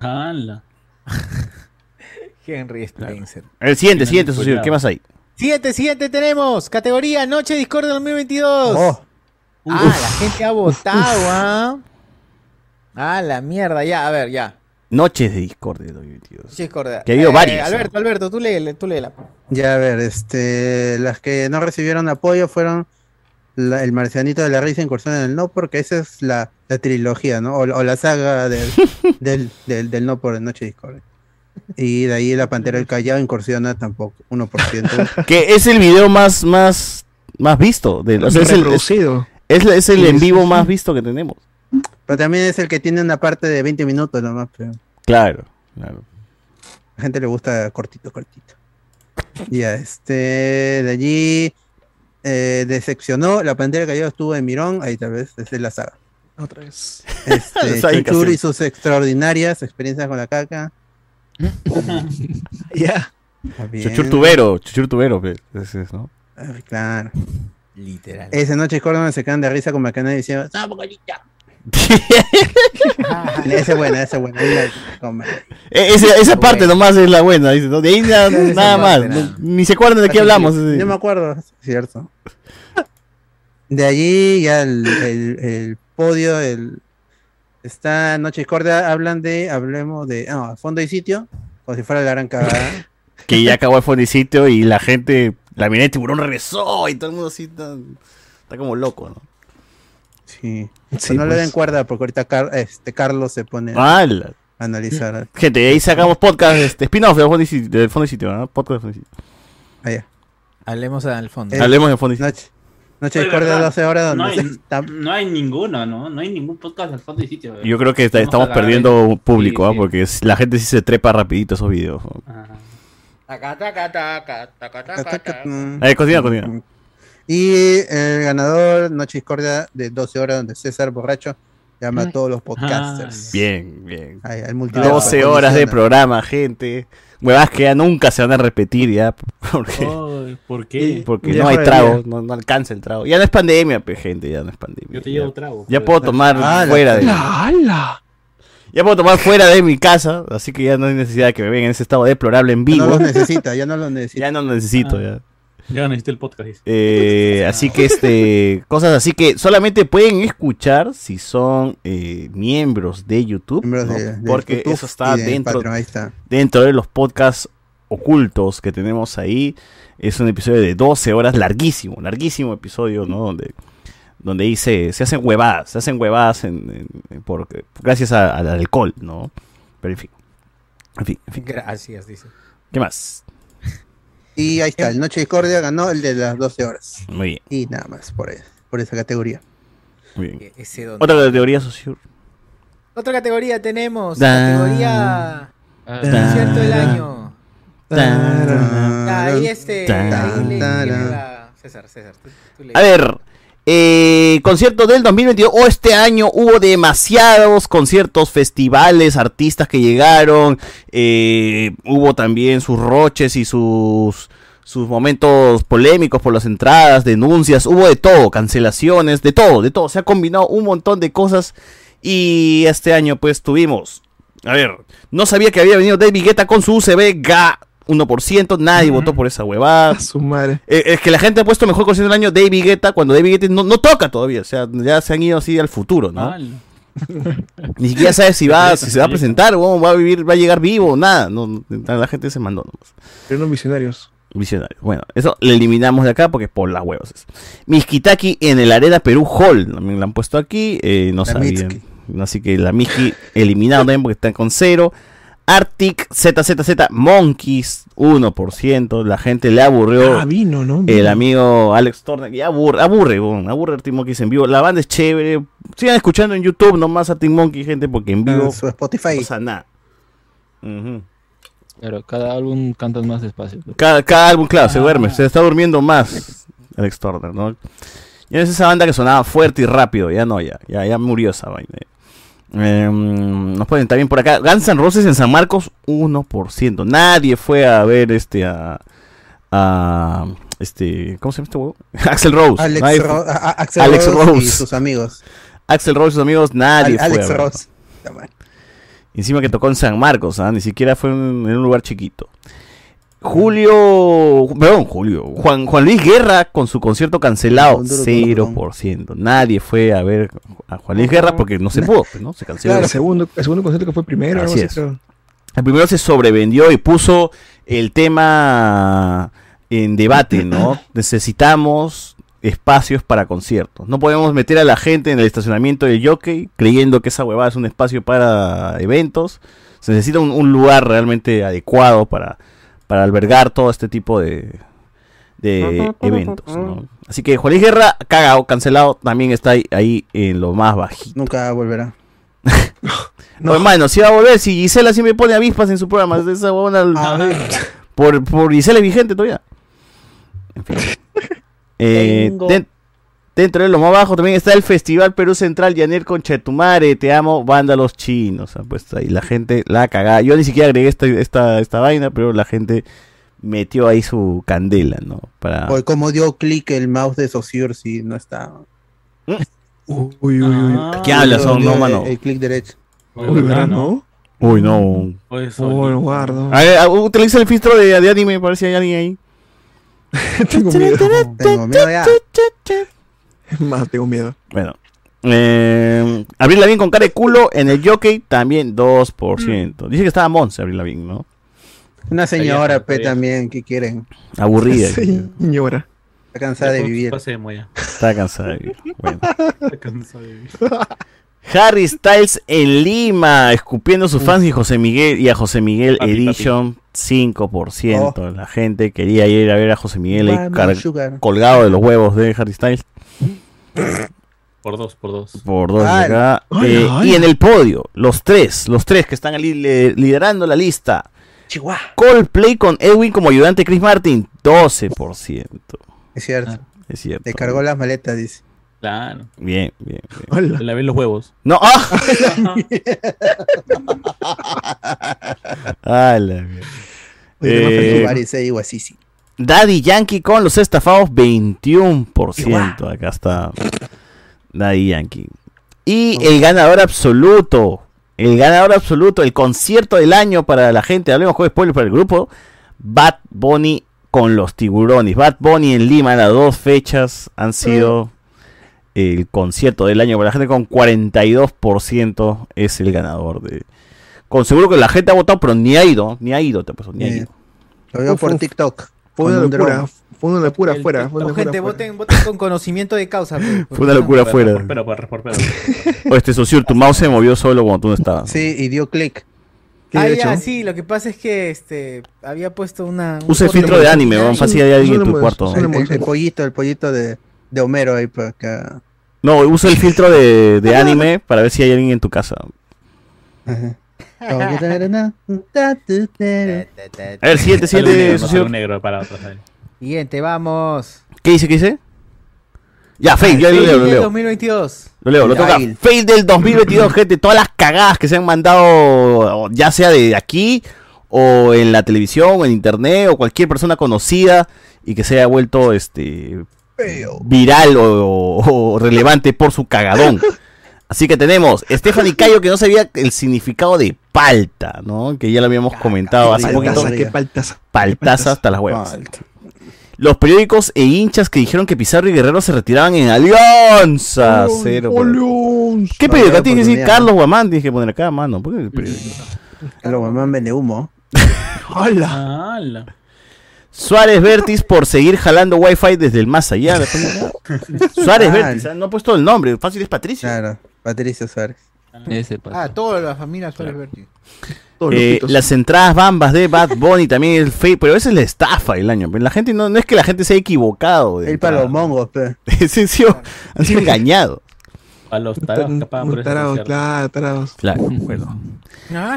Speaker 9: ¡Hala!
Speaker 2: (laughs) Henry Spencer.
Speaker 1: El Eh, siguiente,
Speaker 2: Finalmente
Speaker 1: siguiente,
Speaker 3: pues
Speaker 1: socio, ¿qué más hay?
Speaker 2: Siguiente, siguiente tenemos. Categoría Noche Discord 2022.
Speaker 1: Oh.
Speaker 2: Ah, la gente ha votado, ¿ah? Ah, la mierda, ya, a ver, ya.
Speaker 1: Noches de
Speaker 3: (laughs)
Speaker 1: discordia 2022.
Speaker 2: Noche Discord.
Speaker 1: Que ha habido
Speaker 2: Eh,
Speaker 1: varias,
Speaker 2: Alberto, Alberto, tú léela, tú léela.
Speaker 3: Ya, a ver, este, las que no recibieron apoyo fueron la- El Marcianito de la Risa, Incursión en el No, porque esa es la, la trilogía, ¿no? O, o la saga del, del, del, del No por el Noche Discord. Y de ahí La Pantera del Callao incursiona tampoco, 1%.
Speaker 1: Que es el video más, más, más visto. De, o sea, (laughs) es el, es,
Speaker 3: Reproducido.
Speaker 1: es la- es el
Speaker 3: Sí,
Speaker 1: en
Speaker 3: sí,
Speaker 1: vivo
Speaker 3: sí.
Speaker 1: más visto que tenemos.
Speaker 3: Pero también es el que tiene una parte de 20 minutos nomás, pero
Speaker 1: Claro, claro.
Speaker 3: a la gente le gusta cortito, cortito. Ya, este, de allí eh, decepcionó, La Pantera del Callao estuvo en Mirón, ahí tal vez, esa es la saga.
Speaker 4: Otra vez.
Speaker 1: (laughs)
Speaker 3: Este,
Speaker 4: Saben qué
Speaker 3: Chuchur
Speaker 4: hacer.
Speaker 3: y sus extraordinarias experiencias con la caca.
Speaker 4: Ya.
Speaker 3: Está bien.
Speaker 1: Chuchur Tubero, Chuchur Tubero, pues, ese es, ¿no?
Speaker 3: Ah, Claro.
Speaker 2: Literal.
Speaker 3: Esa noche Córdoba se quedan de risa como que nadie decía. "Ah, bocolita". esa es buena, esa es
Speaker 1: (laughs)
Speaker 3: buena. ahí la toma.
Speaker 1: E- esa- esa parte nomás es la buena, dice, ¿no? De ahí na-
Speaker 3: Esa
Speaker 1: nada más.
Speaker 3: parte, nada.
Speaker 1: Ni se acuerdan de qué hablamos.
Speaker 3: No me
Speaker 1: ese-
Speaker 3: acuerdo, es cierto. De allí ya el, el- el podio, el está Noche Discordia, hablan de, hablemos de, no, fondo y sitio, como si fuera la gran cagada.
Speaker 1: Que ya acabó el fondicito y la gente, la mina de tiburón regresó y todo el mundo así está, está como loco, ¿no?
Speaker 3: Sí.
Speaker 1: (laughs) Sí,
Speaker 3: no le
Speaker 1: pues. Ah,
Speaker 3: den cuerda porque ahorita Car- este Carlos se pone a
Speaker 1: ¡Hala!
Speaker 3: analizar.
Speaker 1: Gente, de ahí sacamos podcast, este, spin-off del Fondo y Sitio- del Fondo y Sitio, ¿no? Podcast del Fondo y Sitio.
Speaker 2: Hablemos al fondo.
Speaker 1: Eh, Hablemos de Fondo y Sitio.
Speaker 3: Noche, Eh, noche Discordia
Speaker 5: ¿verdad?
Speaker 3: 12 horas
Speaker 5: no
Speaker 3: donde
Speaker 5: hay,
Speaker 3: se está-
Speaker 5: no hay ninguno, ¿no? No hay ningún podcast al fondo y sitio. ¿verdad?
Speaker 1: Yo creo que está-
Speaker 5: Vamos a
Speaker 1: estamos
Speaker 5: agarrar
Speaker 1: perdiendo
Speaker 5: eso.
Speaker 1: público,
Speaker 5: Sí,
Speaker 1: ¿ah?
Speaker 5: sí.
Speaker 1: Porque es- la gente sí se trepa rapidito esos videos. ¿no?
Speaker 2: Taca, taca, taca, taca, taca, taca.
Speaker 1: A ver, Eh, continúa, continúa.
Speaker 3: Y el ganador, Noche Discordia de 12 horas, donde César Borracho llama a todos los podcasters.
Speaker 1: Bien, bien.
Speaker 3: Ahí, al
Speaker 9: pues,
Speaker 3: multiverso
Speaker 1: 12 horas de
Speaker 3: condiciona.
Speaker 1: programa, gente. Huevas que ya nunca se van a repetir, ¿ya? (laughs) Porque,
Speaker 9: ¿Por qué?
Speaker 1: porque
Speaker 9: Ya
Speaker 1: no hay
Speaker 9: fue
Speaker 1: trago,
Speaker 9: bien.
Speaker 1: no, no alcanza el trago. Ya no es pandemia, pe, gente, ya no es pandemia.
Speaker 9: Yo te llevo trago.
Speaker 1: Ya puedo tomar
Speaker 9: Ah, la-
Speaker 1: fuera de...
Speaker 9: la-
Speaker 4: ¡Hala!
Speaker 1: Ya puedo tomar fuera de mi casa, así que ya no hay necesidad de que me vean en ese estado deplorable en vivo.
Speaker 3: No los necesita, ya no los necesita.
Speaker 1: (laughs) Ya no los necesito,
Speaker 9: Ah.
Speaker 1: ya.
Speaker 9: Ya necesito el podcast. dice.
Speaker 1: Eh, así que
Speaker 3: (laughs)
Speaker 1: este cosas así que solamente pueden escuchar si son eh, miembros de YouTube, ¿no?
Speaker 3: de- de
Speaker 1: porque
Speaker 3: YouTube
Speaker 1: eso está
Speaker 3: y de
Speaker 1: dentro
Speaker 3: Patreon, ahí está.
Speaker 1: dentro de los podcasts ocultos que tenemos ahí. Es un episodio de 12 horas larguísimo, larguísimo episodio, ¿no? Donde donde ahí se, se hacen huevadas, se hacen huevadas en, en- por- gracias a- al alcohol, ¿no? Pero en fin. En fin, en fin.
Speaker 2: Gracias, dice.
Speaker 1: ¿Qué más?
Speaker 3: Y ahí está, el Noche Discordia ganó el de las 12 horas.
Speaker 1: Eh. Muy bien.
Speaker 3: Y nada más por, ahí- por esa categoría.
Speaker 1: Muy bien.
Speaker 2: E-, Ese don.
Speaker 1: Otra categoría social.
Speaker 2: Otra categoría tenemos.
Speaker 1: Da-
Speaker 2: Categoría.
Speaker 5: Eh,
Speaker 1: Ah.
Speaker 2: Concierto del
Speaker 1: Da-
Speaker 2: año.
Speaker 1: Tarán.
Speaker 2: Ahí este.
Speaker 1: Tarán.
Speaker 2: ahí le-
Speaker 1: Tarán.
Speaker 2: le- la- César, César. tú- tú le-
Speaker 1: A ver, Eh, concierto del 2022 o este año hubo demasiados conciertos, festivales, artistas que llegaron. eh, hubo también sus roches y sus sus momentos polémicos por las entradas, denuncias, hubo de todo, cancelaciones, de todo, de todo. Se ha combinado un montón de cosas y este año pues tuvimos. A ver, no sabía que había venido David Guetta con su UCB GA 1%, nadie votó por esa
Speaker 4: (laughs)
Speaker 1: huevada.
Speaker 4: su madre.
Speaker 1: Eh, es que la gente ha puesto mejor concierto del año David Guetta cuando David Guetta no, no toca todavía, o sea, ya se han ido así al futuro, ¿no? Ni siquiera sabe si va, si se va a presentar, o va a vivir, va a llegar vivo, nada. No, no, la gente se mandó nomás.
Speaker 4: Eran visionarios.
Speaker 1: Visionarios. Bueno, eso lo eliminamos de acá porque es por las huevas. es. Miskitaki en el Arena Perú Hall. También la han puesto aquí. eh, no
Speaker 4: La
Speaker 1: sabía. Así que la Miski eliminado también porque están con cero. Arctic ZZZ Monkeys 1%. La gente le aburrió.
Speaker 4: Ah, vino, ¿no?
Speaker 1: El amigo Alex Torna, que aburre, aburre, weón, aburre Arctic Monkeys en vivo. La banda es chévere. Sigan escuchando en YouTube nomás Arctic Monkeys, gente, porque en vivo.
Speaker 3: En Ah, su Spotify.
Speaker 1: No pasa nada. Ujú.
Speaker 8: Pero cada álbum cantan más despacio.
Speaker 1: Cada, cada álbum, claro,
Speaker 8: Ah.
Speaker 1: se duerme,
Speaker 4: Ah,
Speaker 1: se está durmiendo más Alex Turner, ¿no? Ya es esa banda que sonaba fuerte y rápido, ya no, ya, ya, ya murió esa vaina. Eh, nos pueden también por acá, Guns N' Roses en San Marcos, 1%. Nadie fue a ver este a, a- este, ¿cómo se llama este huevo? (laughs) Axel Rose.
Speaker 3: Alex,
Speaker 1: Nadie
Speaker 3: Ro-
Speaker 1: fue-
Speaker 3: a- a- Axel
Speaker 1: Alex
Speaker 3: Rose, y
Speaker 1: Rose.
Speaker 3: sus amigos.
Speaker 1: Axel Rose y sus amigos, nadie
Speaker 3: Al- Alex
Speaker 1: fue. a ver.
Speaker 3: Rose.
Speaker 1: Encima que tocó en San Marcos, ¿ah? ni siquiera fue en, en un lugar chiquito. Julio, perdón, Julio, Juan, Juan Luis Guerra con su concierto cancelado, 0%. Nadie fue a ver a Juan Luis Guerra porque no se pudo, pues, ¿no? Se canceló.
Speaker 4: Claro, el segundo, el segundo concierto que fue primero. algo
Speaker 1: Así
Speaker 4: así,
Speaker 1: es.
Speaker 4: creo.
Speaker 1: El primero se sobrevendió y puso el tema en debate, ¿no? Necesitamos espacios para conciertos. No podemos meter a la gente en el estacionamiento del jockey creyendo que esa huevada es un espacio para eventos. Se necesita un, un lugar realmente adecuado para, para albergar todo este tipo de, de eventos. ¿no? Así que Juan Luis Guerra, cagado, cancelado, también está ahí, ahí en lo más bajito.
Speaker 3: Nunca volverá.
Speaker 1: No, hermano, Pues, si va a volver, si Gisela siempre pone avispas en su programa, es esa huevona. Por, por Gisela es vigente todavía. Eh,
Speaker 4: Tengo.
Speaker 1: den- dentro de lo más bajo también está el Festival Perú Central Yanel con Chetumare, te amo, banda los chinos. Han puesto ahí la gente la cagada. Yo ni siquiera agregué esta, esta, esta vaina, pero la gente metió ahí su candela, ¿no? Para...
Speaker 3: O como dio clic el mouse de Saussure si no está.
Speaker 4: Uy, uy, uy.
Speaker 1: ¿Qué hablas, son, no,
Speaker 3: El-
Speaker 1: mano?
Speaker 3: El clic derecho.
Speaker 4: Ah. Uy, ¿verdad, no?
Speaker 1: Uy, no.
Speaker 4: Oh, lo guardo.
Speaker 1: A ver, ah, utiliza el filtro de, de anime, parece que hay alguien ahí.
Speaker 4: (laughs) tengo miedo. Tengo miedo ya. Más, tengo miedo.
Speaker 1: Bueno. Eh, Abril Lavín con cara de culo en el jockey también 2%. Dice que estaba Monse Abril Lavín, ¿no?
Speaker 3: Una señora,
Speaker 1: vieja,
Speaker 3: P,
Speaker 1: está
Speaker 3: también, ¿qué quieren?
Speaker 1: Aburrida.
Speaker 4: Señora.
Speaker 3: Está cansada de vivir.
Speaker 1: (laughs) Está cansada de vivir. Bueno. Harry Styles en Lima, escupiendo a sus fans y José Miguel y a José Miguel Edition 5%. La gente quería ir a ver a José Miguel ahí
Speaker 23: Oh. Mami,
Speaker 1: car-
Speaker 23: sugar.
Speaker 1: colgado de los huevos de Harry Styles.
Speaker 23: Por dos, por dos.
Speaker 1: Por dos de
Speaker 23: Ay.
Speaker 1: acá.
Speaker 23: Ay,
Speaker 1: Eh,
Speaker 23: ay.
Speaker 1: Y en el podio, los tres, los tres que están ali- le- liderando la lista.
Speaker 3: Chihuahua.
Speaker 1: Coldplay con Edwin como ayudante Chris Martin, 12%.
Speaker 3: Es cierto.
Speaker 1: Ah, Es cierto.
Speaker 3: Te cargó las maletas, dice.
Speaker 23: Claro.
Speaker 1: Bien, bien, bien.
Speaker 23: Le lavé los
Speaker 3: (laughs)
Speaker 23: huevos.
Speaker 1: No, ¡ah! ¡Ah, la mierda!
Speaker 3: Oye, nomás
Speaker 1: Eh,
Speaker 3: fue Suárez, eh, digo así, sí.
Speaker 1: Daddy Yankee con los estafados, 21%. Acá está Daddy Yankee. Y el ganador absoluto. El ganador absoluto, el concierto del año para la gente. Hablemos con spoiler para el grupo. Bad Bunny con los tiburones. Bad Bunny en Lima, las dos fechas han sido el concierto del año para la gente con 42% es el ganador de... Con seguro que la gente ha votado, pero ni ha ido, ni ha ido, te apuesto, ni ha ido.
Speaker 3: Lo veo por TikTok.
Speaker 4: Fue una
Speaker 3: Con un
Speaker 4: locura.
Speaker 3: dron.
Speaker 4: Fue una locura afuera.
Speaker 14: No, gente, voten, voten con conocimiento de causa. pues,
Speaker 1: (laughs)
Speaker 14: pe.
Speaker 1: Fue una locura afuera.
Speaker 23: Pero, por, por, por,
Speaker 1: (laughs) O este socio, tu mouse se movió solo cuando tú no estabas.
Speaker 3: Sí, y dio clic.
Speaker 1: ¿Qué
Speaker 14: Ah,
Speaker 1: he
Speaker 14: ya,
Speaker 1: hecho?
Speaker 14: sí, lo que pasa es que este había puesto una. un
Speaker 1: Usa el
Speaker 14: foto
Speaker 1: filtro de anime, weón, fácil hay alguien en tu cuarto.
Speaker 3: El, el- el pollito, el pollito de, de Homero ahí por acá.
Speaker 1: No, usa el filtro de, de anime para ver si hay alguien en tu casa.
Speaker 4: (laughs)
Speaker 1: A ver, siguiente, siguiente,
Speaker 23: Algo negro,
Speaker 1: socio.
Speaker 23: algo negro para otros. ahí.
Speaker 14: Siguiente, vamos.
Speaker 1: ¿Qué dice, qué dice? Ya, fail, ya
Speaker 14: Fail
Speaker 1: lo leo, lo
Speaker 14: del
Speaker 1: leo.
Speaker 14: 2022.
Speaker 1: Lo leo, lo
Speaker 14: Ya,
Speaker 1: toca.
Speaker 14: Gil.
Speaker 1: Fail del 2022, gente. Todas las cagadas que se han mandado, o ya sea de aquí, o en la televisión, o en internet, o cualquier persona conocida, y que se haya vuelto este viral o, o- o relevante por su cagadón. Así que tenemos Stephanie Cayo, que no sabía el significado de palta, ¿no? Que ya lo habíamos comentado hace
Speaker 4: paltaza,
Speaker 1: poquito.
Speaker 4: qué paltaza,
Speaker 1: Paltaza hasta las huevas. Los periódicos e hinchas que dijeron que Pizarro y Guerrero se retiraban en Alianza.
Speaker 4: ¡Oh,
Speaker 1: Cero, por- ¿Qué
Speaker 3: No
Speaker 1: periódico?
Speaker 3: había
Speaker 1: Acá Tienes que decir
Speaker 3: oportunidad,
Speaker 1: Carlos Guamán, tienes que poner acá, mano. ¿Por qué el periódico?
Speaker 3: (laughs) Carlos Guamán vende humo.
Speaker 1: ¡Hala! Suárez Vertis por seguir jalando wifi desde el más
Speaker 3: (laughs)
Speaker 1: allá. Suárez
Speaker 3: Ah,
Speaker 1: Vertis, ah, no ha puesto el nombre, fácil es Patricio.
Speaker 3: Claro, Patricio Suárez.
Speaker 14: Ah, toda la familia suele ver.
Speaker 1: Eh, las entradas bambas de Bad Bunny también el fake, pero esa es la estafa del año. pero La gente no, no es que la gente se haya equivocado.
Speaker 3: El para los mongos, pe.
Speaker 1: (laughs) Sí, sí, o- han sido engañados.
Speaker 23: A los
Speaker 9: Ah,
Speaker 4: tarados,
Speaker 23: tarados, capaz, por eso
Speaker 4: tarados,
Speaker 23: es cierto.
Speaker 4: claro, tarados.
Speaker 1: Claro, bueno.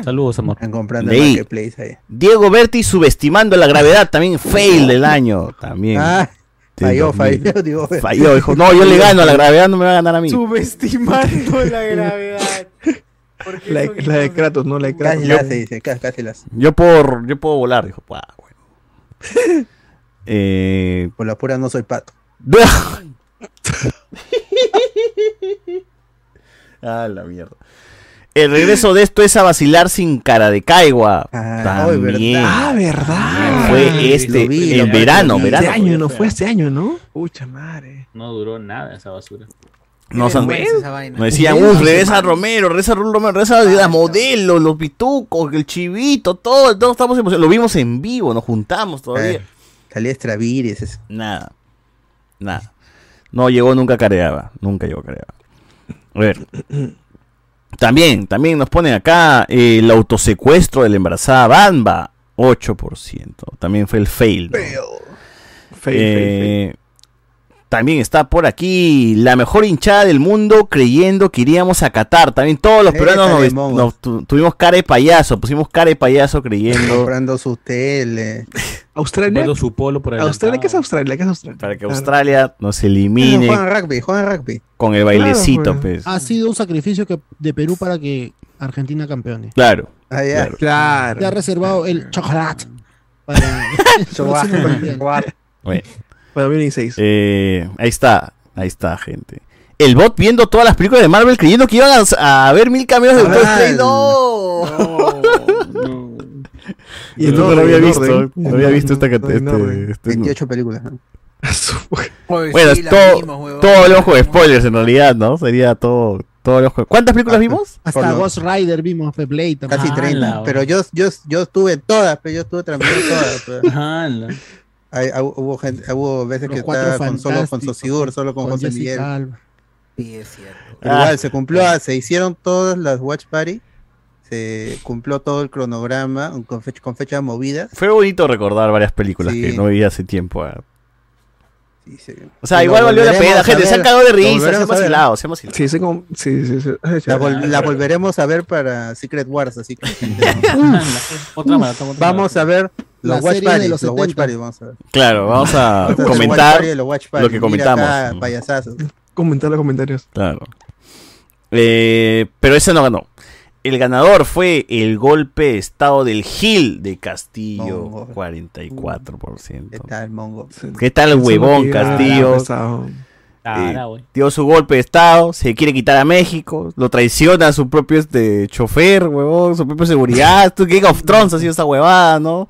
Speaker 23: Saludos, amor.
Speaker 3: Están comprando
Speaker 1: Leí.
Speaker 3: marketplace ahí.
Speaker 1: Diego Berti subestimando la gravedad también fail del año. También.
Speaker 3: Ah,
Speaker 1: Del
Speaker 3: falló,
Speaker 1: 2000.
Speaker 3: falló, digo.
Speaker 1: Falló, dijo, no, yo le gano a la gravedad, no me va a ganar a mí.
Speaker 14: Subestimando la gravedad.
Speaker 4: La, de- la de Kratos, no la de
Speaker 1: (laughs)
Speaker 4: Kratos.
Speaker 3: Casi las dice, ca- casi las.
Speaker 1: Yo puedo, yo puedo volar, dijo. "Pua, bueno". Eh,
Speaker 3: Por la pura no soy pato.
Speaker 1: (laughs) ah, la mierda. El regreso de esto es a vacilar sin cara de caigua. También.
Speaker 4: Ah, verdad.
Speaker 1: Fue este,
Speaker 4: Lo vi,
Speaker 1: en
Speaker 4: lo vi,
Speaker 1: verano,
Speaker 4: lo vi.
Speaker 1: verano.
Speaker 4: Este año, no fue este año, ¿no? Pucha madre.
Speaker 23: No duró nada esa basura.
Speaker 1: No, San-
Speaker 23: vergüenza
Speaker 14: esa vaina.
Speaker 1: Nos decían,
Speaker 23: Vergüenza,
Speaker 1: uff, regresa Romero, regresa Raúl Romero, regresa la modelo, los pitucos, el chivito, todo, todos estamos emocionados. Lo vimos en vivo, nos juntamos todavía.
Speaker 3: Eh, Salía Estravires. ese.
Speaker 1: Nada. Nada. No llegó, nunca careaba. Nunca llegó careaba. A ver. También, también nos ponen acá eh, el autosecuestro de la embarazada Bamba. 8%. También fue el fail. ¿no? Eh, También está por aquí la mejor hinchada del mundo creyendo que iríamos a Qatar. También todos los
Speaker 3: Esa
Speaker 1: peruanos nos
Speaker 3: de
Speaker 1: vest-
Speaker 3: mongos.
Speaker 1: nos tu- tuvimos cara de payaso. Pusimos cara de payaso creyendo.
Speaker 3: Comprando su tele.
Speaker 4: Australia.
Speaker 23: Comprando su polo por
Speaker 4: Australia, ¿qué es Australia? ¿Qué es Australia?
Speaker 1: Para que Australia nos elimine
Speaker 3: Juegan rugby, juegan rugby.
Speaker 1: con el
Speaker 6: Claro,
Speaker 1: (laughs) bailecito,
Speaker 6: pues.
Speaker 1: pues.
Speaker 3: Ah,
Speaker 6: Ha sido un sacrificio que, de Perú para que Argentina campeone.
Speaker 1: Claro.
Speaker 3: Ah, ya.
Speaker 1: claro.
Speaker 6: Te ha reservado
Speaker 2: (laughs)
Speaker 6: el chocolate para el (laughs) próximo mundial.
Speaker 1: Bueno.
Speaker 4: Para 2016.
Speaker 1: Eh, ahí está, ahí está, gente. El bot viendo todas las películas de Marvel creyendo que iban a, a ver mil cameos de
Speaker 3: Mal.
Speaker 1: cosplay. No. Y esto no lo había visto. No había visto esta cantidad. este- este-
Speaker 3: 28 películas. ¿no?
Speaker 1: Bueno, es todo, todo el ojo de spoilers en realidad, ¿no? Sería todo, todo el ojo. ¿Cuántas películas vimos?
Speaker 3: Por
Speaker 6: Hasta
Speaker 3: lo-
Speaker 6: Ghost Rider vimos de Blade también.
Speaker 3: (laughs) Casi 30. Pero yo, yo, yo estuve en todas, pero yo estuve transmitiendo todas.
Speaker 6: (laughs)
Speaker 3: pero- Hay- hu- hubo, gente, hubo veces
Speaker 6: Los
Speaker 3: que
Speaker 6: cuatro
Speaker 3: estaba con, solo con
Speaker 6: fantásticos,
Speaker 3: Sosibur, solo con,
Speaker 6: con
Speaker 3: José
Speaker 6: Jessica
Speaker 3: Miguel.
Speaker 6: Alba.
Speaker 3: Pero igual, se cumplió, ah, se hicieron todas las Watch Party, se cumplió todo el cronograma con, fecha, con fechas movidas.
Speaker 1: Fue bonito recordar varias películas
Speaker 3: Sí.
Speaker 1: que no veía hace tiempo. ah.
Speaker 3: y se-
Speaker 1: O sea,
Speaker 3: Lo
Speaker 1: igual valió la
Speaker 3: volveremos
Speaker 1: pena,
Speaker 3: a
Speaker 1: gente. Se
Speaker 3: ver,
Speaker 1: han cagado de
Speaker 3: lo
Speaker 1: risa,
Speaker 3: volveremos
Speaker 1: se han
Speaker 3: a ver.
Speaker 1: vacilado, se han vacilado.
Speaker 4: Sí, sí, como- sí, sí, sí.
Speaker 3: La, vol- la volveremos a ver para Secret
Speaker 1: (laughs)
Speaker 3: Wars,
Speaker 6: (laughs)
Speaker 3: así que
Speaker 23: Otra maratón, otra
Speaker 3: vamos a ver
Speaker 6: La
Speaker 3: los Watch
Speaker 6: serie de
Speaker 3: Party,
Speaker 6: los
Speaker 3: los Watch
Speaker 6: 70.
Speaker 3: Party, vamos a ver.
Speaker 1: Claro, vamos
Speaker 3: (laughs)
Speaker 1: a
Speaker 3: Los Watch
Speaker 1: Ah, comentar
Speaker 3: Party, los Watch Party,
Speaker 1: lo que
Speaker 3: mira
Speaker 1: comentamos.
Speaker 3: acá, payasazos.
Speaker 4: Comentar los comentarios.
Speaker 1: Claro. Eh, pero ese no ganó. El ganador fue el golpe de estado del Gil de Castillo, 44%.
Speaker 3: ¿Qué tal, Mongo?
Speaker 1: ¿Qué tal, huevón, Castillo? Eh, dio su golpe de estado, se quiere quitar a México, lo traiciona a su propio este, chofer, huevón, su propia seguridad. Tú, Game of Thrones ha sido esta huevada, ¿no?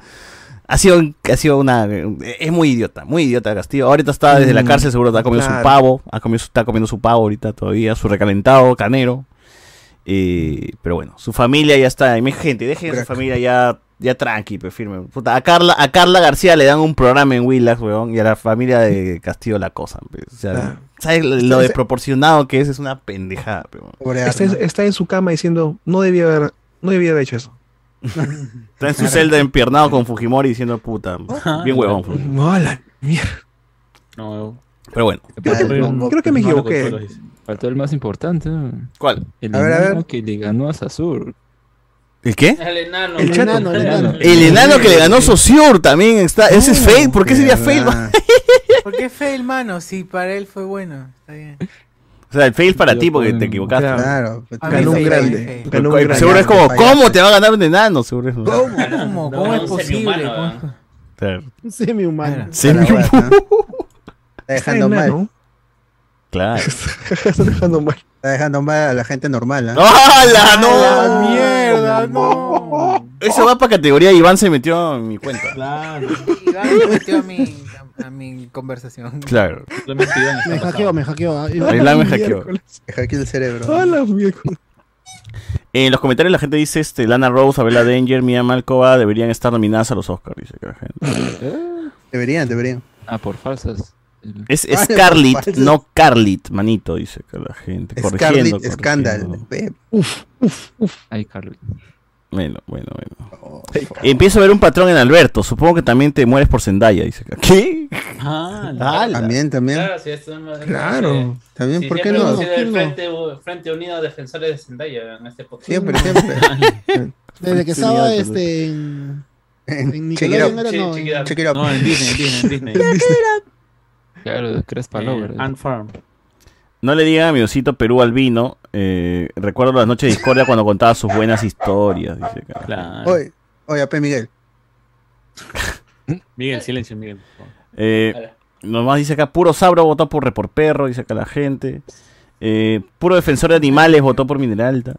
Speaker 1: Ha sido, un- ha sido una. Eh, Es muy idiota, muy idiota Castillo. Ahorita está desde la
Speaker 4: Mm,
Speaker 1: cárcel, seguro está comiendo su
Speaker 4: claro.
Speaker 1: pavo. Ha comido, su- está comiendo su pavo ahorita todavía, su recalentado canero. Eh, pero bueno, su familia ya está. Y mi gente, dejen a su
Speaker 3: Crack.
Speaker 1: familia ya, ya tranqui, pues firme. Puta, a, Carla, a Carla García le dan un programa en Willax, weón, y a la familia de Castillo la cosa. O sea,
Speaker 4: Ah.
Speaker 1: ¿sabes lo, lo desproporcionado que es? Es una pendejada, pe, weón.
Speaker 3: Pobre
Speaker 4: Está,
Speaker 3: Arnold.
Speaker 4: está en su cama diciendo, no debía haber, no debía haber hecho
Speaker 1: (laughs)
Speaker 4: eso.
Speaker 1: Está en su celda empiernado con Fujimori diciendo puta. Bien huevón, Fujimori.
Speaker 4: No, la mierda.
Speaker 23: No,
Speaker 1: Pero bueno.
Speaker 4: Creo que, creo que me
Speaker 23: No,
Speaker 4: equivoqué.
Speaker 23: no,
Speaker 8: Faltó el más importante. ¿no?
Speaker 1: ¿Cuál?
Speaker 8: El
Speaker 4: A ver, a
Speaker 8: enano
Speaker 4: ver.
Speaker 8: que le ganó a Sasur.
Speaker 1: ¿El qué?
Speaker 5: El enano.
Speaker 1: El,
Speaker 5: chato.
Speaker 1: enano, el enano. que le ganó Sociur también está. Ese es fail. ¿Por qué sería fail? man?
Speaker 2: ¿Por qué fail, mano? Si para él fue bueno.
Speaker 1: (laughs)
Speaker 2: Está bien.
Speaker 1: O sea, el fail para ti porque te equivocaste.
Speaker 3: Claro,
Speaker 2: A mí eh, ganó un fail, grande, fail.
Speaker 3: ganó un
Speaker 1: Porque
Speaker 3: grande.
Speaker 1: Seguro es como,
Speaker 3: Payaso.
Speaker 1: ¿cómo te va a ganar un enano? Seguro es
Speaker 2: ¿Cómo? ¿Cómo, ¿Cómo es
Speaker 26: un
Speaker 2: posible?
Speaker 26: semi-humano,
Speaker 2: ¿Cómo-
Speaker 1: Claro.
Speaker 6: Un (laughs) semi-humano.
Speaker 1: Semi-humano.
Speaker 3: Está dejando
Speaker 6: Está
Speaker 3: mal.
Speaker 6: enano.
Speaker 3: (laughs)
Speaker 6: (laughs)
Speaker 1: Claro.
Speaker 3: Está dejando mal. Está dejando mal a la gente normal. ¿ah?
Speaker 1: ¡Hala! ¡No!
Speaker 2: mierda! ¡No!
Speaker 1: Eso va para categoría Iván se metió en mi cuenta.
Speaker 2: Claro. Iván me metió a mi, a, a mi conversación.
Speaker 1: Claro.
Speaker 6: Me hackeó, me hackeó. ah,
Speaker 1: Ahí la me hackeó.
Speaker 3: Me hackeó el cerebro.
Speaker 6: Hola, viejo.
Speaker 1: En los comentarios la gente dice, este, Lana Rose, Abela Danger, Mia Malkova deberían estar nominadas a los Oscars, dice que la gente.
Speaker 3: Deberían, deberían.
Speaker 8: Ah, por falsas.
Speaker 1: Es
Speaker 3: Vale, por
Speaker 1: Scarlett,
Speaker 3: falsas.
Speaker 1: no Carlit, manito, dice que la gente. corrigiendo,
Speaker 3: Scarlet Scandal. Ve,
Speaker 6: Uf, uf, uf.
Speaker 8: Ahí, Carlit.
Speaker 1: Bueno, bueno, bueno. Empiezo a ver un patrón en Alberto. Supongo que también te mueres por Zendaya, dice acá. ¿Qué?
Speaker 19: Ah,
Speaker 3: Ah, También, también.
Speaker 5: Claro, Ah, sí, esto es más-
Speaker 3: Claro.
Speaker 5: sí.
Speaker 3: También,
Speaker 5: Sí,
Speaker 3: ¿por qué
Speaker 5: siempre
Speaker 3: no?
Speaker 5: hemos sido el
Speaker 3: ¿Por qué
Speaker 5: Frente, Frente Unido Defensores de Zendaya en este podcast. (laughs)
Speaker 3: Siempre,
Speaker 6: (laughs)
Speaker 3: siempre.
Speaker 6: Desde que estaba este, en, en
Speaker 3: Check it
Speaker 6: Nickelodeon
Speaker 3: out.
Speaker 6: era no. en-
Speaker 3: Check it out.
Speaker 9: No, en Disney, en Disney,
Speaker 3: (laughs)
Speaker 9: en Disney.
Speaker 8: Claro, Crespa
Speaker 5: Eh,
Speaker 23: Eh,
Speaker 8: Lover.
Speaker 9: Ant Farm.
Speaker 1: No le digan a mi osito Perú albino. eh, recuerdo las noches de discordia cuando contaba sus buenas historias, dice acá.
Speaker 3: Oye, oye, P. Miguel.
Speaker 9: Miguel, silencio, Miguel. por favor.
Speaker 1: Eh, nomás dice acá, puro sabro votó por re por perro, dice acá la gente. Eh, puro defensor de animales votó por Mineralta.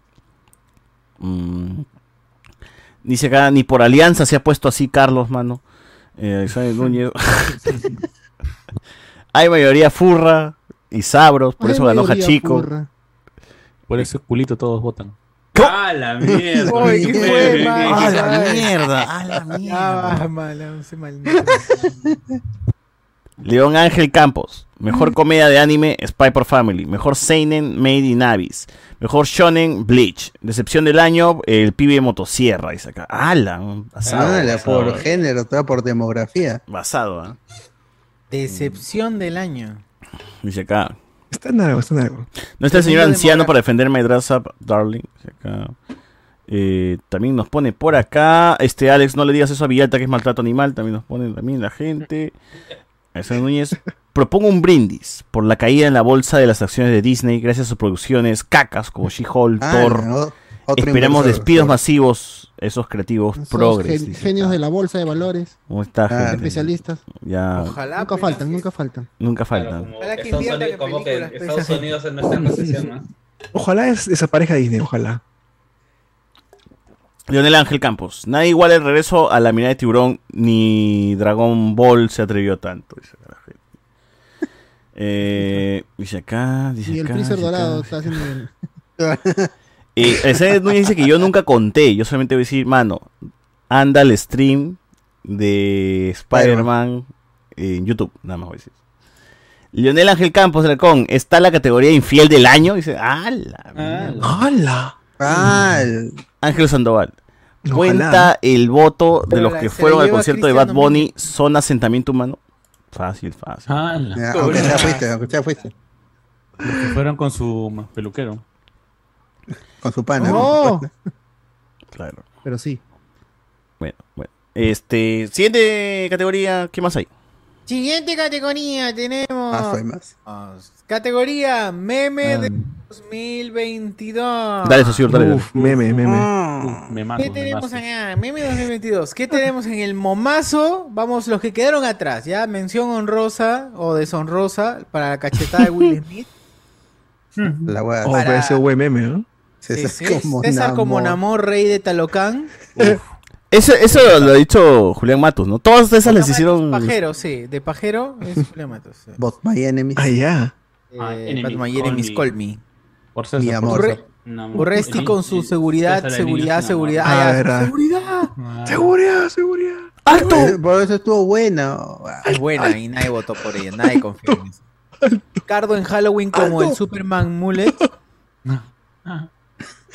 Speaker 1: Mm. Dice acá, ni por alianza se ha puesto así Carlos, mano. Eh,
Speaker 6: (laughs)
Speaker 1: Alexander Núñez. (laughs) Hay mayoría furra y sabros, por
Speaker 6: Ay,
Speaker 1: eso ganó
Speaker 6: mayoría
Speaker 1: Hachico.
Speaker 6: furra.
Speaker 9: Por ese culito todos votan.
Speaker 5: ¡Ah, la mierda!
Speaker 2: Oye, ¿qué fue, man?
Speaker 1: ¡A la
Speaker 2: Ay.
Speaker 1: mierda! ¡A la mierda!
Speaker 2: Ah, mala, se mal.
Speaker 1: León Ángel Campos. Mejor comedia de anime, Spy por Family. Mejor Seinen, Made in Abyss. Mejor Shonen, Bleach. Decepción del año, El pibe de motosierra. Dice acá. ¡Ala! un Basado.
Speaker 3: Ala,
Speaker 1: basado.
Speaker 3: por género, toda por demografía.
Speaker 1: Basado, ¿ah?
Speaker 2: Decepción del año.
Speaker 1: Dice acá.
Speaker 4: Está en algo, está en algo.
Speaker 1: No está el señor
Speaker 2: Segundo de
Speaker 1: anciano para defender My Dress Up, darling. Dice acá. Eh, también nos pone por acá. Este Alex, no le digas eso a Villalta que es maltrato animal. También nos pone también la gente. Alexander Núñez. Propongo un brindis por la caída en la bolsa de las acciones de Disney gracias a sus producciones cacas como She-Hulk,
Speaker 3: Ah,
Speaker 1: Thor.
Speaker 3: no, otro
Speaker 1: Esperamos
Speaker 3: inversor,
Speaker 1: despidos masivos, esos creativos
Speaker 6: Esos
Speaker 1: (laughs) progres.
Speaker 6: gen-
Speaker 1: dice.
Speaker 6: genios de la bolsa de valores.
Speaker 1: ¿Cómo está,
Speaker 6: Ah,
Speaker 1: gente?
Speaker 6: especialistas.
Speaker 1: Ya,
Speaker 2: Ojalá, pues.
Speaker 6: Nunca faltan,
Speaker 2: (laughs)
Speaker 6: nunca faltan.
Speaker 1: nunca faltan.
Speaker 2: Ojalá que
Speaker 5: Estados
Speaker 2: inviertan
Speaker 5: Unidos,
Speaker 2: en
Speaker 5: como que
Speaker 2: películas. pues,
Speaker 5: Estados
Speaker 2: así.
Speaker 5: Unidos en nuestra recesión, ¿no?
Speaker 4: Ojalá es, desaparezca Disney, ojalá.
Speaker 1: Leonel Ángel Campos. Nada igual el regreso a la mirada de tiburón ni Dragon Ball se atrevió tanto. Dice acá la gente. Eh, dice acá, dice
Speaker 6: Y el
Speaker 1: acá.
Speaker 4: Ah,
Speaker 6: freezer
Speaker 1: dice acá.
Speaker 6: dorado está haciendo. el-
Speaker 1: (laughs) Eh, Alexander Núñez dice que yo nunca conté. Yo solamente voy a decir, mano, anda al stream de Spider-Man en YouTube. Nada más voy a decir. Leonel Ángel Campos, Dracón, está la categoría infiel del año. Dice, ah, ¡ala!
Speaker 4: Ah, ¡Hala!
Speaker 3: Al-
Speaker 1: Ah, Ángel Sandoval.
Speaker 4: Ojalá.
Speaker 1: Cuenta el voto de
Speaker 2: Pero
Speaker 1: los
Speaker 2: la-
Speaker 1: que
Speaker 2: se la
Speaker 1: fueron al
Speaker 2: lleva
Speaker 1: concierto de Bad
Speaker 2: Cristiano
Speaker 1: Bunny, son asentamiento humano. Fácil, fácil.
Speaker 3: Ya, aunque ya fuiste, aunque ya fuiste.
Speaker 9: Los que fueron con su peluquero.
Speaker 3: Con su pana.
Speaker 6: No.
Speaker 1: Claro.
Speaker 6: Pero sí.
Speaker 1: Bueno, bueno. Este, siguiente categoría, ¿qué más hay?
Speaker 2: Siguiente categoría tenemos.
Speaker 3: Más fue Ah, más.
Speaker 2: Ah. Categoría meme de 2022.
Speaker 1: Ah. Dale, socio, dale.
Speaker 4: Uf, meme, meme.
Speaker 9: me
Speaker 2: ¿Qué tenemos acá? Meme 2022. ¿Qué tenemos en el momazo? Vamos, los que quedaron atrás, ¿ya? Mención honrosa o deshonrosa para la cachetada de Will Smith.
Speaker 3: La wea.
Speaker 4: Oh,
Speaker 3: Para-
Speaker 4: pero ese buen meme, ¿no?
Speaker 3: César
Speaker 2: Sí,
Speaker 3: como
Speaker 2: César como
Speaker 3: Namor.
Speaker 2: Namor, rey de Talocán.
Speaker 1: Eso, eso lo ha dicho Julián Matus, ¿no? Todas esas les hicieron.
Speaker 2: Pajero, sí. De pajero es Julián Matos. sí.
Speaker 3: Bot My Enemy.
Speaker 4: Ah, ya.
Speaker 2: Eh, Batman Jeremy's Call Me.
Speaker 9: Por
Speaker 3: Mi
Speaker 9: César, por
Speaker 3: amor.
Speaker 9: César.
Speaker 2: Urresti con su seguridad,
Speaker 9: César
Speaker 2: seguridad,
Speaker 9: Lenin,
Speaker 2: seguridad.
Speaker 4: Ah,
Speaker 2: Ah, ya,
Speaker 4: verdad.
Speaker 2: seguridad.
Speaker 9: Ah.
Speaker 4: Seguridad, seguridad.
Speaker 3: ¡Alto! Por eso estuvo buena.
Speaker 2: Es buena y nadie votó por ella, nadie confía en eso. Cardo en Halloween como el Superman Mullet.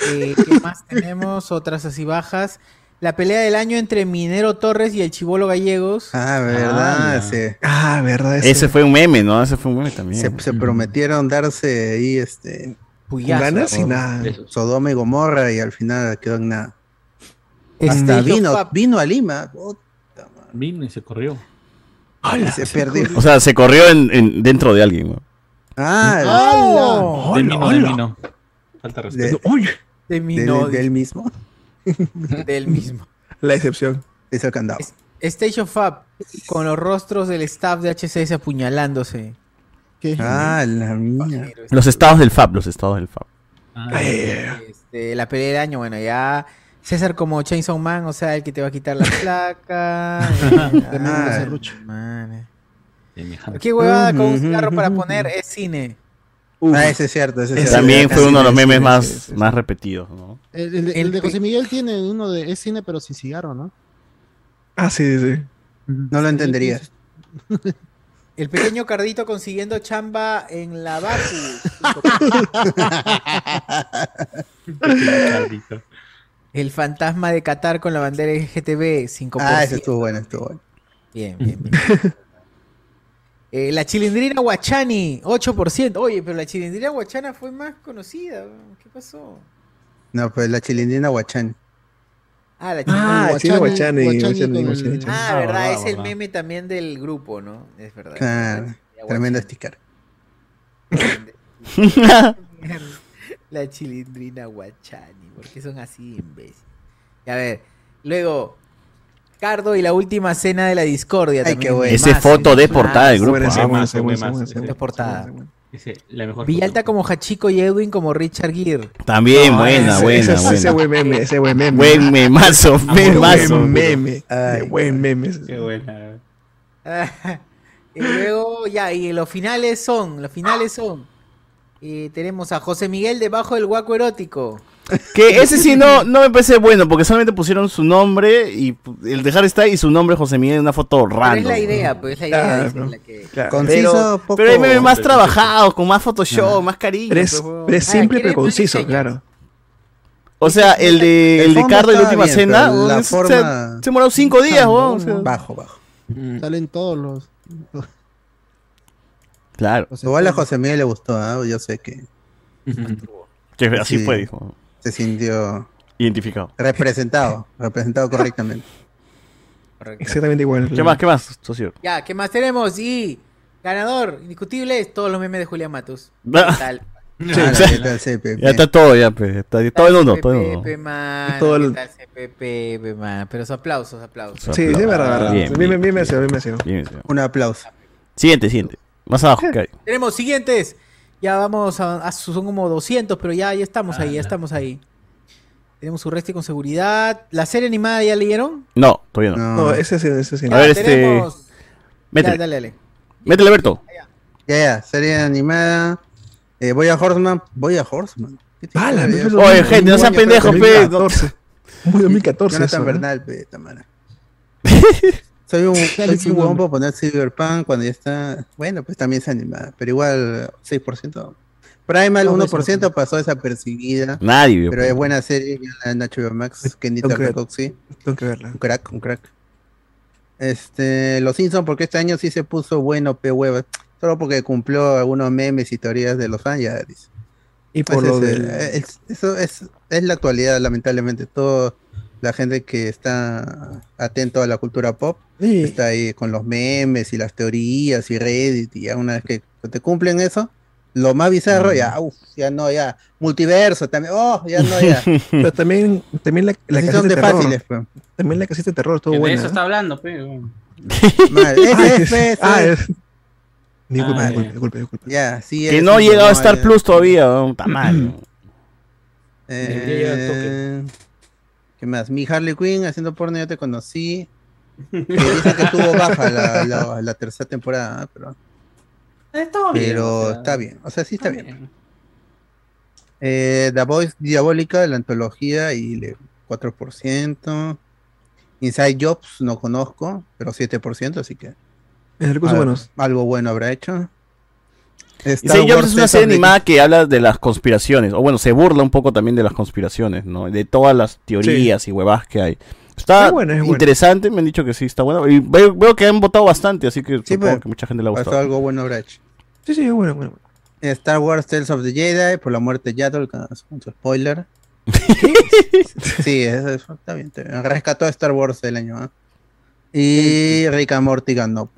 Speaker 2: Eh, ¿Qué más tenemos? Otras así bajas. La pelea del año entre Minero Torres y el Chibolo Gallegos.
Speaker 3: Ah, verdad. se,
Speaker 4: Ah, verdad. ese-
Speaker 1: Ese fue un meme, ¿no? Ese fue un meme también.
Speaker 3: se, se prometieron darse ahí este.
Speaker 4: Con
Speaker 2: Puyazo.
Speaker 1: Oh.
Speaker 4: ganas y nada.
Speaker 3: Sodoma y Gomorra y al final quedó en nada. Hasta
Speaker 1: Este,
Speaker 3: vino,
Speaker 1: pap-
Speaker 3: vino a Lima. Puta,
Speaker 13: Vino y se corrió.
Speaker 3: y se, perdió.
Speaker 1: O sea, se corrió en, en- dentro de alguien. ¿no?
Speaker 3: Ah,
Speaker 1: ¡Oh!
Speaker 3: ¡Hala!
Speaker 13: Del vino, del vino. Falta de respeto.
Speaker 4: Uy.
Speaker 2: De mí
Speaker 3: del,
Speaker 2: no.
Speaker 3: del mismo.
Speaker 2: (laughs) Del mismo.
Speaker 4: La excepción.
Speaker 3: Eso candado.
Speaker 2: Stage of Up, con los rostros del staff de H6 apuñalándose.
Speaker 3: Ah, la mía.
Speaker 1: Los estados del FAB, los estados del FAB.
Speaker 2: Este, la pelea del año, bueno, ya. César como Chainsaw Man, o sea, el que te va a
Speaker 3: (laughs)
Speaker 2: quitar la
Speaker 3: Ah.
Speaker 2: placa. eh, ay, man. Qué huevada con un cigarro para poner es cine.
Speaker 3: Ah, ese es cierto. Ese es cierto.
Speaker 1: También fue uno de los
Speaker 3: Sí,
Speaker 1: memes
Speaker 3: sí,
Speaker 1: más,
Speaker 3: sí, sí.
Speaker 1: más repetidos, ¿no?
Speaker 6: El, el- el de José Miguel tiene uno de. Es cine, pero sin cigarro, ¿no?
Speaker 4: Ah, sí, sí.
Speaker 3: No lo entendería.
Speaker 2: El pequeño Cardito consiguiendo chamba en la
Speaker 3: (laughs)
Speaker 2: Baku.
Speaker 3: Ah,
Speaker 2: El fantasma de Qatar con la bandera LGTB 5%.
Speaker 3: Ah, ese estuvo bueno, estuvo bueno.
Speaker 2: Bien, bien, bien. Eh, la chilindrina Guachani, 8%. Oye, pero la chilindrina Guachana fue más conocida. ¿Qué pasó?
Speaker 3: No, pues la chilindrina Huachán.
Speaker 2: Ah, la
Speaker 3: Ah, sí,
Speaker 2: Guachani.
Speaker 3: Guachani, Guachani,
Speaker 2: con el-
Speaker 3: Guachani.
Speaker 2: Ah,
Speaker 3: Ah,
Speaker 2: verdad,
Speaker 3: verdad,
Speaker 2: es el
Speaker 3: verdad.
Speaker 2: meme también del grupo, ¿no? Es verdad.
Speaker 3: Claro, tremendo sticker.
Speaker 2: (laughs) La chilindrina Guachani, porque son así imbéciles. Y a ver, luego, Cardo y la última cena de la discordia.
Speaker 3: Ay,
Speaker 2: también.
Speaker 3: qué bueno.
Speaker 1: Ese
Speaker 2: Más,
Speaker 1: foto de
Speaker 2: más.
Speaker 1: portada del grupo.
Speaker 13: ese,
Speaker 1: ah.
Speaker 13: bueno, ese, bueno, ese, bueno, ese,
Speaker 2: De portada.
Speaker 13: Ese, la mejor
Speaker 2: Villalta como Hachico y Edwin como Richard Gere.
Speaker 1: También,
Speaker 2: No,
Speaker 1: buena,
Speaker 2: ese-
Speaker 1: buena,
Speaker 4: ese, ese,
Speaker 1: buena.
Speaker 4: ese buen meme, ese buen meme.
Speaker 1: Buen memazo,
Speaker 4: Ah, buen
Speaker 1: memazo.
Speaker 4: meme. Qué buen meme. Qué
Speaker 13: buena.
Speaker 2: y luego, ya, y los finales son, los finales son. Y tenemos a José Miguel debajo del guaco erótico.
Speaker 1: Que ese sí no, no me parece bueno, porque solamente pusieron su nombre y pu- el dejar está y su nombre José Miguel en una foto
Speaker 2: Pero
Speaker 1: random.
Speaker 2: es la idea, pues es la idea.
Speaker 1: Claro,
Speaker 2: es
Speaker 1: ¿no?
Speaker 2: la que-
Speaker 1: Pero-
Speaker 2: Conciso,
Speaker 1: pero,
Speaker 2: poco-
Speaker 1: hay memes más trabajados, con más Photoshop, más cariño.
Speaker 4: Pero es,
Speaker 1: pues, huevón.
Speaker 4: pero es simple pero conciso, claro.
Speaker 1: O sea, el de, el de
Speaker 4: fondo
Speaker 1: Cardo y la última
Speaker 4: estaba bien,
Speaker 1: cena,
Speaker 4: pero
Speaker 1: huevón,
Speaker 4: la
Speaker 1: es- se,
Speaker 4: forma-
Speaker 1: se demoró cinco días,
Speaker 6: Ah,
Speaker 1: huevón,
Speaker 6: no,
Speaker 1: o sea. Mm.
Speaker 6: no.
Speaker 3: Bajo, bajo.
Speaker 6: Salen todos los.
Speaker 1: (laughs) Claro.
Speaker 3: Igual a José Miguel le gustó, ¿ah? yo sé que.
Speaker 1: (laughs) Que así
Speaker 3: Sí.
Speaker 1: fue, dijo.
Speaker 3: Se sintió
Speaker 1: Identificado.
Speaker 3: representado, representado correctamente.
Speaker 4: (laughs) Exactamente igual.
Speaker 1: ¿Qué más? ¿Qué más, socio?
Speaker 2: Ya, ¿qué más tenemos? Y ganador, indiscutible, es todos los memes de Julián Matus. ¿Qué
Speaker 1: Ah.
Speaker 2: tal?
Speaker 1: (laughs) Sí,
Speaker 3: Ah,
Speaker 1: o sea,
Speaker 3: ¿qué tal, CPP?
Speaker 1: ya está todo, ya, pues, está- todo en uno, todo en uno.
Speaker 2: Pepe, mano,
Speaker 4: Todo el-
Speaker 2: ¿qué tal CPP, pe, mano? Pero sus aplausos, aplausos.
Speaker 4: Sí, sí, verdad, verdad.
Speaker 1: Bien,
Speaker 4: Bien, bien, bien, me ha bien, me ha sido.
Speaker 3: Un aplauso.
Speaker 1: Siguiente, siguiente. Más
Speaker 4: (laughs)
Speaker 1: abajo, ¿qué hay?
Speaker 2: (laughs) Tenemos siguientes. Ya vamos a, a- son como 200, pero ya, ya estamos ahí, ya estamos ahí. Tenemos su resto con seguridad. ¿La serie animada ya leyeron?
Speaker 1: No, todavía no.
Speaker 4: No, ese sí, ese sí.
Speaker 1: A ver,
Speaker 2: Ya,
Speaker 1: este.
Speaker 2: tenemos-
Speaker 1: Métele.
Speaker 2: Ya, dale, dale.
Speaker 1: Métele, Berto.
Speaker 3: Ya, ya, serie animada. Eh, voy a Horseman. Voy a Horseman. ¿Qué
Speaker 4: Ah,
Speaker 3: tiene que ver?
Speaker 1: Oye, gente, no sean
Speaker 3: Voy a
Speaker 1: pendejos, pe.
Speaker 4: 2014. Muy 2014
Speaker 3: Jonathan
Speaker 4: eso, ¿eh?
Speaker 3: Bernal, pe, Tamara. soy
Speaker 4: (laughs)
Speaker 3: un, soy un huevón para poner Cyberpunk cuando ya está. Bueno, pues también es animada, pero igual 6%. Primal
Speaker 4: No, no es
Speaker 3: 1% pasó desapercibida.
Speaker 1: Nadie vio,
Speaker 3: Pero
Speaker 1: pe.
Speaker 3: es buena serie, ya en HBO Max, Kenny
Speaker 4: Tengo que ver-
Speaker 3: Tarkovsky.
Speaker 4: Tengo que verla.
Speaker 3: Un crack, un crack. Este, Los Simpsons, porque este año sí se puso bueno, pe hueva. Solo porque cumplió algunos memes y teorías de los fans, ya dice.
Speaker 4: Y por lo
Speaker 3: Ese es,
Speaker 4: del-
Speaker 3: eh, es- eso es, es la actualidad, lamentablemente. Toda la gente que está atento a la cultura pop está ahí con los memes y las teorías y Reddit. Y ya una vez que te cumplen eso, lo más
Speaker 4: Mm.
Speaker 3: bizarro, ya, uf, ya no, ya. Multiverso también, oh, ya
Speaker 4: (laughs)
Speaker 3: no, ya.
Speaker 1: (laughs)
Speaker 4: Pero también, también la, la
Speaker 3: Así
Speaker 4: casita
Speaker 3: son
Speaker 4: de
Speaker 3: de
Speaker 4: terror.
Speaker 3: fáciles, pues. pe.
Speaker 4: También la casita de terror estuvo
Speaker 5: de
Speaker 4: buena.
Speaker 5: eso
Speaker 4: ¿eh?
Speaker 5: está hablando, pero.
Speaker 4: (laughs)
Speaker 3: Mal, ese
Speaker 4: Ah,
Speaker 3: es,
Speaker 4: es-
Speaker 3: ese
Speaker 4: ah,
Speaker 3: es.
Speaker 4: es- Disculpe,
Speaker 3: Ah,
Speaker 4: disculpe, disculpe, disculpe.
Speaker 3: Ya, sí
Speaker 1: Que
Speaker 3: es,
Speaker 1: no ha
Speaker 3: sí,
Speaker 1: llegado a
Speaker 3: no,
Speaker 1: Star
Speaker 3: ya.
Speaker 1: Plus todavía, weón,
Speaker 4: (clears throat)
Speaker 1: está mal.
Speaker 3: Eh, ¿Qué más? Mi Harley Quinn haciendo porno, yo te conocí. Que dice que tuvo baja la, la- la tercera temporada, ah, pero,
Speaker 5: Está bien.
Speaker 3: pero
Speaker 5: o sea,
Speaker 3: está bien. O sea, sí está bien. Eh, The Voice Diabólica, la antología, y le- 4%. Inside Jobs, no conozco, pero 7%, así que.
Speaker 4: En recursos
Speaker 3: al-
Speaker 4: humanos.
Speaker 3: Algo bueno habrá hecho.
Speaker 1: Y
Speaker 3: Star
Speaker 1: Saint Jobs
Speaker 3: Wars
Speaker 1: es una serie
Speaker 3: Season
Speaker 1: animada que habla de las conspiraciones, o bueno, se burla un poco también de las conspiraciones, ¿no? De todas las teorías y huevadas que hay. Está
Speaker 4: Es buena, es buena.
Speaker 1: interesante, me han dicho que sí, está bueno. Y veo, veo que han votado bastante, así que supongo
Speaker 3: pues,
Speaker 1: que mucha gente le ha
Speaker 3: pasó
Speaker 1: gustado.
Speaker 3: algo bueno habrá hecho.
Speaker 4: Sí, sí, bueno, bueno.
Speaker 1: (laughs)
Speaker 3: Star Wars Tales of the Jedi por la muerte de Yaddle, con su con su spoiler. Sí, eso, eso está bien. está bien. Rescató a Star Wars el año. ¿ah? Y Rick and Morty ganó.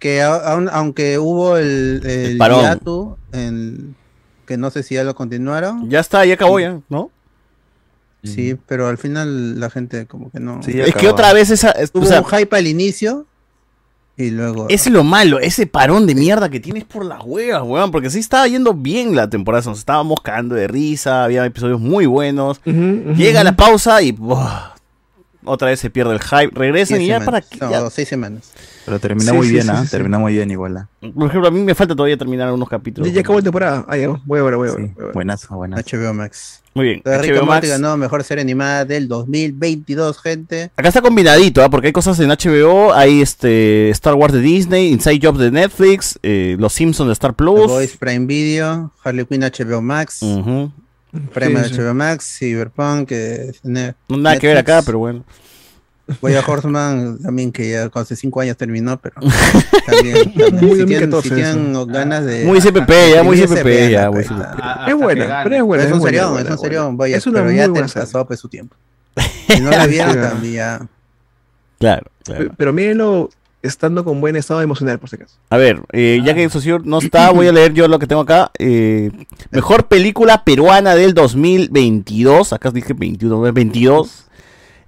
Speaker 3: Que a- aun- aunque hubo el, el
Speaker 1: parón.
Speaker 3: hiato en- que no sé si ya lo continuaron.
Speaker 1: Ya está, ya acabó ya, ¿no?
Speaker 3: Sí, pero al final la gente como que no.
Speaker 1: Sí, ya Es que acabó. otra vez esa- es-
Speaker 3: Hubo
Speaker 1: o sea-
Speaker 3: un hype al inicio y luego.
Speaker 1: Ese es lo malo, ese parón de mierda que tienes por las huevas, weón. Porque sí estaba yendo bien la temporada, nos estábamos cagando de risa, había episodios muy buenos. Llega la pausa y buah, otra vez se pierde el hype. Regresan
Speaker 3: Diez
Speaker 1: y ya
Speaker 3: semanas.
Speaker 1: para qué.
Speaker 3: No,
Speaker 1: ya-
Speaker 3: seis semanas.
Speaker 22: Pero termina
Speaker 1: Sí,
Speaker 22: muy
Speaker 1: sí,
Speaker 22: bien,
Speaker 1: sí,
Speaker 22: ¿ah?
Speaker 1: sí, sí.
Speaker 22: Termina muy bien igual. ¿ah?
Speaker 1: Por ejemplo, a mí me falta todavía terminar unos capítulos.
Speaker 4: Ya, ya acabó la temporada. Ah, ya, voy a ver, voy a ver. voy a ver.
Speaker 22: Buenazo, buenazo.
Speaker 3: HBO Max.
Speaker 1: Muy bien,
Speaker 3: Rick
Speaker 1: HBO
Speaker 3: and Morty
Speaker 1: Max.
Speaker 3: ganó mejor serie animada del 2022, gente.
Speaker 1: Acá está combinadito, ¿ah? porque hay cosas en HBO, hay este Star Wars de Disney, Inside Jobs de Netflix, eh, Los Simpsons de Star
Speaker 3: The
Speaker 1: Plus.
Speaker 3: Boys Prime Video, Harley Quinn HBO Max,
Speaker 1: Ujú.
Speaker 3: Prime
Speaker 1: Sí, sí.
Speaker 3: HBO Max, Cyberpunk. eh, Ne-
Speaker 1: No, nada que ver
Speaker 3: Netflix.
Speaker 1: acá, pero bueno.
Speaker 3: Voy a Horseman también, que ya hace cinco años terminó,
Speaker 1: (laughs)
Speaker 3: pero también, también.
Speaker 4: Muy
Speaker 3: si, tienen,
Speaker 4: 2014
Speaker 3: si tienen ganas de.
Speaker 1: Muy CPP, ya, muy
Speaker 3: escribir,
Speaker 1: CPP,
Speaker 3: se
Speaker 1: ya,
Speaker 3: vean,
Speaker 1: muy
Speaker 3: pues,
Speaker 1: CPP.
Speaker 4: Es buena, pero es buena.
Speaker 3: es un
Speaker 4: buena, buena,
Speaker 3: serión, es un
Speaker 4: buena.
Speaker 3: serión, vaya,
Speaker 4: Es una
Speaker 3: pero
Speaker 4: muy
Speaker 3: ya te
Speaker 4: buena
Speaker 3: pasó
Speaker 4: serie.
Speaker 3: pues,
Speaker 4: (laughs)
Speaker 3: su tiempo. Si no la vieron
Speaker 4: Sí,
Speaker 3: también ya.
Speaker 1: Claro,
Speaker 4: Pe-
Speaker 1: claro.
Speaker 4: Pero mírenlo estando con buen estado emocional, por si acaso.
Speaker 1: A ver, eh, ya que el socio no está, voy a leer yo lo que tengo acá. Eh, mejor película peruana del 2022. Acá dije 21, no, 22.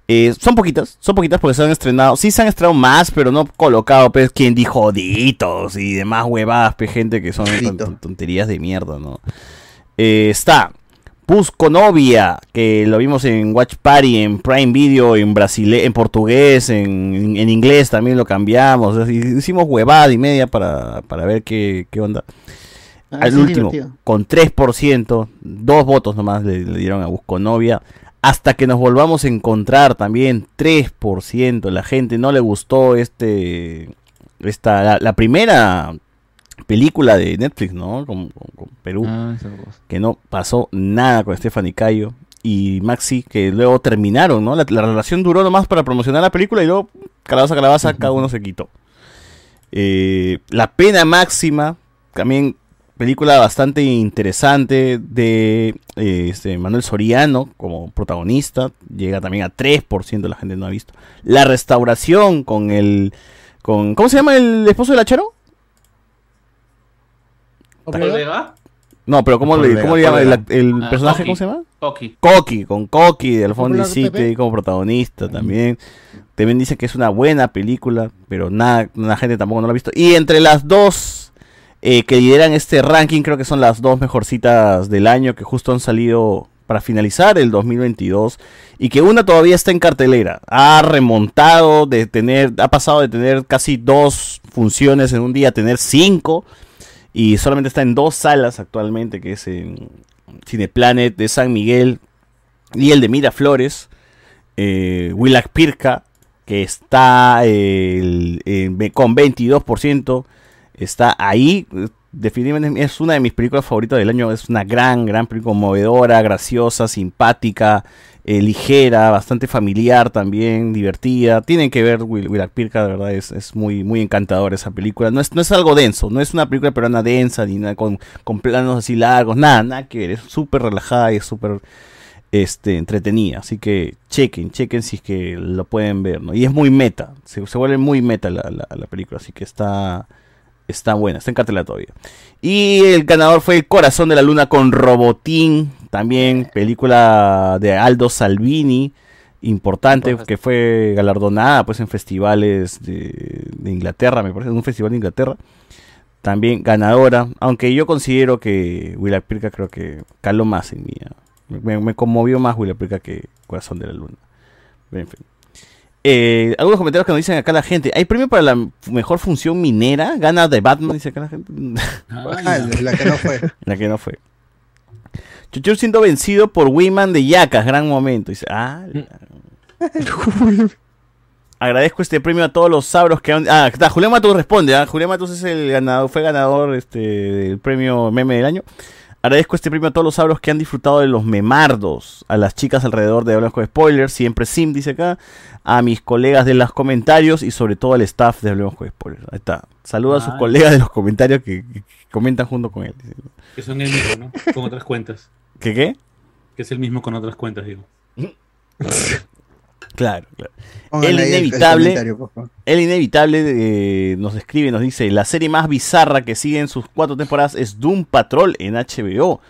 Speaker 1: Eh, son poquitas, son poquitas porque se han estrenado. Sí se han estrenado más, pero no colocado, pues, quien dijo ditos y demás huevadas, pues, gente que son ton- ton- tonterías de mierda, ¿no? Eh, está Busco Novia, que lo vimos en Watch Party, en Prime Video, en brasile en portugués, en, en- en inglés también lo cambiamos. o sea, Hicimos huevada y media para, para ver qué, qué onda.
Speaker 19: Ah,
Speaker 1: Al
Speaker 19: sí,
Speaker 1: último,
Speaker 19: divertido.
Speaker 1: con 3%, dos votos nomás le, le dieron a Busco Novia. Hasta que nos volvamos a encontrar también, 3%. La gente no le gustó este. Esta, la, la primera película de Netflix, ¿no? Con, con- con Perú. que no pasó nada con Stephanie Cayo y Maxi, que luego terminaron, ¿no? La, la relación duró nomás para promocionar la película y luego, calabaza, calabaza, cada uno se quitó. Eh, la pena máxima, también película bastante interesante de eh, este, Manuel Soriano como protagonista, llega también a 3% de la gente no ha visto. La restauración con el... Con, ¿Cómo se llama el esposo de la Charo?
Speaker 5: ¿Colega?
Speaker 1: No, pero ¿cómo, le,
Speaker 5: Ortega,
Speaker 1: ¿cómo le llama el,
Speaker 5: Ortega.
Speaker 1: el
Speaker 5: Ah,
Speaker 1: personaje?
Speaker 5: Coqui.
Speaker 1: ¿Cómo se llama?
Speaker 5: Coqui.
Speaker 1: Coqui, con Coqui de Alfonso
Speaker 5: Popular
Speaker 1: City
Speaker 5: Pepe.
Speaker 1: como protagonista también. También dice que es una buena película, pero nada, la gente tampoco no la ha visto. Y entre las dos eh, que lideran este ranking, creo que son las dos mejorcitas del año que justo han salido para finalizar el 2022 y que una todavía está en cartelera. Ha remontado de tener, ha pasado de tener casi dos funciones en un día a tener cinco. Y solamente está en dos salas actualmente, que es en Cineplanet de San Miguel y el de Miraflores. Eh, Willac Pirca, que está eh, el- en ve- con 22%, está ahí. Eh, Definitivamente es una de mis películas favoritas del año. Es una gran, gran película conmovedora, graciosa, simpática, eh, ligera, bastante familiar también, divertida. Tienen que ver Will, Willac Pirca, de verdad, es, es muy, muy encantadora esa película. No es, no es algo denso, no es una película peruana densa, ni nada con, con planos así largos, nada, nada que ver. Es súper relajada y es súper este, entretenida. Así que chequen, chequen si es que lo pueden ver, ¿no? Y es muy meta, se, se vuelve muy meta la, la- la película, así que está, está buena, está en cartelera todavía. Y el ganador fue El Corazón de la Luna con Robotín, también película de Aldo Salvini, importante, que fue galardonada pues en festivales de, de Inglaterra, me parece, en un festival de Inglaterra. También ganadora, aunque yo considero que Willa Pirca creo que caló más en mí. ¿ah? Me, me conmovió más Willa Pirca que Corazón de la Luna. En fin. Eh, algunos comentarios que nos dicen acá la gente. ¿Hay premio para la m- mejor función minera? Gana de Batman, dice acá la gente.
Speaker 3: (laughs) Ah, la que no fue.
Speaker 1: La que no fue. Chuchur siendo vencido por Wiman de Yacas, gran momento. Dice, ah, la- (laughs) Agradezco este premio a todos los sabros que han. Ah, está, Julián Matos responde. ¿ah? Julián Matos es el ganador, fue ganador este, del premio meme del año. Agradezco este premio a todos los sabros que han disfrutado de los memardos. A las chicas alrededor de Hablemos con Spoilers, siempre Sim dice acá. A mis colegas de los comentarios y sobre todo al staff de Hablemos con Spoilers. Ahí está. Saluda a sus
Speaker 23: Ay.
Speaker 1: colegas de los comentarios que, que- que comentan junto con él. dice.
Speaker 21: (laughs)
Speaker 23: Que son el mismo, ¿no? Con otras cuentas.
Speaker 1: ¿Qué qué?
Speaker 23: Que es el mismo con otras cuentas, digo.
Speaker 1: Claro, claro.
Speaker 23: Póngale
Speaker 1: El
Speaker 23: ahí el- el
Speaker 1: inevitable,
Speaker 23: comentario,
Speaker 3: por favor.
Speaker 1: el inevitable eh, nos escribe, nos dice, la serie más bizarra que sigue en sus cuatro temporadas es Doom Patrol en HBO.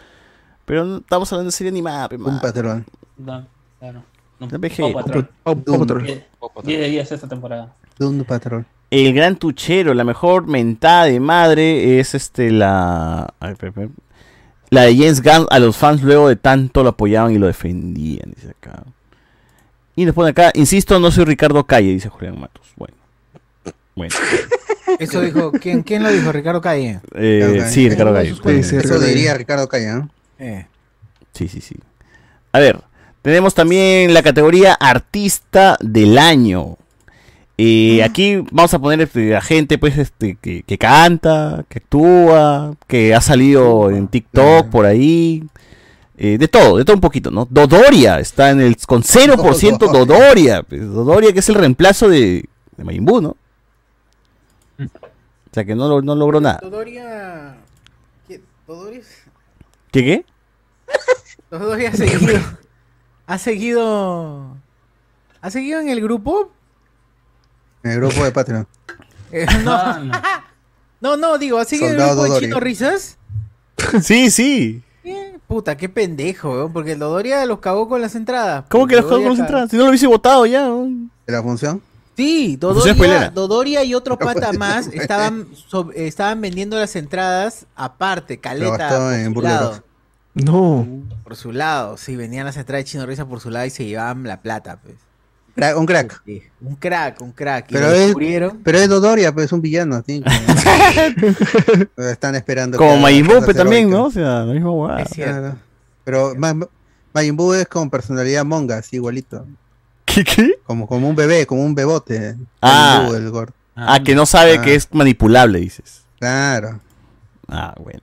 Speaker 1: Pero no- estamos hablando de serie animada. Doom
Speaker 3: Patrol.
Speaker 21: No, claro. No.
Speaker 1: No, PG.
Speaker 21: Paw Patrol.
Speaker 1: Paw Patrol.
Speaker 21: Diez- diez de diez esta temporada.
Speaker 3: Doom Patrol.
Speaker 1: El gran tuchero, la mejor mentada de madre es este la a ver, espera, espera. la de James Gunn a los fans luego de tanto lo apoyaban y lo defendían, dice acá. Y nos pone acá, insisto, no soy Ricardo Calle, dice Julián Matos. Bueno. Bueno.
Speaker 2: Eso dijo, ¿quién, quién lo dijo? Ricardo Calle.
Speaker 1: Eh,
Speaker 2: Ricardo Calle.
Speaker 1: sí, Ricardo Gallo.
Speaker 3: Sí, sí, Eso diría Ricardo Calla, ¿no?
Speaker 2: Eh.
Speaker 1: Sí, sí, sí. A ver, tenemos también la categoría Artista del Año. Eh, Aquí vamos a poner este, a gente pues, este, que, que canta, que actúa, que ha salido en TikTok por ahí. Eh, de todo, de todo un poquito, ¿no? Dodoria está en el con 0% Dodoria. pues, Dodoria que es el reemplazo de, de Majin Buu, ¿no? O sea que no, lo- no logró nada.
Speaker 2: Todoria. ¿Qué? ¿Todoria?
Speaker 1: ¿Qué qué?
Speaker 2: Todoria (laughs) ha seguido. Ha seguido. ¿Ha seguido en el grupo?
Speaker 3: En el grupo de Patreon.
Speaker 2: Eh, no. (laughs) no, no, digo, ¿ha seguido en el
Speaker 3: Soldado
Speaker 2: grupo de
Speaker 3: Todoria.
Speaker 2: Chino Risas?
Speaker 1: Sí, sí.
Speaker 2: Puta, qué pendejo, weón, porque el Dodoria los cagó con las entradas.
Speaker 1: ¿Cómo que los
Speaker 2: Dodoria
Speaker 1: juegos no se
Speaker 2: ca-
Speaker 1: entran? Si no lo hubiese votado ya. ¿no?
Speaker 3: ¿De la función?
Speaker 2: Sí,
Speaker 1: Función spoilera.
Speaker 2: Dodoria, Dodoria y
Speaker 3: (laughs)
Speaker 2: otro pata
Speaker 3: pues,
Speaker 2: más
Speaker 3: bueno.
Speaker 2: estaban, sob- eh, estaban vendiendo las entradas aparte,
Speaker 3: Lo
Speaker 2: Caleta
Speaker 3: gastó
Speaker 2: por
Speaker 3: en
Speaker 2: su
Speaker 3: Burger
Speaker 2: lado.
Speaker 3: Rock. No.
Speaker 2: Por su lado, sí, venían las entradas de Chino Risa por su lado y se llevaban la plata, pues.
Speaker 3: un crack.
Speaker 2: Sí, un crack, un crack. Y
Speaker 3: Pero
Speaker 2: lo
Speaker 3: es,
Speaker 2: descubrieron.
Speaker 3: pero es Dodoria, pues es un villano. tiene
Speaker 1: (laughs)
Speaker 3: que- Están esperando.
Speaker 1: Como
Speaker 3: que-
Speaker 1: Majin Buu,
Speaker 3: cosas
Speaker 1: pues, también,
Speaker 3: heroicas.
Speaker 1: ¿no? O sea, lo mismo guau.
Speaker 3: Claro. Pero Ma- Majin Buu es con personalidad monga, así igualito.
Speaker 1: ¿Qué,
Speaker 3: Como, como un bebé, como un bebote.
Speaker 1: Ah,
Speaker 3: Majin Buu, el gordo.
Speaker 1: ah, que no sabe
Speaker 3: Ah,
Speaker 1: que es manipulable, dices.
Speaker 3: Claro.
Speaker 1: Ah, bueno.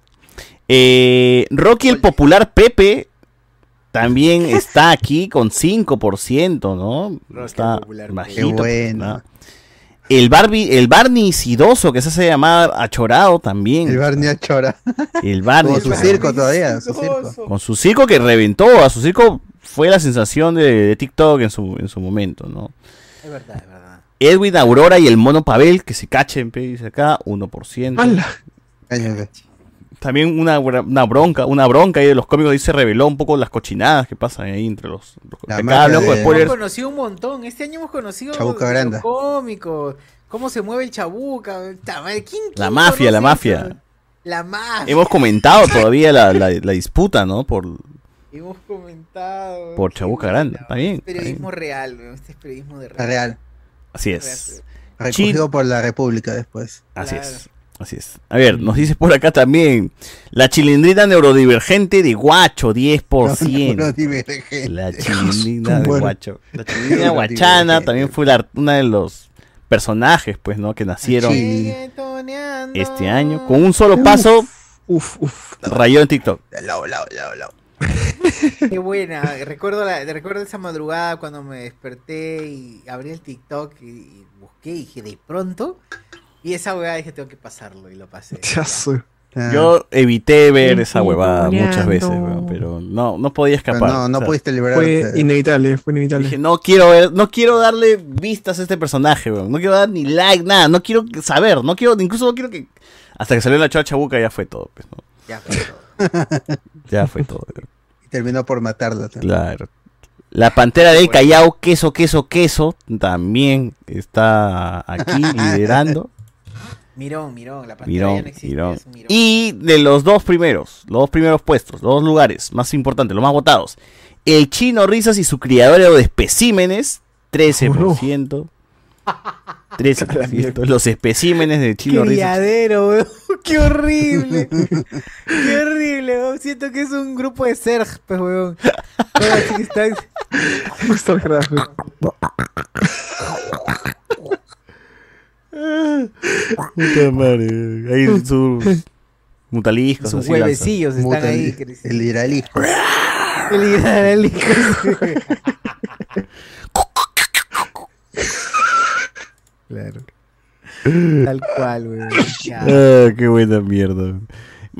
Speaker 1: Eh, Rocky el popular Pepe también está aquí con 5%, ¿no? está bajito. pues,
Speaker 3: Qué bueno.
Speaker 1: ¿no? El Barbie, el Barney Sidoso, que se hace llamar Achorado también. El
Speaker 3: Barney Achora.
Speaker 1: El Barney.
Speaker 3: Como su
Speaker 1: Achorado.
Speaker 3: circo todavía, su circo.
Speaker 1: Con su circo que reventó, a su circo fue la sensación de, de TikTok en su, en su momento, ¿no?
Speaker 2: Es verdad, es verdad.
Speaker 1: Edwin Aurora y el mono Pavel, que se cachen, pe, dice acá, 1%. También una, bra- una bronca, una bronca ahí de los cómicos, ahí se reveló un poco las cochinadas que pasan ahí entre los... los Pues,
Speaker 3: La
Speaker 1: acá
Speaker 3: marca
Speaker 1: hablamos
Speaker 3: de-
Speaker 1: con spoilers.
Speaker 2: Hemos conocido un montón. Este año hemos conocido
Speaker 1: Chabuca
Speaker 2: los
Speaker 1: Granda.
Speaker 2: cómicos, cómo se mueve el chabuca. puta madre, ¿Quién,
Speaker 1: La
Speaker 2: quién
Speaker 1: mafia, la
Speaker 2: conoce eso?
Speaker 1: mafia.
Speaker 2: La mafia.
Speaker 1: Hemos comentado todavía la, la- la disputa, ¿no? Por,
Speaker 2: Hemos comentado.
Speaker 1: por Chabuca Grande, está bien. está bien.
Speaker 2: Periodismo real, weón, este es periodismo de real.
Speaker 3: Real.
Speaker 1: Así es.
Speaker 3: Recogido por la República después.
Speaker 1: Así es. Así es. A ver, nos dice por acá también. La chilindrina neurodivergente de Guacho,
Speaker 3: (laughs)
Speaker 1: 10%. (laughs) La chilindrina de
Speaker 3: Bueno.
Speaker 1: Guacho.
Speaker 4: (laughs)
Speaker 1: La chilindrina guachana también fue la- una de los personajes, pues, ¿no? Que nacieron este año. Con un solo paso, uf, uf, rayó en TikTok.
Speaker 2: Qué buena. recuerdo, la, recuerdo esa madrugada cuando me desperté y abrí el TikTok y, y busqué y dije, de pronto. Y esa weá dije, tengo que pasarlo y lo pasé.
Speaker 4: Ah.
Speaker 3: Ah,
Speaker 1: Yo evité ver
Speaker 2: Sí,
Speaker 1: esa
Speaker 2: sí,
Speaker 1: huevada muchas
Speaker 2: boleando.
Speaker 1: veces, weón, pero no, no podía escapar.
Speaker 3: Pero no, no pudiste liberarte.
Speaker 4: este-
Speaker 3: Fue
Speaker 1: inevitable, fue inevitable. Dije, no quiero ver, no quiero darle vistas a este personaje, weón. No quiero dar ni like, nada, no quiero saber, no quiero, incluso no quiero que. Hasta que salió la chava chabuca ya fue todo, pues, ¿no?
Speaker 2: Ya fue todo.
Speaker 1: Ya fue
Speaker 4: (laughs)
Speaker 1: todo, weón.
Speaker 3: Y terminó por matarla. también.
Speaker 1: Claro. La pantera del Callao, queso, queso, queso, también está
Speaker 2: (laughs)
Speaker 1: aquí liderando.
Speaker 2: Mirón, mirón, la pantalla
Speaker 1: Mirón,
Speaker 2: no existe.
Speaker 1: mirón.
Speaker 2: es un mirón.
Speaker 1: Y de los dos primeros, los dos primeros puestos, los dos lugares más importantes, los más votados. El chino Risas y su criadero de especímenes, 13%.
Speaker 2: (laughs)
Speaker 1: 13%. los especímenes de chino Risas.
Speaker 2: Criadero, weón. (laughs) Qué horrible. Qué horrible, weón. Siento que es un grupo de Serg, pues, weón.
Speaker 1: (laughs)
Speaker 2: Todos así que están-
Speaker 4: (laughs)
Speaker 1: Puta madre. Ahí
Speaker 2: (laughs)
Speaker 1: sus mutaliscos.
Speaker 2: Sus
Speaker 1: así lanzan.
Speaker 2: huevecillos están ahí. Cris.
Speaker 3: El iralijo.
Speaker 2: El hidrálico.
Speaker 3: Claro.
Speaker 2: Tal cual, weón. Ya.
Speaker 1: Ah, qué buena mierda.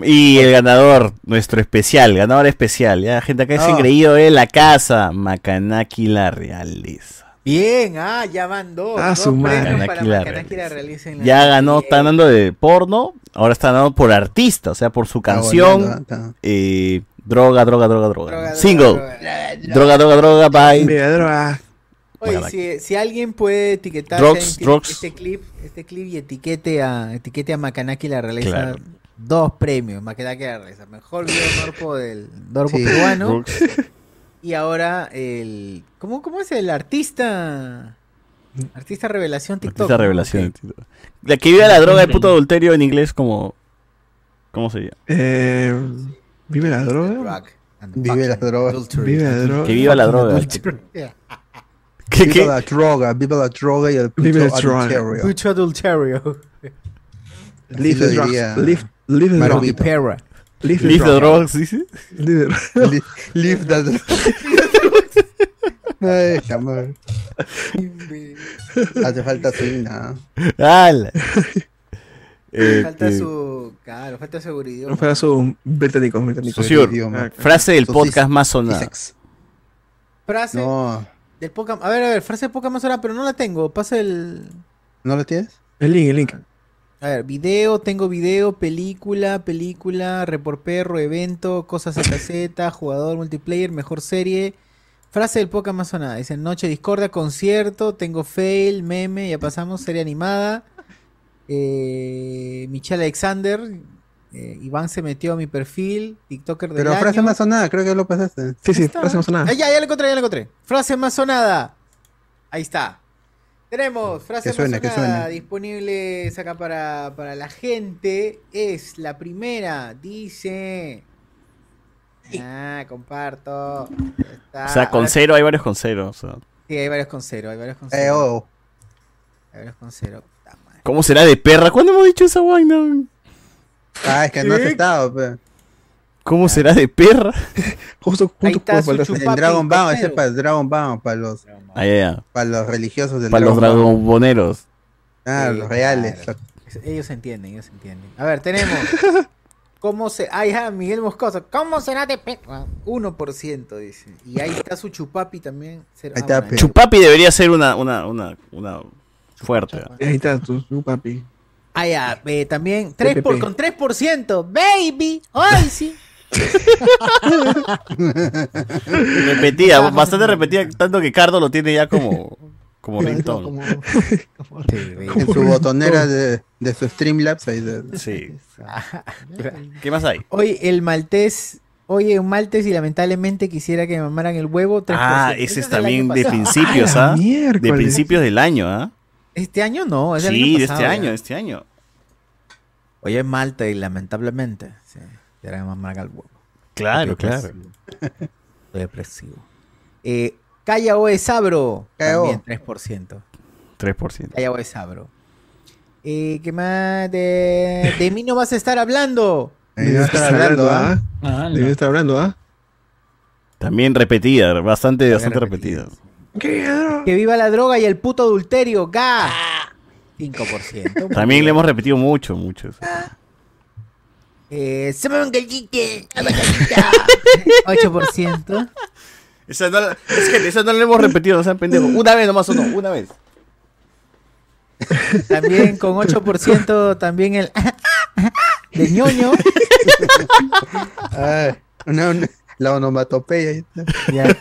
Speaker 1: Y el ganador, nuestro especial, ganador especial. Ya, gente, acá es
Speaker 2: Oh.
Speaker 1: engreído de la casa. Macanaki la realeza.
Speaker 2: Bien, ah, ya van dos.
Speaker 1: Ah,
Speaker 2: dos
Speaker 1: su madre.
Speaker 2: premios
Speaker 1: Macanaki
Speaker 2: Para
Speaker 1: la
Speaker 2: Macanaki la realicen.
Speaker 1: Ya ganó, está andando de porno, ahora está andando por artista, o sea, por su
Speaker 3: volviendo,
Speaker 1: canción.
Speaker 3: está.
Speaker 1: eh, droga, droga, droga, droga. Single. Droga, droga, droga, bye.
Speaker 2: Oye,
Speaker 1: Macanaki.
Speaker 2: si, si alguien puede etiquetar
Speaker 1: Drugs,
Speaker 2: este,
Speaker 1: drugs.
Speaker 2: este clip, este clip y etiquete a etiquete a Macanaki la realeza
Speaker 1: Claro.
Speaker 2: dos premios, Macanaki la realeza, mejor video dorpo del dorpo
Speaker 14: Sí.
Speaker 2: peruano.
Speaker 14: Drugs.
Speaker 2: Y ahora el ¿cómo, cómo es el artista? Artista revelación TikTok.
Speaker 1: Esta
Speaker 2: ¿no?
Speaker 1: revelación. La que vive la droga, el puto adulterio en inglés, como. ¿Cómo sería?
Speaker 4: Eh, ¿Vive la droga?
Speaker 3: Vive la droga.
Speaker 4: Vive la droga.
Speaker 1: Que viva la droga.
Speaker 3: Viva la droga, viva la droga y el puto
Speaker 4: Viva la droga.
Speaker 3: adulterio.
Speaker 2: Mucho adulterio.
Speaker 4: Leave the drugs. Leave, leave the
Speaker 3: Maravito.
Speaker 4: drugs.
Speaker 3: Leave
Speaker 4: the
Speaker 3: the
Speaker 4: drugs.
Speaker 3: drugs,
Speaker 1: dice.
Speaker 4: Leave the
Speaker 3: (laughs) Li- Leave the
Speaker 4: (laughs)
Speaker 3: Ay, jamás. Hace falta signa.
Speaker 1: Dale.
Speaker 4: Eh,
Speaker 1: Este,
Speaker 2: falta su, claro, Ah, falta seguridad.
Speaker 4: Para su británico, británico.
Speaker 1: Saussure,
Speaker 4: Ah,
Speaker 1: frase del
Speaker 4: Saussure.
Speaker 1: podcast más sonada.
Speaker 2: Frase
Speaker 3: No,
Speaker 2: del Pokémon. A ver, a ver, frase de Pokémon ahora, pero no la tengo. Pasa el
Speaker 3: ¿no lo tienes?
Speaker 4: El link, el link.
Speaker 2: A ver, video, tengo video, película, película, report perro, evento, cosas ZZ, jugador, multiplayer, mejor serie. Frase del poca más sonada. Dice Noche Discordia, concierto, tengo fail, meme, ya pasamos, serie animada. Eh, Michelle Alexander, eh, Iván se metió a mi perfil, TikToker del
Speaker 3: Pero
Speaker 2: año.
Speaker 3: frase más sonada, creo que lo pasaste.
Speaker 4: Sí, sí,
Speaker 2: frase más
Speaker 4: sonada.
Speaker 2: Ah, ya, ya la encontré, ya la encontré. Frase más sonada. Ahí está. Tenemos frase
Speaker 3: Que suene,
Speaker 2: más
Speaker 3: que
Speaker 2: sonada
Speaker 3: suene.
Speaker 2: disponible acá para, para la gente. Es la primera. Dice. Ah, comparto. Ya está.
Speaker 1: O sea, con
Speaker 2: Ahora-
Speaker 1: cero, hay varios con cero. o sea.
Speaker 2: Sí, hay varios con cero. Hay varios con cero.
Speaker 3: Eh, oh.
Speaker 2: Hay varios con cero.
Speaker 1: ¿Cómo será de perra? ¿Cuándo hemos dicho esa vaina?
Speaker 3: Ah, es que no has estado, pe.
Speaker 1: ¿Cómo será de perra?
Speaker 4: Justo,
Speaker 3: Ahí está
Speaker 1: su chupapi,
Speaker 3: En Dragon Ball, ese
Speaker 1: cero.
Speaker 3: es para el Dragon Ball, para los,
Speaker 1: Ah, ya, ya.
Speaker 3: para los religiosos del
Speaker 1: Para los
Speaker 3: Dragon Ball.
Speaker 1: dragonboneros.
Speaker 3: Ah,
Speaker 2: Sí,
Speaker 3: los reales.
Speaker 2: claro. Ellos entienden, ellos entienden. A ver,
Speaker 3: (laughs)
Speaker 2: tenemos. ¿Cómo se.? Ay, ah, Miguel Moscoso. ¿Cómo será de pe- Ah, 1% dice. Y ahí está su chupapi también. cero. Ah, bueno, ahí
Speaker 1: Chupapi debería ser una, una, una, una fuerte.
Speaker 4: Ahí está tu, tu papi.
Speaker 2: Ah, ya, eh, también tres por,
Speaker 4: PPP.
Speaker 2: con 3%. Baby, hoy sí.
Speaker 1: (laughs) repetida, bastante repetida, tanto que Cardo lo tiene ya como, como
Speaker 3: (laughs)
Speaker 1: ringtone.
Speaker 3: En su botonera de, de su Streamlabs. Ahí de...
Speaker 1: Sí. (laughs) ¿Qué más hay?
Speaker 2: Hoy el maltés. Oye, un maltés y lamentablemente quisiera que me mamaran el huevo. 3%.
Speaker 1: Ah,
Speaker 2: Eso
Speaker 1: ese es
Speaker 2: del
Speaker 1: también
Speaker 2: año
Speaker 1: de
Speaker 2: pasado.
Speaker 1: principios, ¿ah? De principios del año, ¿ah?
Speaker 2: Este año no, es del
Speaker 1: Sí,
Speaker 2: año
Speaker 1: de
Speaker 2: pasado
Speaker 1: este
Speaker 2: ya.
Speaker 1: año, de este año.
Speaker 2: Oye, en Malta y lamentablemente. Sí, ya era más marca el huevo.
Speaker 1: Claro,
Speaker 2: Estoy
Speaker 1: claro.
Speaker 2: depresivo. Estoy depresivo. Eh, Calla Oe Sabro.
Speaker 1: Calla Oe.
Speaker 2: También 3%.
Speaker 1: 3%.
Speaker 2: Calla Oe Sabro. Eh, ¿Qué más? De... de mí no vas a estar hablando.
Speaker 4: Debe estar hablando, ¿ah? Debe estar hablando, ¿ah?
Speaker 1: También repetida, bastante, bastante repetida.
Speaker 2: Que viva la droga y el puto adulterio. ¡Ga! 5%.
Speaker 1: También le hemos repetido mucho, mucho. eso.
Speaker 2: Eh, se me van caliente, a la cajita. 8%.
Speaker 1: Esa no, la- es que esa no la hemos repetido, no sean pendejos. Una vez nomás o no, una vez.
Speaker 2: También con 8%, también el (laughs) de ñoño.
Speaker 3: Ah, una- una- la onomatopeya. ahí está.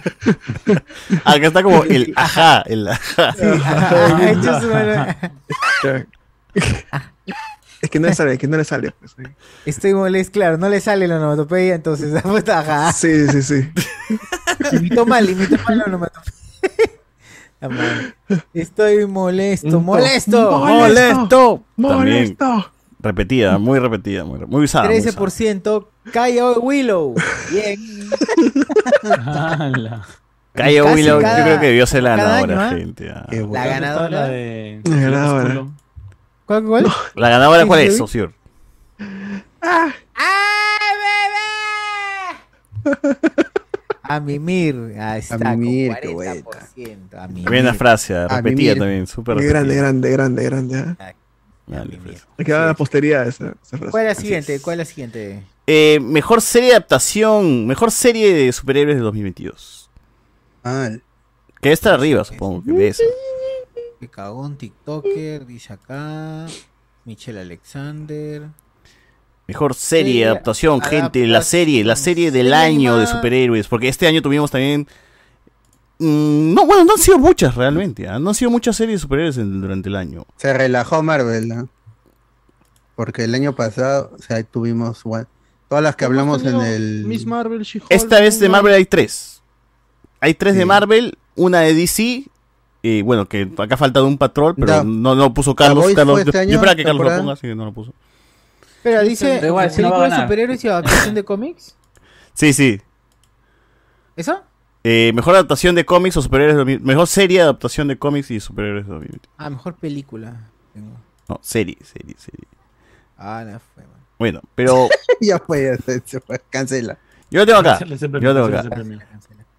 Speaker 1: Acá está como el ajá, el ajá.
Speaker 4: ajá, ajá,
Speaker 1: (laughs)
Speaker 4: ajá. (laughs) Es que no le sale, es que no le sale. pues.
Speaker 2: Estoy molesto, claro, no le sale la onomatopeya, entonces (laughs) la puta
Speaker 1: Ah.
Speaker 2: ajá.
Speaker 4: Sí, sí, sí.
Speaker 2: Imitó mal, imitó mal la onomatopeya. (laughs) La madre. Estoy molesto, molesto, molesto,
Speaker 1: También repetida, muy repetida, muy, muy usada. muy usada.
Speaker 2: 13%, calla Willow. Bien.
Speaker 1: Calle
Speaker 2: Casi
Speaker 1: Willow,
Speaker 2: cada-
Speaker 1: yo creo que debió ser la
Speaker 2: cada
Speaker 1: ganadora,
Speaker 2: año, ¿ah?
Speaker 1: gente. ah.
Speaker 2: La ganadora.
Speaker 23: de...
Speaker 4: La ganadora.
Speaker 2: ¿Cuál, cuál?
Speaker 1: ¿La ganadora cuál
Speaker 2: ¿eh? Sí,
Speaker 1: es,
Speaker 2: sí.
Speaker 1: Sosur?
Speaker 2: (laughs) A mimir. Ah, está
Speaker 3: mimir,
Speaker 2: con
Speaker 3: qué
Speaker 2: 40%. A mimir.
Speaker 1: Buena frase, ah,
Speaker 4: A
Speaker 1: repetida
Speaker 4: mimir.
Speaker 1: también, súper
Speaker 4: Qué
Speaker 1: repetida.
Speaker 4: grande, grande, grande, grande. ¿ah? Hay que dar a la posteridad esa, esa frase.
Speaker 2: ¿Cuál es la siguiente? ¿Cuál es la siguiente?
Speaker 1: Eh, mejor serie de adaptación, mejor serie de superhéroes de 2022.
Speaker 3: Ah,
Speaker 1: que está arriba, supongo que de esa.
Speaker 2: Que cagón, TikToker, dice acá. Michelle Alexander.
Speaker 1: Mejor serie de
Speaker 2: Sí,
Speaker 1: adaptación, gente, la serie, la serie del
Speaker 2: Cinema.
Speaker 1: año de superhéroes, porque este año tuvimos también mm, no, bueno, no han sido muchas realmente, ¿ah? no han sido muchas series de superhéroes en- durante el año.
Speaker 3: Se relajó Marvel, ¿no? Porque el año pasado, o sea, tuvimos bueno, todas las que hablamos en el (laughs)
Speaker 6: Miss Marvel, She-Hulk.
Speaker 1: Esta vez de
Speaker 6: Moon
Speaker 1: Marvel hay tres. Hay tres de Marvel, una de DC. Y bueno, que acá ha faltado un patrol, pero
Speaker 3: Da-
Speaker 1: no, no lo puso Carlos.
Speaker 3: Boys
Speaker 1: Carlos
Speaker 3: fue este
Speaker 1: yo-
Speaker 3: año,
Speaker 1: yo esperaba que Carlos lo
Speaker 3: temporada.
Speaker 1: ponga, así que no lo puso.
Speaker 2: Pero dice
Speaker 13: Da igual, si no va a
Speaker 2: películas de
Speaker 13: ganar.
Speaker 2: superhéroes y adaptación de cómics.
Speaker 1: Sí, sí.
Speaker 2: ¿Eso?
Speaker 1: Eh, mejor adaptación de cómics o superhéroes. de 2000 Mejor serie de adaptación de cómics y superhéroes. de 2000.
Speaker 2: Ah, mejor película. Tengo.
Speaker 1: No, serie, serie, serie.
Speaker 2: Ah, no fue.
Speaker 1: Bueno,
Speaker 3: (laughs)
Speaker 1: pero
Speaker 3: Oh, ya fue, ya se fue, cancela.
Speaker 1: yo lo tengo acá.
Speaker 3: Cancela
Speaker 1: Yo
Speaker 3: ese
Speaker 1: lo
Speaker 3: premio,
Speaker 1: tengo
Speaker 3: cancela
Speaker 1: acá.
Speaker 3: ese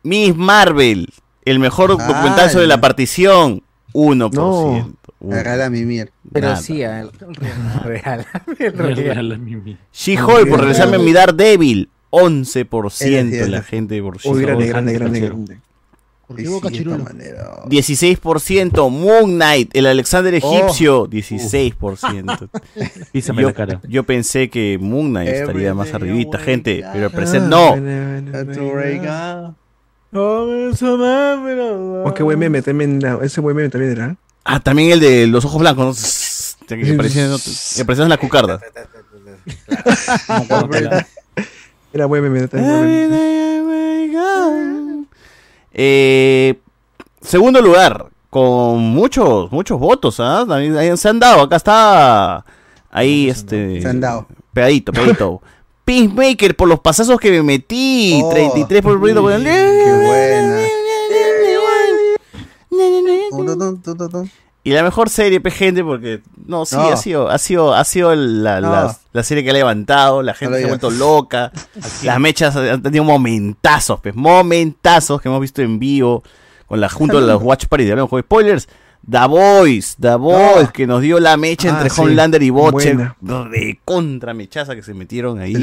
Speaker 1: Miss Marvel, el mejor
Speaker 3: Ah,
Speaker 1: documental sobre
Speaker 3: el-
Speaker 1: la partición. 1%.
Speaker 3: No, regala mi mierda.
Speaker 2: Pero
Speaker 1: Nada.
Speaker 2: sí, el real.
Speaker 1: She-Hulk, por regresarme a mi Daredevil, 11%
Speaker 3: Gracias.
Speaker 1: la gente por
Speaker 4: Uy, grande,
Speaker 1: She-Hulk.
Speaker 4: grande, grande, grande.
Speaker 3: Sí, sí, de esta manera.
Speaker 1: 16%, Moon Knight, el
Speaker 4: Oh.
Speaker 1: Alexander Egipcio,
Speaker 4: (laughs)
Speaker 1: 16%.
Speaker 23: Písame
Speaker 1: yo,
Speaker 23: la cara.
Speaker 1: yo pensé que Moon Knight estaría más arribita, gente, pero al parecer
Speaker 4: Ah,
Speaker 1: no.
Speaker 4: Oh, qué buen meme también. no, Ese buen meme también era.
Speaker 1: Ah, también el de los ojos blancos, ¿no? Que
Speaker 4: (laughs)
Speaker 1: parecían- que parecían las cucardas.
Speaker 4: Era buen meme también. buen meme.
Speaker 1: Eh, segundo lugar, con muchos, muchos votos, ¿ah? También ahí Se han dado, acá está. Ahí, este.
Speaker 3: Se han dado.
Speaker 1: Pegadito,
Speaker 3: (laughs)
Speaker 1: pegadito. Peacemaker por los pasazos que me metí.
Speaker 3: Oh,
Speaker 1: 33 por ruido. por- ¡Eh! Y la mejor serie, pe, gente, porque. No, sí,
Speaker 3: No.
Speaker 1: ha sido, ha sido, ha sido la,
Speaker 3: No.
Speaker 1: la- la serie que ha levantado. La
Speaker 3: No lo
Speaker 1: gente se ha
Speaker 3: digas.
Speaker 1: vuelto
Speaker 3: (laughs)
Speaker 1: loca. Las mechas han tenido momentazos, pues, momentazos que hemos visto en vivo con la junto a los Watch Party de hablamos de spoilers. Da Voice, Da Voice, que nos dio la mecha
Speaker 4: Ah,
Speaker 1: entre
Speaker 4: sí.
Speaker 1: Homelander y Butcher.
Speaker 4: Buena.
Speaker 1: De contra mechaza que se metieron ahí.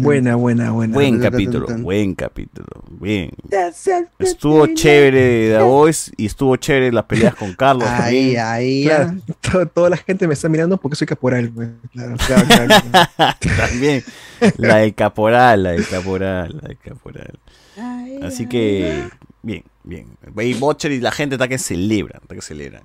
Speaker 4: Buena, buena, buena.
Speaker 1: Buen capítulo, buen capítulo. Bien. Estuvo chévere Da Voice y estuvo chévere las peleas con Carlos.
Speaker 4: Ahí,
Speaker 1: también.
Speaker 4: ahí. toda la gente me está mirando porque soy caporal. güey. Claro, claro,
Speaker 3: (laughs)
Speaker 4: claro.
Speaker 1: (laughs) También. La del caporal, la del caporal, la del caporal. Así que, bien, bien. Y Butcher y la gente está que celebran, está que celebran.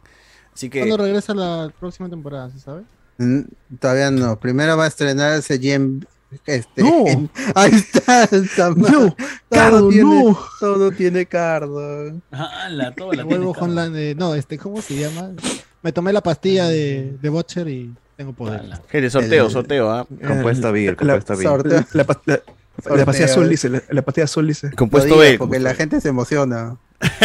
Speaker 1: Así que.
Speaker 6: ¿Cuándo regresa la próxima temporada, se sabe?
Speaker 3: Mm, Todavía no. Primero va a estrenarse Jim. Este, (laughs)
Speaker 6: No.
Speaker 3: Ahí está. está mal.
Speaker 6: No,
Speaker 3: Todo
Speaker 6: Cardo,
Speaker 3: tiene,
Speaker 6: no.
Speaker 3: Todo tiene Cardo.
Speaker 23: ¡Hala! Todo
Speaker 6: Me vuelvo Homeland de- no, este, ¿cómo se llama? Me tomé la pastilla de,
Speaker 1: Mm.
Speaker 6: de Butcher y tengo poder.
Speaker 1: Gente, sorteo,
Speaker 4: El-
Speaker 1: sorteo, ¿ah?
Speaker 4: (laughs) Compuesta
Speaker 22: Bill, compuesta Bill.
Speaker 4: La, (laughs) la, pas- la-
Speaker 3: Sorteo.
Speaker 4: la pastilla azul dice, la, la pastilla azul dice.
Speaker 1: Compuesto
Speaker 3: Lo digo
Speaker 1: B.
Speaker 3: Porque la gente se emociona.
Speaker 1: (laughs)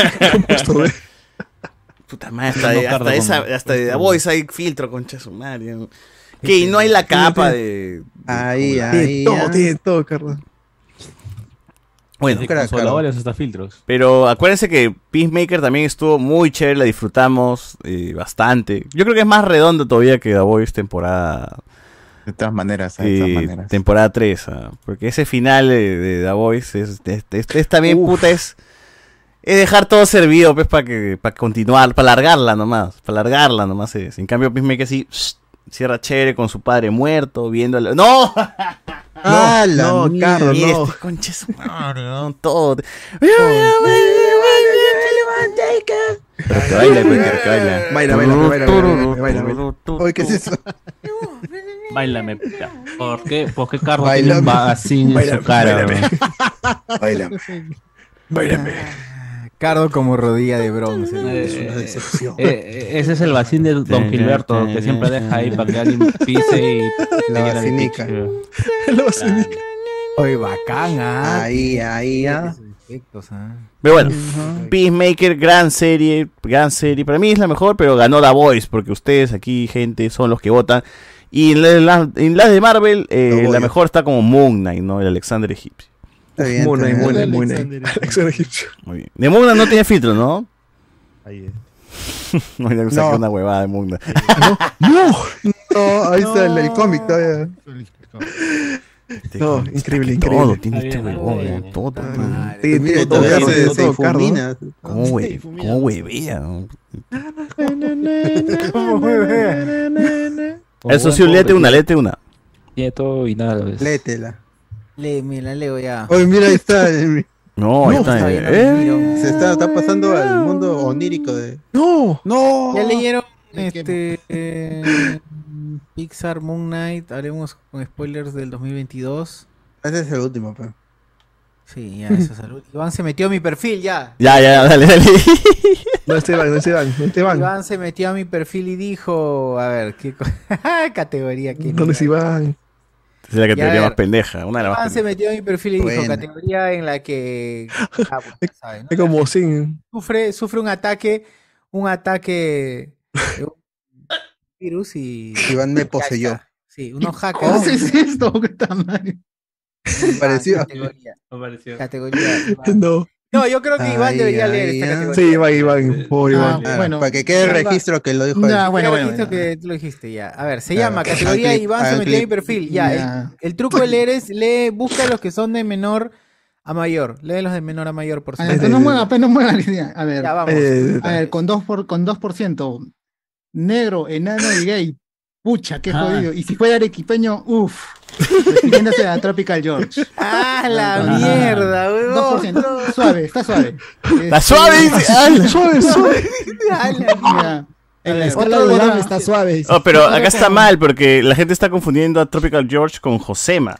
Speaker 1: Puta madre, hasta,
Speaker 3: No,
Speaker 1: de-
Speaker 3: Cardo,
Speaker 1: hasta, esa,
Speaker 3: como-
Speaker 1: hasta de
Speaker 3: como-
Speaker 1: The Voice hay filtro, concha de su madre. ¿no? Que y no hay la capa de.
Speaker 3: Ahí,
Speaker 4: Tiene
Speaker 3: ahí. ah.
Speaker 4: todo,
Speaker 3: ahí.
Speaker 4: tiene todo, Carlos.
Speaker 1: Bueno,
Speaker 23: Desde consoladores hasta filtros.
Speaker 1: Pero acuérdense que Peacemaker también estuvo muy chévere, la disfrutamos eh, bastante. Yo creo que es más redondo todavía que The Voice temporada.
Speaker 22: De todas maneras, de todas
Speaker 1: eh,
Speaker 22: maneras.
Speaker 1: Temporada 3. ah, Porque ese final eh, de The Voice es, es- es- es también, puta, es. Es dejar todo servido, pues, para que, para continuar, para largarla nomás, para largarla nomás es. En cambio, Peacemaker sí, pss, cierra chévere con su padre muerto, viéndolo. ¡No! (laughs)
Speaker 3: ¡Ah, la mierda!
Speaker 1: Carlos,
Speaker 4: (laughs)
Speaker 3: Mira,
Speaker 1: no. Concha este su madre, no, todo.
Speaker 22: Pero que baila, güey, pero que baila.
Speaker 4: pues, Baila, baila, baila, baila, baila, baila.
Speaker 3: Oye, ¿qué es eso?
Speaker 21: Báilame, puta. ¿Por qué? ¿Por qué Carlos
Speaker 4: Báilame.
Speaker 21: tiene un bagacín en su
Speaker 4: Báilame,
Speaker 21: cara?
Speaker 4: báilame.
Speaker 21: weón?
Speaker 3: Bailame.
Speaker 2: Ah, Cardo como rodilla de bronce.
Speaker 21: Eh,
Speaker 3: (laughs)
Speaker 21: eh, ese es el vacín de Don Gilberto que siempre deja ahí para que alguien
Speaker 3: (laughs)
Speaker 21: pise y te
Speaker 3: La
Speaker 21: llena de
Speaker 3: vacinica.
Speaker 21: piche, weón.
Speaker 2: Ah.
Speaker 3: Este-
Speaker 22: (laughs)
Speaker 2: Oye, bacán, ¿ah?
Speaker 3: Ahí, ahí,
Speaker 2: (laughs)
Speaker 3: ah.
Speaker 2: Efectos, ¿ah?
Speaker 1: Pero bueno, Peacemaker, gran serie, gran serie. Para mí es la mejor, pero ganó la Voice, porque ustedes aquí, gente, son los que votan. Y en las la, en las de Marvel, eh,
Speaker 3: Lo voy
Speaker 1: la
Speaker 3: a-
Speaker 1: mejor está como Moon Knight, ¿no? El Alexander Egipcio.
Speaker 3: Está bien,
Speaker 4: Muy bien,
Speaker 3: está
Speaker 4: muy
Speaker 3: bien.
Speaker 4: bien, muy bien. Alexander Egipcio.
Speaker 1: Muy bien. De Moon Knight no tiene filtro, ¿no? (laughs) No, ya saqué una huevada de mundo.
Speaker 3: (laughs)
Speaker 1: (laughs)
Speaker 3: ¡No! No, ahí está el, el cómic todavía.
Speaker 4: No,
Speaker 1: Este
Speaker 4: increíble, increíble.
Speaker 1: Todo tiene este huevón, weón, todo. weón.
Speaker 3: Sí, tiene
Speaker 1: Mira, todo,
Speaker 3: todo, todo,
Speaker 1: todo,
Speaker 3: todo,
Speaker 1: todo, Cardo, ¿no?
Speaker 3: difumina.
Speaker 4: (laughs)
Speaker 1: ¿Cómo hue- cómo huevea? no? Eso sí, un lete una, lete una.
Speaker 8: Tiene todo y nada a la vez.
Speaker 3: Léetela.
Speaker 2: Le, me la leo
Speaker 19: Ah.
Speaker 2: ya.
Speaker 3: Oye, mira, ahí está.
Speaker 19: eh,
Speaker 3: el-
Speaker 1: No, ahí está.
Speaker 3: bien,
Speaker 1: eh,
Speaker 3: mira, Se está, está pasando al mundo onírico de.
Speaker 4: ¡No!
Speaker 3: ¡No!
Speaker 2: Ya leyeron este eh, Pixar Moon Knight. Haremos con spoilers del 2022.
Speaker 3: Ese es el último, pero.
Speaker 2: Sí, ya, eso es salud. Iván se metió a mi perfil ya.
Speaker 19: Ah,
Speaker 1: Ya, ya, dale, dale.
Speaker 4: No, Esteban, no, Esteban, no, Esteban.
Speaker 2: Iván se metió a mi perfil y dijo, a ver, qué co- (laughs) categoría que
Speaker 4: ¿Dónde se iban?
Speaker 1: Es la
Speaker 2: Ya, a ver.
Speaker 1: categoría más pendeja. Una de
Speaker 19: Ah,
Speaker 1: las más
Speaker 2: Iván se metió a mi perfil y dijo
Speaker 1: Buena.
Speaker 2: categoría en la que ah, bueno, ¿sabes, no?
Speaker 4: Es como
Speaker 3: (laughs)
Speaker 4: sin.
Speaker 2: sufre sufre un ataque, un ataque de un virus y (laughs)
Speaker 3: Iván me poseyó. (laughs)
Speaker 2: sí, unos hackers.
Speaker 3: ¿Qué es esto? ¿Qué tamaño? Pareció.
Speaker 2: Categoría.
Speaker 4: (laughs) No.
Speaker 2: No, yo creo que Iván
Speaker 3: Ay,
Speaker 2: debería leer
Speaker 3: ay,
Speaker 2: esta
Speaker 3: ay.
Speaker 2: categoría.
Speaker 4: Sí, Iván, Iván, pobre Iván.
Speaker 3: Ah, para que quede registro que lo dijo él.
Speaker 2: Ya, bueno, que tú lo dijiste ya. A ver, se
Speaker 3: Claro.
Speaker 2: llama categoría
Speaker 3: Hagan clic,
Speaker 2: Iván se
Speaker 3: hagan
Speaker 2: metió a mi
Speaker 3: clic.
Speaker 2: perfil. Ya, el-
Speaker 3: Ya.
Speaker 2: El, truco de leer es lee, busca los que son de menor a mayor. Lee los de menor a mayor por
Speaker 19: A ver, que no mueva, pues, no mueva la idea. A ver,
Speaker 2: Ya, vamos.
Speaker 4: Eh,
Speaker 19: a ver, con 2%, por, con 2%. Negro, enano y gay. Pucha, qué
Speaker 2: Ah.
Speaker 19: jodido. Y si fuera arequipeño, uff. Refiriéndose a
Speaker 2: (laughs)
Speaker 19: Tropical George.
Speaker 2: ¡Ah, la mierda, huevón!
Speaker 19: 2%. Suave, está suave.
Speaker 1: La suave, dice. Ah, la suave,
Speaker 2: (laughs)
Speaker 1: suave.
Speaker 2: ¡Ah, la
Speaker 19: mierda!
Speaker 6: En la
Speaker 19: ver,
Speaker 6: escala
Speaker 19: otro
Speaker 6: de
Speaker 19: drama.
Speaker 6: Lam está suave.
Speaker 1: Oh, pero acá (laughs) está mal porque la gente está confundiendo a Tropical George con Josema.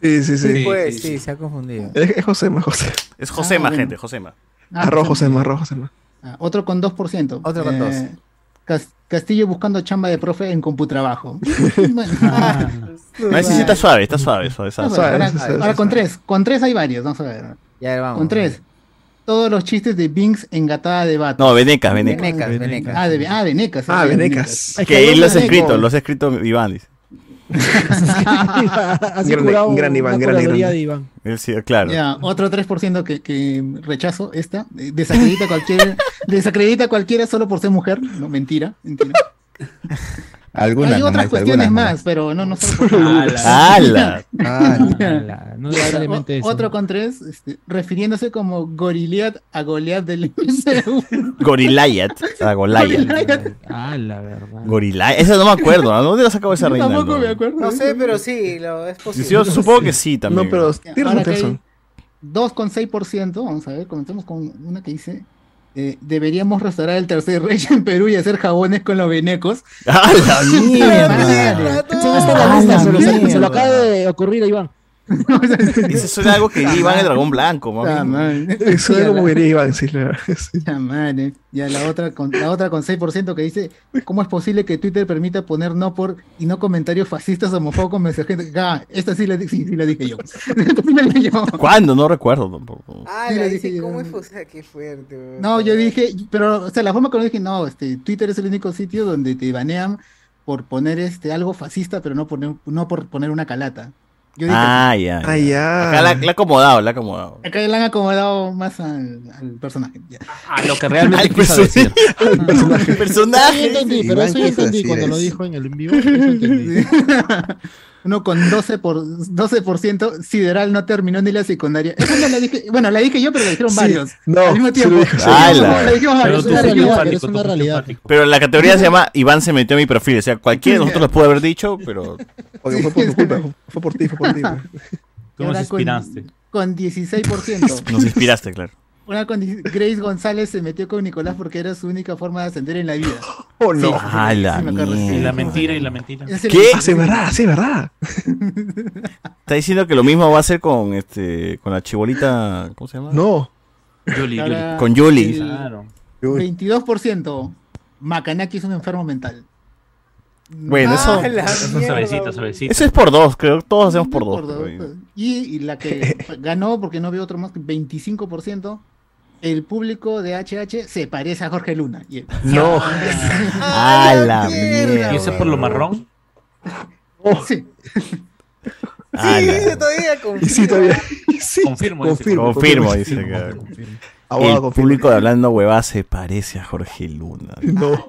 Speaker 4: Sí, sí, sí.
Speaker 2: Sí, pues, sí, se ha confundido.
Speaker 4: Es, es Josema, José.
Speaker 1: Es Josema,
Speaker 19: Ah, bueno.
Speaker 1: gente, Josema.
Speaker 19: Ah,
Speaker 4: arroz,
Speaker 19: José.
Speaker 4: Josema,
Speaker 1: (laughs)
Speaker 4: arroz, Josema.
Speaker 19: Ah, Otro con 2%.
Speaker 2: Otro con dos.
Speaker 19: Eh, Cas- Castillo buscando chamba de profe
Speaker 1: (laughs)
Speaker 19: en computrabajo. Bueno.
Speaker 1: Ah.
Speaker 19: (laughs)
Speaker 1: No, ese sí está suave, está suave, suave, suave.
Speaker 19: Vamos a ver, ahora, ahora con tres, con tres hay varios, vamos a ver.
Speaker 2: Ya, vamos.
Speaker 19: Con tres. Todos los chistes de Binks engatada de vato.
Speaker 1: No, Venecas, Venecas.
Speaker 2: Venecas, Venecas.
Speaker 19: Ah, de, ah, de Necas.
Speaker 4: Ah,
Speaker 19: sí, de
Speaker 4: Venecas.
Speaker 19: Necas.
Speaker 1: Que él lo ha
Speaker 19: Venecas.
Speaker 1: escrito, lo ha escrito Iván. dice.
Speaker 19: (laughs) Así
Speaker 4: Grande,
Speaker 19: curado
Speaker 4: gran Iván,
Speaker 19: una
Speaker 4: gran
Speaker 19: curaduría
Speaker 4: Iván.
Speaker 19: de Iván.
Speaker 1: Él sí, claro.
Speaker 19: Ya, otro 3% que, que rechazo esta. eh, Desacredita
Speaker 1: (laughs)
Speaker 19: a cualquiera, desacredita a cualquiera solo por ser mujer. No, mentira, mentira.
Speaker 22: Algunas
Speaker 19: Hay
Speaker 22: nomás,
Speaker 19: otras cuestiones
Speaker 22: algunas
Speaker 19: más,
Speaker 22: nomás.
Speaker 19: pero no, no
Speaker 1: (laughs)
Speaker 19: solo por-
Speaker 22: ¡Hala!
Speaker 19: ¡Hala!
Speaker 22: No
Speaker 19: Otro-
Speaker 22: realmente eso.
Speaker 19: Otro con tres, este, refiriéndose como Gorilead a Goliath del MCU.
Speaker 1: Gorilayat. Ah, Goliath.
Speaker 19: Goliath.
Speaker 1: Ah, la verdad. Gorilayat. Esa no me acuerdo. ¿A dónde la sacó esa reina?
Speaker 19: Tampoco me acuerdo.
Speaker 2: No sé, pero sí, lo, es posible.
Speaker 1: Yo supongo que sí también.
Speaker 4: No, pero tienes
Speaker 19: Ahora que
Speaker 4: razón.
Speaker 19: hay 2,6%, vamos a ver, comencemos con una que dice, eh, deberíamos restaurar el tercer rey en Perú y hacer jabones con los venecos.
Speaker 1: ¡Ah, la
Speaker 6: mierda! Eso no está en la lista, se lo- se, se lo acaba de ocurrir a Iván.
Speaker 1: Eso suena algo que
Speaker 19: (laughs)
Speaker 1: Iván el dragón blanco,
Speaker 19: Ah,
Speaker 1: mami.
Speaker 19: man.
Speaker 4: (laughs) Eso es
Speaker 19: Y a
Speaker 4: como
Speaker 19: la-
Speaker 4: diría Iván, sí, la verdad. sí.
Speaker 19: Ya, man, eh. Ya la otra con la otra con 6% que dice, ¿cómo es posible que Twitter permita poner no por y no comentarios fascistas, homofóbicos, mensajeros? Ah, esta sí la, di- sí, sí la dije yo. (laughs) Esta sí la dije yo.
Speaker 1: ¿Cuándo? No recuerdo tampoco.
Speaker 2: Ah,
Speaker 19: Sí,
Speaker 2: la
Speaker 19: la
Speaker 2: dice,
Speaker 19: dije
Speaker 2: ¿cómo
Speaker 19: yo.
Speaker 2: es? O sea, qué fuerte, huevón.
Speaker 19: No, yo dije, pero o sea, la forma que lo dije, no, este Twitter es el único sitio donde te banean por poner este algo fascista, pero no poner no por poner una calata. Yo dije,
Speaker 1: Ah, ya.
Speaker 4: Ah, ya.
Speaker 1: Acá la la ha acomodado, la ha acomodado.
Speaker 19: acá le han acomodado más al, al personaje. ya.
Speaker 21: A lo que
Speaker 6: (laughs)
Speaker 21: realmente
Speaker 1: Al
Speaker 21: quiso decir.
Speaker 1: personaje.
Speaker 6: Eso yo entendí, pero eso yo entendí cuando lo dijo en el en vivo. Eso entendí.
Speaker 19: (laughs) Uno con 12 por 12% sideral no terminó ni la secundaria. Eso no la dije, bueno, la dije yo, pero la dijeron
Speaker 4: Sí,
Speaker 19: varios.
Speaker 4: no,
Speaker 19: al
Speaker 4: (laughs)
Speaker 19: mismo
Speaker 4: sí
Speaker 19: tiempo.
Speaker 4: lo dijo, sí.
Speaker 1: ¡Hala!
Speaker 19: La dijimos
Speaker 6: Pero
Speaker 19: varios, es
Speaker 6: tú
Speaker 19: una
Speaker 6: fuiste
Speaker 19: realidad,
Speaker 6: enfático,
Speaker 19: es
Speaker 6: tú
Speaker 19: una
Speaker 6: fuiste
Speaker 19: realidad.
Speaker 1: Pero la categoría se
Speaker 4: (laughs)
Speaker 1: llama Iván se metió a mi perfil. O sea, cualquiera de nosotros lo pudo haber dicho,
Speaker 4: (laughs)
Speaker 1: pero.
Speaker 4: Porque fue por tu culpa, fue por ti, fue
Speaker 3: (laughs)
Speaker 4: por ti. pues. (laughs)
Speaker 19: Tú nos inspiraste. Con 16%.
Speaker 1: Nos inspiraste, claro.
Speaker 19: Una con Grace González se metió con Nicolás porque era su única forma de ascender en la vida.
Speaker 4: Oh, no.
Speaker 19: Sí,
Speaker 1: Ah, la
Speaker 19: sí me acuerdo, sí.
Speaker 1: mierda.
Speaker 9: Y la mentira y la mentira.
Speaker 19: Es el-
Speaker 1: ¿Qué?
Speaker 4: Ah, sí, es verdad, sí, es verdad.
Speaker 1: Está diciendo que lo mismo va a hacer con este. con la chibolita. ¿Cómo se llama?
Speaker 4: No.
Speaker 21: Yuli, Yuli.
Speaker 19: Ahora,
Speaker 1: Con Yuli.
Speaker 19: el 22%. Macanaki es un enfermo mental.
Speaker 1: Bueno, eso.
Speaker 19: Ah, la
Speaker 21: Eso es suavecito, suavecito.
Speaker 1: Eso es por dos, creo que todos hacemos por dos.
Speaker 19: Por dos, pues. Y, y
Speaker 4: (laughs)
Speaker 19: la que ganó, porque no veo otro más, que 25%. El público de HH se parece a Jorge Luna.
Speaker 1: (laughs)
Speaker 19: Y- (laughs)
Speaker 4: No.
Speaker 1: ¡A la mierda!
Speaker 9: ¿Y eso por lo marrón?
Speaker 19: Oh.
Speaker 1: (laughs)
Speaker 19: Sí.
Speaker 1: ¡A la-
Speaker 2: Yo todavía confío.
Speaker 4: Y sí, todavía. y
Speaker 9: (laughs)
Speaker 4: sí,
Speaker 9: Confirmo, dice.
Speaker 1: Confirmo, dice
Speaker 9: Confirmo,
Speaker 1: que-
Speaker 9: confirmo.
Speaker 4: Abogado
Speaker 1: el
Speaker 4: con
Speaker 1: público de Hablando Huevá se parece a Jorge Luna.
Speaker 4: No.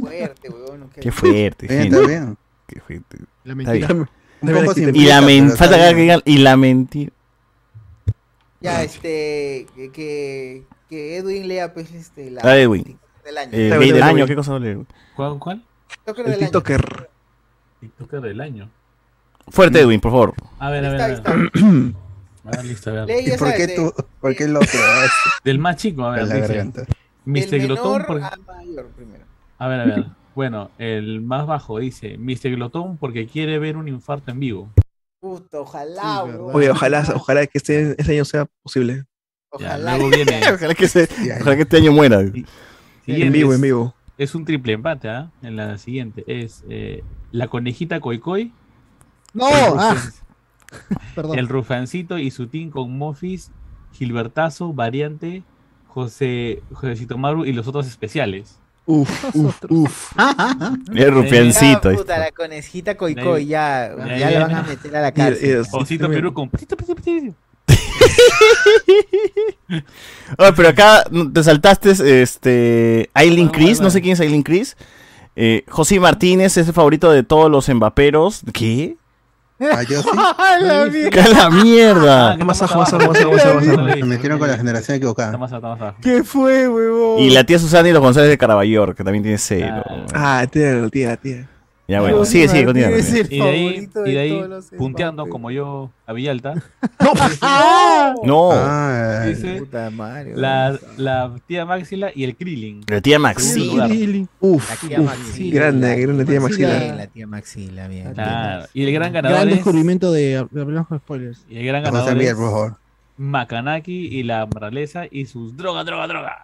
Speaker 2: Fuerte, weón.
Speaker 1: Qué fuerte.
Speaker 3: Bien,
Speaker 1: gente.
Speaker 3: está bien.
Speaker 1: Qué fuerte.
Speaker 3: La
Speaker 1: Está
Speaker 3: mentira.
Speaker 1: bien.
Speaker 3: Un poco sin
Speaker 1: Y la
Speaker 3: mentira,
Speaker 1: men-
Speaker 3: pero
Speaker 1: falta
Speaker 3: está
Speaker 1: que digan, y la mentira.
Speaker 2: Ya, este. que- Que, que Edwin lea, pues, este. La,
Speaker 1: A ver, Ah, Edwin.
Speaker 2: Del año.
Speaker 1: Eh, gay del año, ¿qué cosa va a leer?
Speaker 9: ¿Cuál? ¿Cuál?
Speaker 2: TikToker
Speaker 9: El
Speaker 2: del año.
Speaker 4: TikToker.
Speaker 9: TikToker del año.
Speaker 3: Mm.
Speaker 1: Fuerte, Edwin, por favor.
Speaker 9: A ver, a ver.
Speaker 2: Ahí
Speaker 9: A
Speaker 2: está,
Speaker 9: ver,
Speaker 2: ahí
Speaker 9: A ver, listo, a ver.
Speaker 2: Ley
Speaker 3: ¿Y por qué tú? ¿Por qué el otro?
Speaker 9: Del más chico, a ver.
Speaker 3: En la
Speaker 9: dice,
Speaker 3: garganta.
Speaker 9: Mr.
Speaker 2: Del
Speaker 9: Glotón,
Speaker 2: menor
Speaker 9: por-
Speaker 2: a mayor primero.
Speaker 9: a ver, a ver. Bueno, el más bajo dice, Mr. Glotón porque quiere ver un infarto en vivo.
Speaker 2: Puta, ojalá, weón.
Speaker 4: Oye, ojalá, ojalá que este, este año sea posible.
Speaker 2: (laughs) Ojalá.
Speaker 9: luego viene.
Speaker 1: Ojalá que, se- ojalá que este año muera.
Speaker 9: Siguiente
Speaker 4: en vivo,
Speaker 9: es-
Speaker 4: en vivo.
Speaker 9: Es un triple empate, ¿ah? En la siguiente es eh, la conejita Koi Koi.
Speaker 6: ¡No!
Speaker 9: El
Speaker 6: Ah,
Speaker 9: pues, El Rufancito y su team con Mofis, Gilbertazo, Variante, José, Josecito Maru y los otros especiales.
Speaker 4: Uf, uf, uf.
Speaker 1: El rufiancito.
Speaker 2: Ya,
Speaker 1: ahí
Speaker 2: puta,
Speaker 1: está.
Speaker 2: la conejita
Speaker 9: De
Speaker 2: Coicoy,
Speaker 9: ahí-
Speaker 2: ya,
Speaker 9: de ahí
Speaker 2: ya la van a
Speaker 9: viene.
Speaker 2: meter a la cárcel.
Speaker 3: este,
Speaker 9: Osito Perú con.
Speaker 2: (laughs)
Speaker 1: Oye, pero acá mm, te saltaste este, Aileen Chris, no sé quién es Aileen Chris. Eh, José Martínez es el favorito de todos los embaperos. ¿Qué?
Speaker 3: Ah, yo sí.
Speaker 2: ¡A la mierda!
Speaker 1: ¡Qué (laughs) a la mierda!
Speaker 4: Ah, Más abajo, más abajo, más abajo, más abajo, más abajo.
Speaker 3: Me metieron con la generación equivocada.
Speaker 2: ¿Qué fue, huevón?
Speaker 1: Y la tía Susana y los González de Caraballor, que también tiene cero.
Speaker 4: Ah, tía, tía, tía.
Speaker 1: Ya bueno, sigue, sigue, continúa.
Speaker 2: Martínez
Speaker 1: continúa.
Speaker 9: Y de
Speaker 2: es
Speaker 9: ahí,
Speaker 2: favorito
Speaker 9: y de
Speaker 2: de
Speaker 9: ahí
Speaker 2: todos los
Speaker 9: punteando como yo a Villalta.
Speaker 1: No,
Speaker 3: Ah,
Speaker 9: Dice
Speaker 2: Puta madre.
Speaker 9: la, la tía Maxila y el Krillin.
Speaker 1: la tía Maxi.
Speaker 9: Segundo lugar.
Speaker 4: Uf,
Speaker 2: tía
Speaker 4: uf.
Speaker 2: Maxila.
Speaker 4: Grande, grande tía
Speaker 2: Bien,
Speaker 4: Maxila.
Speaker 2: la tía Maxila, bien.
Speaker 9: Claro. Y el gran ganador
Speaker 6: Gran
Speaker 9: es,
Speaker 6: descubrimiento de hablamos con spoilers.
Speaker 9: y el gran
Speaker 3: Vamos a
Speaker 9: ganador
Speaker 3: enviar,
Speaker 9: es
Speaker 3: por favor.
Speaker 9: Makanaki y la Moraleza y sus droga, droga, droga.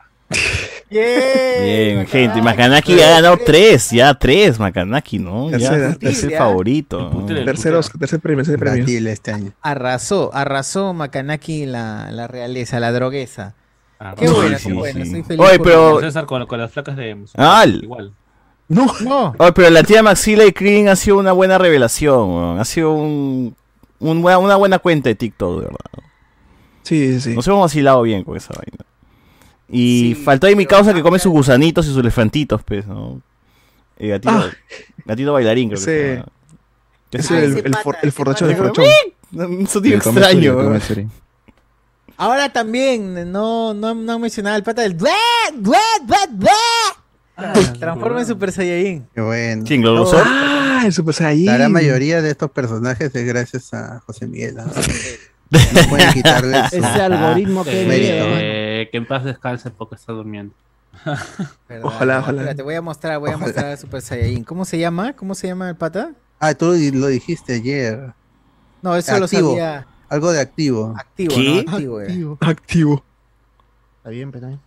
Speaker 1: Bien, gente. Makanaki ha ganado tres, ya tres, Makanaki, ¿no? Ya,
Speaker 4: Tercera.
Speaker 1: es el
Speaker 2: Ya.
Speaker 1: favorito. ¿no?
Speaker 4: Tercero, tercer premio, tercer premio.
Speaker 3: Brasil este año.
Speaker 2: Arrasó, arrasó Makanaki la, la realeza, la drogueza.
Speaker 9: Ah,
Speaker 2: Qué
Speaker 1: sí,
Speaker 2: bueno,
Speaker 1: sí,
Speaker 2: qué bueno,
Speaker 1: sí.
Speaker 2: estoy feliz.
Speaker 1: Oye,
Speaker 2: por-
Speaker 1: pero-
Speaker 9: César con, con las flacas de.
Speaker 1: ¡Al!
Speaker 9: Igual.
Speaker 4: No,
Speaker 2: No,
Speaker 1: Oye, Ah, pero la tía Maxila y Krillin ha sido una buena revelación, weón. ha sido un, un buena- una buena cuenta de TikTok, de verdad.
Speaker 4: sí, sí.
Speaker 1: Nos hemos vacilado bien con esa vaina. Y
Speaker 2: Sí,
Speaker 1: faltó ahí mi
Speaker 2: pero
Speaker 1: causa que
Speaker 2: acá-
Speaker 1: come sus gusanitos y sus elefantitos, pues, ¿no? Eh, gatito,
Speaker 4: Ah.
Speaker 1: gatito bailarín, creo
Speaker 4: Ese-
Speaker 1: que se llama.
Speaker 4: Ese es el,
Speaker 2: ese
Speaker 4: el,
Speaker 2: pata,
Speaker 4: for- el
Speaker 2: ese
Speaker 4: forrachón, el
Speaker 2: pata.
Speaker 4: forrachón.
Speaker 1: Un sonido
Speaker 22: El Kamazuri,
Speaker 1: extraño,
Speaker 22: el
Speaker 1: weón.
Speaker 22: Kamazuri.
Speaker 2: ahora también no, no, no han mencionado al pata del duet, duet, duet,
Speaker 9: Ah,
Speaker 2: duet. Transforma en Super Saiyajin.
Speaker 3: Qué bueno.
Speaker 1: ¿Quién lo usó?
Speaker 4: Ah, el Super Saiyan.
Speaker 3: La gran mayoría de estos personajes es gracias a José Miguel. ¿no? No
Speaker 21: (laughs)
Speaker 3: pueden quitarle su-
Speaker 6: Ese algoritmo que
Speaker 3: Mérito,
Speaker 6: mierda.
Speaker 5: Eh, que en paz descanse porque está
Speaker 3: (laughs)
Speaker 5: durmiendo.
Speaker 4: Ojalá,
Speaker 2: Verdad, verdad.
Speaker 4: ojalá.
Speaker 2: Espera, Te voy a mostrar, voy a
Speaker 3: Ojalá.
Speaker 2: mostrar al Super Saiyajin. ¿Cómo se llama? ¿Cómo se llama el pata?
Speaker 3: Ah, tú lo dijiste ayer.
Speaker 2: No, eso
Speaker 3: Activo.
Speaker 2: lo sabía
Speaker 3: Algo de activo.
Speaker 2: activo,
Speaker 1: ¿Qué?
Speaker 2: ¿no? Activo, eh.
Speaker 6: Activo.
Speaker 4: Activo.
Speaker 6: Está bien, pero también.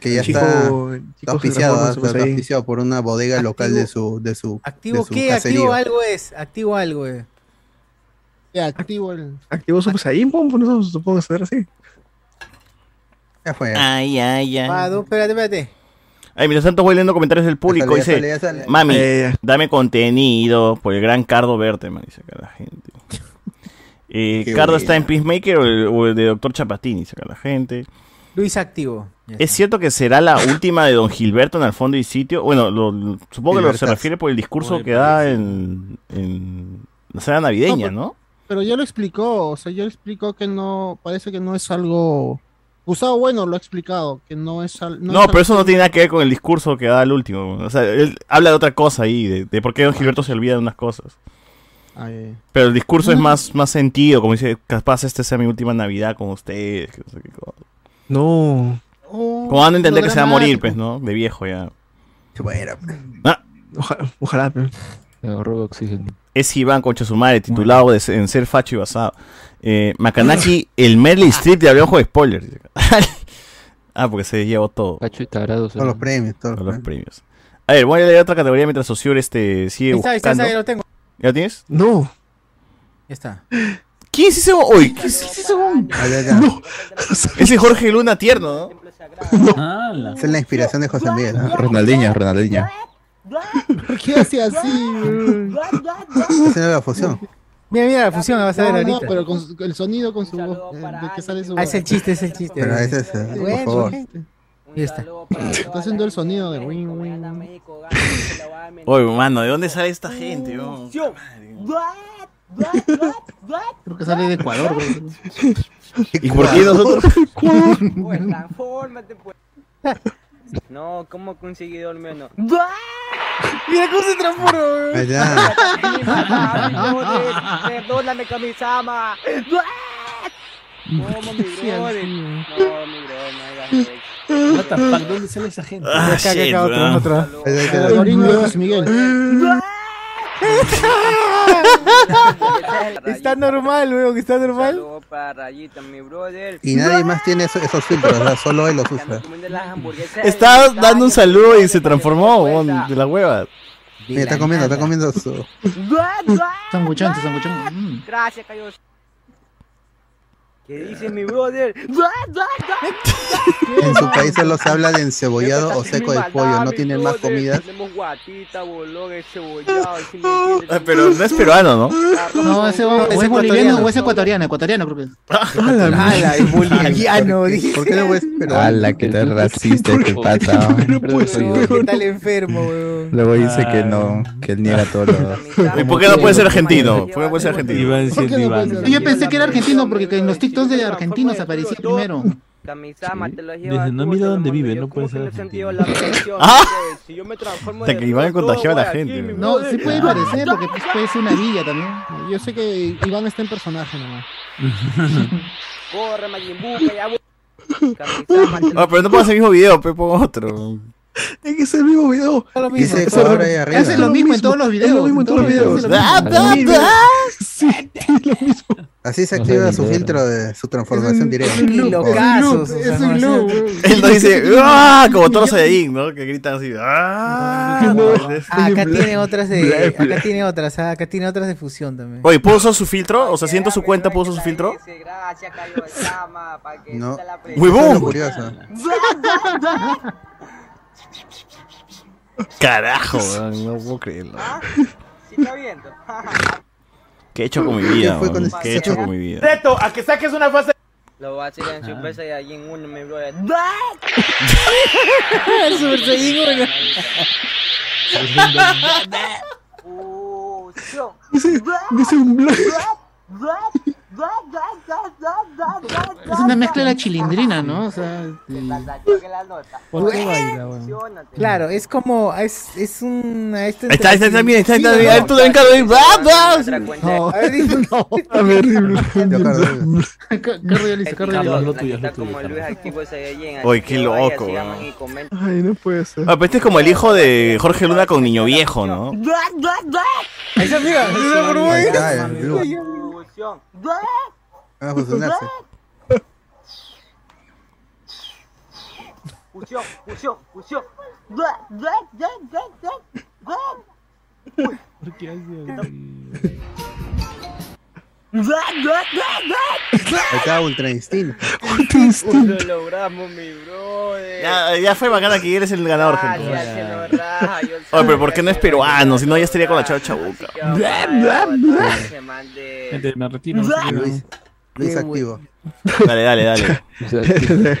Speaker 3: Que ya
Speaker 4: Chico-
Speaker 3: está,
Speaker 4: chico
Speaker 3: está auspiciado,
Speaker 4: se transforma en
Speaker 3: ¿ah?
Speaker 4: Super
Speaker 3: Está
Speaker 4: Saiyan.
Speaker 3: auspiciado por una bodega
Speaker 2: Activo.
Speaker 3: local de su de su
Speaker 2: ¿Activo
Speaker 3: de su
Speaker 2: qué? Activo
Speaker 3: caserío.
Speaker 2: algo es. Activo algo es.
Speaker 6: Ya, activo el.
Speaker 4: Activo Super Saiyan, pum, pum, no supongo que será así.
Speaker 3: Ya fue.
Speaker 1: Ay, ay,
Speaker 3: Ah.
Speaker 1: ay.
Speaker 2: Padu, Ah, espérate, espérate.
Speaker 1: Ay, mientras tanto voy leyendo comentarios del público.
Speaker 3: Ya sale,
Speaker 1: Dice,
Speaker 3: ya sale, ya sale.
Speaker 1: mami,
Speaker 4: Eh,
Speaker 1: Dame contenido por el gran Cardo Berteman, dice acá la
Speaker 3: (laughs)
Speaker 1: gente. Eh,
Speaker 3: Qué
Speaker 1: ¿Cardo
Speaker 3: buena.
Speaker 1: está en Peacemaker o el, o el de Doctor Chapatini? Dice acá la gente.
Speaker 2: Luis activo. Ya
Speaker 1: ¿Es
Speaker 2: está.
Speaker 1: cierto que será la última de Don Gilberto en Al fondo y sitio? Bueno, lo- lo- supongo que lo, se
Speaker 3: Gilbertazo.
Speaker 1: refiere por el discurso
Speaker 9: Oye,
Speaker 1: que da en, en la cena navideña, ¿no?
Speaker 3: pues,
Speaker 6: Pero ya lo explicó, o sea, ya lo explicó que no, parece que no es algo. Gustavo Bueno lo ha explicado, que no es al-
Speaker 1: No,
Speaker 6: es
Speaker 1: pero eso
Speaker 6: algo-
Speaker 1: no tiene nada que ver con el discurso que da al último. O sea, él habla de otra cosa ahí, de, de por qué Don Gilberto se olvida de unas cosas.
Speaker 6: Ah, ya, ya.
Speaker 1: Pero el discurso es más, más sentido, como dice, capaz este sea mi última Navidad con ustedes. que no sé qué cosa.
Speaker 4: no.
Speaker 6: Oh,
Speaker 1: Como dando a entender que se va a morir, pues,
Speaker 6: programático.
Speaker 1: ¿no? De viejo ya.
Speaker 3: Se muera, pues.
Speaker 1: Ah.
Speaker 4: Ojalá, ojalá. pero-
Speaker 8: Le roba oxígeno.
Speaker 1: Es Iván Conchasumare, titulado de se- en Ser Facho y Basado. Eh, Makanaki, (laughs) el Merly
Speaker 8: Ah.
Speaker 1: Strip de Abreojo de Spoiler. (laughs) ah, porque se llevó todo.
Speaker 8: Cacho y tarado.
Speaker 3: Todos los
Speaker 8: será.
Speaker 3: premios, todos
Speaker 1: Todos
Speaker 3: los
Speaker 1: los
Speaker 3: premios.
Speaker 1: premios. A ver, voy a leer otra categoría mientras Osur este, sigue
Speaker 2: Ahí está, ahí está, ahí
Speaker 1: buscando.
Speaker 2: está, ya lo tengo.
Speaker 1: ¿Ya lo tienes?
Speaker 4: No.
Speaker 2: Ya está.
Speaker 1: ¿Quién es ese hoy? ¿Quién es ese huevón?
Speaker 3: Ah, ya, ya.
Speaker 1: (laughs) Ese Jorge Luna tierno, ¿no?
Speaker 9: ¡Hala!
Speaker 3: Esa es la inspiración de José Miguel. ¿ah?
Speaker 22: Ronaldinho, Ronaldinho.
Speaker 6: (laughs) ¿Por qué hace así?
Speaker 3: Esa era la fusión.
Speaker 2: Mira, mira la fusión, la vas a ver
Speaker 6: No, no,
Speaker 2: ahorita.
Speaker 6: pero con su- el sonido con su voz. eh, de que sale su
Speaker 2: Ah, es el chiste, es el chiste.
Speaker 3: Pero ese es, eh, por
Speaker 6: Bueno,
Speaker 3: favor.
Speaker 6: gente.
Speaker 2: Ahí está.
Speaker 6: (laughs) Está haciendo el sonido de wing, wing.
Speaker 1: Oye, mano, ¿de dónde sale esta gente? weón?
Speaker 19: Creo que sale de Ecuador, güey.
Speaker 1: ¿Y por qué nosotros?
Speaker 27: Pues transfórmate, pues. No, ¿cómo que un seguidor menos?
Speaker 2: Mira cómo se transformó.
Speaker 3: Allá.
Speaker 27: Perdóname, Kamisama. ¿Cómo, mi brother? No, mi brother, no hagas eso.
Speaker 23: What the fuck, ¿Dónde sale esa gente?
Speaker 1: Ah, Acá, acá, shit, acá, otro, bro. otro.
Speaker 3: El
Speaker 6: Algoritmo de Luis Miguel.
Speaker 2: Está normal, weón, está normal.
Speaker 27: Opa, rayita, mi brother.
Speaker 3: Y nadie más tiene eso- esos filtros, o sea, solo él los usa.
Speaker 27: Comiendo las hamburguesas.
Speaker 1: Está dando un saludo y se transformó weón, de la hueva.
Speaker 3: Mira, está comiendo, está comiendo su.
Speaker 19: Sanguchón, tu sanguchón. Mm.
Speaker 27: Gracias, Cayos. ¿Qué dice mi brother?
Speaker 3: En su país solo se habla de encebollado o seco de pollo, no tienen más comida.
Speaker 27: Tenemos guatita, bolones, cebollados. ¿sí me entiendes?
Speaker 1: Ah, Pero no es peruano, ¿no?
Speaker 19: No, ese o, o es boliviano o es ecuatoriano, ecuatoriano creo que es.
Speaker 4: Ah,
Speaker 2: Ala, es boliviano, dije.
Speaker 3: ¿Por qué no es peruano?
Speaker 22: Ala, que tan racista que pasa.
Speaker 2: ¿Qué tal enfermo, weón?
Speaker 22: Luego dice que no, que él niega todo lo.
Speaker 1: ¿Y por qué no puede ser argentino? ¿Por qué no puede ser argentino?
Speaker 19: Yo pensé que era argentino porque en los TikToks de argentinos aparecía primero.
Speaker 27: Camisama, te lo llevo.
Speaker 23: Desde no mira dónde vive, no puede ser argentino.
Speaker 1: (laughs) ¡Ah!
Speaker 27: Si yo me transformo
Speaker 1: Hasta que Iván contagió a la gente. weón.
Speaker 19: No, sí puede parecer porque pues, puede ser una villa también.
Speaker 6: Yo sé que Iván está en personaje nomás.
Speaker 27: Corre, Majin Buu, que ya voy. Camisama, te lo
Speaker 1: (laughs) (laughs) Ah, pero no pongas el mismo video, pe, pon otro.
Speaker 4: Es que es el mismo video.
Speaker 3: Dice
Speaker 4: Es lo-
Speaker 3: Ecuador ahí arriba.
Speaker 19: Hace lo mismo en todos los videos.
Speaker 4: Es lo mismo en todos los videos.
Speaker 1: Ah, ah, ah. (laughs)
Speaker 3: Así se activa su filtro de su transformación directa.
Speaker 2: Locazos, o sea,
Speaker 19: Es
Speaker 2: no,
Speaker 19: un loop.
Speaker 1: Él no dice, ¡ah! Como todos los Saiyajin, ¿no? Que gritan así, ¡ah!
Speaker 2: Ah, acá tiene otras de.
Speaker 1: Bla, bla.
Speaker 2: Acá tiene otras, ah, acá tiene otras de fusión también.
Speaker 1: Oye, ¿puso su filtro? O sea, siento su cuenta, ¿puso su filtro?
Speaker 3: No. Eso es lo
Speaker 1: ¡Huevón!
Speaker 3: curioso.
Speaker 1: Carajo, weón, no puedo
Speaker 27: (laughs)
Speaker 1: creerlo.
Speaker 27: Ah. ¿Sí está viendo?
Speaker 1: ¿Qué he hecho con mi vida?
Speaker 3: ¿Qué fue con
Speaker 1: weón?
Speaker 3: ese
Speaker 1: ¿Qué he hecho
Speaker 3: señor?
Speaker 1: con mi vida?
Speaker 27: Reto a que saques una fase. Lo voy a hacer en
Speaker 6: Ah.
Speaker 27: Super Saiyajin 1, mi brother.
Speaker 2: El Super Saiyajin 1.
Speaker 27: Fusión.
Speaker 4: Dice un blog.
Speaker 19: Es una mezcla de la chilindrina, ¿no? O sea,
Speaker 1: (laughs)
Speaker 27: Saque la nota.
Speaker 2: ¿Por qué baila,
Speaker 27: Fusiónate.
Speaker 2: Claro, es como. Es, es ah, este una. Ahí
Speaker 1: Ahí está, ahí está, ahí está, mira, ahí está, ahí está, mira, tú también, Carlos, ahí, ¡ah, ah!
Speaker 2: A
Speaker 27: (laughs)
Speaker 2: ver, dime.
Speaker 4: A ver,
Speaker 3: Yo, Carlos,
Speaker 19: Cardio listo, cardio
Speaker 23: Lo
Speaker 19: listo.
Speaker 23: tuyo, lo
Speaker 27: Está
Speaker 23: tuyo.
Speaker 27: como Luis aquí, pues Saiyajin. así
Speaker 1: Oye,
Speaker 27: que
Speaker 1: qué
Speaker 27: vayan,
Speaker 1: loco,
Speaker 27: sigan
Speaker 1: weón.
Speaker 27: y comenten.
Speaker 4: Ay, no puede ser.
Speaker 1: Ah, pero este es como el hijo de Jorge Luna con Niño Viejo, ¿no?
Speaker 2: Esa mira, esa broma
Speaker 3: ahí
Speaker 2: es-
Speaker 3: está, el blue.
Speaker 27: Fusión.
Speaker 3: Van a fusionarse.
Speaker 27: Fusión, fusión, fusión.
Speaker 3: Ahí está Ultra Instinto.
Speaker 27: Lo logramos, mi brother.
Speaker 1: Ya, ya fue bacana que eres el ganador, gente.
Speaker 27: Gracias, que lo raja, yo
Speaker 1: Oye, pero
Speaker 27: sabía
Speaker 1: ¿por qué no es
Speaker 27: que lo
Speaker 1: peruano? Si no, ya estaría con la
Speaker 27: raja.
Speaker 1: chava chabuca.
Speaker 27: Así que vamos a ver otra vez que mande-
Speaker 23: Gente, me retiro.
Speaker 3: Luis, Luis activo.
Speaker 1: Dale, dale, dale.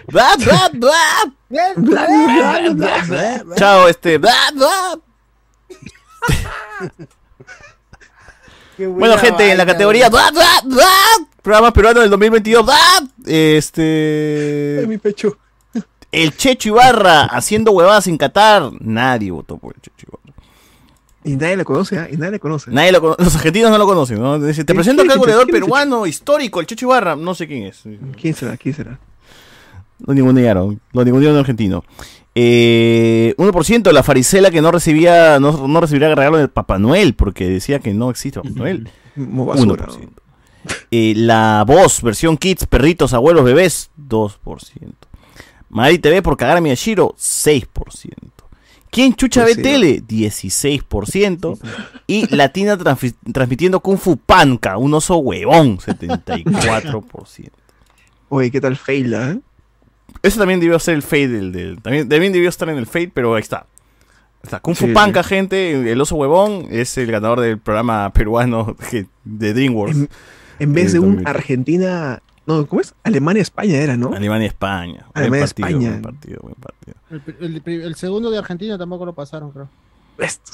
Speaker 2: Bla, bla, bla. Bla, bla, bla, bla.
Speaker 1: Chao, este. bla, bla.
Speaker 2: Qué buena
Speaker 1: Bueno, gente, en la
Speaker 2: vaina,
Speaker 1: categoría
Speaker 2: weón.
Speaker 1: bla, bla, bla, programa peruano del 2022, bla, este
Speaker 4: Mi pecho.
Speaker 1: el Checho Ibarra haciendo huevadas en Qatar, nadie votó por el Checho Ibarra.
Speaker 4: Y nadie le conoce, ¿ah? Y nadie le conoce.
Speaker 1: Nadie lo cono- los argentinos no lo conocen, ¿no? Dice, te
Speaker 4: ¿Quién
Speaker 1: presento acá al
Speaker 4: es el Checho?
Speaker 1: goleador
Speaker 4: ¿Quién es el
Speaker 1: peruano histórico, el Checho Ibarra, no sé quién es.
Speaker 4: ¿Quién será? ¿Quién será?
Speaker 1: Lo ningunearon, lo ningunearon argentino. Eh, 1% la farisela que no recibía no, no recibirá regalo de Papá Noel porque decía que no existe Papá Noel.
Speaker 4: Mo basura.
Speaker 1: 1%. Eh, la voz, versión kids, perritos, abuelos, bebés, 2%. Madrid TV por cagar a Miyashiro, 6%. ¿Quién chucha ve
Speaker 4: Pues sí,
Speaker 1: tele? 16%. Y Latina transfi- transmitiendo Kung Fu Panca, un oso huevón,
Speaker 4: (laughs)
Speaker 1: 74%.
Speaker 4: Oye, ¿qué tal Feila? eh?
Speaker 1: Eso también debió ser el fade del, del- también, también debió estar en el fade, pero ahí está. O sea, Kung Fu
Speaker 22: Sí,
Speaker 1: Panca, gente, el oso huevón es el ganador del programa peruano que- de DreamWorks. En,
Speaker 4: En vez de un Argentina. No, ¿cómo es? Alemania-España era, ¿no?
Speaker 1: Alemania-España. Buen partido,
Speaker 4: Alemania-España.
Speaker 1: buen partido, buen partido.
Speaker 6: El, pri- el pri- el segundo de Argentina tampoco lo pasaron, creo.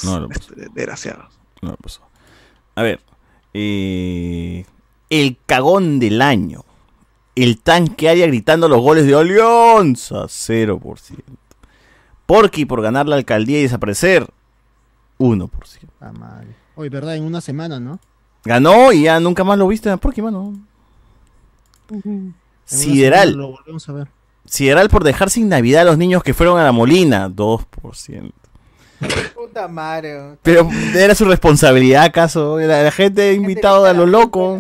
Speaker 1: No lo pasó. Desgraciados. No lo pasó. A ver. eh, el cagón del año. El tanque área gritando los goles de Alianza. 0%. Porky por ganar la alcaldía y desaparecer. 1%.
Speaker 6: Está mal. Hoy, ¿verdad? En una semana, ¿no?
Speaker 1: Ganó y ya nunca más lo viste a Porky, mano.
Speaker 6: En una
Speaker 1: Sideral.
Speaker 6: semana Lo volvemos a ver.
Speaker 1: Sideral por dejar sin Navidad a los niños que fueron a la Molina. 2%.
Speaker 2: Puta madre.
Speaker 1: Pero era su responsabilidad, acaso. La, la gente invitada a lo loco.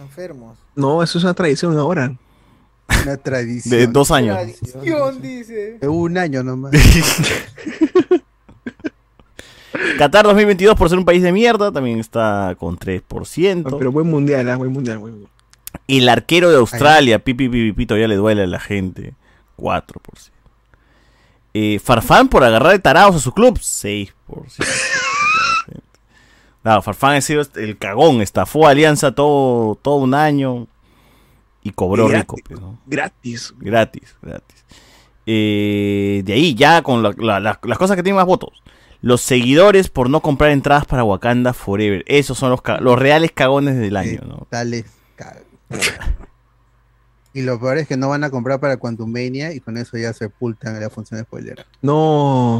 Speaker 2: Enfermos.
Speaker 4: No, eso es una tradición ahora.
Speaker 3: Una tradición.
Speaker 1: De dos años.
Speaker 2: Tradición, dice.
Speaker 3: De un
Speaker 4: (laughs)
Speaker 3: año nomás.
Speaker 1: Qatar 2022 por ser un país de mierda también está con 3%.
Speaker 4: Pero buen mundial, ah, buen mundial, buen mundial.
Speaker 1: El arquero de Australia, pipi, pipi, pipi, todavía le duele a la gente. 4%. Eh, Farfán por agarrar de tarados a su club, 6%. no, Farfán ha sido el cagón, estafó a Alianza todo, todo un año y cobró
Speaker 4: Y gratis,
Speaker 1: rico. pues, ¿no?
Speaker 4: Gratis.
Speaker 1: Gratis, gratis. Eh, de ahí ya con la- la- la- las cosas que tienen más votos. Los seguidores por no comprar entradas para Wakanda Forever. Esos son los, ca- los reales cagones del año, ¿no?
Speaker 3: Tales. cag- Y lo peor es que no van a comprar para Quantumania y con eso ya sepultan la función de spoiler.
Speaker 4: No.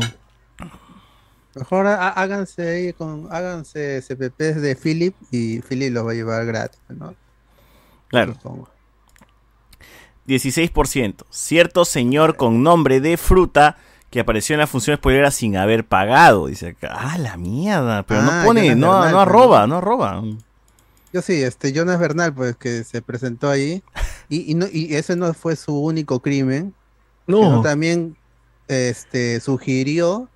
Speaker 3: Mejor há- háganse ahí con, háganse CPPs de Philip y Philip los va a llevar gratis, ¿no?
Speaker 1: Claro. 16%. Cierto señor con nombre de fruta que apareció en la función spoilera sin haber pagado. Dice acá, ah, la mierda. Pero
Speaker 3: Ah,
Speaker 1: no pone,
Speaker 3: Jonas
Speaker 1: no,
Speaker 3: Bernal,
Speaker 1: no
Speaker 3: pues,
Speaker 1: arroba, no arroba.
Speaker 3: Yo sí, este Jonas Bernal, pues que se presentó ahí. Y, y no, y ese no fue su único crimen.
Speaker 4: No.
Speaker 3: sino también este, sugirió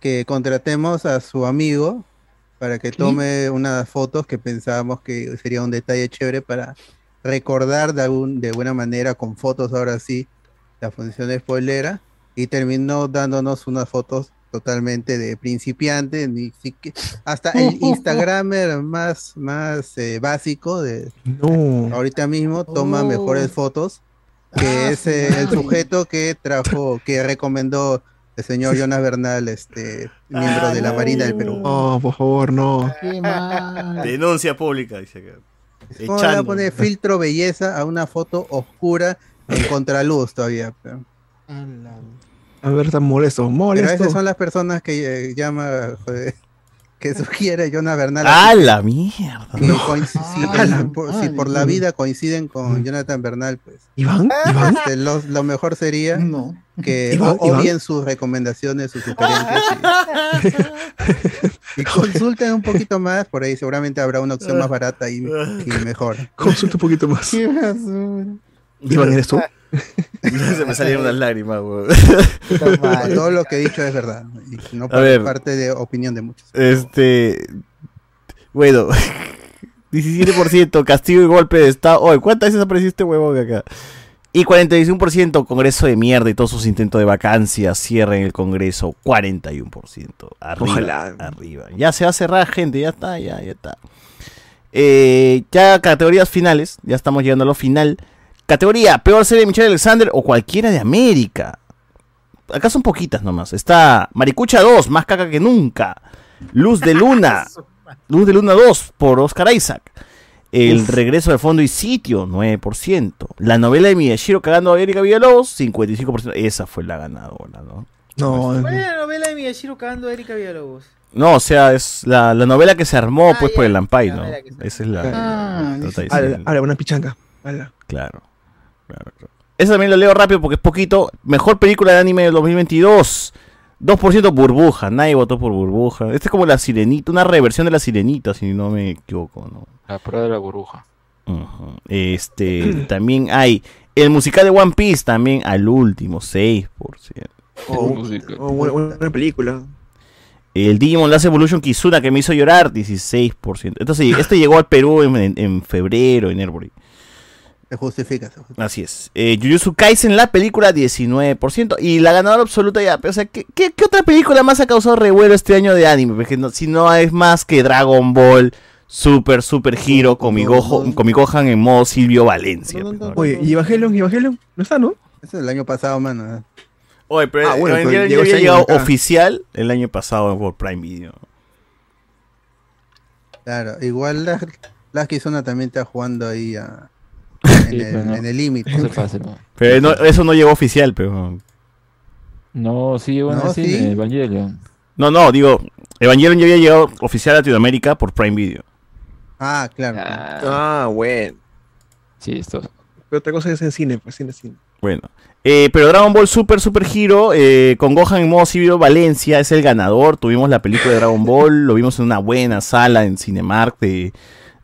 Speaker 3: que contratemos a su amigo para que tome unas fotos que pensábamos que sería un detalle chévere para recordar de, algún- de buena manera con fotos ahora sí la función de spoilera y terminó dándonos unas fotos totalmente de principiante, ni siquiera, hasta el Instagramer más, más eh, básico de
Speaker 4: Mm.
Speaker 3: ahorita mismo toma
Speaker 4: Oh. Ah,
Speaker 3: mejores fotos que es eh, el sujeto que
Speaker 4: (laughs)
Speaker 3: trajo, que recomendó el señor Jonas Bernal, este miembro de la Marina del Perú.
Speaker 4: Ah, No, Oh, por favor, no.
Speaker 3: Qué mal.
Speaker 1: Denuncia pública, dice acá.
Speaker 3: ¿Cómo le va a
Speaker 1: Echando.
Speaker 3: poner filtro belleza a una foto oscura
Speaker 4: (laughs)
Speaker 3: en contraluz todavía? Pero,
Speaker 4: A ver, están molestos,
Speaker 3: pero
Speaker 4: molestos.
Speaker 3: esas son las personas que eh, llama, joder, que sugiere Jonas Bernal.
Speaker 1: ¡Ah, la mierda!
Speaker 3: Que coinc- si,
Speaker 4: Ah,
Speaker 3: por, si por la vida coinciden con Jonathan Bernal, pues.
Speaker 4: Iván, Iván.
Speaker 3: Este, lo, lo mejor sería que
Speaker 4: (laughs) Iván,
Speaker 3: o-
Speaker 4: Iván.
Speaker 3: odien sus recomendaciones, sus sugerencias. y- Y, consulten un poquito más, por ahí seguramente habrá una opción más barata y, y mejor.
Speaker 4: Consulta un poquito más. Iván, ¿eres
Speaker 3: (laughs)
Speaker 4: tú?
Speaker 1: Se me salieron las lágrimas, weón.
Speaker 3: Todo lo que he dicho es verdad. Y no
Speaker 1: A ver.
Speaker 3: parte de opinión de muchos.
Speaker 1: Este. Bueno. (laughs) 17% castigo y golpe de estado. Oye, ¿cuántas veces apareció este huevón acá? Y 41% Congreso de mierda y todos sus intentos de vacancia. Cierren el Congreso. 41%. Arriba,
Speaker 4: Ojalá.
Speaker 1: Arriba. Ya se va a cerrar, gente. Ya está, ya, ya está. Eh, ya categorías finales. Ya estamos llegando a lo final. Categoría: peor serie de Michelle Alexander o cualquiera de América. Acá son poquitas nomás. Está Maricucha 2, más caca que nunca. Luz de
Speaker 4: (laughs)
Speaker 1: Luna. Luz de Luna 2 por Oscar Isaac. El regreso de fondo y sitio, 9%. La novela de Miyashiro cagando a Erika Villalobos, 55%. Esa fue la ganadora, ¿no? Pues,
Speaker 4: No,
Speaker 27: ¿Cuál es la novela de Miyashiro cagando a Erika Villalobos?
Speaker 1: No, o sea, es la, la novela que se armó pues por el Lampai, ¿no?
Speaker 27: Ah, novela que se-
Speaker 1: Esa es la.
Speaker 27: Ah,
Speaker 1: la- la-
Speaker 4: Ala, ala, una pichanga. Ala.
Speaker 1: Claro. claro, claro. Esa también la leo rápido porque es poquito. Mejor película de anime del 2022. 2% burbuja. Nadie votó por burbuja. Esta es como la sirenita, una reversión de la sirenita, si no me equivoco, ¿no?
Speaker 8: La prueba de la burbuja.
Speaker 1: Ujú. Este,
Speaker 27: (clears throat)
Speaker 1: también hay el musical de One Piece, también al último, 6%.
Speaker 4: Oh, oh, buena, buena película.
Speaker 1: El Digimon Last Evolution Kizuna que me hizo llorar, 16%. Entonces, este llegó al Perú en, en- en febrero, en Airbury.
Speaker 3: Se justifica. se justifica.
Speaker 1: Así es. Eh, Jujutsu Kaisen, la película, 19%. Y la ganadora absoluta ya. O sea, ¿qué, qué, qué otra película más ha causado revuelo este año de anime? Porque no- si no es más que Dragon Ball, Super, Super Hero, Komigojo- Komigohan en modo Silvio Valencia.
Speaker 4: Oye, ¿y Evangelion? ¿Y Evangelion? ¿No está, no?
Speaker 3: Ese es el año pasado, mano.
Speaker 1: Oye, pero
Speaker 3: Ah, bueno,
Speaker 1: eh,
Speaker 3: pero
Speaker 1: ya- ya
Speaker 3: llegó
Speaker 1: había
Speaker 3: ese Ah. año
Speaker 1: llegado
Speaker 3: acá.
Speaker 1: oficial el año pasado por Prime Video.
Speaker 3: Claro, igual la, la Kizuna también está jugando
Speaker 8: (laughs)
Speaker 3: ahí a- en, el,
Speaker 8: pero no.
Speaker 3: en el límite.
Speaker 8: No se pase, no.
Speaker 1: Pero no- eso no llegó oficial, pero.
Speaker 8: No, sí, bueno,
Speaker 1: No,
Speaker 8: sí,
Speaker 1: sí.
Speaker 8: Evangelion.
Speaker 1: No, no, digo, Evangelion ya había llegado oficial a Latinoamérica por Prime Video.
Speaker 3: Ah, claro.
Speaker 4: Ah, bueno.
Speaker 8: Sí, esto.
Speaker 4: Pero otra cosa es en cine, pues cine, cine.
Speaker 1: Bueno. Eh, pero Dragon Ball Super Super Hero eh, con Gohan en modo Silvio Valencia es el ganador. Tuvimos la película de Dragon Ball, lo vimos en una buena sala en Cinemark de.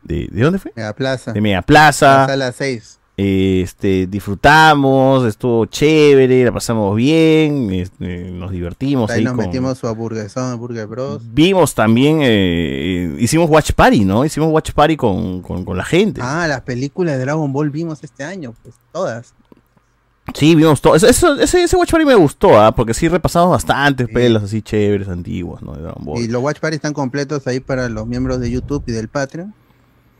Speaker 1: ¿De, ¿de dónde fue?
Speaker 3: Mega Plaza.
Speaker 1: De Mega Plaza.
Speaker 3: Hasta las 6.
Speaker 1: Eh, este, disfrutamos, estuvo chévere, la pasamos bien, este, nos divertimos.
Speaker 3: Ahí
Speaker 1: ahí
Speaker 3: nos
Speaker 1: con-
Speaker 3: metimos su hamburguesón, Burger Bros.
Speaker 1: Vimos también, eh, hicimos Watch Party, ¿no? Hicimos Watch Party con, con- con la gente.
Speaker 3: Ah, las películas de Dragon Ball vimos este año, pues todas.
Speaker 1: Sí, vimos todo. Eso- eso- ese, ese Watch Party me gustó, ¿ah? porque sí repasamos bastantes pelas así chéveres, antiguas, ¿no? De Dragon Ball.
Speaker 3: Y los Watch Party están completos ahí para los miembros de YouTube y del Patreon.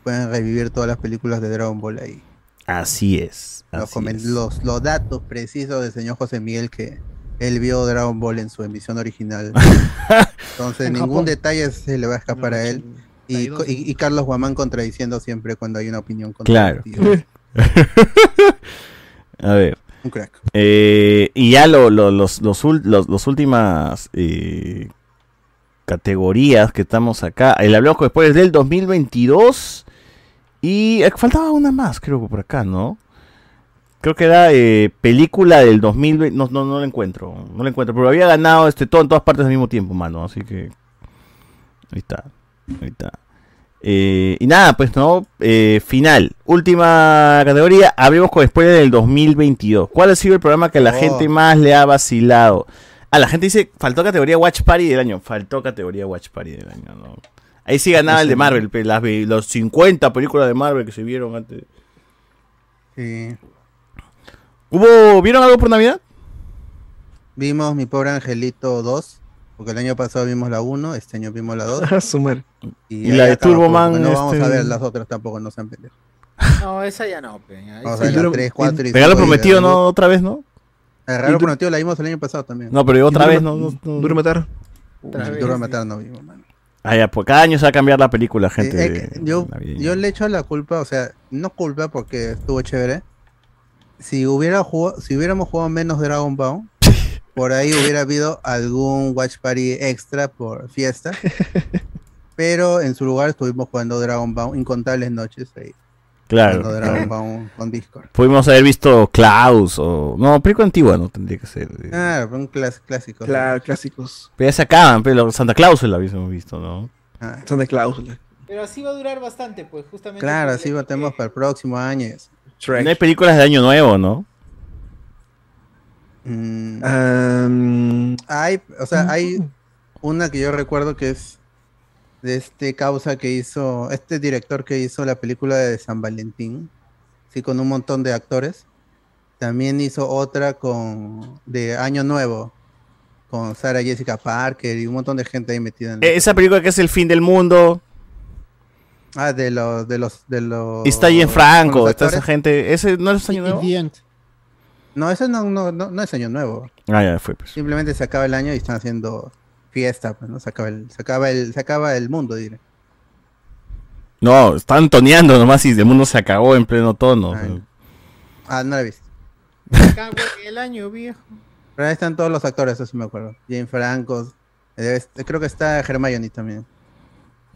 Speaker 3: Pueden revivir todas las películas de Dragon Ball ahí.
Speaker 1: Así es.
Speaker 3: Los,
Speaker 1: así
Speaker 3: comen-
Speaker 1: es.
Speaker 3: los, los datos precisos del señor José Miguel que él vio Dragon Ball en su
Speaker 1: (laughs)
Speaker 3: emisión original. Entonces
Speaker 1: En
Speaker 3: ningún
Speaker 1: Japón.
Speaker 3: detalle se le va a escapar a él. Y, co- y- y Carlos Guamán contradiciendo siempre cuando hay una opinión
Speaker 1: Claro.
Speaker 3: (laughs) contradictiva.
Speaker 1: (laughs) A ver.
Speaker 3: Un crack.
Speaker 1: Eh, y ya lo- lo- los, los, ul- los- los últimas eh, categorías que estamos acá. El hablamos con spoilers del 2022. Y eh, faltaba una más, creo que por acá, ¿no? Creo que era eh, película del 2020. No, no, no la encuentro. No la encuentro. Pero había ganado este, todo en todas partes al mismo tiempo, mano. Así que. Ahí está. Ahí está. Eh, y nada, pues no. Eh, final. Última categoría. Hablemos con spoiler del 2022. ¿Cuál ha sido el programa que a la
Speaker 3: Oh.
Speaker 1: gente más le ha vacilado? Ah, la gente dice, faltó categoría Watch Party del año. Faltó
Speaker 4: (laughs)
Speaker 1: categoría Watch Party del año, ¿no? Ahí sí ganaba el de Marvel, pe, las, ve- los 50 películas de Marvel que se vieron antes.
Speaker 3: Sí.
Speaker 1: ¿Hubo, ¿Vieron algo por Navidad?
Speaker 3: Vimos Mi Pobre Angelito 2, porque el año pasado vimos la 1, este año vimos la 2.
Speaker 1: (laughs) Y la
Speaker 3: ahí
Speaker 1: de
Speaker 3: acabamos,
Speaker 1: Turboman,
Speaker 3: porque No vamos a
Speaker 1: este-
Speaker 3: ver las otras tampoco, no sean pendejos.
Speaker 2: No, esa ya no, peña.
Speaker 3: Vamos a ver las 3, 4 y
Speaker 1: Regalo
Speaker 3: cinco y-
Speaker 1: prometido, ¿no? Otra vez, ¿no?
Speaker 3: El regalo
Speaker 1: Y tú-
Speaker 3: prometido la vimos el año pasado también.
Speaker 1: No, pero otra vez, ¿no? no, no.
Speaker 4: matar.
Speaker 3: Otra vez. Duro de matar no vimos.
Speaker 1: Ah, ya, pues cada año se va a cambiar la película, gente.
Speaker 3: Eh, eh, que yo, yo le echo la culpa, o sea, no culpa porque estuvo chévere. Si hubiera jugado, si hubiéramos jugado menos
Speaker 1: (laughs)
Speaker 3: Dragon Ball, por ahí hubiera habido algún Watch Party extra
Speaker 1: (laughs)
Speaker 3: por fiesta. Pero en su lugar estuvimos jugando Dragon Ball incontables noches ahí.
Speaker 1: Claro,
Speaker 3: Jugando Dragon
Speaker 1: claro.
Speaker 3: Ball con Discord.
Speaker 1: Pudimos haber visto Klaus o... No, película antigua no tendría que ser. eh.
Speaker 3: Ah, un clas- clásico.
Speaker 4: Claro, clásicos.
Speaker 1: Pero ya se acaban, pero Santa Claus la habíamos visto, ¿no?
Speaker 4: Son de cláusula.
Speaker 2: Pero así va a durar bastante, pues, justamente.
Speaker 3: Claro,
Speaker 2: porque-
Speaker 3: así votemos para el próximo año. y eso.
Speaker 1: No hay películas de Año Nuevo, ¿no?
Speaker 3: Hay, o sea, hay una que yo recuerdo que es de este causa que hizo, este director que hizo la película de San Valentín, sí, con un montón de actores. También hizo otra con de Año Nuevo, con Sara Jessica Parker y un montón de gente ahí metida en la-
Speaker 1: Eh, Esa película que es El Fin del Mundo,
Speaker 3: Ah, de los, de los, de los.
Speaker 1: y está ahí en
Speaker 3: con
Speaker 1: Franco,
Speaker 3: los
Speaker 1: está esa
Speaker 3: actores.
Speaker 1: gente... ¿Ese no es Año Nuevo?
Speaker 3: No, eso no, no, no, no es Año Nuevo.
Speaker 1: Ah, ya fue, pues.
Speaker 3: Simplemente se acaba el año y están haciendo fiesta, pues, ¿no? Se acaba el, se acaba el, se acaba el mundo, diré.
Speaker 1: No, están toneando nomás y el mundo se acabó en pleno tono.
Speaker 3: Ah, no la he visto.
Speaker 2: Cago en el año, viejo.
Speaker 3: Pero ahí están todos los actores, eso sí me acuerdo. Jane Franco, eh, este, creo que está Hermione también.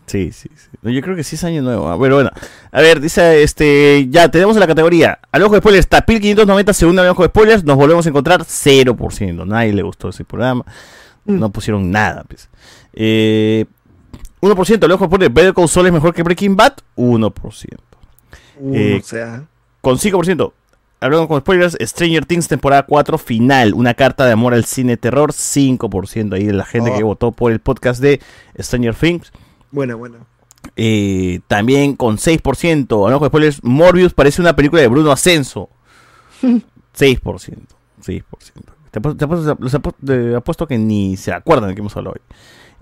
Speaker 1: Sí, sí, sí. No, Yo creo que sí es año nuevo. Ah, Bueno, bueno. A ver, dice, este, ya tenemos la categoría. Al ojo de spoilers, Tapil 590, segunda al ojo de spoilers, nos volvemos a encontrar 0%. Nadie le gustó ese programa. No pusieron nada, pues. Eh, 1%, al ojo de spoilers, Better Call Saul es mejor que Breaking Bad, 1%.
Speaker 4: Uh,
Speaker 1: Eh,
Speaker 4: o sea.
Speaker 1: Con 5%. Hablando con spoilers, Stranger Things temporada 4 final, una carta de amor al cine terror, 5% ahí de la gente
Speaker 4: Oh.
Speaker 1: que votó por el podcast de Stranger Things.
Speaker 4: Buena, buena.
Speaker 1: Eh, también con 6%. Enojo de spoilers. Morbius parece una película de Bruno Ascenso. 6%. 6%. Te apuesto, te apuesto- los apu- te apuesto que ni se acuerdan de qué hemos hablado hoy.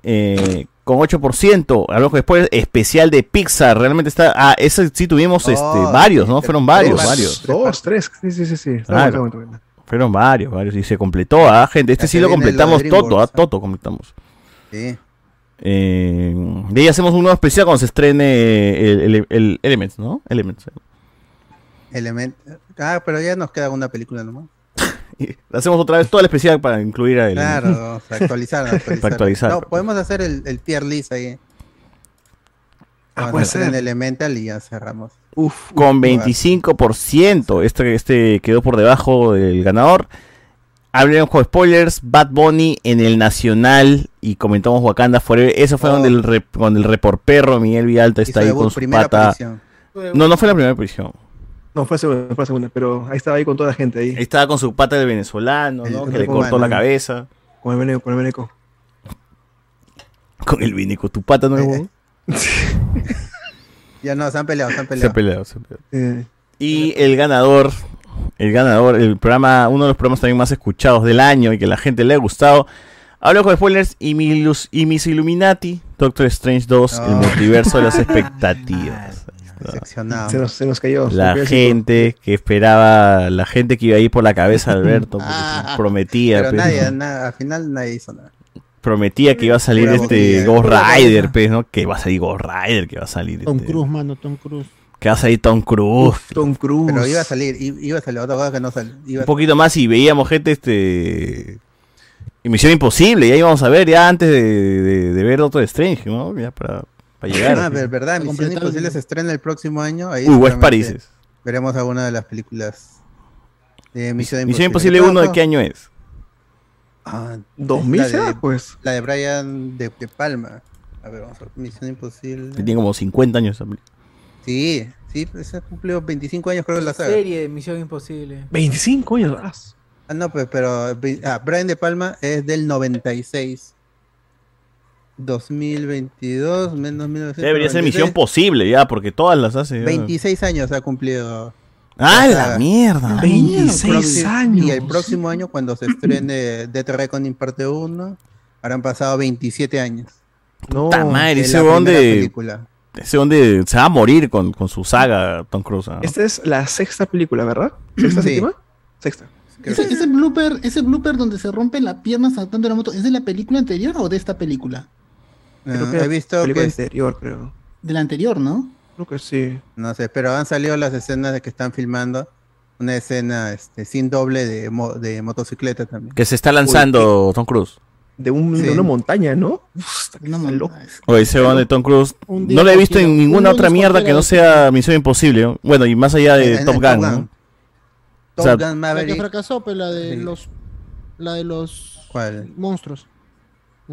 Speaker 1: Eh, con 8%, hablamos después, especial de Pixar. Realmente está. Ah, ese sí tuvimos
Speaker 4: Oh,
Speaker 1: este, varios, ¿no? Fueron varios, varios.
Speaker 4: Ah, Dos, tres. Sí, sí, sí. sí. Está
Speaker 1: Claro.
Speaker 4: bueno, está bueno, está bueno.
Speaker 1: Fueron varios, varios. Y se completó, ah, gente. Este
Speaker 4: Ya
Speaker 1: sí
Speaker 4: se
Speaker 1: lo
Speaker 4: viene lo de
Speaker 1: completamos todo, ah,
Speaker 4: DreamWorks,
Speaker 1: todo completamos.
Speaker 3: Sí.
Speaker 1: Eh, de ahí hacemos un nuevo especial cuando se estrene el, el- el Elements, ¿no? Elements. eh.
Speaker 3: Element. Ah, pero ya nos queda una película nomás.
Speaker 1: (laughs) Y hacemos otra vez toda la especial para incluir a Elements.
Speaker 3: Claro, para actualizar.
Speaker 1: (laughs) Para actualizar.
Speaker 3: No, podemos hacer el, el tier list ahí.
Speaker 6: Ah,
Speaker 3: Vamos a
Speaker 1: puede
Speaker 3: hacer
Speaker 1: ser.
Speaker 3: En Elemental y ya cerramos.
Speaker 1: Uf, con 25%. Este, este quedó por debajo del ganador. Hablemos con spoilers. Bad Bunny en el Nacional y comentamos Wakanda Forever. Eso fue donde el, rep- donde el report perro Miguel Villalta está ahí
Speaker 4: debut,
Speaker 1: con su
Speaker 4: primera
Speaker 1: pata.
Speaker 4: aparición.
Speaker 1: No, no fue la primera aparición.
Speaker 4: No, fue la segunda, fue la segunda, pero ahí estaba ahí con toda la gente ahí.
Speaker 1: Ahí Estaba con su pata del venezolano, ¿no?
Speaker 4: El
Speaker 1: que le
Speaker 4: cubano.
Speaker 1: cortó la cabeza.
Speaker 4: Con el veneco, con el veneco.
Speaker 1: Con el vinico. Tu pata no es huevón?
Speaker 3: Ya no, se han peleado, se han peleado.
Speaker 1: Se ha peleado, se ha peleado.
Speaker 4: Eh,
Speaker 1: Y el ganador, el ganador, el programa, uno de los programas también más escuchados del año y que la gente le ha gustado. Hablo con spoilers y, mi luz- y mis Illuminati, Doctor Strange 2, el
Speaker 4: No.
Speaker 1: multiverso de las expectativas.
Speaker 4: Se nos, se nos cayó. se nos
Speaker 1: La
Speaker 4: cayó el
Speaker 1: gente que esperaba, la gente que iba a ir por la cabeza de Alberto, porque prometía,
Speaker 3: Pero
Speaker 1: pues,
Speaker 3: nadie, na- al final nadie hizo nada.
Speaker 1: prometía que iba a salir
Speaker 3: Pura
Speaker 1: este
Speaker 3: botella,
Speaker 1: Ghost
Speaker 3: pura
Speaker 1: Rider, pues, ¿no? Que va a salir Ghost Rider, que va a salir,
Speaker 6: Tom
Speaker 1: este,
Speaker 6: Cruise, mano, Tom Cruise.
Speaker 1: que va a salir Tom Cruise.
Speaker 4: Tom Cruise.
Speaker 3: Pero iba a salir, i- iba a salir otra cosa que no salió. Iba
Speaker 1: un poquito más y veíamos gente este y Misión Imposible, ya íbamos a ver ya antes de, de- de ver Doctor Strange, ¿no? Ya para,
Speaker 3: (laughs)
Speaker 1: para llegar.
Speaker 3: Ah, ver- verdad, Misión
Speaker 6: completar el
Speaker 3: Imposible se estrena el próximo año. Ahí
Speaker 1: Uy, West
Speaker 3: seguramente
Speaker 1: Países.
Speaker 3: Veremos alguna de las películas de Misión Imposible.
Speaker 1: Misión Imposible 1 de qué año es?
Speaker 3: Ah,
Speaker 1: ¿2000
Speaker 3: la de-
Speaker 1: será, pues?
Speaker 3: La de Brian de, de Palma. A ver, vamos a ver. Misión Imposible.
Speaker 1: Que Tiene como 50 años esa película.
Speaker 3: Sí, sí, pues, esa cumplió 25 años creo que la saga.
Speaker 2: Serie de Misión Imposible.
Speaker 4: 25 años.
Speaker 3: Ah, no, pues, pero vi- ah, Brian de Palma es del 96. 2022 menos 1996.
Speaker 1: Ya debería ser Misión Posible ya, porque todas las hace. ya.
Speaker 3: 26 años ha cumplido.
Speaker 1: ¡Ah,
Speaker 3: la
Speaker 1: la
Speaker 3: saga.
Speaker 1: mierda!
Speaker 3: Próximo- Y el próximo año, cuando
Speaker 4: (clears throat)
Speaker 3: se estrene Death Reckoning parte 1, habrán pasado 27 años.
Speaker 4: No,
Speaker 1: Puta madre,
Speaker 3: de
Speaker 1: ese
Speaker 3: la
Speaker 1: weón
Speaker 3: primera
Speaker 1: de-
Speaker 3: película.
Speaker 1: Ese donde se va a morir con, con su saga Tom Cruise. ¿ah? ¿no?
Speaker 3: Este
Speaker 4: Esta es la sexta
Speaker 1: (clears throat)
Speaker 4: película, ¿verdad? ¿Sexta,
Speaker 1: Sí.
Speaker 4: séptima? Sexta.
Speaker 19: Ese, ese blooper, ese blooper donde se rompe la pierna saltando la moto, ¿es de la película anterior o de esta película?
Speaker 3: Ah,
Speaker 4: que
Speaker 3: he visto
Speaker 4: película
Speaker 3: que-
Speaker 4: exterior, creo.
Speaker 19: De la anterior, ¿no?
Speaker 4: Creo que sí.
Speaker 3: No sé, pero han salido las escenas de que están filmando. Una escena este, sin doble de, mo- de motocicleta también.
Speaker 1: Que se está lanzando Tom Cruise.
Speaker 4: De, un- de
Speaker 3: Sí.
Speaker 4: una montaña, ¿no? Uf, está loco.
Speaker 1: O ese weón de Tom Cruise.
Speaker 4: Un
Speaker 1: No lo he
Speaker 4: disco
Speaker 1: visto en
Speaker 4: quiero-
Speaker 1: ninguna
Speaker 4: un
Speaker 1: otra
Speaker 4: disco
Speaker 1: mierda
Speaker 4: quiero
Speaker 1: que no
Speaker 4: de-
Speaker 1: sea Misión Imposible. ¿no? Bueno, y más allá
Speaker 3: En-
Speaker 1: de
Speaker 3: en
Speaker 1: Top
Speaker 3: Top
Speaker 1: Gun.
Speaker 3: Gun.
Speaker 1: ¿no? O
Speaker 6: Top
Speaker 1: sea,
Speaker 3: Gun
Speaker 6: La que
Speaker 3: Maverick.
Speaker 6: fracasó, pues la de
Speaker 3: Sí.
Speaker 6: los la de los
Speaker 3: ¿Cuál?
Speaker 6: monstruos.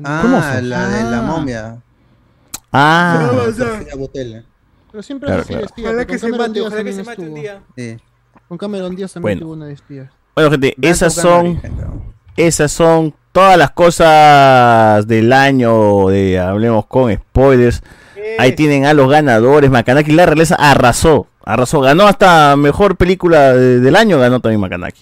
Speaker 3: Ah, la de la momia.
Speaker 1: Ah.
Speaker 3: La de Sofía Botella.
Speaker 6: Pero siempre
Speaker 1: Claro,
Speaker 6: así
Speaker 1: claro.
Speaker 6: vestida,
Speaker 14: Ojalá
Speaker 6: pero
Speaker 14: que
Speaker 6: con
Speaker 14: se
Speaker 6: Cameron
Speaker 14: mate,
Speaker 6: Díaz
Speaker 14: ojalá que
Speaker 6: también
Speaker 14: se mate un
Speaker 6: estuvo.
Speaker 14: día.
Speaker 6: Con Cameron Díaz también
Speaker 1: Bueno.
Speaker 6: tuvo una vestida.
Speaker 1: Bueno, gente,
Speaker 6: Vean
Speaker 1: esas
Speaker 6: Top Gun
Speaker 1: son. Esas son todas las cosas del año de Hablemos con Spoilers. Ahí tienen a los ganadores. Macanaki la realeza arrasó. Arrasó. Ganó hasta mejor película de- del año. Ganó también Macanaki.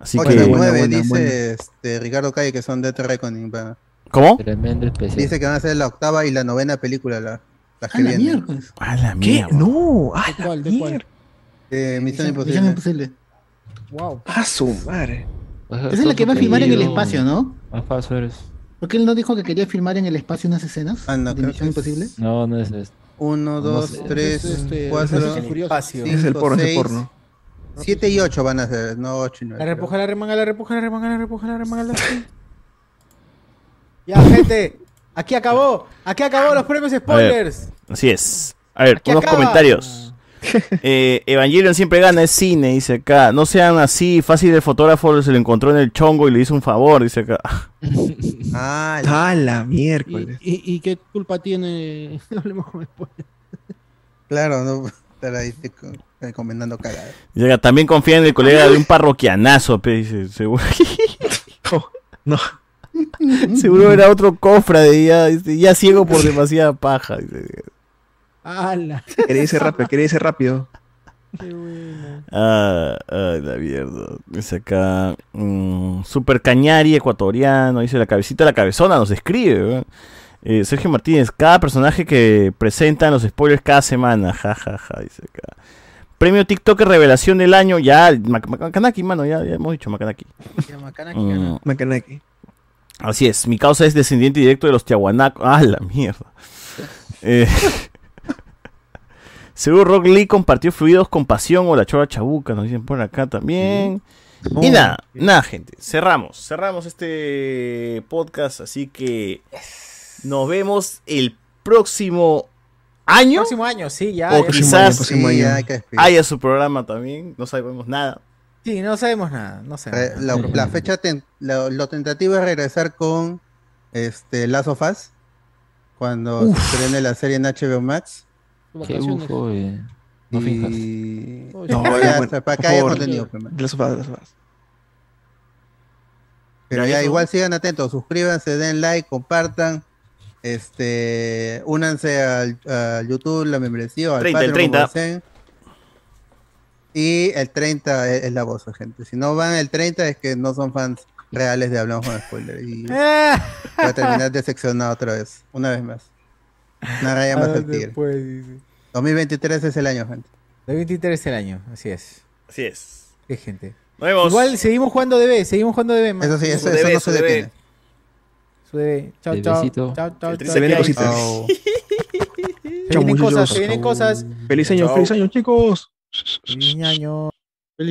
Speaker 1: Así
Speaker 3: 8
Speaker 1: que.
Speaker 3: y 9 dice Este, Ricardo Calle que son Death Reckoning. va.
Speaker 1: ¿Cómo?
Speaker 8: Pues
Speaker 3: Dice que van a ser la octava y la novena película la, las que
Speaker 19: la
Speaker 3: vienen.
Speaker 1: A la
Speaker 19: ¿Qué?
Speaker 1: mierda.
Speaker 4: No,
Speaker 19: ¿De cuál? ¿De cuál?
Speaker 3: Eh, Misión Imposible.
Speaker 19: Misión Imposible.
Speaker 6: Wow.
Speaker 3: Ah,
Speaker 4: A su madre.
Speaker 19: Esa es la que va a filmar en el espacio, ¿no?
Speaker 8: Más falso eres.
Speaker 19: Porque él no dijo que quería filmar en el espacio unas escenas
Speaker 3: Ah, no,
Speaker 19: de
Speaker 3: creo
Speaker 19: Misión Imposible.
Speaker 8: No, no es esto.
Speaker 3: 1,
Speaker 8: No
Speaker 3: 2,
Speaker 8: sé.
Speaker 3: 3,
Speaker 8: Este,
Speaker 3: 4,
Speaker 8: Rápidos y Furiosos.
Speaker 3: Es
Speaker 4: Es el porno, es el porno.
Speaker 3: 7 y 8 van a ser, no 8 y
Speaker 2: La
Speaker 3: 9.
Speaker 2: repuja, la remanga, la repuja, la remanga, la repuja, la remanga. la-
Speaker 3: (laughs)
Speaker 2: Ya, gente. Aquí acabó. Aquí acabó los premios
Speaker 1: A ver,
Speaker 2: spoilers.
Speaker 1: así es. A ver,
Speaker 2: Aquí
Speaker 1: unos
Speaker 2: acaba. (laughs)
Speaker 1: comentarios. Eh, Evangelion siempre gana, es cine, dice acá. No sean así, fácil el fotógrafo se lo encontró en el chongo y le hizo un favor, dice acá. (laughs)
Speaker 3: Ah,
Speaker 4: A la
Speaker 6: ¿Y,
Speaker 4: miércoles.
Speaker 6: y- y qué culpa tiene? (laughs) Hablemos con spoilers.
Speaker 3: Claro, no (laughs) estar ahí te co- recomendando cagadas.
Speaker 1: Dice acá, También confía en el colega de un parroquianazo, pe, dice, seguro. (laughs)
Speaker 4: (laughs)
Speaker 1: no. Seguro era otro cofra de ya, dice, ya ciego por demasiada paja. dice.
Speaker 11: ¡Hala!
Speaker 4: Quería irse rápido, quería irse rápido.
Speaker 1: Ah, ay, la mierda. Dice acá. mm, Super Cañari ecuatoriano. Dice la cabecita de la cabezona. Nos escribe. weón. Eh, Sergio Martínez. Cada personaje que presentan los spoilers cada semana. Ja, ja, ja. Dice acá. Premio TikTok Revelación del Año. Ya, Mac- Mac- Macanaki, mano. Ya, ya hemos dicho Macanaki. Mm. Así es. Mi causa es descendiente directo de los Tiahuanacos. Ah, la mierda. Eh, (laughs) Seguro Rock Lee compartió fluidos con pasión o la chora chabuca, nos dicen por acá también. Y nada, nada, gente. Cerramos, cerramos este podcast, así que nos vemos el próximo año.
Speaker 2: Próximo año, sí, ya.
Speaker 1: o
Speaker 2: ya.
Speaker 1: quizás eh,
Speaker 2: Sí, ya hay que despedir.
Speaker 1: haya su programa también, no sabemos nada.
Speaker 2: (laughs) Sí, no sabemos nada, no sabemos.
Speaker 3: Eh, La, la fecha, ten- la- lo tentativo es regresar con este, Last of Us, cuando se estrene la serie en HBO Max.
Speaker 8: Qué bufo, oye. No finjas.
Speaker 3: No,
Speaker 4: No,
Speaker 3: ya,
Speaker 4: bueno,
Speaker 3: hasta para
Speaker 4: por
Speaker 3: acá hay
Speaker 4: favor.
Speaker 3: contenido, pues, man.
Speaker 4: Las sofás, las sofás.
Speaker 3: Pero ya igual sigan atentos, suscríbanse, den like, compartan. Este, únanse al, a YouTube, la membresía, o al
Speaker 1: 30, el
Speaker 3: Patreon, como
Speaker 1: 30.
Speaker 3: deseen. Y el 30 es, es la voz, gente. Si no van el 30 es que no son fans reales de Hablamos con Spoiler. Y va a terminar decepcionado otra vez, una vez más. Una raya más
Speaker 2: Ah,
Speaker 3: al tigre. 2023 es el año, gente.
Speaker 2: 2023 es el año, así es.
Speaker 1: Así es.
Speaker 2: Qué gente.
Speaker 1: Nos vemos.
Speaker 2: Igual seguimos jugando DB, seguimos jugando DB. man.
Speaker 3: Eso sí, eso- Su eso DB, no se su DB. detiene.
Speaker 2: Su DB. Chao,
Speaker 3: Bebecito.
Speaker 2: chao. Chao, chao.
Speaker 3: El
Speaker 2: chao,
Speaker 3: se viene
Speaker 2: chao.
Speaker 3: cositas.
Speaker 2: Chao. Se
Speaker 4: Chau,
Speaker 2: vienen
Speaker 4: muchachos.
Speaker 2: cosas, se vienen cosas.
Speaker 4: Feliz año,
Speaker 2: Chao.
Speaker 1: Mm.
Speaker 4: feliz año, chicos.
Speaker 2: Feliz año.